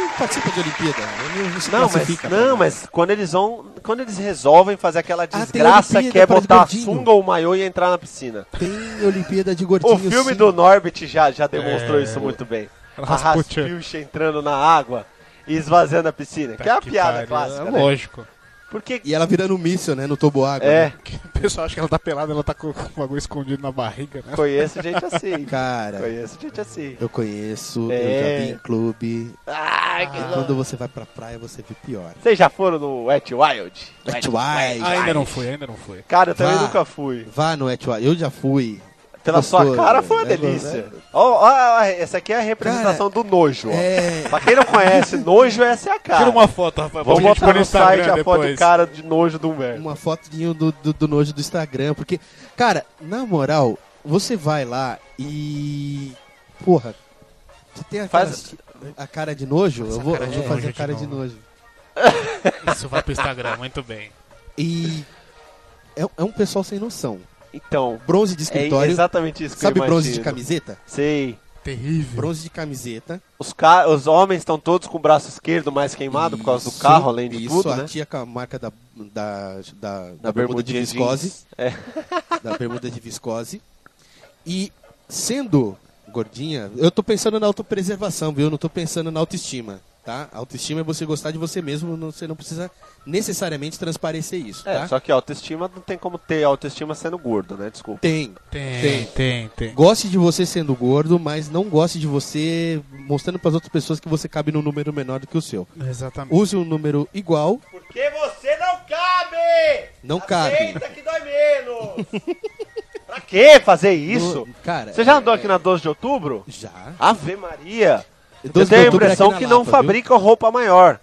[SPEAKER 3] não participa de Olimpíada. né? Não, não se
[SPEAKER 4] Não, mas,
[SPEAKER 3] classifica, né?
[SPEAKER 4] não,
[SPEAKER 3] cara.
[SPEAKER 4] mas quando eles vão. Quando eles resolvem fazer aquela
[SPEAKER 3] tem
[SPEAKER 4] desgraça
[SPEAKER 3] Olimpíada
[SPEAKER 4] que é
[SPEAKER 3] para os
[SPEAKER 4] botar a
[SPEAKER 3] gordinhos.
[SPEAKER 4] sunga ou o maiô e entrar na piscina.
[SPEAKER 3] Tem Olimpíada de gordinho.
[SPEAKER 4] O filme
[SPEAKER 3] sim.
[SPEAKER 4] do Norbit já, já
[SPEAKER 2] É.
[SPEAKER 4] demonstrou isso muito bem. A
[SPEAKER 2] Rasputia.
[SPEAKER 4] Rasputia entrando na água e esvaziando a piscina. que é a
[SPEAKER 2] Que
[SPEAKER 4] piada
[SPEAKER 2] pariu,
[SPEAKER 4] clássica,
[SPEAKER 2] é
[SPEAKER 4] né?
[SPEAKER 2] Lógico.
[SPEAKER 4] Porque.
[SPEAKER 3] E ela virando um míssil, né? No toboágua.
[SPEAKER 4] É,
[SPEAKER 3] né?
[SPEAKER 2] O pessoal acha que ela tá pelada, ela tá com com o bagulho escondido na barriga, né?
[SPEAKER 4] conheço gente
[SPEAKER 2] <laughs>
[SPEAKER 4] assim.
[SPEAKER 3] Cara,
[SPEAKER 4] conheço gente assim.
[SPEAKER 3] eu conheço, eu
[SPEAKER 4] É.
[SPEAKER 3] já vi em clube.
[SPEAKER 4] Ai, que
[SPEAKER 3] E
[SPEAKER 4] louco.
[SPEAKER 3] quando você vai pra praia, você vê pior.
[SPEAKER 4] Vocês já foram no Wet Wild?
[SPEAKER 3] Wet Wild. Ah.
[SPEAKER 2] Ainda não foi, ainda não foi.
[SPEAKER 4] Cara, eu também
[SPEAKER 3] Vá.
[SPEAKER 4] nunca fui.
[SPEAKER 3] Vá no Etwa, eu já fui.
[SPEAKER 4] Pela sua
[SPEAKER 3] Gostoso,
[SPEAKER 4] cara foi uma
[SPEAKER 3] né?
[SPEAKER 4] delícia. Ó, ó, ó, essa aqui é a representação do nojo. ó.
[SPEAKER 3] É.
[SPEAKER 4] Pra quem não conhece, nojo essa é a cara.
[SPEAKER 2] Tira uma foto, rapaz. pra
[SPEAKER 4] Vamos
[SPEAKER 2] gente
[SPEAKER 4] botar
[SPEAKER 2] pôr
[SPEAKER 4] no
[SPEAKER 2] Instagram
[SPEAKER 4] site a foto de cara de nojo do Humberto.
[SPEAKER 3] uma fotinho do, do, do nojo do Instagram. Porque, cara, na moral, você vai lá e. Porra. Você tem a cara,
[SPEAKER 4] Faz-
[SPEAKER 3] a cara de nojo?
[SPEAKER 2] Faz
[SPEAKER 3] Eu
[SPEAKER 2] a
[SPEAKER 3] vou,
[SPEAKER 2] cara
[SPEAKER 3] eu
[SPEAKER 2] de
[SPEAKER 3] vou
[SPEAKER 2] nojo
[SPEAKER 3] fazer a
[SPEAKER 2] de
[SPEAKER 3] cara de
[SPEAKER 2] novo.
[SPEAKER 3] nojo.
[SPEAKER 2] <laughs> Isso vai pro Instagram, muito bem.
[SPEAKER 3] E. É, é um pessoal sem noção.
[SPEAKER 4] Então,
[SPEAKER 3] Bronze de
[SPEAKER 4] é
[SPEAKER 3] escritório.
[SPEAKER 4] exatamente isso que
[SPEAKER 3] sabe
[SPEAKER 4] eu
[SPEAKER 3] bronze de
[SPEAKER 4] imagino.
[SPEAKER 3] camiseta?
[SPEAKER 4] Sei.
[SPEAKER 2] Terrível.
[SPEAKER 3] Bronze de camiseta.
[SPEAKER 4] Os, ca... Os homens estão todos com o braço esquerdo mais queimado por causa do
[SPEAKER 3] Isso,
[SPEAKER 4] carro, além de
[SPEAKER 3] isso,
[SPEAKER 4] tudo,
[SPEAKER 3] a
[SPEAKER 4] né?
[SPEAKER 3] tia com a marca da, da, da,
[SPEAKER 4] Da
[SPEAKER 3] da bermuda de
[SPEAKER 4] bermudinha
[SPEAKER 3] viscose.
[SPEAKER 4] jeans. É.
[SPEAKER 3] <laughs> da bermuda de viscose. E sendo gordinha, eu tô pensando na autopreservação, viu? Eu não tô pensando na autoestima, tá? Autoestima é você gostar de você mesmo, não- você não precisa necessariamente transparecer isso,
[SPEAKER 4] É,
[SPEAKER 3] tá?
[SPEAKER 4] só que autoestima não tem como ter autoestima sendo gordo, né? Desculpa.
[SPEAKER 3] Tem.
[SPEAKER 2] Tem, tem, tem.
[SPEAKER 3] Goste de você sendo gordo, mas não goste de você mostrando para as outras pessoas que você cabe num número menor do que o seu.
[SPEAKER 2] Exatamente.
[SPEAKER 3] Use um número igual,
[SPEAKER 4] Porque você não cabe!
[SPEAKER 3] não cabe.
[SPEAKER 4] que dói
[SPEAKER 3] <laughs>
[SPEAKER 4] menos! pra que fazer isso?
[SPEAKER 3] No- cara, é-
[SPEAKER 4] Você já andou aqui na 12 de outubro?
[SPEAKER 3] Já.
[SPEAKER 4] Ave Maria! Eu
[SPEAKER 3] 12 de
[SPEAKER 4] tenho a
[SPEAKER 3] outubro é aqui
[SPEAKER 4] impressão
[SPEAKER 3] na
[SPEAKER 4] que não
[SPEAKER 3] Lapa, viu?
[SPEAKER 4] fabricam roupa maior.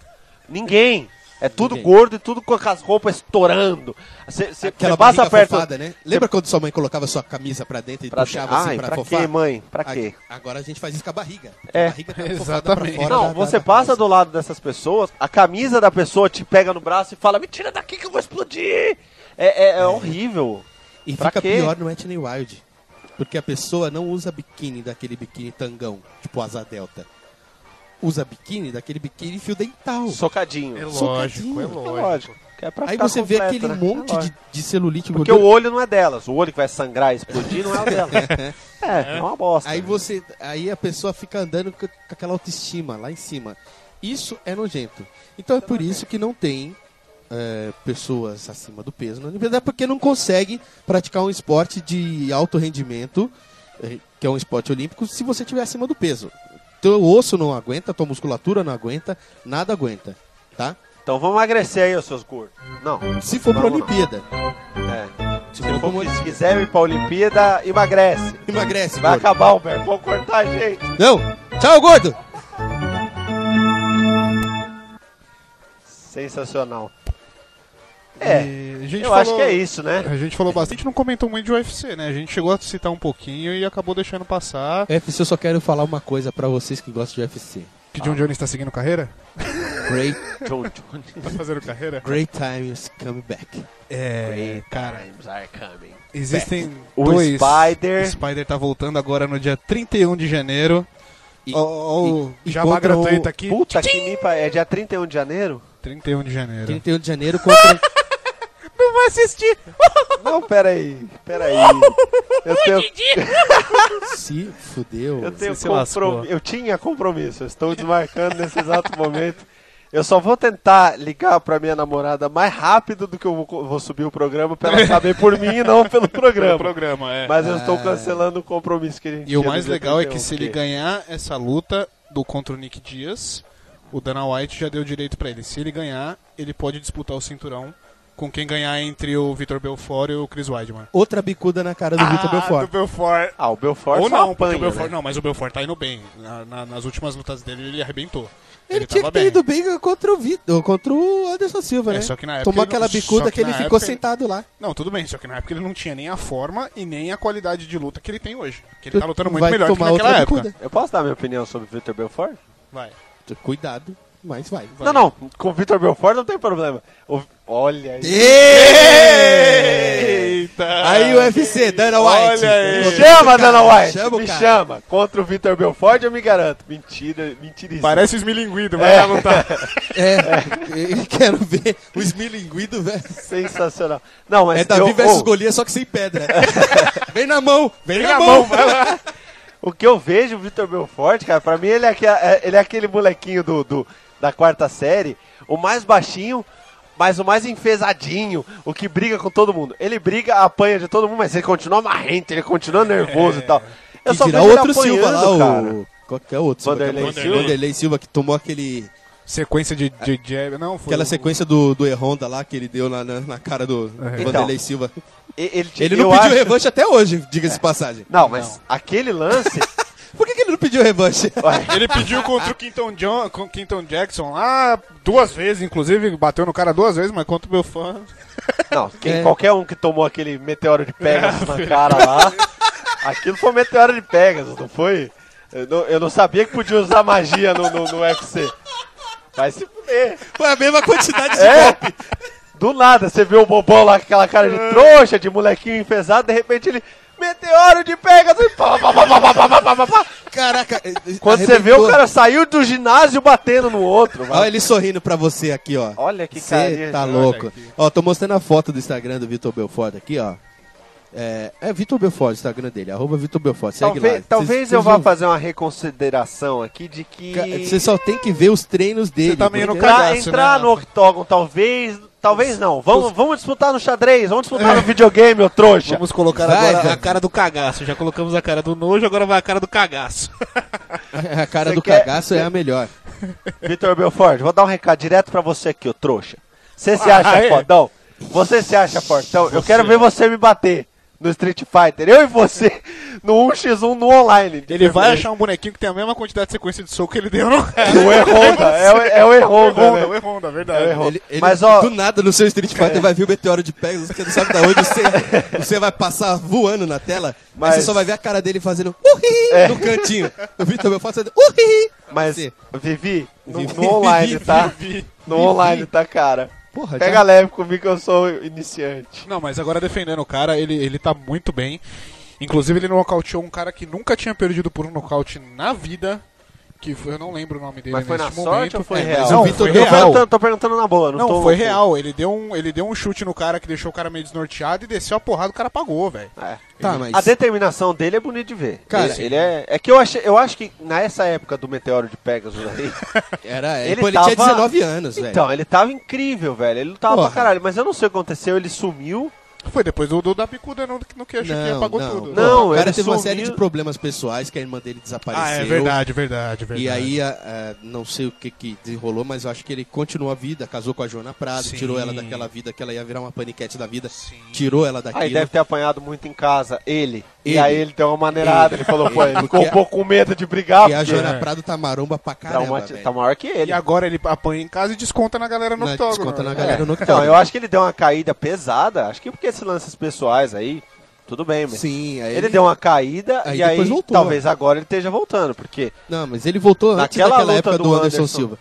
[SPEAKER 4] Ninguém. É tudo
[SPEAKER 3] Ninguém.
[SPEAKER 4] gordo e tudo com as roupas estourando. Você você-
[SPEAKER 3] Aquela
[SPEAKER 4] você passa perto.
[SPEAKER 3] fofada, né? Lembra quando sua mãe colocava sua camisa pra dentro e
[SPEAKER 4] Pra-
[SPEAKER 3] puxava
[SPEAKER 4] Ai,
[SPEAKER 3] assim pra,
[SPEAKER 4] pra
[SPEAKER 3] fofar?
[SPEAKER 4] quê, mãe? Pra
[SPEAKER 3] A-
[SPEAKER 4] quê?
[SPEAKER 3] Agora a gente faz isso com a barriga.
[SPEAKER 4] É.
[SPEAKER 3] A barriga tá
[SPEAKER 2] Exatamente.
[SPEAKER 3] fofada pra fora
[SPEAKER 4] não,
[SPEAKER 3] da-
[SPEAKER 4] você
[SPEAKER 3] da- da
[SPEAKER 4] passa
[SPEAKER 3] calça.
[SPEAKER 4] do lado dessas pessoas, a camisa da pessoa te pega no braço e fala: Me tira daqui que eu vou explodir! É, é- é horrível.
[SPEAKER 3] E
[SPEAKER 4] Pra
[SPEAKER 3] fica
[SPEAKER 4] quê?
[SPEAKER 3] pior no Etney Wild. Porque a pessoa não usa biquíni daquele biquíni tangão, tipo asa delta. Usa biquíni daquele biquíni fio dental.
[SPEAKER 4] Socadinho.
[SPEAKER 2] É
[SPEAKER 4] É
[SPEAKER 2] lógico, é
[SPEAKER 3] Socadinho.
[SPEAKER 2] lógico.
[SPEAKER 4] que é pra
[SPEAKER 3] Aí
[SPEAKER 4] ficar
[SPEAKER 3] você vê
[SPEAKER 4] completo,
[SPEAKER 3] aquele
[SPEAKER 4] né? É
[SPEAKER 3] monte
[SPEAKER 4] lógico.
[SPEAKER 3] de, de celulite
[SPEAKER 4] Porque o
[SPEAKER 3] gordura.
[SPEAKER 4] olho não é delas. O olho que vai sangrar e explodir não é o
[SPEAKER 3] <laughs>
[SPEAKER 4] delas. é, é uma bosta.
[SPEAKER 3] Aí você. Aí a pessoa fica andando com com aquela autoestima lá em cima. Isso é nojento. Então é por isso que não tem é, pessoas acima do peso na Olimpíada, porque não consegue praticar um esporte de alto rendimento, é, que é um esporte olímpico, se você estiver acima do peso. Teu osso não aguenta, tua musculatura não aguenta, nada aguenta, tá?
[SPEAKER 4] Então vamos emagrecer aí, os seus gordos. Não,
[SPEAKER 3] Se for pra
[SPEAKER 4] Vamos lá.
[SPEAKER 3] Olimpíada,
[SPEAKER 4] é. Se,
[SPEAKER 3] se for pra
[SPEAKER 4] for, que-
[SPEAKER 3] uma-
[SPEAKER 4] se quiser ir pra Olimpíada, emagrece.
[SPEAKER 3] emagrece,
[SPEAKER 4] Vai
[SPEAKER 3] gordo.
[SPEAKER 4] acabar, Humberto. Vão cortar a gente.
[SPEAKER 3] Não, tchau, gordo!
[SPEAKER 4] Sensacional.
[SPEAKER 2] E
[SPEAKER 4] É,
[SPEAKER 2] a
[SPEAKER 4] eu
[SPEAKER 2] gente
[SPEAKER 4] acho
[SPEAKER 2] falou-
[SPEAKER 4] que é isso,
[SPEAKER 3] <laughs>
[SPEAKER 4] né?
[SPEAKER 2] A gente falou bastante, não comentou muito de UFC, né? A gente chegou a citar um pouquinho e acabou deixando passar.
[SPEAKER 3] UFC, eu só quero falar uma coisa pra vocês que gostam de UFC.
[SPEAKER 2] Que John Jones tá seguindo carreira?
[SPEAKER 3] Great,
[SPEAKER 4] John Jones.
[SPEAKER 2] Tá fazendo carreira?
[SPEAKER 3] great times coming back.
[SPEAKER 2] É, cara,
[SPEAKER 4] Times are coming.
[SPEAKER 2] existem
[SPEAKER 4] O
[SPEAKER 2] dois.
[SPEAKER 4] Spider.
[SPEAKER 2] Spider tá voltando agora no dia 31 de um janeiro.
[SPEAKER 3] E, oh,
[SPEAKER 2] e, Jabá gratuito aqui.
[SPEAKER 4] Puta que me pa- É dia 31 de janeiro?
[SPEAKER 2] 31 de janeiro.
[SPEAKER 3] 31 de janeiro
[SPEAKER 2] <laughs>
[SPEAKER 3] contra.
[SPEAKER 2] Não vai assistir.
[SPEAKER 4] Não, peraí, peraí. Eu tenho,
[SPEAKER 3] Se fudeu.
[SPEAKER 4] eu tenho
[SPEAKER 5] Você se lascou.
[SPEAKER 4] comprom- eu tinha compromisso, eu estou desmarcando nesse exato momento. Eu só vou tentar ligar pra minha namorada mais rápido do que eu vou, co- vou subir o programa pra ela saber por mim e não
[SPEAKER 2] Pelo
[SPEAKER 4] pelo programa.
[SPEAKER 2] programa, é.
[SPEAKER 4] Mas eu estou cancelando o compromisso que a gente
[SPEAKER 2] E o
[SPEAKER 4] tinha
[SPEAKER 2] mais
[SPEAKER 4] no dia
[SPEAKER 2] legal é
[SPEAKER 4] 31,
[SPEAKER 2] que
[SPEAKER 3] um,
[SPEAKER 2] se ele
[SPEAKER 4] porque-
[SPEAKER 2] ganhar essa luta do contra o Nick Dias, o Dana White já deu direito pra ele. Se ele ganhar, ele pode disputar o cinturão com quem ganhar entre o Vitor Belfort e o Chris Weidman.
[SPEAKER 3] Outra bicuda na cara do Vitor Belfort.
[SPEAKER 2] Ah, do Belfort.
[SPEAKER 4] Ah, o Belfort
[SPEAKER 2] Ou
[SPEAKER 4] só
[SPEAKER 2] não, porque
[SPEAKER 4] apanha,
[SPEAKER 2] o Belfort,
[SPEAKER 4] né?
[SPEAKER 2] não, mas o Belfort tá indo bem. Na- na- nas últimas lutas dele ele arrebentou.
[SPEAKER 3] Ele, tinha que ter ido bem contra o Vitor, contra o Anderson Silva,
[SPEAKER 2] É,
[SPEAKER 3] né?
[SPEAKER 2] só que na época
[SPEAKER 3] Tomou
[SPEAKER 2] ele não-
[SPEAKER 3] aquela
[SPEAKER 2] só
[SPEAKER 3] bicuda
[SPEAKER 2] que
[SPEAKER 3] que ele
[SPEAKER 2] na
[SPEAKER 3] ficou
[SPEAKER 2] época ele-
[SPEAKER 3] sentado lá.
[SPEAKER 2] Não, tudo bem, só que na época ele não tinha nem a forma e nem a qualidade de luta que ele tem hoje. Que ele tá lutando muito
[SPEAKER 3] Vai
[SPEAKER 2] melhor que
[SPEAKER 3] tomar outra
[SPEAKER 2] naquela época.
[SPEAKER 3] bicuda.
[SPEAKER 4] Eu posso dar minha opinião sobre o Vitor Belfort?
[SPEAKER 2] Vai.
[SPEAKER 3] Cuidado, mas vai.
[SPEAKER 2] Vai.
[SPEAKER 4] Não, não, com o Vitor Belfort não tem problema. O- Olha aí.
[SPEAKER 2] Eita!
[SPEAKER 3] Aí o UFC, Dana White.
[SPEAKER 2] Olha aí.
[SPEAKER 4] Me
[SPEAKER 3] Contra-
[SPEAKER 4] chama, Dana White!
[SPEAKER 3] Chama o
[SPEAKER 4] me
[SPEAKER 3] cara.
[SPEAKER 4] chama! Contra o Vitor Belfort eu me garanto. Mentira, mentiríssimo.
[SPEAKER 2] Parece o esmilinguido, vai lá lutar.
[SPEAKER 3] É, eu quero ver o esmilinguido, velho.
[SPEAKER 4] sensacional. Não, mas
[SPEAKER 3] É Davi
[SPEAKER 4] eu-
[SPEAKER 3] versus
[SPEAKER 4] oh,
[SPEAKER 3] Golias, só que sem pedra. <laughs> vem na mão, vem,
[SPEAKER 2] Pega
[SPEAKER 3] na
[SPEAKER 2] a
[SPEAKER 4] tá
[SPEAKER 3] mão.
[SPEAKER 2] mão, vai lá.
[SPEAKER 4] O que eu vejo o Vitor Belfort, cara, pra mim ele é, aquele, ele é aquele molequinho do, do- da quarta série, o mais baixinho, mas o mais enfesadinho, o que briga com todo mundo. Ele briga, apanha de todo mundo, mas ele continua marrento, ele continua nervoso e tal. Eu
[SPEAKER 3] E
[SPEAKER 4] só
[SPEAKER 3] tirar
[SPEAKER 4] vejo ele
[SPEAKER 3] É. outro Silva lá,
[SPEAKER 4] apanhando, cara.
[SPEAKER 3] o... Qual que é o outro? Silva?
[SPEAKER 4] Vanderlei
[SPEAKER 2] Silva.
[SPEAKER 3] Vanderlei Silva, que tomou aquele...
[SPEAKER 2] Sequência de, de jab. Não, foi.
[SPEAKER 3] Aquela
[SPEAKER 2] o-
[SPEAKER 3] sequência do, do Erronda lá que ele deu na, na, na cara do Vanderlei Silva.
[SPEAKER 4] E- Ele,
[SPEAKER 3] Ele não
[SPEAKER 4] É. Então, eu
[SPEAKER 3] pediu
[SPEAKER 4] acho- É.
[SPEAKER 3] revanche até hoje, diga-se de passagem.
[SPEAKER 4] Não, mas aquele lance. <laughs>
[SPEAKER 3] Por que, que ele não pediu revanche? <laughs>
[SPEAKER 4] Ué,
[SPEAKER 2] Ele pediu contra o Quinton, John, com o Quinton Jackson lá duas vezes, inclusive bateu no cara duas vezes, mas contra o meu fã.
[SPEAKER 3] <laughs>
[SPEAKER 4] não, quem-
[SPEAKER 3] É.
[SPEAKER 4] qualquer um que tomou aquele meteoro de Pegasus
[SPEAKER 3] <laughs>
[SPEAKER 4] na cara lá. Aquilo foi um meteoro de Pegasus, não foi? Eu não, eu não sabia que podia usar magia no, no, no UFC. Vai se fuder.
[SPEAKER 3] Foi a mesma quantidade de
[SPEAKER 4] É.
[SPEAKER 3] golpe.
[SPEAKER 4] Do nada, você vê o bobão lá com aquela cara
[SPEAKER 3] É.
[SPEAKER 4] de trouxa, de molequinho enfesado, de repente ele. Meteoro de Pegasus! Pá, pá, pá, pá, pá, pá, pá, pá, pá, pá.
[SPEAKER 3] Caraca.
[SPEAKER 4] Quando você vê, o
[SPEAKER 3] arrebentou.
[SPEAKER 4] cara saiu do ginásio batendo no outro. vai.
[SPEAKER 3] Olha ele sorrindo pra você aqui, ó.
[SPEAKER 4] Olha que
[SPEAKER 3] Você
[SPEAKER 4] carinha,
[SPEAKER 3] tá
[SPEAKER 4] olha
[SPEAKER 3] louco.
[SPEAKER 2] aqui.
[SPEAKER 3] Ó, tô mostrando a foto do Instagram do Vitor Belfort aqui, ó. É, é Vitor Belfort, o Instagram dele, arroba Vitor Belfort. Segue
[SPEAKER 4] Talvez,
[SPEAKER 3] lá.
[SPEAKER 4] talvez
[SPEAKER 3] Vocês-
[SPEAKER 4] eu
[SPEAKER 3] vocês
[SPEAKER 4] vá
[SPEAKER 3] vão-
[SPEAKER 4] fazer uma reconsideração aqui de que.
[SPEAKER 3] Ca- Você só tem que ver os treinos dele.
[SPEAKER 2] tá meio no
[SPEAKER 3] porque-
[SPEAKER 4] Pra
[SPEAKER 2] cagaço,
[SPEAKER 4] entrar
[SPEAKER 2] né,
[SPEAKER 4] no octógono, talvez. Talvez não. Vamos, vamos disputar no xadrez, vamos disputar no videogame, ô trouxa.
[SPEAKER 5] Vamos colocar
[SPEAKER 3] Vai,
[SPEAKER 5] agora a
[SPEAKER 3] velho.
[SPEAKER 5] cara do cagaço. Já colocamos a cara do nojo, agora vai a cara do cagaço.
[SPEAKER 3] <laughs> A cara
[SPEAKER 4] Você
[SPEAKER 3] do
[SPEAKER 4] quer-
[SPEAKER 3] cagaço é a melhor.
[SPEAKER 4] Vitor Belfort, vou dar um recado direto pra você aqui, ô trouxa. Você se acha
[SPEAKER 2] Ah, é?
[SPEAKER 4] fodão? Você se acha fortão? Eu quero ver você me bater no Street Fighter. Eu e você no 1x1 no online. de
[SPEAKER 2] Ele vai
[SPEAKER 4] preferência.
[SPEAKER 2] achar um bonequinho que tem a mesma quantidade de sequência de soco que ele
[SPEAKER 3] <laughs>
[SPEAKER 2] deu no cara.
[SPEAKER 4] O E-Honda, é o, é o E-Honda, né?
[SPEAKER 2] o <laughs> Erronda, verdade.
[SPEAKER 4] É o Erronda.
[SPEAKER 3] Ele, ele-
[SPEAKER 4] Mas, ó- é.
[SPEAKER 3] do nada no seu Street Fighter vai vir o meteoro de Pegasus, você não sabe da onde você,
[SPEAKER 4] <laughs>
[SPEAKER 3] você vai passar voando na tela, mas
[SPEAKER 4] Mas- É.
[SPEAKER 3] você só vai ver a cara dele fazendo uhi no cantinho. O Vitor Belfort fazendo uhi.
[SPEAKER 4] Mas,
[SPEAKER 3] Você-
[SPEAKER 4] Vivi, no,
[SPEAKER 3] Vivi,
[SPEAKER 4] no online,
[SPEAKER 3] Vivi,
[SPEAKER 4] tá?
[SPEAKER 2] Vivi.
[SPEAKER 4] No online, tá, cara?
[SPEAKER 3] Porra,
[SPEAKER 4] Pega leve comigo que eu sou iniciante.
[SPEAKER 2] Não, mas agora defendendo o cara, ele, ele tá muito bem. Inclusive, ele nocauteou um cara que nunca tinha perdido por um nocaute na vida. Que foi, eu não lembro o nome dele
[SPEAKER 4] Mas foi
[SPEAKER 2] neste
[SPEAKER 4] na
[SPEAKER 2] momento.
[SPEAKER 4] sorte ou foi
[SPEAKER 2] É, mas
[SPEAKER 4] real?
[SPEAKER 2] Não,
[SPEAKER 3] O Vitor
[SPEAKER 2] foi
[SPEAKER 3] deu
[SPEAKER 4] Tô
[SPEAKER 2] real.
[SPEAKER 4] perguntando, tô perguntando na boa, não,
[SPEAKER 2] Não,
[SPEAKER 4] tô
[SPEAKER 2] foi
[SPEAKER 4] louco.
[SPEAKER 2] real. Ele deu, um, ele deu um chute no cara que deixou o cara meio desnorteado e desceu a porrada, o cara pagou, velho.
[SPEAKER 4] É.
[SPEAKER 3] Tá, mas...
[SPEAKER 4] A determinação dele é bonito de ver.
[SPEAKER 3] Cara,
[SPEAKER 4] Esse- ele é. É que eu, achei, eu acho que nessa época do meteoro de Pegasus aí.
[SPEAKER 3] Era,
[SPEAKER 4] Ele
[SPEAKER 3] ele, pô, ele
[SPEAKER 4] tava-
[SPEAKER 3] tinha 19 anos, velho.
[SPEAKER 4] então, ele tava incrível, velho. Ele lutava
[SPEAKER 3] é. Porra.
[SPEAKER 4] pra caralho, mas eu não sei o que aconteceu, ele sumiu.
[SPEAKER 2] Foi depois do, do da bicuda no, no queixo que
[SPEAKER 3] não,
[SPEAKER 2] apagou
[SPEAKER 3] não,
[SPEAKER 2] tudo.
[SPEAKER 3] pô,
[SPEAKER 4] Não,
[SPEAKER 3] o cara
[SPEAKER 4] ele
[SPEAKER 3] teve uma
[SPEAKER 4] sumiu.
[SPEAKER 3] série de problemas pessoais que a irmã dele desapareceu.
[SPEAKER 2] Ah, é verdade, verdade, verdade.
[SPEAKER 3] E aí, a- a- não sei o que que desenrolou, mas eu acho que ele continuou a vida, casou com a Joana Prado,
[SPEAKER 2] Sim.
[SPEAKER 3] tirou ela daquela vida que ela ia virar uma paniquete da vida,
[SPEAKER 2] Sim.
[SPEAKER 3] tirou ela daquilo.
[SPEAKER 4] Aí deve ter apanhado muito em casa, ele. E
[SPEAKER 3] Ele.
[SPEAKER 4] aí ele deu uma maneirada, ele, falou, pô, ele
[SPEAKER 3] Porque
[SPEAKER 4] ficou um
[SPEAKER 3] a-
[SPEAKER 4] pouco com medo de brigar.
[SPEAKER 3] E a
[SPEAKER 4] porque
[SPEAKER 3] Joana
[SPEAKER 2] É.
[SPEAKER 3] Prado tá maromba pra
[SPEAKER 4] tá,
[SPEAKER 3] caramba,
[SPEAKER 4] uma-
[SPEAKER 3] velho.
[SPEAKER 4] tá maior que ele.
[SPEAKER 2] E agora ele apanha em casa e desconta na galera no
[SPEAKER 3] Na-
[SPEAKER 2] octógono.
[SPEAKER 3] desconta na
[SPEAKER 2] né?
[SPEAKER 3] galera no
[SPEAKER 4] Então,
[SPEAKER 3] octógono.
[SPEAKER 4] eu acho que ele deu uma caída pesada. Acho que porque esses lances pessoais aí, tudo bem, mas.
[SPEAKER 3] Sim, aí
[SPEAKER 4] Ele, deu uma caída
[SPEAKER 3] Aí
[SPEAKER 4] e aí
[SPEAKER 3] depois voltou.
[SPEAKER 4] talvez agora ele esteja voltando, porque
[SPEAKER 3] Não, mas ele voltou antes
[SPEAKER 4] Naquela
[SPEAKER 3] daquela
[SPEAKER 4] luta
[SPEAKER 3] época
[SPEAKER 4] do
[SPEAKER 3] do, Anderson,
[SPEAKER 4] Anderson.
[SPEAKER 3] Silva.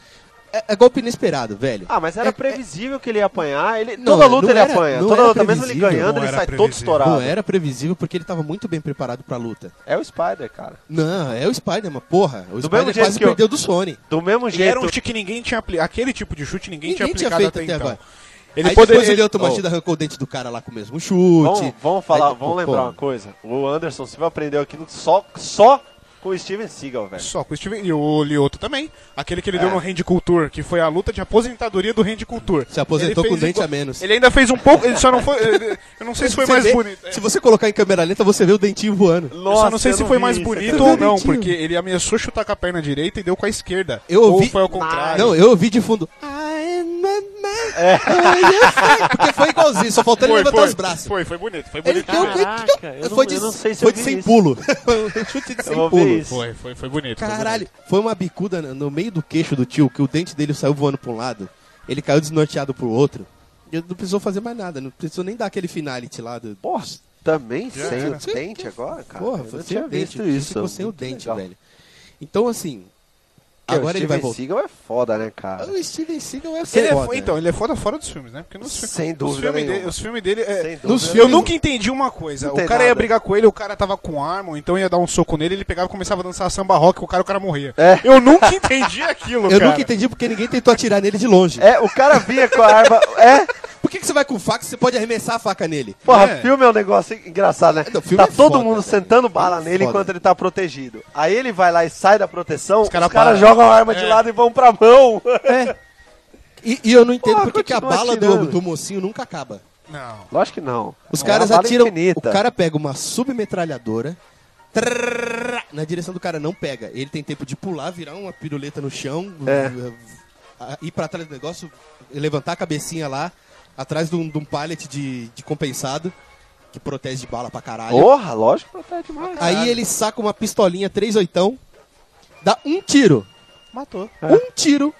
[SPEAKER 3] é, é golpe inesperado, velho.
[SPEAKER 4] Ah, mas era
[SPEAKER 3] É-
[SPEAKER 4] previsível que ele ia apanhar. Ele...
[SPEAKER 3] Não,
[SPEAKER 4] toda luta
[SPEAKER 3] não
[SPEAKER 4] ele
[SPEAKER 3] era-
[SPEAKER 4] apanha.
[SPEAKER 3] não
[SPEAKER 4] Toda
[SPEAKER 3] era
[SPEAKER 4] luta, mesmo ele
[SPEAKER 3] previsível.
[SPEAKER 4] ganhando,
[SPEAKER 2] Não
[SPEAKER 4] ele
[SPEAKER 2] era
[SPEAKER 4] sai todo
[SPEAKER 2] previsível.
[SPEAKER 4] estourado.
[SPEAKER 3] Não era previsível porque ele tava muito bem preparado pra luta.
[SPEAKER 4] É o Spider, cara.
[SPEAKER 3] Não, é o Spider-Man, porra. O
[SPEAKER 4] Do mesmo
[SPEAKER 3] Spider
[SPEAKER 4] jeito
[SPEAKER 3] quase
[SPEAKER 4] que eu-
[SPEAKER 3] perdeu do Sony.
[SPEAKER 4] Do mesmo
[SPEAKER 2] E era
[SPEAKER 4] jeito.
[SPEAKER 2] um chute que ninguém tinha apli- Aquele tipo de chute ninguém,
[SPEAKER 3] Ninguém
[SPEAKER 2] tinha
[SPEAKER 3] tinha
[SPEAKER 2] aplicado
[SPEAKER 3] feito
[SPEAKER 2] até,
[SPEAKER 3] até
[SPEAKER 2] então.
[SPEAKER 3] agora.
[SPEAKER 2] Ele
[SPEAKER 3] Aí
[SPEAKER 2] poderia.
[SPEAKER 3] depois ele automatida
[SPEAKER 4] Oh.
[SPEAKER 3] arrancou o dente do cara lá com o mesmo chute.
[SPEAKER 4] Vamos, vamos falar,
[SPEAKER 3] Aí,
[SPEAKER 4] vamos
[SPEAKER 3] pô,
[SPEAKER 4] lembrar uma coisa. O Anderson Silva aprendeu aqui no- só, só com o Steven Seagal, velho.
[SPEAKER 2] Só com o Steven. E o Lioto também. Aquele que ele
[SPEAKER 3] É.
[SPEAKER 2] deu no Hand Culture, que foi a luta de aposentadoria do Hand Culture.
[SPEAKER 3] Se aposentou
[SPEAKER 2] Ele
[SPEAKER 3] com
[SPEAKER 2] fez
[SPEAKER 3] dente
[SPEAKER 2] igual-
[SPEAKER 3] a menos.
[SPEAKER 2] Ele ainda fez um pouco. Ele só não foi. ele- Eu
[SPEAKER 3] <laughs>
[SPEAKER 2] não sei se foi
[SPEAKER 3] Você
[SPEAKER 2] mais
[SPEAKER 3] vê-
[SPEAKER 4] é.
[SPEAKER 2] bonito.
[SPEAKER 3] Se você colocar em câmera lenta, você vê o dentinho voando.
[SPEAKER 2] Eu só não sei
[SPEAKER 4] eu
[SPEAKER 2] se foi
[SPEAKER 4] vi
[SPEAKER 2] mais
[SPEAKER 4] isso, é
[SPEAKER 2] bonito
[SPEAKER 3] cara.
[SPEAKER 2] ou não,
[SPEAKER 3] Bonitinho.
[SPEAKER 2] porque ele ameaçou chutar com a perna direita e deu com a esquerda.
[SPEAKER 3] Eu
[SPEAKER 2] Ou
[SPEAKER 3] ouvi-
[SPEAKER 2] foi ao contrário.
[SPEAKER 3] Não, eu ouvi de fundo. "I am a man."
[SPEAKER 4] É.
[SPEAKER 3] Porque foi igualzinho, só faltando
[SPEAKER 2] foi,
[SPEAKER 3] ele levantar
[SPEAKER 2] foi,
[SPEAKER 3] os braços.
[SPEAKER 2] Foi, foi bonito, foi
[SPEAKER 3] Ele
[SPEAKER 2] bonito.
[SPEAKER 3] deu um
[SPEAKER 4] Caraca, eu não-
[SPEAKER 3] foi de,
[SPEAKER 4] eu não sei se
[SPEAKER 3] foi
[SPEAKER 4] eu
[SPEAKER 3] de
[SPEAKER 4] vi
[SPEAKER 3] sem
[SPEAKER 4] isso.
[SPEAKER 3] pulo. <laughs> Foi um chute de sem
[SPEAKER 4] Eu vou ver
[SPEAKER 3] pulo.
[SPEAKER 4] isso.
[SPEAKER 2] Foi, foi, foi bonito. foi
[SPEAKER 3] Caralho, foi uma bicuda no- no meio do queixo do tio, que o dente dele saiu voando pra um lado, ele caiu desnorteado pro outro. E não precisou fazer mais nada, não precisou nem dar aquele finality lá do.
[SPEAKER 4] Porra, também sem
[SPEAKER 2] era.
[SPEAKER 4] o dente agora, cara?
[SPEAKER 3] Porra,
[SPEAKER 4] eu
[SPEAKER 3] foi
[SPEAKER 4] não
[SPEAKER 3] sem
[SPEAKER 4] tinha
[SPEAKER 3] o dente.
[SPEAKER 4] visto
[SPEAKER 3] o tio
[SPEAKER 4] isso.
[SPEAKER 3] Ficou sem o
[SPEAKER 4] Muito
[SPEAKER 3] dente,
[SPEAKER 4] legal.
[SPEAKER 3] velho. Então, assim.
[SPEAKER 4] Porque o
[SPEAKER 3] agora ele vai
[SPEAKER 4] Steven
[SPEAKER 3] voltar.
[SPEAKER 4] Seagal é foda, né, cara?
[SPEAKER 3] O Steven Seagal é
[SPEAKER 2] bonito. Ele é
[SPEAKER 3] foda.
[SPEAKER 2] fo- então, ele é foda fora dos filmes, né? Porque nos fi-
[SPEAKER 4] Sem
[SPEAKER 2] os
[SPEAKER 4] dúvida
[SPEAKER 2] filmes
[SPEAKER 4] nenhuma.
[SPEAKER 2] dele- os filmes dele. é-
[SPEAKER 4] Sem
[SPEAKER 3] nos
[SPEAKER 4] dúvida.
[SPEAKER 2] Eu
[SPEAKER 3] filmes-
[SPEAKER 2] nunca entendi uma coisa.
[SPEAKER 4] Não
[SPEAKER 2] o
[SPEAKER 4] tem
[SPEAKER 2] cara ia
[SPEAKER 4] nada.
[SPEAKER 2] brigar com ele, o cara tava com arma, então ia dar um soco nele, ele pegava e começava a dançar samba rock, o cara, o cara morria.
[SPEAKER 4] É.
[SPEAKER 2] Eu nunca <laughs> entendi aquilo,
[SPEAKER 3] Eu
[SPEAKER 2] cara.
[SPEAKER 3] nunca entendi porque ninguém tentou atirar nele de longe.
[SPEAKER 4] É, o cara vinha com a arma. É,
[SPEAKER 3] Por que, que você vai com faca se você pode arremessar a faca nele?
[SPEAKER 4] porra,
[SPEAKER 2] É.
[SPEAKER 4] filme é um negócio engraçado, né?
[SPEAKER 3] Não, filme
[SPEAKER 4] tá
[SPEAKER 3] é
[SPEAKER 4] todo
[SPEAKER 3] foda,
[SPEAKER 4] mundo
[SPEAKER 3] velho.
[SPEAKER 4] sentando bala
[SPEAKER 3] Filme é
[SPEAKER 4] nele
[SPEAKER 3] foda.
[SPEAKER 4] enquanto ele tá protegido. Aí ele vai lá e sai da proteção, os
[SPEAKER 2] cara
[SPEAKER 4] caras cara
[SPEAKER 2] param.
[SPEAKER 4] jogam a arma de
[SPEAKER 2] É.
[SPEAKER 4] lado e vão pra mão.
[SPEAKER 3] É. E, e eu não entendo
[SPEAKER 4] Porra,
[SPEAKER 3] porque que a
[SPEAKER 4] continua
[SPEAKER 3] bala do,
[SPEAKER 4] atirando.
[SPEAKER 3] do mocinho nunca acaba.
[SPEAKER 2] Não.
[SPEAKER 4] Lógico que não.
[SPEAKER 3] Os
[SPEAKER 4] É
[SPEAKER 3] caras
[SPEAKER 4] uma bala
[SPEAKER 3] atiram.
[SPEAKER 4] infinita.
[SPEAKER 3] O cara pega uma submetralhadora. trrr, na direção do cara não pega. Ele tem tempo de pular, virar uma piruleta no chão,
[SPEAKER 4] É.
[SPEAKER 3] uh, uh, ir pra trás do negócio, levantar a cabecinha lá, atrás de um, de um pallet de, de compensado, que protege de bala pra caralho.
[SPEAKER 4] Porra, lógico que protege demais.
[SPEAKER 3] Aí ele saca uma pistolinha 3 oitão, dá um tiro.
[SPEAKER 2] Matou.
[SPEAKER 4] É.
[SPEAKER 3] Um tiro.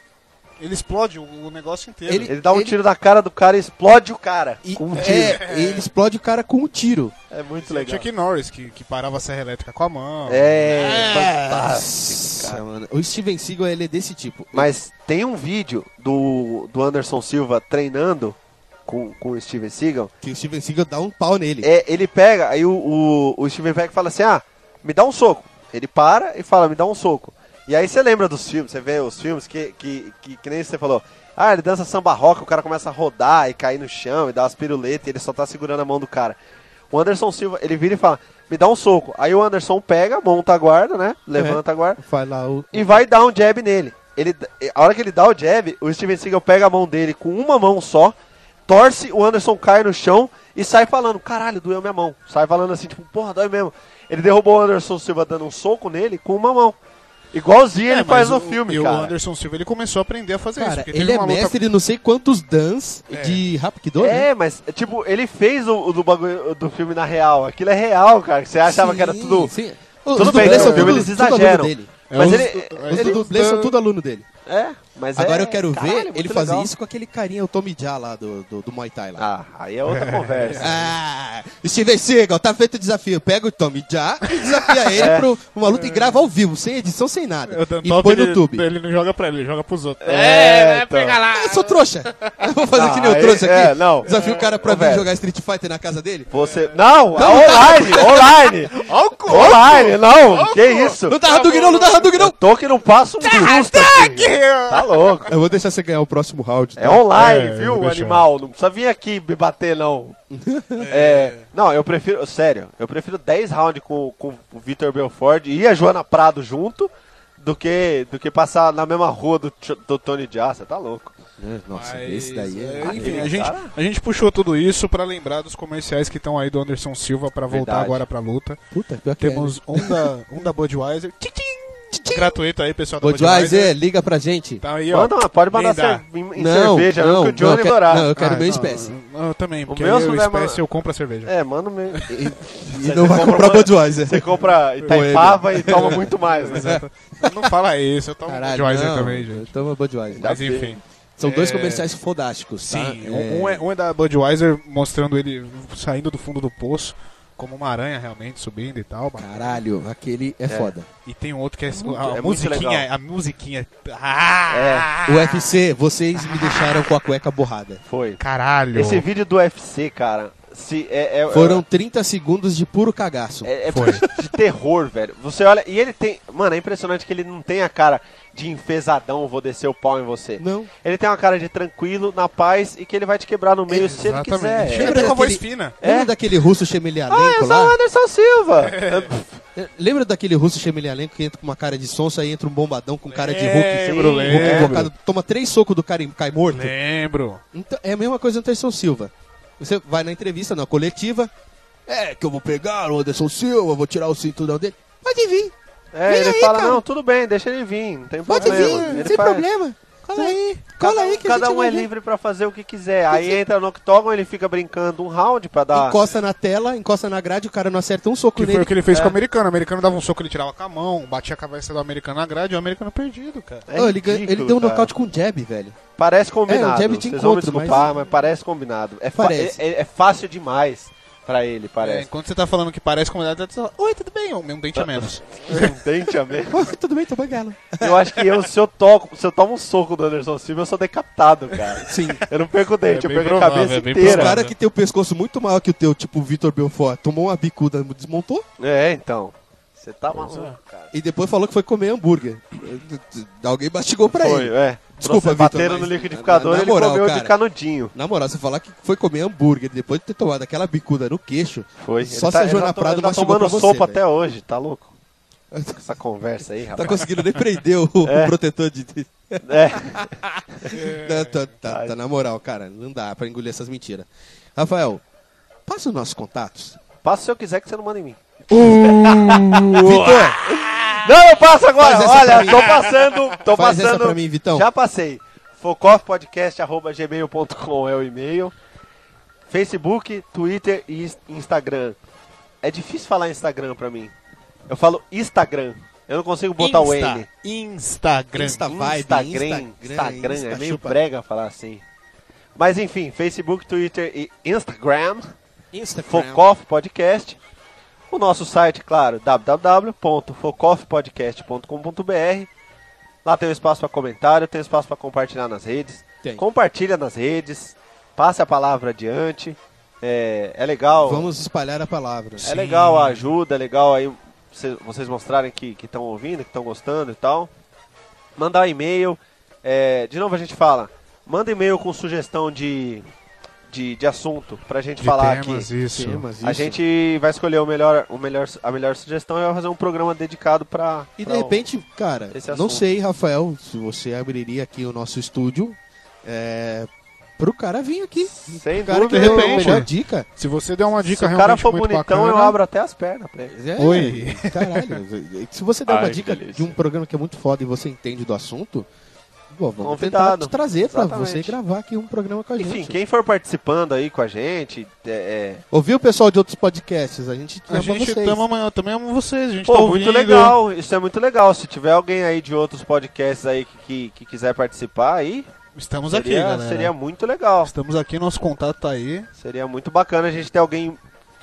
[SPEAKER 2] Ele explode o, o negócio inteiro.
[SPEAKER 3] Ele-
[SPEAKER 4] Ele dá um tiro na cara do cara e explode o cara.
[SPEAKER 3] E,
[SPEAKER 4] Com um tiro.
[SPEAKER 3] é, ele explode o cara com um tiro.
[SPEAKER 4] É muito
[SPEAKER 2] Tinha
[SPEAKER 4] legal.
[SPEAKER 2] Chuck Norris, que, que parava a serra elétrica com a mão.
[SPEAKER 4] É, fantástico,
[SPEAKER 3] Nossa,
[SPEAKER 4] cara.
[SPEAKER 3] mano. O Steven Seagal ele é desse tipo.
[SPEAKER 4] Mas tem um vídeo do, do Anderson Silva treinando com, com o Steven Seagal.
[SPEAKER 3] Que o Steven Seagal dá um pau nele.
[SPEAKER 4] É, ele pega, aí o, o, o Steven pega e fala assim, ah, me dá um soco. Ele para e fala, me dá um soco. E aí você lembra dos filmes, você vê os filmes que, que, que, que nem você falou. Ah, ele dança samba rock, o cara começa a rodar e cair no chão e dá umas piruletas e ele só tá segurando a mão do cara. O Anderson Silva, ele vira e fala, me dá um soco. Aí o Anderson pega, monta a guarda, né? Levanta a guarda
[SPEAKER 3] Vai lá o.
[SPEAKER 4] e vai dar um jab nele. Ele, a hora que ele dá o jab, o Steven Seagal pega a mão dele com uma mão só, torce, o Anderson cai no chão e sai falando, caralho, doeu minha mão. Sai falando assim, tipo, porra, dói mesmo. Ele derrubou o Anderson Silva dando um soco nele com uma mão.
[SPEAKER 3] É,
[SPEAKER 4] Igualzinho ele
[SPEAKER 2] É, mas
[SPEAKER 4] faz no
[SPEAKER 2] o-
[SPEAKER 4] filme,
[SPEAKER 2] E o
[SPEAKER 4] cara.
[SPEAKER 2] Anderson Silva, ele começou a aprender a fazer isso.
[SPEAKER 3] Cara,
[SPEAKER 2] porque teve
[SPEAKER 3] ele é
[SPEAKER 2] uma luta-
[SPEAKER 3] mestre de não sei quantos dans
[SPEAKER 2] É.
[SPEAKER 3] de Rapkido, né?
[SPEAKER 4] É, mas, tipo, ele fez o, o do bagulho o do filme na real. Aquilo é real, cara. que Você achava que era
[SPEAKER 3] Sim,
[SPEAKER 4] tudo.
[SPEAKER 3] Sim.
[SPEAKER 4] tudo
[SPEAKER 3] Os
[SPEAKER 4] bem,
[SPEAKER 3] dublês
[SPEAKER 4] no
[SPEAKER 3] são
[SPEAKER 4] filme
[SPEAKER 3] tudo-
[SPEAKER 4] eles
[SPEAKER 3] tudo aluno
[SPEAKER 4] exageram.
[SPEAKER 3] dele. um
[SPEAKER 2] É,
[SPEAKER 4] mas
[SPEAKER 2] os-
[SPEAKER 4] ele.
[SPEAKER 2] os
[SPEAKER 3] Os
[SPEAKER 4] ele-
[SPEAKER 3] dublês são tudo aluno dele.
[SPEAKER 4] É, mas é-
[SPEAKER 3] Agora eu quero
[SPEAKER 4] caralho,
[SPEAKER 3] ver
[SPEAKER 4] muito
[SPEAKER 3] ele fazer
[SPEAKER 4] legal.
[SPEAKER 3] isso com aquele carinha, o Tommy Jah lá do, do, do Muay Thai lá.
[SPEAKER 4] Ah, aí é outra conversa.
[SPEAKER 3] Ah, Steven Seagal, tá feito o desafio. Pega o Tommy Jah
[SPEAKER 4] <laughs>
[SPEAKER 3] e desafia ele
[SPEAKER 4] É.
[SPEAKER 3] pra uma luta e grava ao vivo, sem edição, sem nada.
[SPEAKER 2] É o Dan
[SPEAKER 3] E
[SPEAKER 2] Top,
[SPEAKER 3] põe no
[SPEAKER 2] ele,
[SPEAKER 3] YouTube. Ah,
[SPEAKER 2] Ele não joga pra ele, ele joga pros outros.
[SPEAKER 5] É, vai
[SPEAKER 4] então.
[SPEAKER 5] pegar lá.
[SPEAKER 3] Eu sou trouxa. <laughs> Eu vou fazer
[SPEAKER 4] Não,
[SPEAKER 3] que nem eu
[SPEAKER 4] aí-
[SPEAKER 3] trouxe aqui.
[SPEAKER 4] é, não.
[SPEAKER 3] Desafio o cara pra
[SPEAKER 4] Ô,
[SPEAKER 3] vir
[SPEAKER 4] velho.
[SPEAKER 3] jogar Street Fighter na casa dele.
[SPEAKER 4] Você. Não! online! Online! online! Não! Que isso?
[SPEAKER 3] Não dá Hadouken não, não dá Hadouken não.
[SPEAKER 4] Eu tô que Tá não passa um justo aqui. Tá louco.
[SPEAKER 3] Eu vou deixar você ganhar o próximo round. tá?
[SPEAKER 4] É online,
[SPEAKER 2] É, eu vou
[SPEAKER 4] viu,
[SPEAKER 2] deixar.
[SPEAKER 4] animal? Não precisa vir aqui me bater, não. É, não, eu prefiro, sério, eu prefiro 10 rounds com, com o Vitor Belford e a Joana Prado junto do que, do que passar na mesma rua do, Tio- do Tony Jassa, tá louco.
[SPEAKER 3] Nossa,
[SPEAKER 2] Mas,
[SPEAKER 3] esse daí é...
[SPEAKER 2] é, Enfim,
[SPEAKER 4] Aquele
[SPEAKER 2] a gente,
[SPEAKER 4] cara-
[SPEAKER 2] a gente puxou tudo isso pra lembrar dos comerciais que estão aí do Anderson Silva pra voltar
[SPEAKER 4] Verdade.
[SPEAKER 2] agora pra luta.
[SPEAKER 3] Puta, pior que é, né?
[SPEAKER 2] Temos um da, um da Budweiser. Tchim, tchim. Gratuito aí, pessoal
[SPEAKER 3] é.
[SPEAKER 2] da Budweiser.
[SPEAKER 3] Budweiser, liga pra gente.
[SPEAKER 2] Tá aí, ó.
[SPEAKER 4] Manda, uma- pode mandar
[SPEAKER 2] Blindar.
[SPEAKER 4] cer- em, em cerveja, não, que o
[SPEAKER 3] eu
[SPEAKER 4] Johnny
[SPEAKER 3] quero-
[SPEAKER 4] Dourado.
[SPEAKER 3] Não, eu quero
[SPEAKER 2] Ah,
[SPEAKER 3] meu
[SPEAKER 2] não,
[SPEAKER 3] espécie.
[SPEAKER 2] Eu, eu também, porque aí
[SPEAKER 4] meu se
[SPEAKER 2] eu
[SPEAKER 4] vai
[SPEAKER 2] espécie
[SPEAKER 4] mandar-
[SPEAKER 2] eu compro a cerveja.
[SPEAKER 4] É, manda mesmo.
[SPEAKER 3] E não vai comprar Budweiser.
[SPEAKER 4] Você
[SPEAKER 3] <laughs>
[SPEAKER 4] compra Itaipava e toma muito mais, né?
[SPEAKER 2] Não fala isso, eu tomo
[SPEAKER 3] Caralho,
[SPEAKER 2] Budweiser
[SPEAKER 3] não.
[SPEAKER 2] também, gente.
[SPEAKER 3] Toma Budweiser.
[SPEAKER 2] Mas enfim.
[SPEAKER 3] São dois
[SPEAKER 2] É.
[SPEAKER 3] comerciais fodásticos, tá?
[SPEAKER 2] um Sim, um, um é, um é da Budweiser mostrando ele saindo do fundo do poço. como uma aranha realmente subindo e tal. mano.
[SPEAKER 3] Caralho, aquele é, foda.
[SPEAKER 2] E tem outro que é, a
[SPEAKER 4] é muito
[SPEAKER 2] musiquinha,
[SPEAKER 4] legal. É.
[SPEAKER 2] a musiquinha. Ah!
[SPEAKER 3] O UFC, vocês me deixaram com a cueca borrada.
[SPEAKER 4] Foi.
[SPEAKER 2] Caralho.
[SPEAKER 4] Esse vídeo do UFC, cara, se é, é-
[SPEAKER 3] Foram 30 segundos de puro cagaço.
[SPEAKER 4] é, é
[SPEAKER 2] Foi.
[SPEAKER 4] de terror, velho. Você olha e ele tem, mano, é impressionante que ele não tem a cara de enfesadão, vou descer o pau em você.
[SPEAKER 3] Não.
[SPEAKER 4] Ele tem uma cara de tranquilo, na paz e que ele vai te quebrar no meio se ele quiser.
[SPEAKER 2] Chega
[SPEAKER 4] É.
[SPEAKER 2] até com a voz
[SPEAKER 3] daquele-
[SPEAKER 2] fina.
[SPEAKER 3] Lembra Um daquele russo chemelialenco
[SPEAKER 4] Ah, esse é o
[SPEAKER 3] lá? É.
[SPEAKER 4] Anderson Silva.
[SPEAKER 3] Lembra daquele russo chemelialenco que entra com uma cara de sonso, aí entra um bombadão com cara de Hulk?
[SPEAKER 2] lembro,
[SPEAKER 3] Hulk
[SPEAKER 2] lembro.
[SPEAKER 3] invocado, toma três socos do cara e cai morto?
[SPEAKER 2] Lembro.
[SPEAKER 3] Então, é a mesma coisa do Anderson Silva. Você vai na entrevista, na coletiva, é que eu vou pegar o Anderson Silva, vou tirar o cinturão dele. Pode vir,
[SPEAKER 4] É,
[SPEAKER 3] Vem
[SPEAKER 4] ele
[SPEAKER 3] aí,
[SPEAKER 4] fala,
[SPEAKER 3] cara.
[SPEAKER 4] não, tudo bem, deixa ele vir, não tem
[SPEAKER 3] pode
[SPEAKER 4] problema.
[SPEAKER 3] vir,
[SPEAKER 4] Ele
[SPEAKER 3] sem
[SPEAKER 4] faz.
[SPEAKER 3] problema. Cola aí, cola
[SPEAKER 4] Cada,
[SPEAKER 3] aí que
[SPEAKER 4] cada
[SPEAKER 3] a gente
[SPEAKER 4] um é
[SPEAKER 3] vai ver.
[SPEAKER 4] livre pra fazer o que quiser. Aí entra no octógono, ele fica brincando um round pra dar.
[SPEAKER 3] Encosta na tela, encosta na grade, o cara não acerta um soco
[SPEAKER 2] Que foi
[SPEAKER 3] nele.
[SPEAKER 2] o que ele
[SPEAKER 4] é.
[SPEAKER 2] fez com o americano. O americano dava um soco, ele tirava com a mão, batia a cabeça do americano na grade, e o americano perdido, cara.
[SPEAKER 4] É
[SPEAKER 3] Oh, ele, gan-
[SPEAKER 4] ridículo,
[SPEAKER 3] ele deu um
[SPEAKER 4] cara.
[SPEAKER 3] nocaute com um jab, velho.
[SPEAKER 4] Parece combinado.
[SPEAKER 3] É, o jab te
[SPEAKER 4] Vocês vão me
[SPEAKER 3] encontra,
[SPEAKER 4] desculpar, mas... parece combinado. É, fa-
[SPEAKER 3] Parece.
[SPEAKER 4] é- é- é fácil demais pra ele,
[SPEAKER 2] É,
[SPEAKER 4] parece.
[SPEAKER 2] enquanto você tá falando que parece comunidade, você fala, oi, tudo bem? Um, um dente a menos.
[SPEAKER 3] É,
[SPEAKER 4] <laughs> Um dente a menos.
[SPEAKER 3] Pô, tudo bem, tô bangalo.
[SPEAKER 4] Eu acho que eu, se eu toco, se eu tomo um soco do Anderson Silva, eu sou decapitado, cara.
[SPEAKER 3] Sim.
[SPEAKER 4] Eu não perco o dente,
[SPEAKER 5] É
[SPEAKER 4] eu
[SPEAKER 5] bem
[SPEAKER 4] perco a
[SPEAKER 5] provável,
[SPEAKER 4] cabeça
[SPEAKER 5] é bem
[SPEAKER 3] Os
[SPEAKER 4] inteira.
[SPEAKER 5] provável.
[SPEAKER 3] cara que tem o pescoço muito maior que o teu, tipo o Vitor Belfort, tomou uma bicuda, desmontou
[SPEAKER 4] É, então. Você tá maluco, cara.
[SPEAKER 3] e depois falou que foi comer hambúrguer. Alguém mastigou pra
[SPEAKER 4] Foi,
[SPEAKER 3] ele.
[SPEAKER 4] é.
[SPEAKER 3] Desculpa,
[SPEAKER 4] Nossa,
[SPEAKER 3] Vitor,
[SPEAKER 4] Bateram no
[SPEAKER 3] mas-
[SPEAKER 4] liquidificador
[SPEAKER 3] na-
[SPEAKER 4] e
[SPEAKER 3] na
[SPEAKER 4] ele
[SPEAKER 3] moral,
[SPEAKER 4] comeu
[SPEAKER 3] cara.
[SPEAKER 4] de canudinho.
[SPEAKER 3] Na moral, você falar que foi comer hambúrguer depois de ter tomado aquela bicuda no queixo,
[SPEAKER 4] Foi.
[SPEAKER 3] Só
[SPEAKER 4] Ele
[SPEAKER 3] se a
[SPEAKER 4] ele
[SPEAKER 3] Joana
[SPEAKER 4] to-
[SPEAKER 3] Prado
[SPEAKER 4] ele tá
[SPEAKER 3] mastigou
[SPEAKER 4] tomando
[SPEAKER 3] pra você,
[SPEAKER 4] sopa
[SPEAKER 3] velho.
[SPEAKER 4] até hoje, tá
[SPEAKER 3] <laughs>
[SPEAKER 4] louco? Essa conversa aí,
[SPEAKER 3] tá
[SPEAKER 4] rapaz.
[SPEAKER 3] conseguindo nem prender o,
[SPEAKER 4] <laughs>
[SPEAKER 3] o
[SPEAKER 4] É.
[SPEAKER 3] protetor de. de-
[SPEAKER 4] É.
[SPEAKER 3] Não, tá, tá- tá na moral, cara, não dá pra engolir essas mentiras. Rafael, passa os nossos contatos.
[SPEAKER 4] Passa se eu quiser que você não manda em mim.
[SPEAKER 3] Vitor,
[SPEAKER 4] Não, eu passo agora.
[SPEAKER 3] Ah, Faz essa pra
[SPEAKER 4] Olha,
[SPEAKER 3] mim.
[SPEAKER 4] tô passando, tô
[SPEAKER 3] Faz essa
[SPEAKER 4] passando.
[SPEAKER 3] pra mim, Vitão.
[SPEAKER 4] Já passei. Focofpodcast@gmail.com é o e-mail. Facebook, Twitter e is- Instagram. É difícil falar Instagram pra mim. Eu falo Instagram. Eu não consigo botar o N.
[SPEAKER 2] Instagram.
[SPEAKER 3] Insta vibe,
[SPEAKER 4] Instagram, Instagram, é meio
[SPEAKER 3] chupa-
[SPEAKER 4] brega falar assim. Mas enfim, Facebook, Twitter e Instagram.
[SPEAKER 3] Instagram.
[SPEAKER 4] Focoff Podcast. O nosso site, claro, www.focoffpodcast.com.br. Lá tem um espaço para comentário, tem um espaço para compartilhar nas redes.
[SPEAKER 3] Tem.
[SPEAKER 4] Compartilha nas redes, passe a palavra adiante. É, é legal.
[SPEAKER 3] Vamos espalhar a palavra.
[SPEAKER 4] É legal a ajuda, é legal aí cê- vocês mostrarem que estão ouvindo, que estão gostando e tal. Mandar um e-mail. é, de novo a gente fala, manda e-mail com sugestão de, de, de assunto pra gente
[SPEAKER 2] De
[SPEAKER 4] falar
[SPEAKER 2] temas,
[SPEAKER 4] aqui.
[SPEAKER 2] isso.
[SPEAKER 3] Temas,
[SPEAKER 4] A
[SPEAKER 3] isso.
[SPEAKER 4] gente vai escolher o melhor, o melhor, a melhor sugestão e vai fazer um programa dedicado pra.
[SPEAKER 3] E de
[SPEAKER 4] pra um- o-
[SPEAKER 3] repente, cara,
[SPEAKER 4] esse
[SPEAKER 3] não
[SPEAKER 4] assunto.
[SPEAKER 3] sei, Rafael, se você abriria aqui o nosso estúdio é, pro cara vir aqui.
[SPEAKER 4] Sem
[SPEAKER 3] O cara que
[SPEAKER 4] dúvida,
[SPEAKER 2] de
[SPEAKER 3] deu
[SPEAKER 4] nenhuma.
[SPEAKER 2] repente,
[SPEAKER 3] uma dica.
[SPEAKER 2] Se você der uma dica
[SPEAKER 4] Se o
[SPEAKER 2] realmente
[SPEAKER 4] cara for
[SPEAKER 2] muito
[SPEAKER 4] bonitão,
[SPEAKER 2] bacana,
[SPEAKER 3] né?
[SPEAKER 4] eu abro até as pernas pra ele.
[SPEAKER 3] É,
[SPEAKER 2] Oi.
[SPEAKER 3] <laughs> Caralho. Se você der uma
[SPEAKER 4] Ai, que
[SPEAKER 3] dica
[SPEAKER 4] delícia.
[SPEAKER 3] de um programa que é muito foda e você entende do assunto, pô, vamos
[SPEAKER 4] Convidado.
[SPEAKER 3] tentar te trazer pra
[SPEAKER 4] Exatamente.
[SPEAKER 3] você gravar aqui um programa com a gente.
[SPEAKER 4] Enfim, quem for participando aí com a gente, é, é,
[SPEAKER 3] Ouviu o pessoal de outros podcasts? A gente
[SPEAKER 2] A
[SPEAKER 3] ama
[SPEAKER 2] gente
[SPEAKER 3] vocês.
[SPEAKER 2] tamo amanhã, eu também amo vocês, a gente tá
[SPEAKER 4] Pô,
[SPEAKER 2] ouvindo.
[SPEAKER 4] muito legal, isso é muito legal. Se tiver alguém aí de outros podcasts aí que, que, que quiser participar aí,
[SPEAKER 2] Estamos aqui,
[SPEAKER 4] seria,
[SPEAKER 2] galera.
[SPEAKER 4] seria muito legal.
[SPEAKER 2] Estamos aqui, nosso contato tá aí.
[SPEAKER 4] Seria muito bacana a gente ter alguém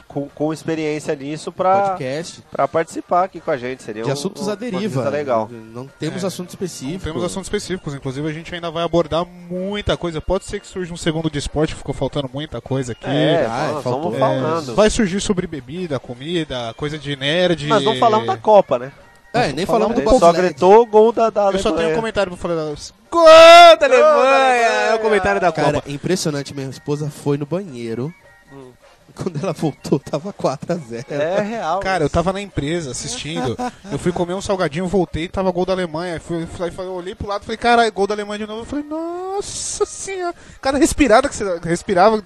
[SPEAKER 4] com, com experiência nisso pra,
[SPEAKER 3] Podcast
[SPEAKER 4] pra participar aqui com a gente. Seria
[SPEAKER 3] de
[SPEAKER 4] um-
[SPEAKER 3] assuntos
[SPEAKER 4] um-
[SPEAKER 3] à deriva.
[SPEAKER 4] Uma coisa legal.
[SPEAKER 3] Não temos
[SPEAKER 2] É.
[SPEAKER 3] assunto específico.
[SPEAKER 2] Temos assuntos específicos, inclusive a gente ainda vai abordar muita coisa. Pode ser que surja um segundo de esporte, que ficou faltando muita coisa aqui.
[SPEAKER 4] É,
[SPEAKER 3] Ah,
[SPEAKER 4] nós
[SPEAKER 3] faltou.
[SPEAKER 4] vamos
[SPEAKER 2] É,
[SPEAKER 4] falando.
[SPEAKER 2] vai surgir sobre bebida, comida, coisa de nerd.
[SPEAKER 4] Nós não falamos da Copa, né?
[SPEAKER 3] É, nem falamos do
[SPEAKER 4] Ele só
[SPEAKER 3] Paulsled.
[SPEAKER 4] gritou o gol da, da
[SPEAKER 2] Eu só tenho um
[SPEAKER 4] Alemanha.
[SPEAKER 2] comentário pra falar da.
[SPEAKER 5] Gol da Alemanha! É o comentário da
[SPEAKER 3] Cara,
[SPEAKER 5] Copa.
[SPEAKER 3] impressionante. Minha esposa foi no banheiro.
[SPEAKER 4] Hum.
[SPEAKER 3] Quando ela voltou, tava 4x0.
[SPEAKER 4] É real.
[SPEAKER 2] Cara, eu tava na empresa assistindo. eu fui comer um salgadinho, voltei, tava gol da Alemanha. Aí Fui, fui, fui- eu olhei pro lado, falei, cara, gol da Alemanha de novo. Eu falei, nossa senhora. Cada respirada que você respirava.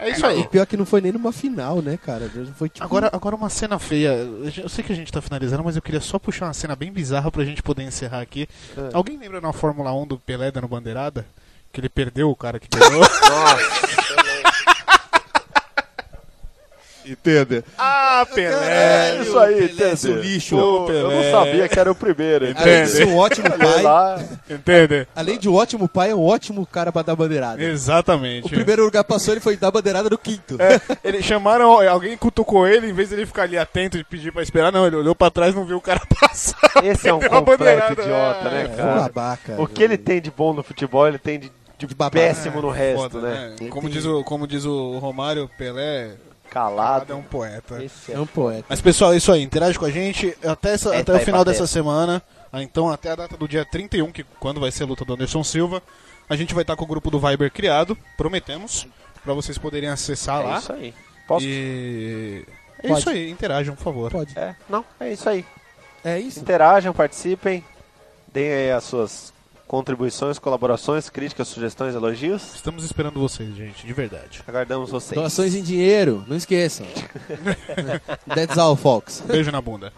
[SPEAKER 2] É isso aí.
[SPEAKER 3] E pior que não foi nem numa final, né, cara? Foi tipo.
[SPEAKER 2] Agora, agora uma cena feia. Eu sei que a gente tá finalizando, mas eu queria só puxar uma cena bem bizarra pra gente poder encerrar aqui. Alguém lembra na Fórmula 1 do Pelé dando bandeirada? Que ele perdeu o cara que ganhou?
[SPEAKER 4] Nossa,
[SPEAKER 3] Entende?
[SPEAKER 1] Ah,
[SPEAKER 2] <laughs>
[SPEAKER 1] Pelé!
[SPEAKER 4] É isso aí,
[SPEAKER 3] Pelé,
[SPEAKER 4] entendeu?
[SPEAKER 3] seu é um lixo.
[SPEAKER 4] Pô, eu não sabia que era o primeiro.
[SPEAKER 3] Além
[SPEAKER 4] entendeu?
[SPEAKER 3] de ser um ótimo
[SPEAKER 4] Olhei
[SPEAKER 3] pai,
[SPEAKER 4] lá,
[SPEAKER 2] Entende?
[SPEAKER 3] além de um ótimo pai, é um ótimo cara pra dar bandeirada.
[SPEAKER 2] Exatamente.
[SPEAKER 3] O primeiro lugar passou, ele foi dar bandeirada no quinto.
[SPEAKER 4] É,
[SPEAKER 2] <laughs> Ele chamaram, alguém cutucou ele, em vez dele ficar ali atento e pedir pra esperar, não, ele olhou pra trás e não viu o cara <laughs> passar.
[SPEAKER 4] esse é um
[SPEAKER 2] Deu <laughs> uma
[SPEAKER 4] completo
[SPEAKER 2] bandeirada,
[SPEAKER 4] idiota,
[SPEAKER 2] é,
[SPEAKER 4] né,
[SPEAKER 3] É um
[SPEAKER 4] cara?
[SPEAKER 3] babaca.
[SPEAKER 4] O que ele tem de bom no futebol, ele tem de, de
[SPEAKER 3] De babaca.
[SPEAKER 4] péssimo no resto, né?
[SPEAKER 2] É, Como diz, o, como diz o Romário, Pelé é
[SPEAKER 4] Calado.
[SPEAKER 2] um poeta.
[SPEAKER 4] Esse é
[SPEAKER 3] É um poeta.
[SPEAKER 2] Mas pessoal, é isso aí, interage com a gente até, essa-
[SPEAKER 4] É,
[SPEAKER 2] até
[SPEAKER 4] tá
[SPEAKER 2] o
[SPEAKER 4] aí,
[SPEAKER 2] final
[SPEAKER 4] Pateta.
[SPEAKER 2] dessa semana, ah, então até a data do dia 31, que quando vai ser a luta do Anderson Silva, a gente vai estar com o grupo do Viber criado, prometemos, pra vocês poderem acessar
[SPEAKER 4] É
[SPEAKER 2] lá.
[SPEAKER 4] isso aí. Posso?
[SPEAKER 2] E é
[SPEAKER 3] Pode.
[SPEAKER 2] isso aí, interajam, por favor.
[SPEAKER 3] Pode.
[SPEAKER 4] É, não, é isso aí.
[SPEAKER 3] É isso.
[SPEAKER 4] Interajam, participem, deem aí as suas contribuições, colaborações, críticas, sugestões, elogios.
[SPEAKER 2] Estamos esperando vocês, gente, de verdade.
[SPEAKER 4] Aguardamos vocês. <laughs>
[SPEAKER 3] Doações em dinheiro, não esqueçam. That's all, folks.
[SPEAKER 2] Beijo na bunda.